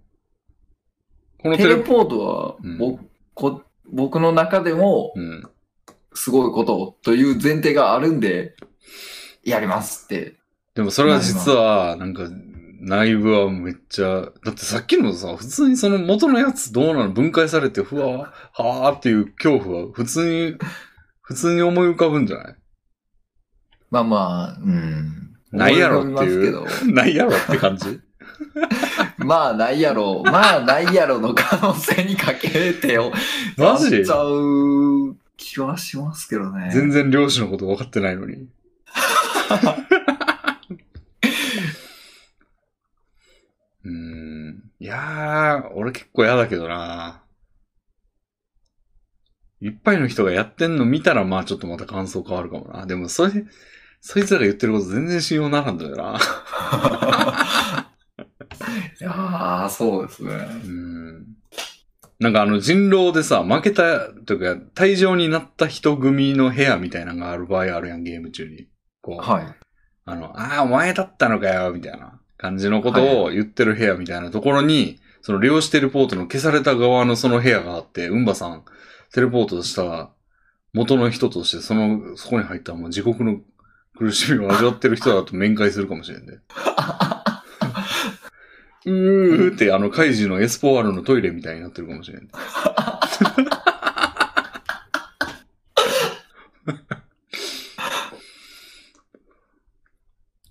S1: このテ
S3: テ
S1: レ
S3: レポート
S1: うん
S3: は、僕、こ僕の中でも、
S1: うん。
S3: すごいことという前提があるんで、やりますって。
S1: でもそれは実は、なんか、内部はめっちゃ、だってさっきのさ、普通にその元のやつどうなの分解されて、ふわー、はーっていう恐怖は、普通に、普通に思い浮かぶんじゃない
S2: まあまあ、うん。
S1: ないやろっていう
S2: 思い浮かびま す
S1: ないやろって感じ。
S2: けどまあ、ないやろ。まあ、ないやろの可能性にかけてよ。
S1: マジ
S2: やっちゃう気はしますけどね。
S1: 全然漁師のこと分かってないのに。うーん。いやー、俺結構嫌だけどな。いっぱいの人がやってんの見たら、まあちょっとまた感想変わるかもな。でも、それ、そいつらが言ってること全然信用ならんだよな。
S2: いやー、そうですね。
S1: うん。なんかあの人狼でさ、負けた、とか、退場になった人組の部屋みたいなのがある場合あるやん、ゲーム中に。こう、
S2: はい。
S1: あの、ああ、お前だったのかよ、みたいな感じのことを言ってる部屋みたいなところに、その漁師テレポートの消された側のその部屋があって、うんばさん、テレポートした元の人として、その、そこに入ったらもう地獄の苦しみを味わってる人だと面会するかもしれんで。うーって、あの、カイジのエスポワールのトイレみたいになってるかもしれんで。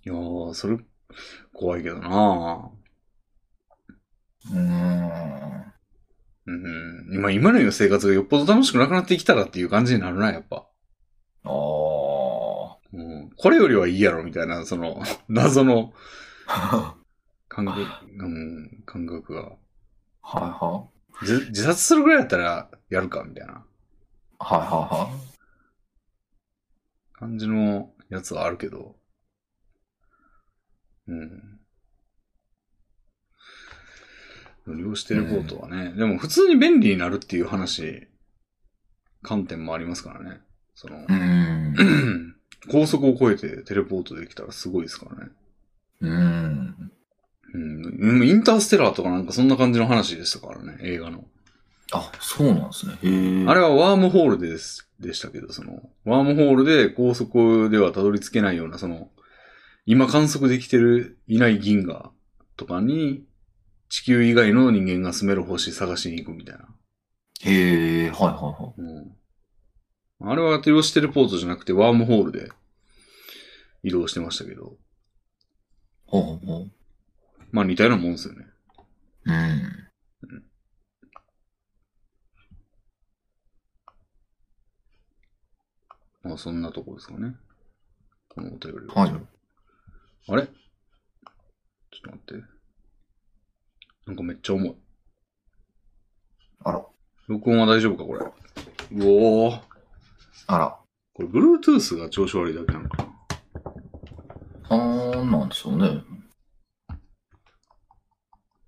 S1: いやー、それ、怖いけどなぁ。
S2: うーん。
S1: うん、今、今の生活がよっぽど楽しくなくなってきたらっていう感じになるな、やっぱ。
S2: あー。
S1: うん、これよりはいいやろ、みたいな、その、 謎の
S2: は
S1: 感覚、うん、感覚が。
S2: いは。
S1: 自自殺するぐらいだったらやるか、みたいない
S2: はいは
S1: 感じのやつはあるけど。うん。利用してるボートはね、でも普通に便利になるっていう話、観点もありますからね。その、
S2: いはい。うーん。
S1: うん高速を越えてテレポートできたらすごいですからね。
S2: うーん。
S1: うん。でもインターステラーとかなんかそんな感じの話でしたからね、映画の。
S2: あ、そうなんですね。へえ。
S1: あれはワームホールです、でしたけど、その、ワームホールで高速ではたどり着けないような、その、今観測できてるいない銀河とかに、地球以外の人間が住める星探しに行くみたいな。
S2: へえ、はいはいは
S1: うん。あれは量子テレポートじゃなくてワームホールで移動してましたけど、
S2: い。ほうほうほう。
S1: まあ似たようなもんですよね。
S2: うん。
S1: まあそんなとこですかね。このお便り
S2: はい。
S1: あれちょっと待って。なんかめっちゃ重い。
S2: あら。
S1: 録音は大丈夫かこれ。うおー。
S2: あら。
S1: これ Bluetooth が調子悪いだけなのかな
S2: あーなんでしょうね。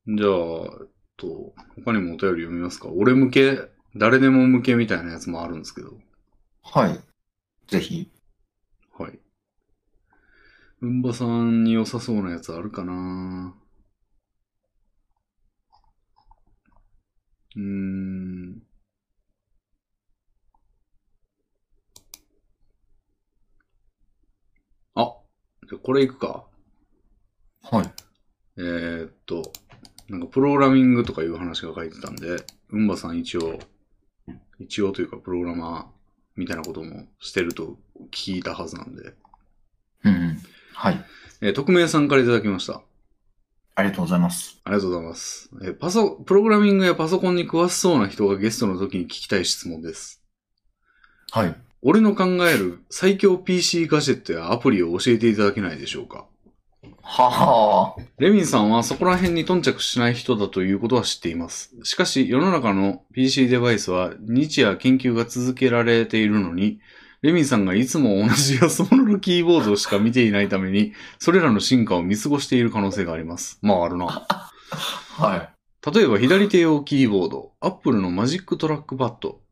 S1: じゃあ、えっと、他にもお便り読みますか俺向け、誰でも向けみたいなやつもあるんですけど。
S2: はい。ぜひ。
S1: はい。うんばさんに良さそうなやつあるかなうーん。あ、じゃあこれいくか。
S2: はい。
S1: えーっと、なんかプログラミングとかいう話が書いてたんで、うんばさん一応、一応というかプログラマーみたいなこともしてると聞いたはずなんで、
S2: うん。はい。
S1: えー匿名さんからいただきました。
S2: ありがとうございます。
S1: ありがとうございます。えーパソ、プログラミングやパソコンに詳しそうな人がゲストの時に聞きたい質問です。
S2: はい。
S1: 俺の考える最強 PC ガジェットやアプリを教えていただけないでしょうか
S2: はは
S1: レミンさんはそこら辺に頓着しない人だということは知っています。しかし世の中の PC デバイスは日夜研究が続けられているのに、レミさんがいつも同じ安物のキーボードしか見ていないために、それらの進化を見過ごしている可能性があります。まああるな。
S2: はい。
S1: 例えば左手用キーボード、アップルのマジックトラックパッド、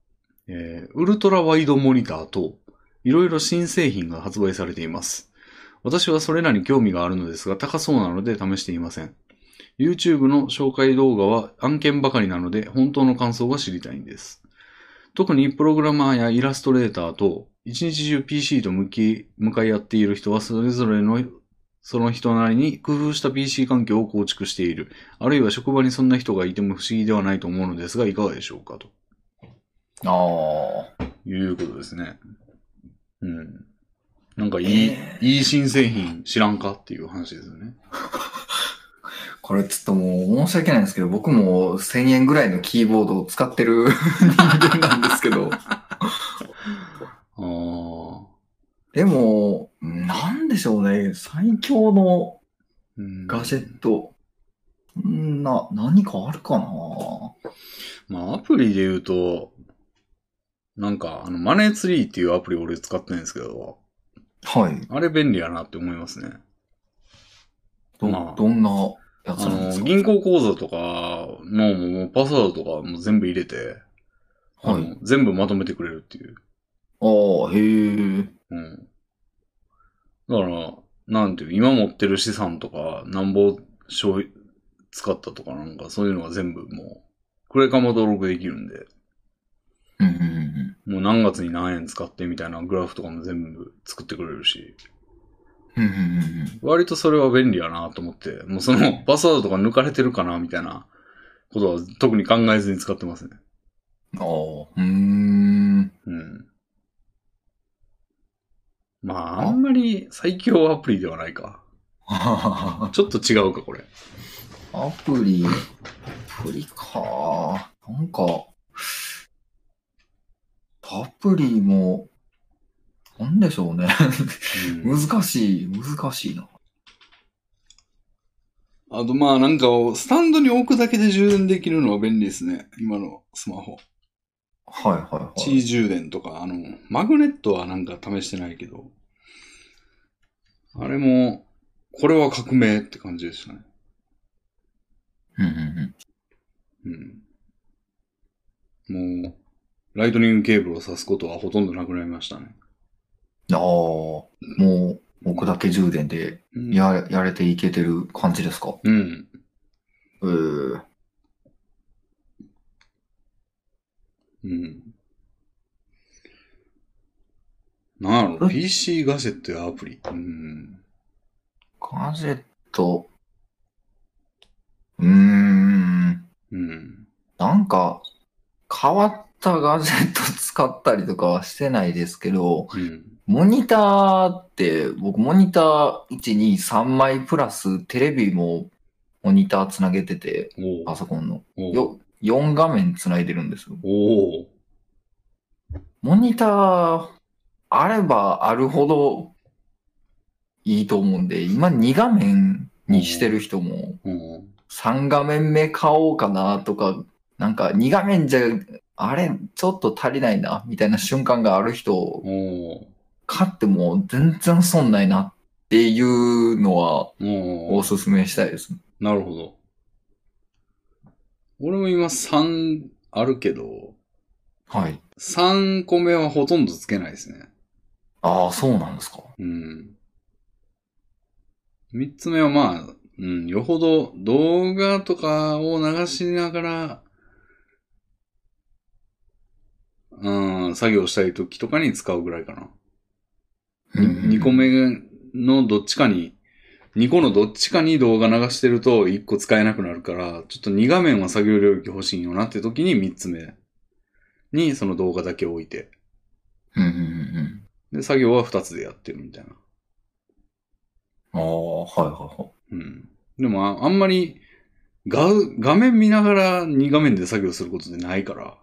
S1: えーウルトラワイドモニター等、いろいろ新製品が発売されています。私はそれらに興味があるのですが、高そうなので試していません。YouTube の紹介動画は案件ばかりなので、本当の感想が知りたいんです。特にプログラマーやイラストレーターと、一日中 PC と向き、向かい合っている人はそれぞれの、その人なりに工夫した PC 環境を構築している。あるいは職場にそんな人がいても不思議ではないと思うのですが、いかがでしょうかと
S2: ああ。
S1: いうことですね。うん。なんかいい、
S2: え
S1: いい新製品知らんかっていう話ですよね。
S2: これちょっともう申し訳ないんですけど、僕も1000円ぐらいのキーボードを使ってる 人間なんですけど、
S1: ああ。
S2: でも、なんでしょうね、最強の
S1: うん
S2: ガジェット。んな、何かあるかな
S1: まあ、アプリで言うと、なんか、あの、マネーツリーっていうアプリ俺使ってないんですけど、
S2: はい。
S1: あれ便利やなって思いますね。
S2: ど、
S1: まあ
S2: どんなやつ
S1: あ
S2: なんです
S1: の、
S2: か
S1: 銀行口座とかの、もうパスワードとかも全部入れて、あ
S2: はい。
S1: の全部まとめてくれるっていう。
S2: ああ、へえ。
S1: うん。だから、なんていう、今持ってる資産とか、なんぼ消費、使ったとかなんか、そういうのが全部もう、クレカも登録できるんで、
S2: うんうんうん
S1: もう何月に何円使ってみたいなグラフとかも全部作ってくれるし、
S2: うん。うんうんうんうん。
S1: 割とそれは便利やなと思って、もうその パスワードとか抜かれてるかなみたいなことは特に考えずに使ってますね。
S2: ああ、うーん。
S1: うん。まあ、あんまり最強アプリではないか。
S2: ア
S1: ちょっと違うか、これ。
S2: プリ、アプリか。なんか、アプリも、なんでしょうね。
S1: うん
S2: 難しい、難しいな。
S1: あとまあなんか、スタンドに置くだけで充電できるのは便利ですね。今のスマホ。
S2: はいはいは
S1: C
S2: い。
S1: 充電とか、あの、マグネットはなんか試してないけど、あれも、これは革命って感じでしたね。
S2: うんうん
S1: うん。もう、ライトニングケーブルを挿すことはほとんどなくなりましたね。
S2: うん、ああ、もう、僕だけ充電で
S1: うん、
S2: ややれていけてる感じですか。
S1: うん。
S2: ええ
S1: うん。なんやろ、PC ガジェットやアプリ。うん。
S2: ガジェット、うーん。
S1: うん。
S2: なんか、変わったガジェット使ったりとかはしてないですけど、
S1: うん。
S2: モニターって、僕モニター1、2、3枚プラステレビもモニターつなげてて、
S1: おう
S2: パソコンの。
S1: おう
S2: よ、4画面つないでるんですよ。
S1: おお。
S2: モニター、あればあるほどいいと思うんで、今2画面にしてる人も
S1: うん。
S2: 3画面目買おうかなとか、なんか2画面じゃ、あれ、ちょっと足りないな、みたいな瞬間がある人、
S1: おお。
S2: 買っても全然損ないなっていうのは
S1: お
S2: お
S1: お。
S2: すすめしたいです。
S1: なるほど。俺も今3あるけど、
S2: はい。
S1: 3個目はほとんどつけないですね。
S2: ああ、そうなんですか。
S1: うん。3つ目はまあ、うん、よほど動画とかを流しながら、うん、作業したい時とかに使うぐらいかな。2個。目のどっちかに、2個のどっちかに動画流してると1個使えなくなるから、ちょっと2画面は作業領域欲しいよなって時に3つ目にその動画だけ置いて、
S2: うんうんうん
S1: で、作業は2つでやってるみたいな。
S2: うん。ああ、はいはいはい。
S1: うん。でもああんまり画、画面見ながら2画面で作業することってないから、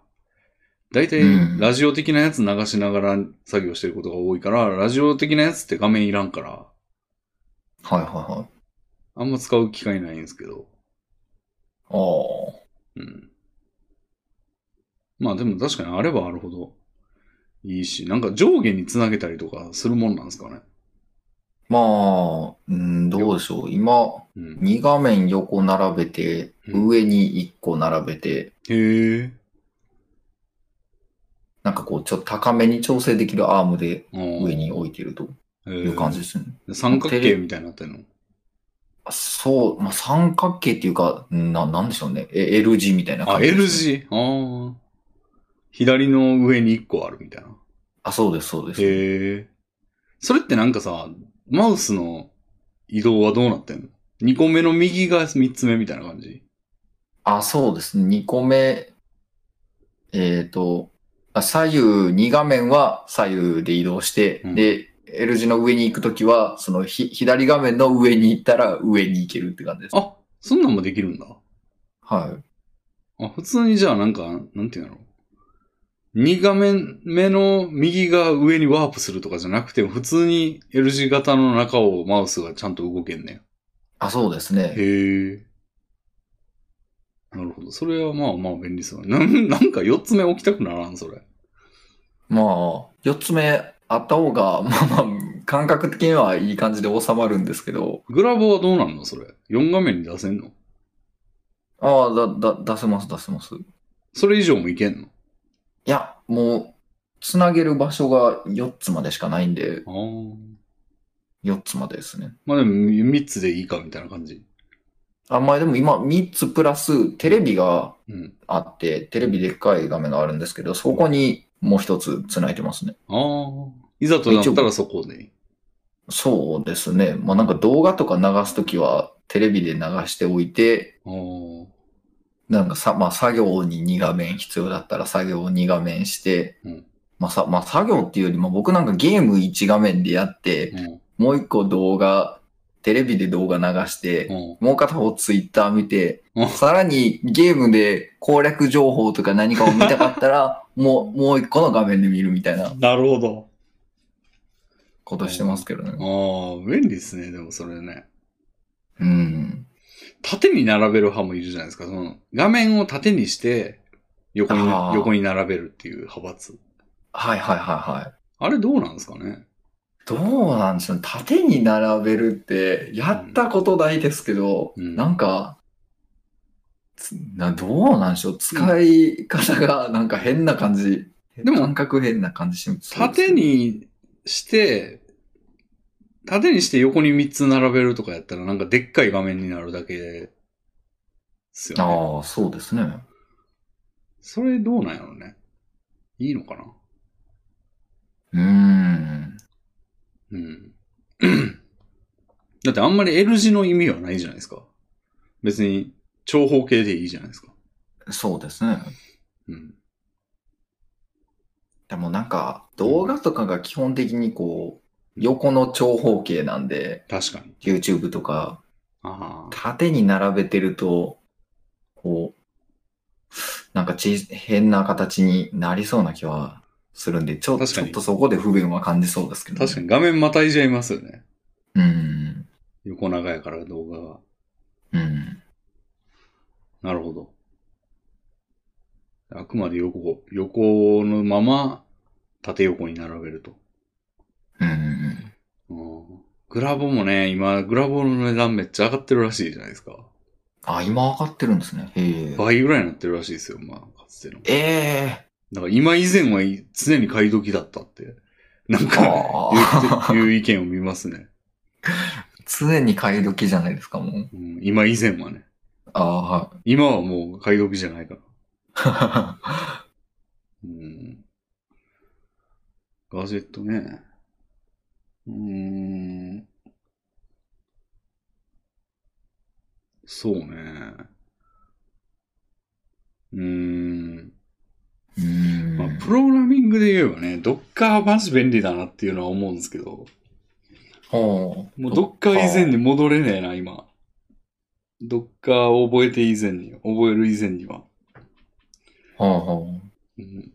S1: だいたい
S2: うん
S1: ラジオ的なやつ流しながら作業してることが多いから、ラジオ的なやつって画面いらんから、
S2: はいはいはい。
S1: あんま使う機会ないんですけど。
S2: ああ。
S1: うん。まあでも確かにあればあるほどいいし、なんか上下につなげたりとかするもんなんですかね。
S2: まあ、うん、どうでしょう。今、
S1: うん。
S2: 2画面横並べて、
S1: うん
S2: 上に1個並べて、
S1: へえ。
S2: なんかこう、ちょっと高めに調整できるアームで上
S1: 上
S2: に置いてるとい
S1: いう
S2: 感じですね。
S1: 三角形みたいになってるの。
S2: そう、まあ、三角形っていうか、な、なんでしょうね。え L 字みたいな
S1: あ、
S2: 感じですね
S1: L 字。ああ。左の上に1個あるみたいな。
S2: あ、そうです、そうです。
S1: へえ。それってなんかさ、マウスの移動はどうなってんの ?2 個目の右が3つ目みたいな感じ
S2: あ、そうですね。2個目、えっ、と、あ左右、2画面は左右で移動して、
S1: うん
S2: で、L 字の上に行くときは、そのひ左画面の上に行ったら上に行けるって感じです。
S1: あ、そんなんもできるんだ。
S2: はい。
S1: あ、普通にじゃあなんか、なんていうんだろう。2画面目の右が上にワープするとかじゃなくて、普通に L 字型の中をマウスがちゃんと動けんねん。
S2: あ、そうですね。
S1: へえ。なるほど。それはまあまあ便利そう。なん、なんか4つ目置きたくならん、それ。
S2: まあ、4つ目あった方が、 まあまあ、感覚的にはいい感じで収まるんですけど、
S1: グラボはどうなんのそれ。4画面に出せんの
S2: ああ、だ、だ、出せます、出せます。い
S1: それ以上もいけんの
S2: や、もう、つなげる場所が4つまでしかないんで、
S1: ああ。
S2: 4つまでですね。
S1: まあでも3つでいいかみたいな感じ。
S2: あ、まあでも今3つプラステレビが
S1: うん。
S2: あって、テレビでっかい画面があるんですけど、そこにもう一つ繋いでますね。
S1: ああ。いざとなったらそこでいい。
S2: そうですね。まあなんか動画とか流すときはテレビで流しておいて、
S1: ああ。
S2: なんかさ、まあ作業に2画面必要だったら作業を2画面して、
S1: うん
S2: まあさ、まあ作業っていうよりも僕なんかゲーム1画面でやって、
S1: うん。
S2: もう一個動画、テレビで動画流して、
S1: うん。
S2: もう片方ツイッター見て
S1: うん、
S2: さらにゲームで攻略情報とか何かを見たかった ら、もう、もう一個の画面で見るみたいな
S1: なるほど。
S2: ことしてますけどね。
S1: ああ、便利ですね、でもそれね。
S2: うん。
S1: 縦に並べる派もいるじゃないですか。その画面を縦にして、横に
S2: あ、ー
S1: 横に並べるっていう派閥。
S2: はいはいはいはい。
S1: あれどうなんですかね
S2: どうなんでしょうね縦に並べるって、やったことないですけど、
S1: うん
S2: なんか、つなどうなんでしょう使い方がなんか変な感じ。
S1: でも
S2: 感覚変な感じします。
S1: 縦にして、縦にして横に3つ並べるとかやったらなんかでっかい画面になるだけですよね。
S2: ああ、そうですね。
S1: それどうなんやろね。いいのかな
S2: うん。
S1: うん。だってあんまり L 字の意味はないじゃないですか。別に長方形でいいじゃないですか。
S2: そうですね。
S1: うん。
S2: でもなんか動画とかが基本的にこう横の長方形なんで
S1: 確かに。
S2: YouTube とか
S1: ああ。
S2: 縦に並べてるとこうなんかち変な形になりそうな気はするんでちょ
S1: 確か
S2: ちょ
S1: に
S2: っとそこで不便は感じそうですけど、
S1: 確かに画面またいじゃいますよね。
S2: に。うん。
S1: 横長やから動画が。
S2: うん。
S1: なるほど。あくまで横、横のまま縦横に並べると。
S2: うん。
S1: うんグラボもね、今、グラボの値段めっちゃ上がってるらしいじゃないですか。
S2: あ、今上がってるんですね。へ
S1: 倍ぐらいになってるらしいですよ、まあ、かつての。
S2: え。 え
S1: だから今以前はい常に買い時だったって、なん
S2: え
S1: か言
S2: あ
S1: っ
S2: あ。
S1: て、いう意見を見ますね。
S2: 常に買い時じゃないですか、もう。
S1: うん、今以前はね。
S2: ああ、はい。
S1: 今はもう買い時じゃないから。 うん。ガジェットね。うーん。そうね。うーん。
S2: う
S1: まあ、
S2: ん。
S1: プログラミングで言えばね、ドッカーはマジ便利だなっていうのは思うんですけど、
S2: ほう
S1: もうドッカー以前に戻れねえな、今。ドッカーを覚えて以前に、覚える以前には。
S2: ほうほう。
S1: うん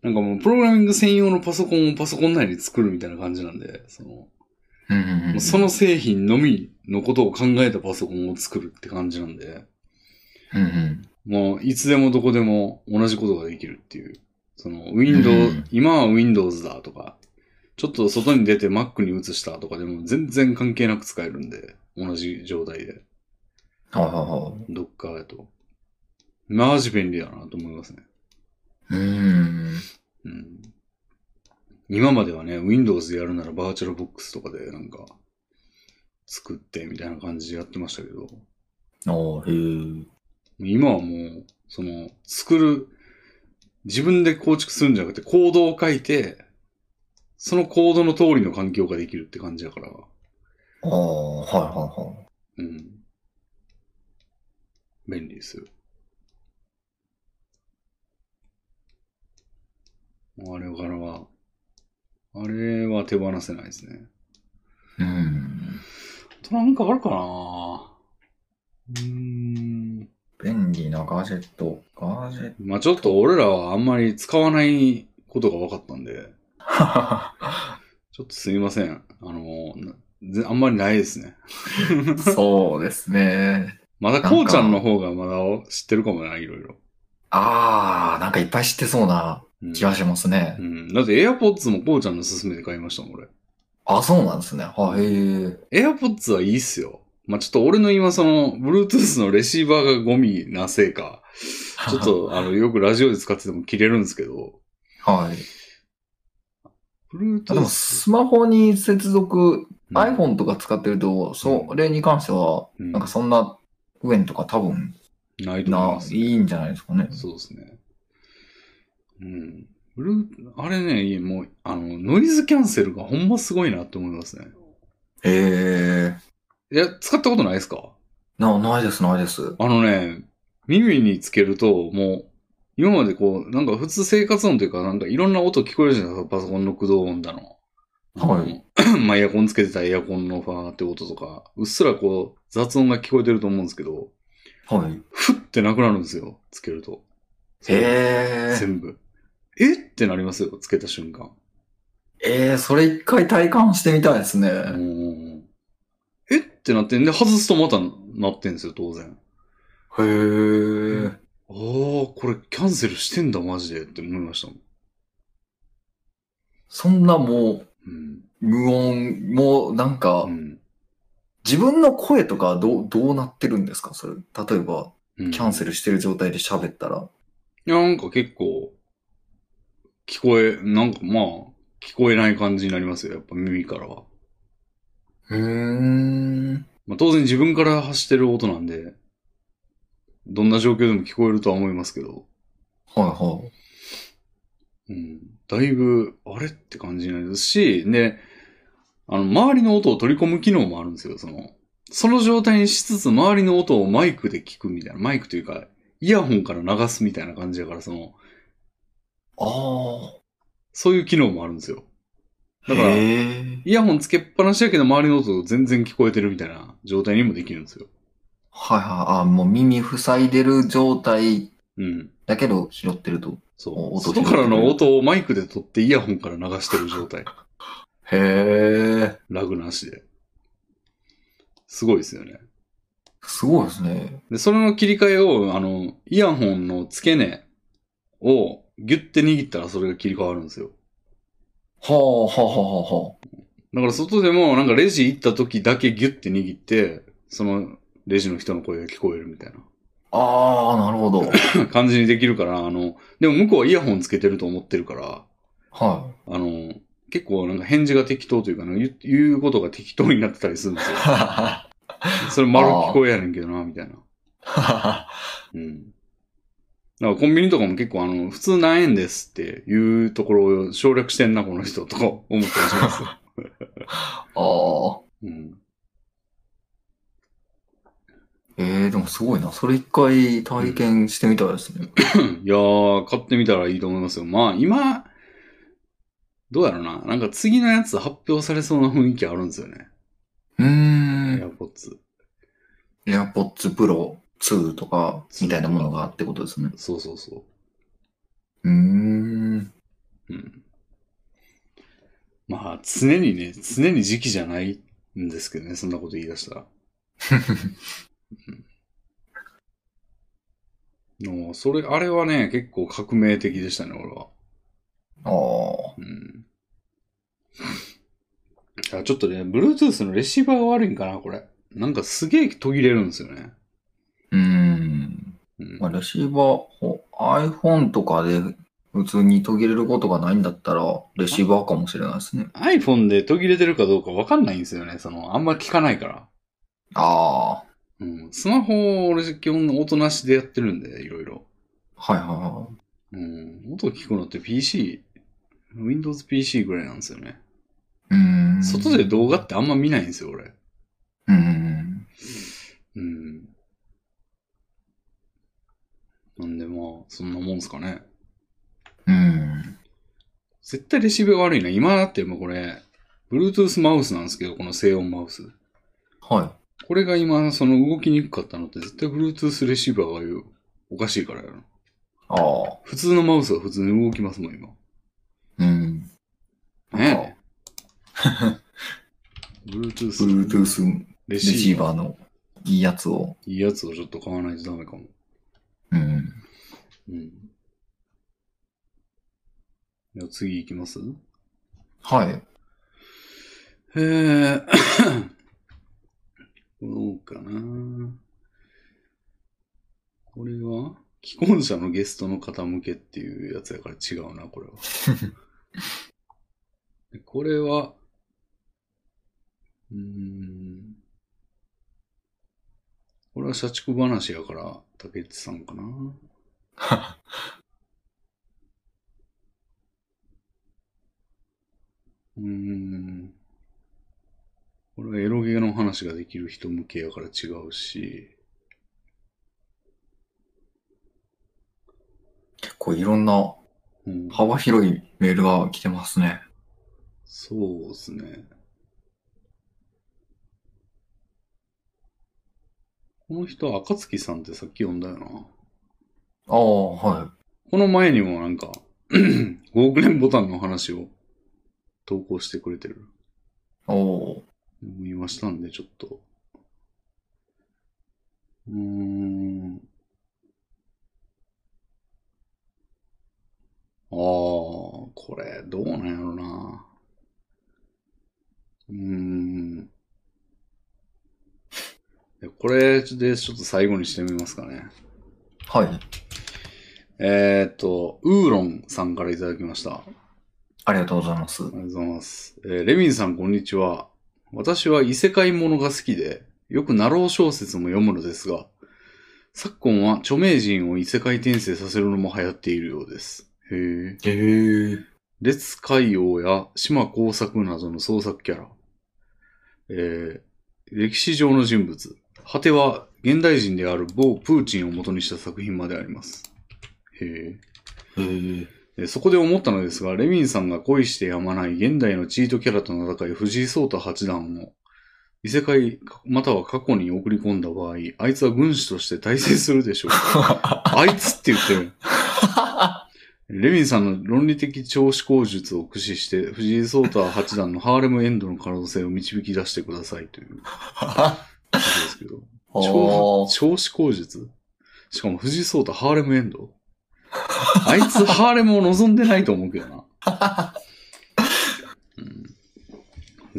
S1: なんかもう、プログラミング専用のパソコンをパソコン内で作るみたいな感じなんで、その、
S2: うんうんうん
S1: もうその、製品のみのことを考えたパソコンを作るって感じなんで、
S2: うんうん
S1: もう、いつでもどこでも同じことができるっていう、その、Windows、
S2: うん
S1: 今は Windows だとか、ちょっと外に出て Mac に移したとかでも全然関係なく使えるんで、同じ状態で、
S2: はいはいはい。
S1: どっかやと。マジ便利だなと思いますね。
S2: うーん。
S1: うん。今まではね、Windows でやるならバーチャルボックスとかでなんか、作ってみたいな感じでやってましたけど、
S2: ああ、へえ。
S1: 今はもう、その、作る、自分で構築するんじゃなくて、コードを書いて、そのコードの通りの環境ができるって感じだから、
S2: ああ、はいはいはい。
S1: うん。便利ですよ。もうあれからは、あれは手放せないですね。
S2: うん。
S1: あとなんかあるかなうーん。
S2: 便利なガジェット。ガジェッ
S1: まあちょっと俺らはあんまり使わないことが分かったんで、ちょっとすいません。あの、なぜあんまりないですね。
S2: ト。そうですね。
S1: まだ
S2: か
S1: こうちゃんの方がまだ知ってるかもな、いろいろ。
S2: ああ、なんかいっぱい知ってそうな
S1: うん
S2: 気がしますね
S1: う。ん。だって AirPods もこうちゃんの勧めで買いましたもん、俺。
S2: あそうなんですね。あへえ。
S1: AirPods はいいっすよ。まあちょっと俺の今その、Bluetooth のレシーバーがゴミなせい か、ちょっとあの、よくラジオで使ってても切れるんですけど、
S2: はい。
S1: Bluetooth。
S2: でも、スマホに接続、
S1: うん
S2: iPhone とか使ってると、それに関しては、
S1: うん
S2: なんかそんな不便とか多分
S1: ないと思い
S2: な
S1: ま、す、
S2: いいんじゃないですかね。
S1: そうですね。うん。ブルー、あれね、いいもう、あの、ノイズキャンセルがほんますごいなって思いますね。
S2: へえ。
S1: いや、使ったことないですか
S2: な、ないです、ないです。
S1: あのね、耳につけると、もう、今までこう、なんか普通生活音というか、なんかいろんな音聞こえるじゃないですか、パソコンの駆動音だの。
S2: はい
S1: あの。まあ、エアコンつけてたエアコンのファーって音とか、うっすらこう、雑音が聞こえてると思うんですけど、
S2: はい。
S1: ふってなくなるんですよ、つけると。
S2: へえ。
S1: 全部。えってなりますよ、つけた瞬間。
S2: えー、それ一回体感してみたいですね。
S1: うんえってなってんで、外すとまたなってんですよ、当然。
S2: へえ。
S1: ああ、これキャンセルしてんだ、マジでって思いましたもん。
S2: そんなも
S1: うん。
S2: う、無音、もうなんか、
S1: うん
S2: 自分の声とかどう、どうなってるんですかそれ。例えば、
S1: うん、
S2: キャンセルしてる状態で喋ったら。
S1: いや、なんか結構、聞こえ、なんかまあ、聞こえない感じになりますよ、やっぱ耳からは。
S2: うーん。
S1: まあ当然自分から発してる音なんで、どんな状況でも聞こえるとは思いますけど、
S2: はいは
S1: う
S2: い。
S1: ん、だいぶ、あれって感じになりますし、で、あの、周りの音を取り込む機能もあるんですよ、その、その状態にしつつ、周りの音をマイクで聞くみたいな、マイクというか、イヤホンから流すみたいな感じだから、その、
S2: ああ。
S1: そういう機能もあるんですよ。だから、イ
S2: へえ。
S1: ヤホンつけっぱなしやけど、周りの音全然聞こえてるみたいな状態にもできるんですよ。
S2: はいはい。あ、もう耳塞いでる状態
S1: うん。
S2: だけど拾ってると。
S1: そ
S2: お
S1: う。
S2: 音
S1: 外からの音をマイクで取って、イヤホンから流してる状態。
S2: へえ。
S1: ラグなしで。すごいですよね。
S2: すごいですね。
S1: で、それの切り替えを、あの、イヤホンの付け根をギュッて握ったらそれが切り替わるんですよ。
S2: はあ、はあ、はあ、は
S1: だから外でも、なんかレジ行った時だけギュッて握って、そのレジの人の声が聞こえるみたい
S2: あ。ああ、なるほど。
S1: な 感じにできるから、あの、でも向こうはイヤホンつけてると思ってるから、
S2: は。
S1: あの、結構なんか返事が適当というかな、言う言うことが適当になってたりするんですよ
S2: い。
S1: それ丸聞こえやねんけどな、みたいな。うん。だからコンビニとかも結構あの、普通何円ですっていうところを省略してんな、この人とか思ったりし ます。
S2: ああ。
S1: うん。
S2: ええ、でもすごいな。それ一回体験してみたいですね。
S1: いやー、買ってみたらいいと思いますよ。まあ今、どうやろな。なんか次のやつ発表されそうな雰囲気あるんですよね。
S2: うー
S1: エ
S2: ん。
S1: アポッツ。
S2: エアポッツプロ2とか、みたいなものがあってことですね。
S1: そうそうそう
S2: ーん。
S1: う。うん。まあ常にね、常に時期じゃないんですけどね、そんなこと言い出した ら。もう、それ、あれはね、結構革命的でしたね、俺は。
S2: ああ。
S1: うん。あちょっとね、Bluetooth のレシーバーが悪いんかな、これ。なんかすげえ途切れるんですよね。
S2: うん。
S1: うん
S2: まあ、レシーバーほ、iPhone とかで普通に途切れることがないんだったら、レシーバーかもしれないですね。
S1: iPhone で途切れてるかどうかわかんないんですよね。その、あんま聞かないから。
S2: ああ。
S1: うん。スマホ、俺基本音なしでやってるんで、いろいろ。
S2: はいはいはい。
S1: うん。音聞くのって PC、Windows PC ぐらいなんですよね。
S2: うん。
S1: 外で動画ってあんま見ないんですよ、俺。
S2: うん。
S1: うん。なんでまあ、そんなもんすかね。
S2: うん。
S1: 絶対レシーブが悪いな。今だってもうこれ、Bluetooth マウスなんですけど、この静音マウス。
S2: は
S1: これが今、その動きにくかったのって、絶対 Bluetooth レシーバーが言うおかしいからやろ。
S2: い。ああ。
S1: 普通のマウスは普通に動きますもん、今。
S2: うん。
S1: ねえ。Bluetooth
S2: Bluetooth
S1: レ
S2: レシ
S1: シー
S2: ー
S1: バー。
S2: バーのいいやつを。
S1: いいやつをちょっと買わないとダメかも。
S2: うん。
S1: うん。じゃあ次行きます
S2: はい。
S1: へえ。 どうかな。これは既婚者のゲストの方向けっていうやつやから違うな、これは。でこれは、うーん。これは社畜話やから、竹内さんかな。うーん。これはエロゲの話ができる人向けやから違うし、
S2: 結構いろんな
S1: うん、
S2: 幅広いメールが来てますね。
S1: そうですね。この人、暁さんってさっき呼んだよな。
S2: ああ、は
S1: この前にもなんか、5億連ボタンの話を投稿してくれてる。
S2: い。おお。
S1: 思いましたんで、ちょっと。うーん。ああ、これ、どうなんやろな。うーん。でこれで、ちょっと最後にしてみますかね。
S2: はい。
S1: えーっと、ウーロンさんからいただきました。
S2: ありがとうございます。
S1: ありがとうございます。えーレミンさん、こんにちは。私は異世界ものが好きで、よくナロー小説も読むのですが、昨今は著名人を異世界転生させるのも流行っているようです。へえ。
S2: へえ。
S1: 列海王や島工作などの創作キャラ。えー歴史上の人物。果ては現代人である某プーチンを元にした作品まであります。へえ。
S2: へ え。
S1: えーそこで思ったのですが、レミンさんが恋してやまない現代のチートキャラとの戦い、藤井聡太八段を、異世界、または過去に送り込んだ場合、あいつは軍師として大成するでしょうか。あいつって言ってる。レミンさんの論理的調子工術を駆使して、藤井聡太八段のハーレムエンドの可能性を導き出してくださいということですけど。
S2: お
S1: 調調子工術しかも藤井聡太ハーレムエンドあいつハーレムを望んでないと思うけどな。うん、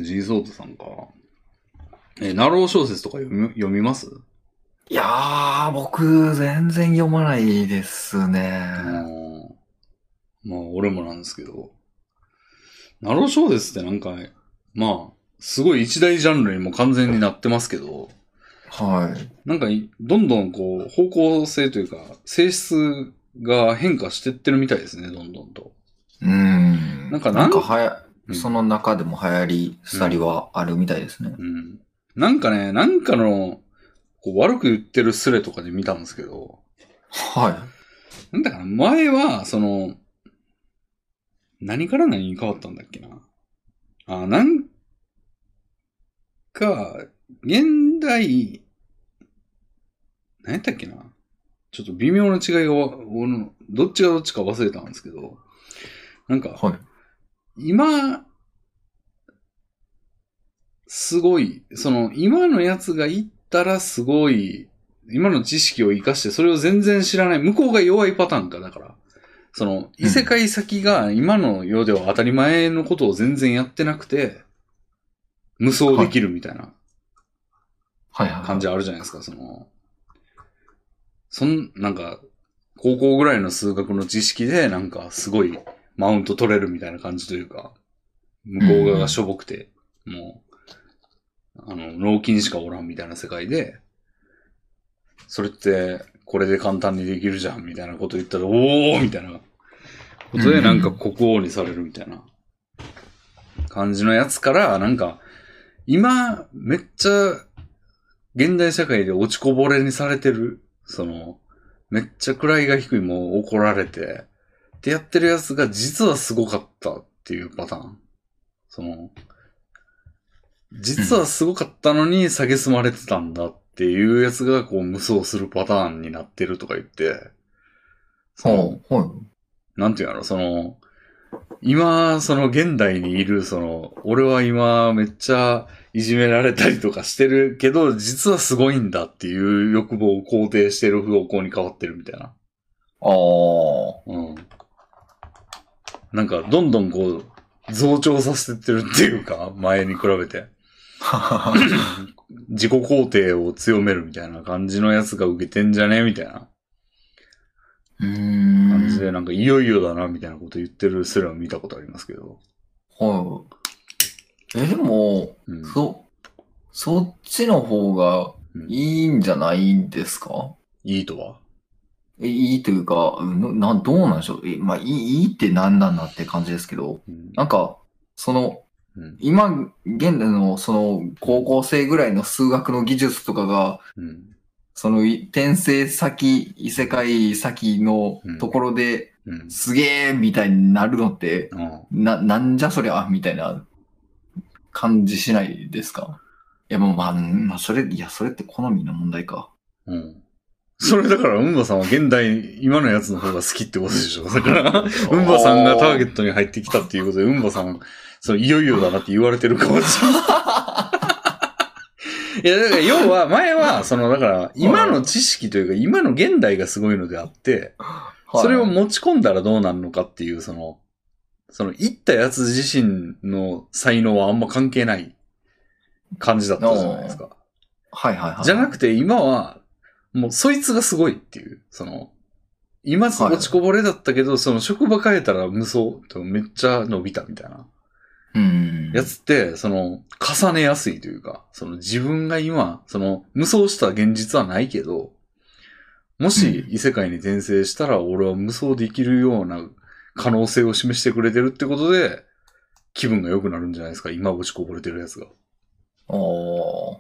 S1: 藤井聡太さんか。え、ナロー小説とか読み読みます
S2: いやー、僕、全然読まないですね。
S1: あのまあ、俺もなんですけど。ナロー小説ってなんか、まあ、すごい一大ジャンルにも完全になってますけど、
S2: はい。
S1: なんかい、どんどんこう、方向性というか、性質が変化してってるみたいですね、どんどんと。
S2: うん。
S1: なんかな
S2: なんんかはや、
S1: うん
S2: その中でも流行り、廃りはあるみたいですね。
S1: うん。なんかね、なんかの、こう悪く言ってるスレとかで見たんですけど、
S2: は
S1: なんだかな、前は、その、何から何に変わったんだっけな。あ、なんか、現代、何やったっけな。ちょっと微妙な違いがわ、俺のどっちがどっちか忘れたんですけど、なん
S2: い。
S1: か、
S2: はい。
S1: 今、すごい、その、今のやつが言ったらすごい、今の知識を活かして、それを全然知らない、向こうが弱いパターンか、だから。その、異世界先が今の世では当たり前のことを全然やってなくて、無双できるみたいな
S2: はいはい。
S1: 感じあるじゃないですか、その、そん、なんか、高校ぐらいの数学の知識で、なんか、すごい、マウント取れるみたいな感じというか、向こう側がしょぼくて、もう、あの、脳筋しかおらんみたいな世界で、それって、これで簡単にできるじゃん、みたいなこと言ったら、おーみたいなことで、なんか国王にされるみたいな感じのやつから、なんか、今、めっちゃ、現代社会で落ちこぼれにされてる、その、めっちゃ位が低いもう怒られて、ってやってるやつが実はすごかったっていうパターン。その、実はすごかったのに下げすまれてたんだっていうやつがこう無双するパターンになってるとか言って、その
S2: ほう、はい。
S1: なんていうのその、今、その現代にいる、その、俺は今めっちゃいじめられたりとかしてるけど、実はすごいんだっていう欲望を肯定してる方向に変わってるみたいな。
S2: ああ。
S1: うん。なんか、どんどんこう、増長させてってるっていうか、前に比べて。 自己肯定を強めるみたいな感じのやつが受けてんじゃねみたいな。
S2: うー
S1: 感じ
S2: ん。
S1: で、なんかいよいよだな、みたいなこと言ってるすら見たことありますけど。
S2: はい。え、でも、
S1: うん。
S2: そ、そっちの方が
S1: うん
S2: いいんじゃないんですか
S1: いいとは
S2: えいいというか、うんな、どうなんでしょう。えまあ、いい、いいって何なんだって感じですけど、
S1: うん
S2: なんか、その、
S1: うん
S2: 今、現代の、その、高校生ぐらいの数学の技術とかが、
S1: うん。
S2: その、い転生先、異世界先の
S1: うん
S2: ところで、
S1: うん。
S2: すげえみたいになるのって、
S1: あ
S2: な、なんじゃそりゃみたいな感じしないですかいや、もう、まあ、うんまあ、それ、いや、それって好みの問題か。
S1: うん。それだから、うんばさんは現代、今のやつの方が好きってことでしょ。だから、うんばさんがターゲットに入ってきたっていうことで、うんばさん、そのいよいよだなって言われてるかもしれない。いや、だから要は、前は、その、だから、今の知識というか、今の現代がすごいのであって、
S2: はい
S1: それを持ち込んだらどうなるのかっていう、その、その、行ったやつ自身の才能はあんま関係ない感じだったじゃないですか。
S2: はいはいはい。
S1: じゃなくて今は、もうそいつがすごいっていう、その、今
S2: はい
S1: 落ちこぼれだったけど、その職場変えたら無双とめっちゃ伸びたみたいな。
S2: うん。
S1: やつって、その、重ねやすいというか、その自分が今、その、無双した現実はないけど、もし異世界に転生したら俺は無双できるような可能性を示してくれてるってことで、気分が良くなるんじゃないですか、今落ちこぼれてるやつが。
S2: おー。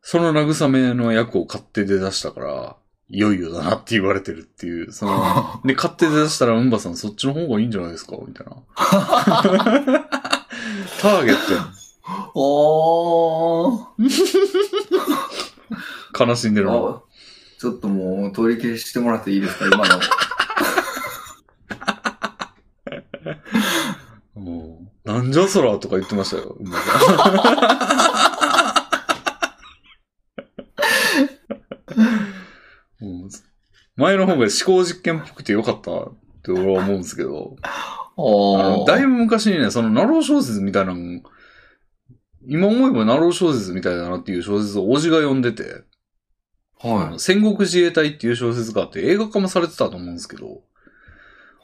S1: その慰めの役を勝手で出したから、いよいよだなって言われてるっていう、そ の、で、勝手で出したら、うんばさんそっちの方がいいんじゃないですかみたいな。 ターゲットや
S2: お
S1: ん
S2: ー。
S1: 悲しんでるの。
S2: あちょっともう取り消してもらっていいですか今の。
S1: うんなんじゃそらとか言ってましたよ、うんばさん。うん前の方が思考実験っぽくてよかったって俺は思うんですけど。あ
S2: お
S1: の、だいぶ昔にね、その、ナロー小説みたいなの、今思えばナロー小説みたいだなっていう小説をおじが読んでて、あ
S2: は
S1: の戦国自衛隊っていう小説があって映画化もされてたと思うんですけど、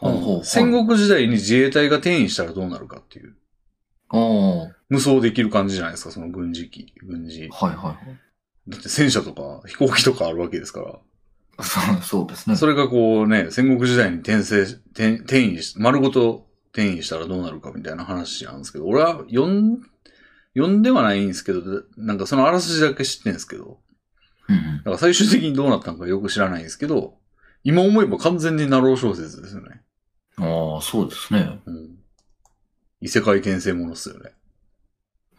S1: あ
S2: ほうほうほ
S1: の
S2: う
S1: 戦国時代に自衛隊が転移したらどうなるかっていう、
S2: い。おー。
S1: 無双できる感じじゃないですか、その軍事機、軍事。
S2: はいはい。
S1: だって戦車とか飛行機とかあるわけですから。
S2: そうそうですね。
S1: それがこうね、戦国時代に転生し、転転移し、丸ごと転移したらどうなるかみたいな話なんですけど、俺は読ん、読んではないんですけど、なんかそのあらすじだけ知ってんですけど、
S2: うん
S1: だから最終的にどうなったのかよく知らないんですけど、今思えば完全にナロー小説ですよね。
S2: ああ、そうですね。
S1: うん。異世界転生ものっすよ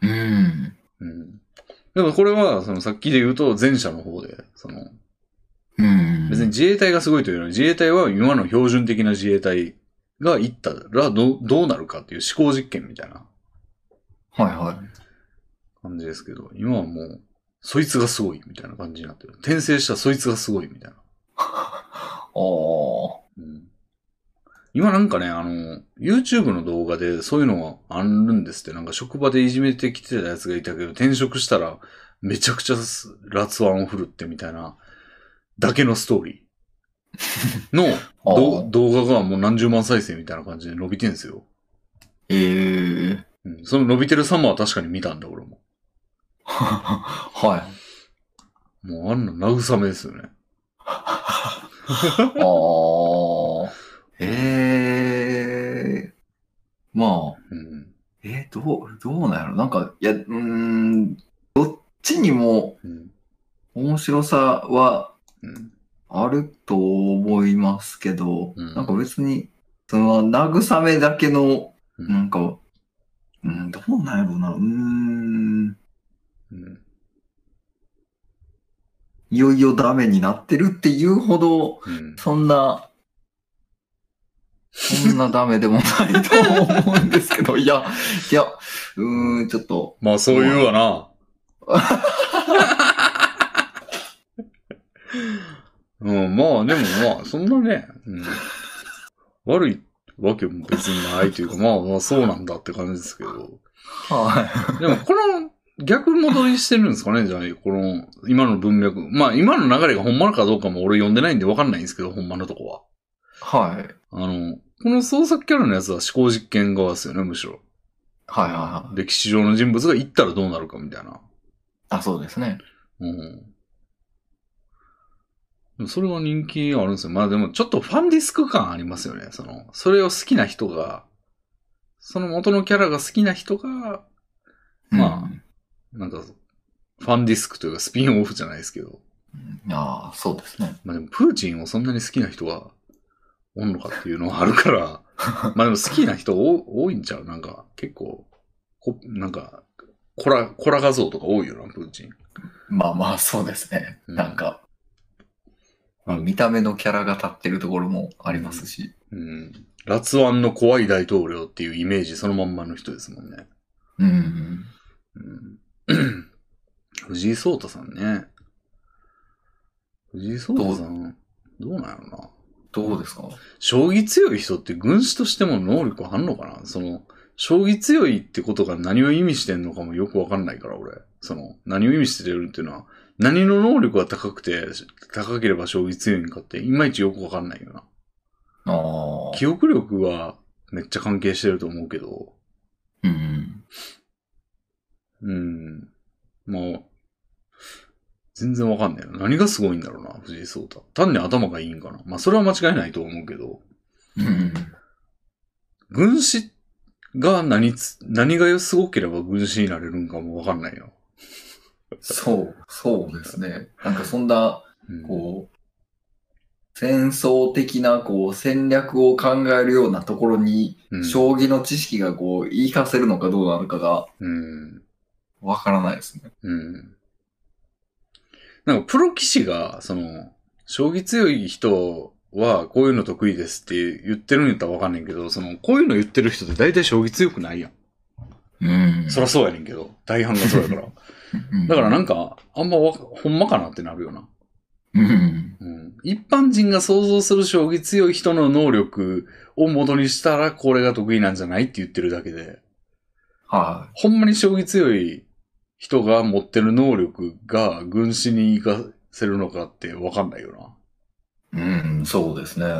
S1: ね。
S2: うん。
S1: うん。でもこれは、そのさっきで言うと前者の方で、その、
S2: うん。
S1: 別に。自衛隊がすごいというよりは、自衛隊は今の標準的な自衛隊が行ったらどうどうなるかっていう思考実験みたいな
S2: はいはい。
S1: 感じですけど、今はもう、そいつがすごいみたいな感じになってる。転生したそいつがすごいみたいな。
S2: おー。
S1: うん、今なんかね、あの、YouTube の動画でそういうのがあるんですって、なんか職場でいじめてきてたやつがいたけど、転職したらめちゃくちゃす辣腕を振るってみたいな、だけのストーリーの
S2: あー
S1: ど動画がもう何十万再生みたいな感じで伸びてんすよ。
S3: えー、
S1: うん、その伸びてる様は確かに見たんだ、俺も。
S2: は
S1: もうあんな慰めですよね。
S2: い。ああ。ええまあ、
S1: うん。
S2: えーどう、どうなんやろなんか、いや、うーん、どっちにも
S1: うん。
S2: 面白さは
S1: うん。
S2: あると思いますけど、
S1: うん
S2: なんか別に、その、慰めだけの、
S1: うん
S2: なんか、うん、どうなんやろうな、うーん、
S1: うん。
S2: いよいよダメになってるっていうほど、
S1: うん。
S2: そんな、そんなダメでもないと思うんですけど、いや、いや、うーん、ちょっと、
S1: まあそういうわ な。うん、まあでもまあ、そんなね、うん、悪いわけも別にないというか、まあまあそうなんだって感じですけど。
S2: はい。
S1: でもこの逆戻りしてるんですかね、じゃあ、この今の文脈。まあ今の流れがほんまかどうかも俺読んでないんでわかんないんですけど、ほんまのとこは。
S2: はい。
S1: あの、この創作キャラのやつは思考実験側ですよね、むしろ。
S2: はいはいはい。
S1: 歴史上の人物が行ったらどうなるかみたいな。
S2: あ、そうですね。
S1: うん。でもそれは人気あるんですよ。まあでもちょっとファンディスク感ありますよね。その、それを好きな人が、その元のキャラが好きな人が、まあ
S2: うん
S1: なんか、ファンディスクというかスピンオフじゃないですけど。
S2: ああ、そうですね。
S1: まあでもプーチンをそんなに好きな人がおんのかっていうのはあるから、まあでも好きな人多多いんちゃうなんか、結構、こなんか、コラ、コラ画像とか多いよな、プーチン。
S2: まあまあ、そうですね。
S1: うん
S2: なんか、まあ見た目のキャラが立ってるところもありますし。
S1: うん。辣腕の怖い大統領っていうイメージそのまんまの人ですもんね。
S2: うん。
S1: うん、藤井聡太さんね。藤井聡太さん、どうなんやろな。
S2: どうですか
S1: 将棋強い人って軍師としても能力あんのかなその、将棋強いってことが何を意味してんのかもよくわかんないから、俺。その、何を意味してるっていうのは、何の能力が高くて、高ければ将棋強いんかって、いまいちよくわかんないよな。
S2: ああ。
S1: 記憶力はめっちゃ関係してると思うけど、
S2: うん。
S1: うん。まあ、全然わかんないな。何がすごいんだろうな、藤井聡太。単に頭がいいんかな。まあ、それは間違いないと思うけど、
S2: うん。
S1: 軍師が何つ、何がすごければ軍師になれるんかもわかんないよ。
S2: そう、そうですね。なんかそんな、
S1: うん
S2: こう、戦争的な、こう、戦略を考えるようなところに、
S1: うん
S2: 将棋の知識がこう、言いかせるのかどうなのかが、
S1: うん。
S2: わからないですね。
S1: うん。なんか、プロ棋士が、その、将棋強い人は、こういうの得意ですって言ってるんやったらわかんないけど、その、こういうの言ってる人って大体将棋強くないやん。
S2: うん
S1: そらそうやねんけど、大半がそう やから。だからなんか、あんまわ、ほんまかなってなるよな。
S2: うん。
S1: うん。一般人が想像する将棋強い人の能力を元にしたら、これが得意なんじゃないって言ってるだけで、
S2: は
S1: ほんまに将棋強い人が持ってる能力が軍師に活かせるのかってわかんないよな。
S2: い。うん、そうですね。
S1: うん。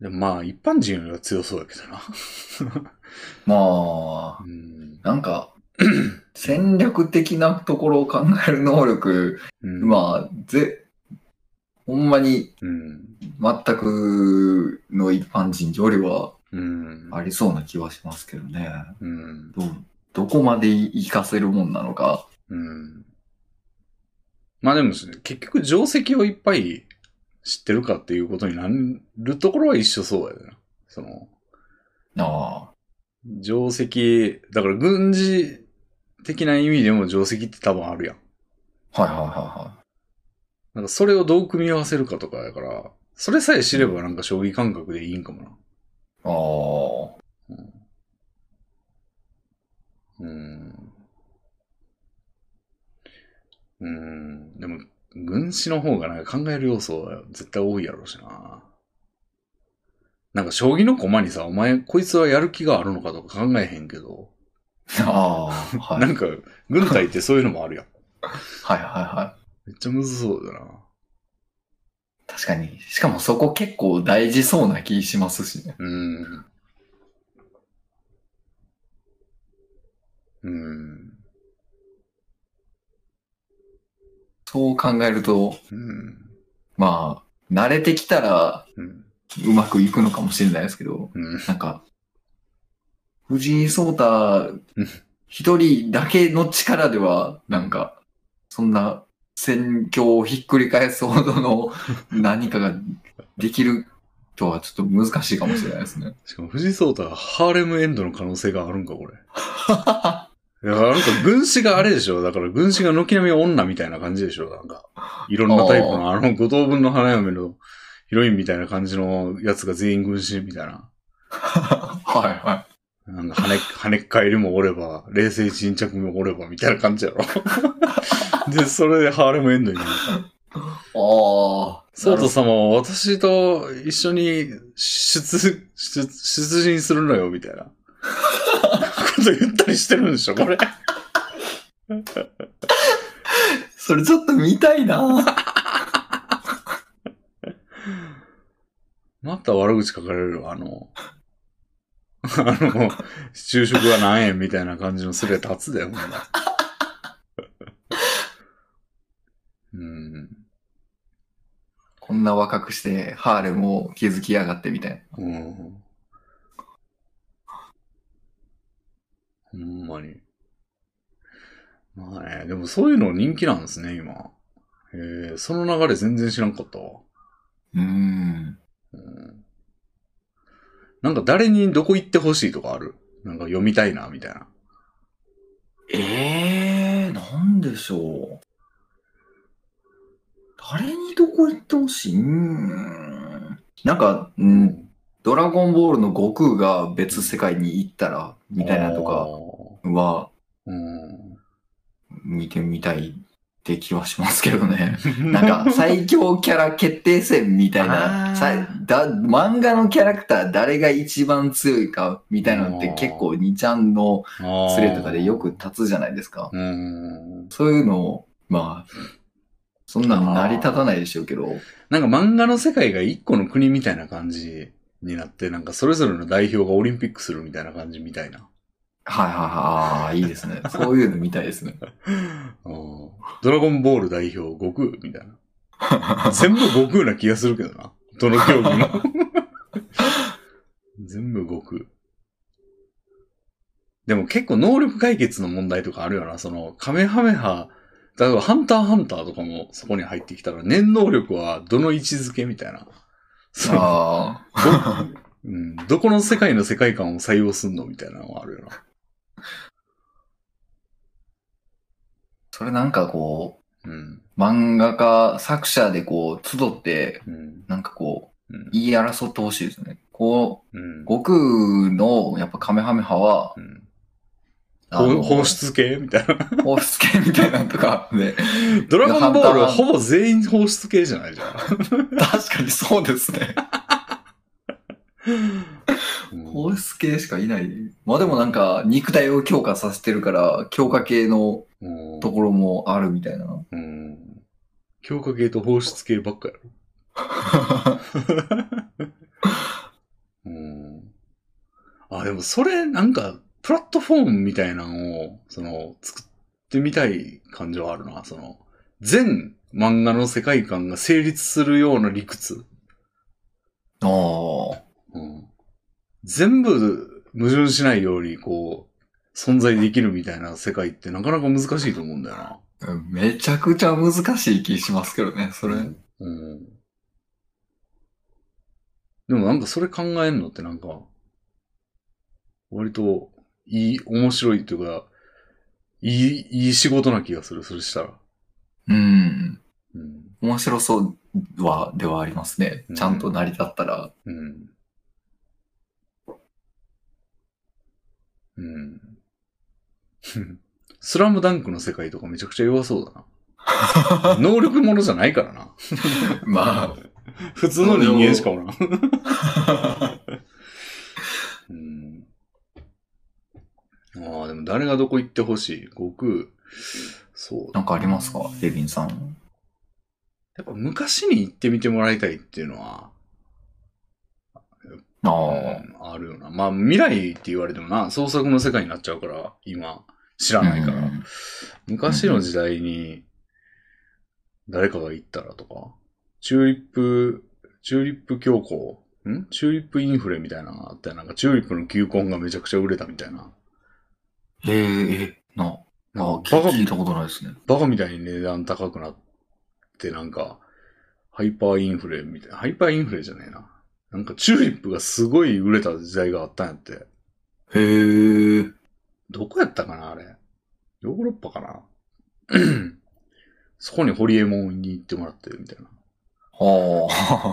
S1: でもまあ、一般人よりは強そうやけどな。
S2: まあ、
S1: うん。
S2: なんか、戦略的なところを考える能力、
S1: うん。
S2: まあ、ぜ、ほんまに
S1: うん。
S2: 全くの一般人よりは
S1: うん。
S2: ありそうな気はしますけどね。
S1: うん。
S2: どうどこまで活かせるもんなのか。
S1: うん。まあでも、結局定石をいっぱい知ってるかっていうことになるところは一緒そうやでな。その、
S2: あ
S1: 定石、だから軍事的な意味でも定石って多分あるやん。
S2: あ、はいはいは
S1: なんかそれをどう組み合わせるかとかやから、それさえ知ればなんか将棋感覚でいいんかもな。
S2: いはい。ああ、
S1: うーん。うーん。でも、軍師の方がなんか考える要素は絶対多いやろうしな。なんか将棋の駒にさ、お前、こいつはやる気があるのかとか考えへんけど、
S2: ああ、はい。
S1: な
S2: はい
S1: んか、軍隊ってそういうのもあるやん。
S2: はいは
S1: めっちゃむずそうだな。
S2: い。確かに。しかもそこ結構大事そうな気しますしね。
S1: うん。うん。
S2: そう考えると、
S1: うん。
S2: まあ、慣れてきたら
S1: うん。
S2: うまくいくのかもしれないですけど、
S1: うん。
S2: なんか、藤井聡太
S1: うん
S2: 一人だけの力では、なんか、そんな戦況をひっくり返すほどの何かができるとはちょっと難しいかもしれないですね。
S1: しかも藤井聡太はハーレムエンドの可能性があるんか、これ。いや、なんか軍師があれでしょだから軍師が軒並み女みたいな感じでしょなんか。いろんなタイプの、あの、五等分の花嫁のヒロインみたいな感じのやつが全員軍師みたいな。
S2: はいは
S1: なんか跳ね、跳ねっ返りもおれば、冷静沈着もおれば、みたいな感じやろ。で、それでハーレムエンドになる。
S2: い。ああ。
S1: ソート様は私と一緒に出、出、出陣するのよ、み たいな。こと言ったりしてるんでしょ、これ。
S2: それちょっと見たいな
S1: また悪口書かれるわあの、あの、昼食は何円みたいな感じのスレ立つだよ、ほん ま。うん。
S2: こんな若くしてハーレムを築きやがってみたい
S1: うん。ほんまに。まあね、でもそういうの人気なんですね、今。えー、その流れ全然知らんかったわ。
S2: な。うーん。
S1: うん。なんか誰にどこ行ってほしいとかあるなんか読みたいな、みたいな。
S2: ええー、なんでしょう。誰にどこ行ってほしいうーん。なんか、う、。
S1: うん
S2: ドラゴンボールの悟空が別世界に行ったら、みたいなと
S1: あ
S2: か
S1: ー。
S2: は
S1: うん。
S2: 見てみたいって気はしますけどね。なんか、最強キャラ決定戦みたい
S1: あー
S2: な、さいだ漫画のキャラクター誰が一番強いかみたいなのって結構2ちゃんの
S1: あー
S2: スレとかでよく。立つじゃないですか。
S1: うん。
S2: そういうのを、まあ、そんなの成り立たないでしょうけど、
S1: なんか漫画の世界が一個の国みたいな感じになって、なんかそれぞれの代表がオリンピックするみたいな感じみたいな。
S2: はいはいはい、ああー、いいですね。 そういうの見たいですね。
S1: うんドラゴンボール代表、悟空みたいな。全部悟空な気がするけどな。どの競技も。 全部悟空。でも結構能力解決の問題とかあるよな。その、カメハメハ、例えばハンターハンターとかもそこに入ってきたら、念能力はどの位置づけみたいな。その
S2: ああ、
S1: ど, 、うん、どこの世界の世界観を採用すんのみたいなのはあるよな。
S2: それなんかこ
S1: うん。
S2: う、漫画家、作者でこう、集って、
S1: うん。
S2: なんかこう
S1: うん、
S2: 言い争ってほしいですね。こ
S1: うん
S2: う、。悟空の、やっぱカメハメハは、
S1: うん
S2: あの
S1: 放出系みたいな。
S2: 放出系みたいなのとかね。
S1: ドラゴンボールはほぼ全員放出系じゃないじゃん。
S2: 確かにそうですね。放出系しかいない。まあでもなんか、肉体を強化させてるから、強化系の
S1: うん
S2: ところもあるみたいな。
S1: うん強化系と放出系ばっかやろ。 うんあ、でもそれなんか、プラットフォームみたいなのを、その、作ってみたい感じはあるな。その、全漫画の世界観が成立するような理屈。
S2: ああ。
S1: うん全部矛盾しないように、こう、存在できるみたいな世界ってなかなか難しいと思うんだよな。
S2: めちゃくちゃ難しい気しますけどね、それ。
S1: うん。でもなんかそれ考えるのってなんか、割といい、面白いというか、いい、いい仕事な気がする、それしたら。
S2: うん。
S1: うん。
S2: 面白そうは、ではありますね
S1: うん。
S2: ちゃんと成り立ったら。
S1: うん。 うん。スラムダンクの世界とかめちゃくちゃ弱そうだな。能力者じゃないからな。
S2: まあ、
S1: 普通の人間しかおらん。うん、ああ、でも誰がどこ行ってほしい悟空。そうだ。
S2: んかありますかレビンさん。
S1: やっぱ昔に行ってみてもらいたいっていうのは、う
S2: ああ。
S1: んあるよな。まあ未来って言われてもな、創作の世界になっちゃうから、今、知らないから。
S2: うん
S1: 昔の時代に、誰かが行ったらとか、チューリップ、チューリップ教皇、んチューリップインフレみたいなのがあったよなんかチューリップの球根がめちゃくちゃ売れたみたいな。
S2: えー、え、な、あ
S1: なん
S2: ー、
S1: かバカ
S2: 聞いたことないですね。
S1: バカみたいに値段高くなって、なんか、ハイパーインフレみたいな。ハイパーインフレじゃねえな。なんかチューリップがすごい売れた時代があったんやって。
S2: へえ。
S1: どこやったかなあれ。ヨーロッパかな そこにホリエモンに行ってもらってるみたいな。で
S2: は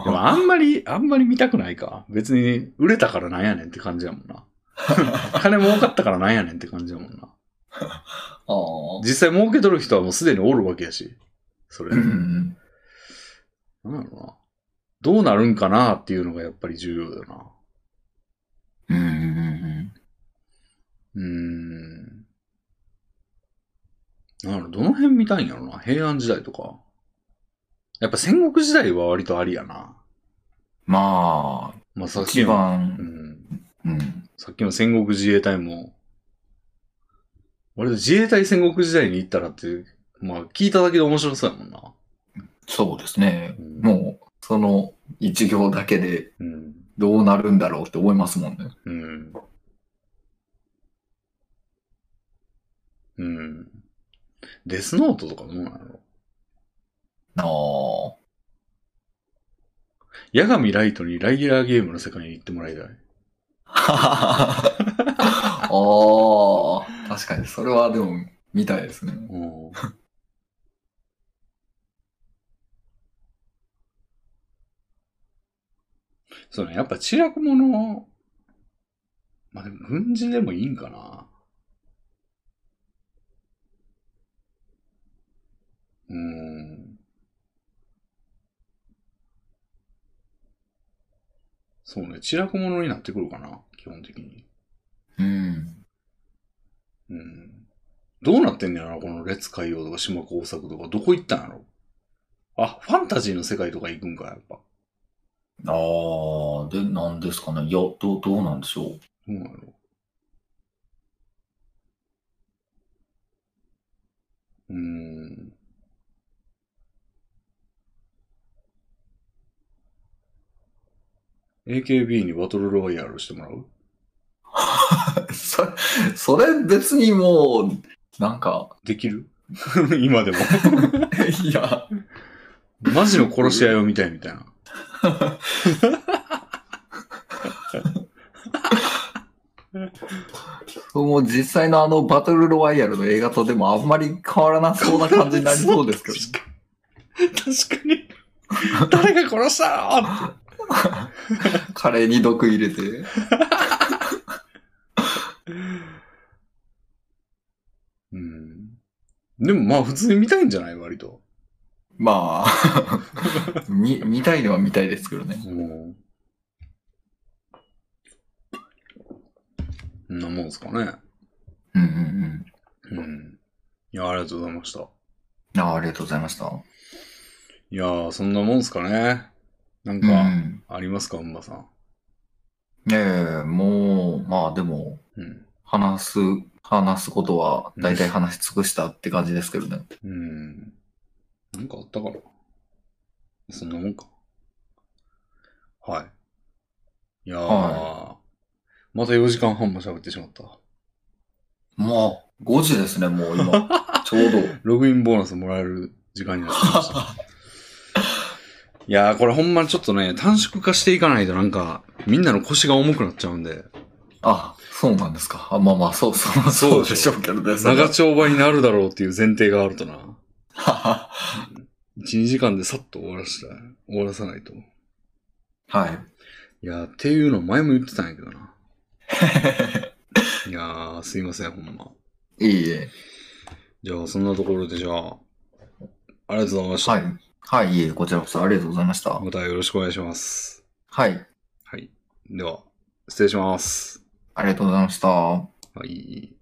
S1: もあんまり、あんまり見たくないか。別に、売れたからなんやねんって感じやもん な。金儲かったからなんやねんって感じやもんな。
S2: あ。ああ。
S1: 実際儲けとる人はもうすでにおるわけやし。それ。
S2: う
S1: なん
S2: ん。
S1: やろな。どうなるんかなっていうのがやっぱり重要だよな。
S2: うんうんうん
S1: うーん。なるどの辺見たいんやろな。平安時代とか。やっぱ戦国時代は割とありやな。
S2: ま
S1: まあ
S2: あ、
S1: さっき
S2: 一
S1: の、う
S2: 番、
S1: ん。
S2: うん。
S1: さっきの戦国自衛隊も、割と自衛隊戦国時代に行ったらって、まあ聞いただけで面白そうやもんな。
S2: そうですね
S1: う。ん
S2: もう、その一行だけで
S1: うん。
S2: どうなるんだろうって思いますもんね。
S1: うん。うん。デスノートとかどうなの
S2: ああ。
S1: 八神ライトにライギュラーゲームの世界に行ってもらいたい。
S2: ああ、確かに、それはでも、見たいですね。
S1: うん。 そうね、やっぱ知略者、まあでも軍事でもいいんかな。うーん。そうね、知略者になってくるかな、基本的に。
S2: うん。
S1: うんどうなってんねやろな、この列海洋とか島工作とか、どこ行ったんやろあ、ファンタジーの世界とか行くんか、やっぱ。
S2: ああ、で、なんですかね。いや、どう、どうなんでしょう。
S1: どうなんやろうーん。AKB にバトルロイヤルしてもらう
S2: そそれ別にもう、なんか、
S1: できる 今でも。
S2: いや、
S1: マジの殺し合いを見たいみたいな。
S2: もう実際のあのバトルロワイヤルの映画とでもあんまり変わらなそうな感じになりそうですけ ど。
S1: 確かに。誰が殺したのって
S2: カレーに毒入れて。
S1: うん。でもまあ普通に見たいんじゃない割と。
S2: まあ、 見、見たいのは見たいですけどね。
S1: うん。そんなもんですかね。
S2: うんうんうん
S1: うん。いや、ありがとうございました。。
S2: あーありがとうございました。
S1: いやー、そんなもんですかね。なん
S2: う
S1: か、
S2: ん。
S1: ありますか、うんばさん。
S2: ねえ、もう、まあでも、
S1: うん。
S2: 話す、話すことは大体話し尽くしたって感じですけどね。
S1: うん。なんかあったかなそんなもんか。はい。いやー、
S2: は
S1: また4時間半も喋ってしまった。
S2: もう、5時ですね、もう今。ちょうど。
S1: ログインボーナスもらえる時間になってきました。 いやー、これほんまにちょっとね、短縮化していかないとなんか、みんなの腰が重くなっちゃうんで、
S2: あ、そうなんですか。あまあまあ、そう、そう、
S1: そ
S2: そうう
S1: で
S2: で
S1: し
S2: し
S1: ょ
S2: ょうけどね。それ
S1: 長丁場になるだろうっていう前提があるとな。
S2: は
S1: 1、2時間でさっと終わらしたい、終わらさないと。い
S2: はい。
S1: やー、っていうの前も言ってたんやけど な。いやー、すいません、ほんま。
S2: いいえ。
S1: じゃあ、そんなところでじゃあ、ありがとうございました。
S2: はい。はい、いえ、こちらこそありがとうございました。
S1: またよろしくお願いします。
S2: はい、
S1: はい。では、失礼します。
S2: ありがとうございました。
S1: はい。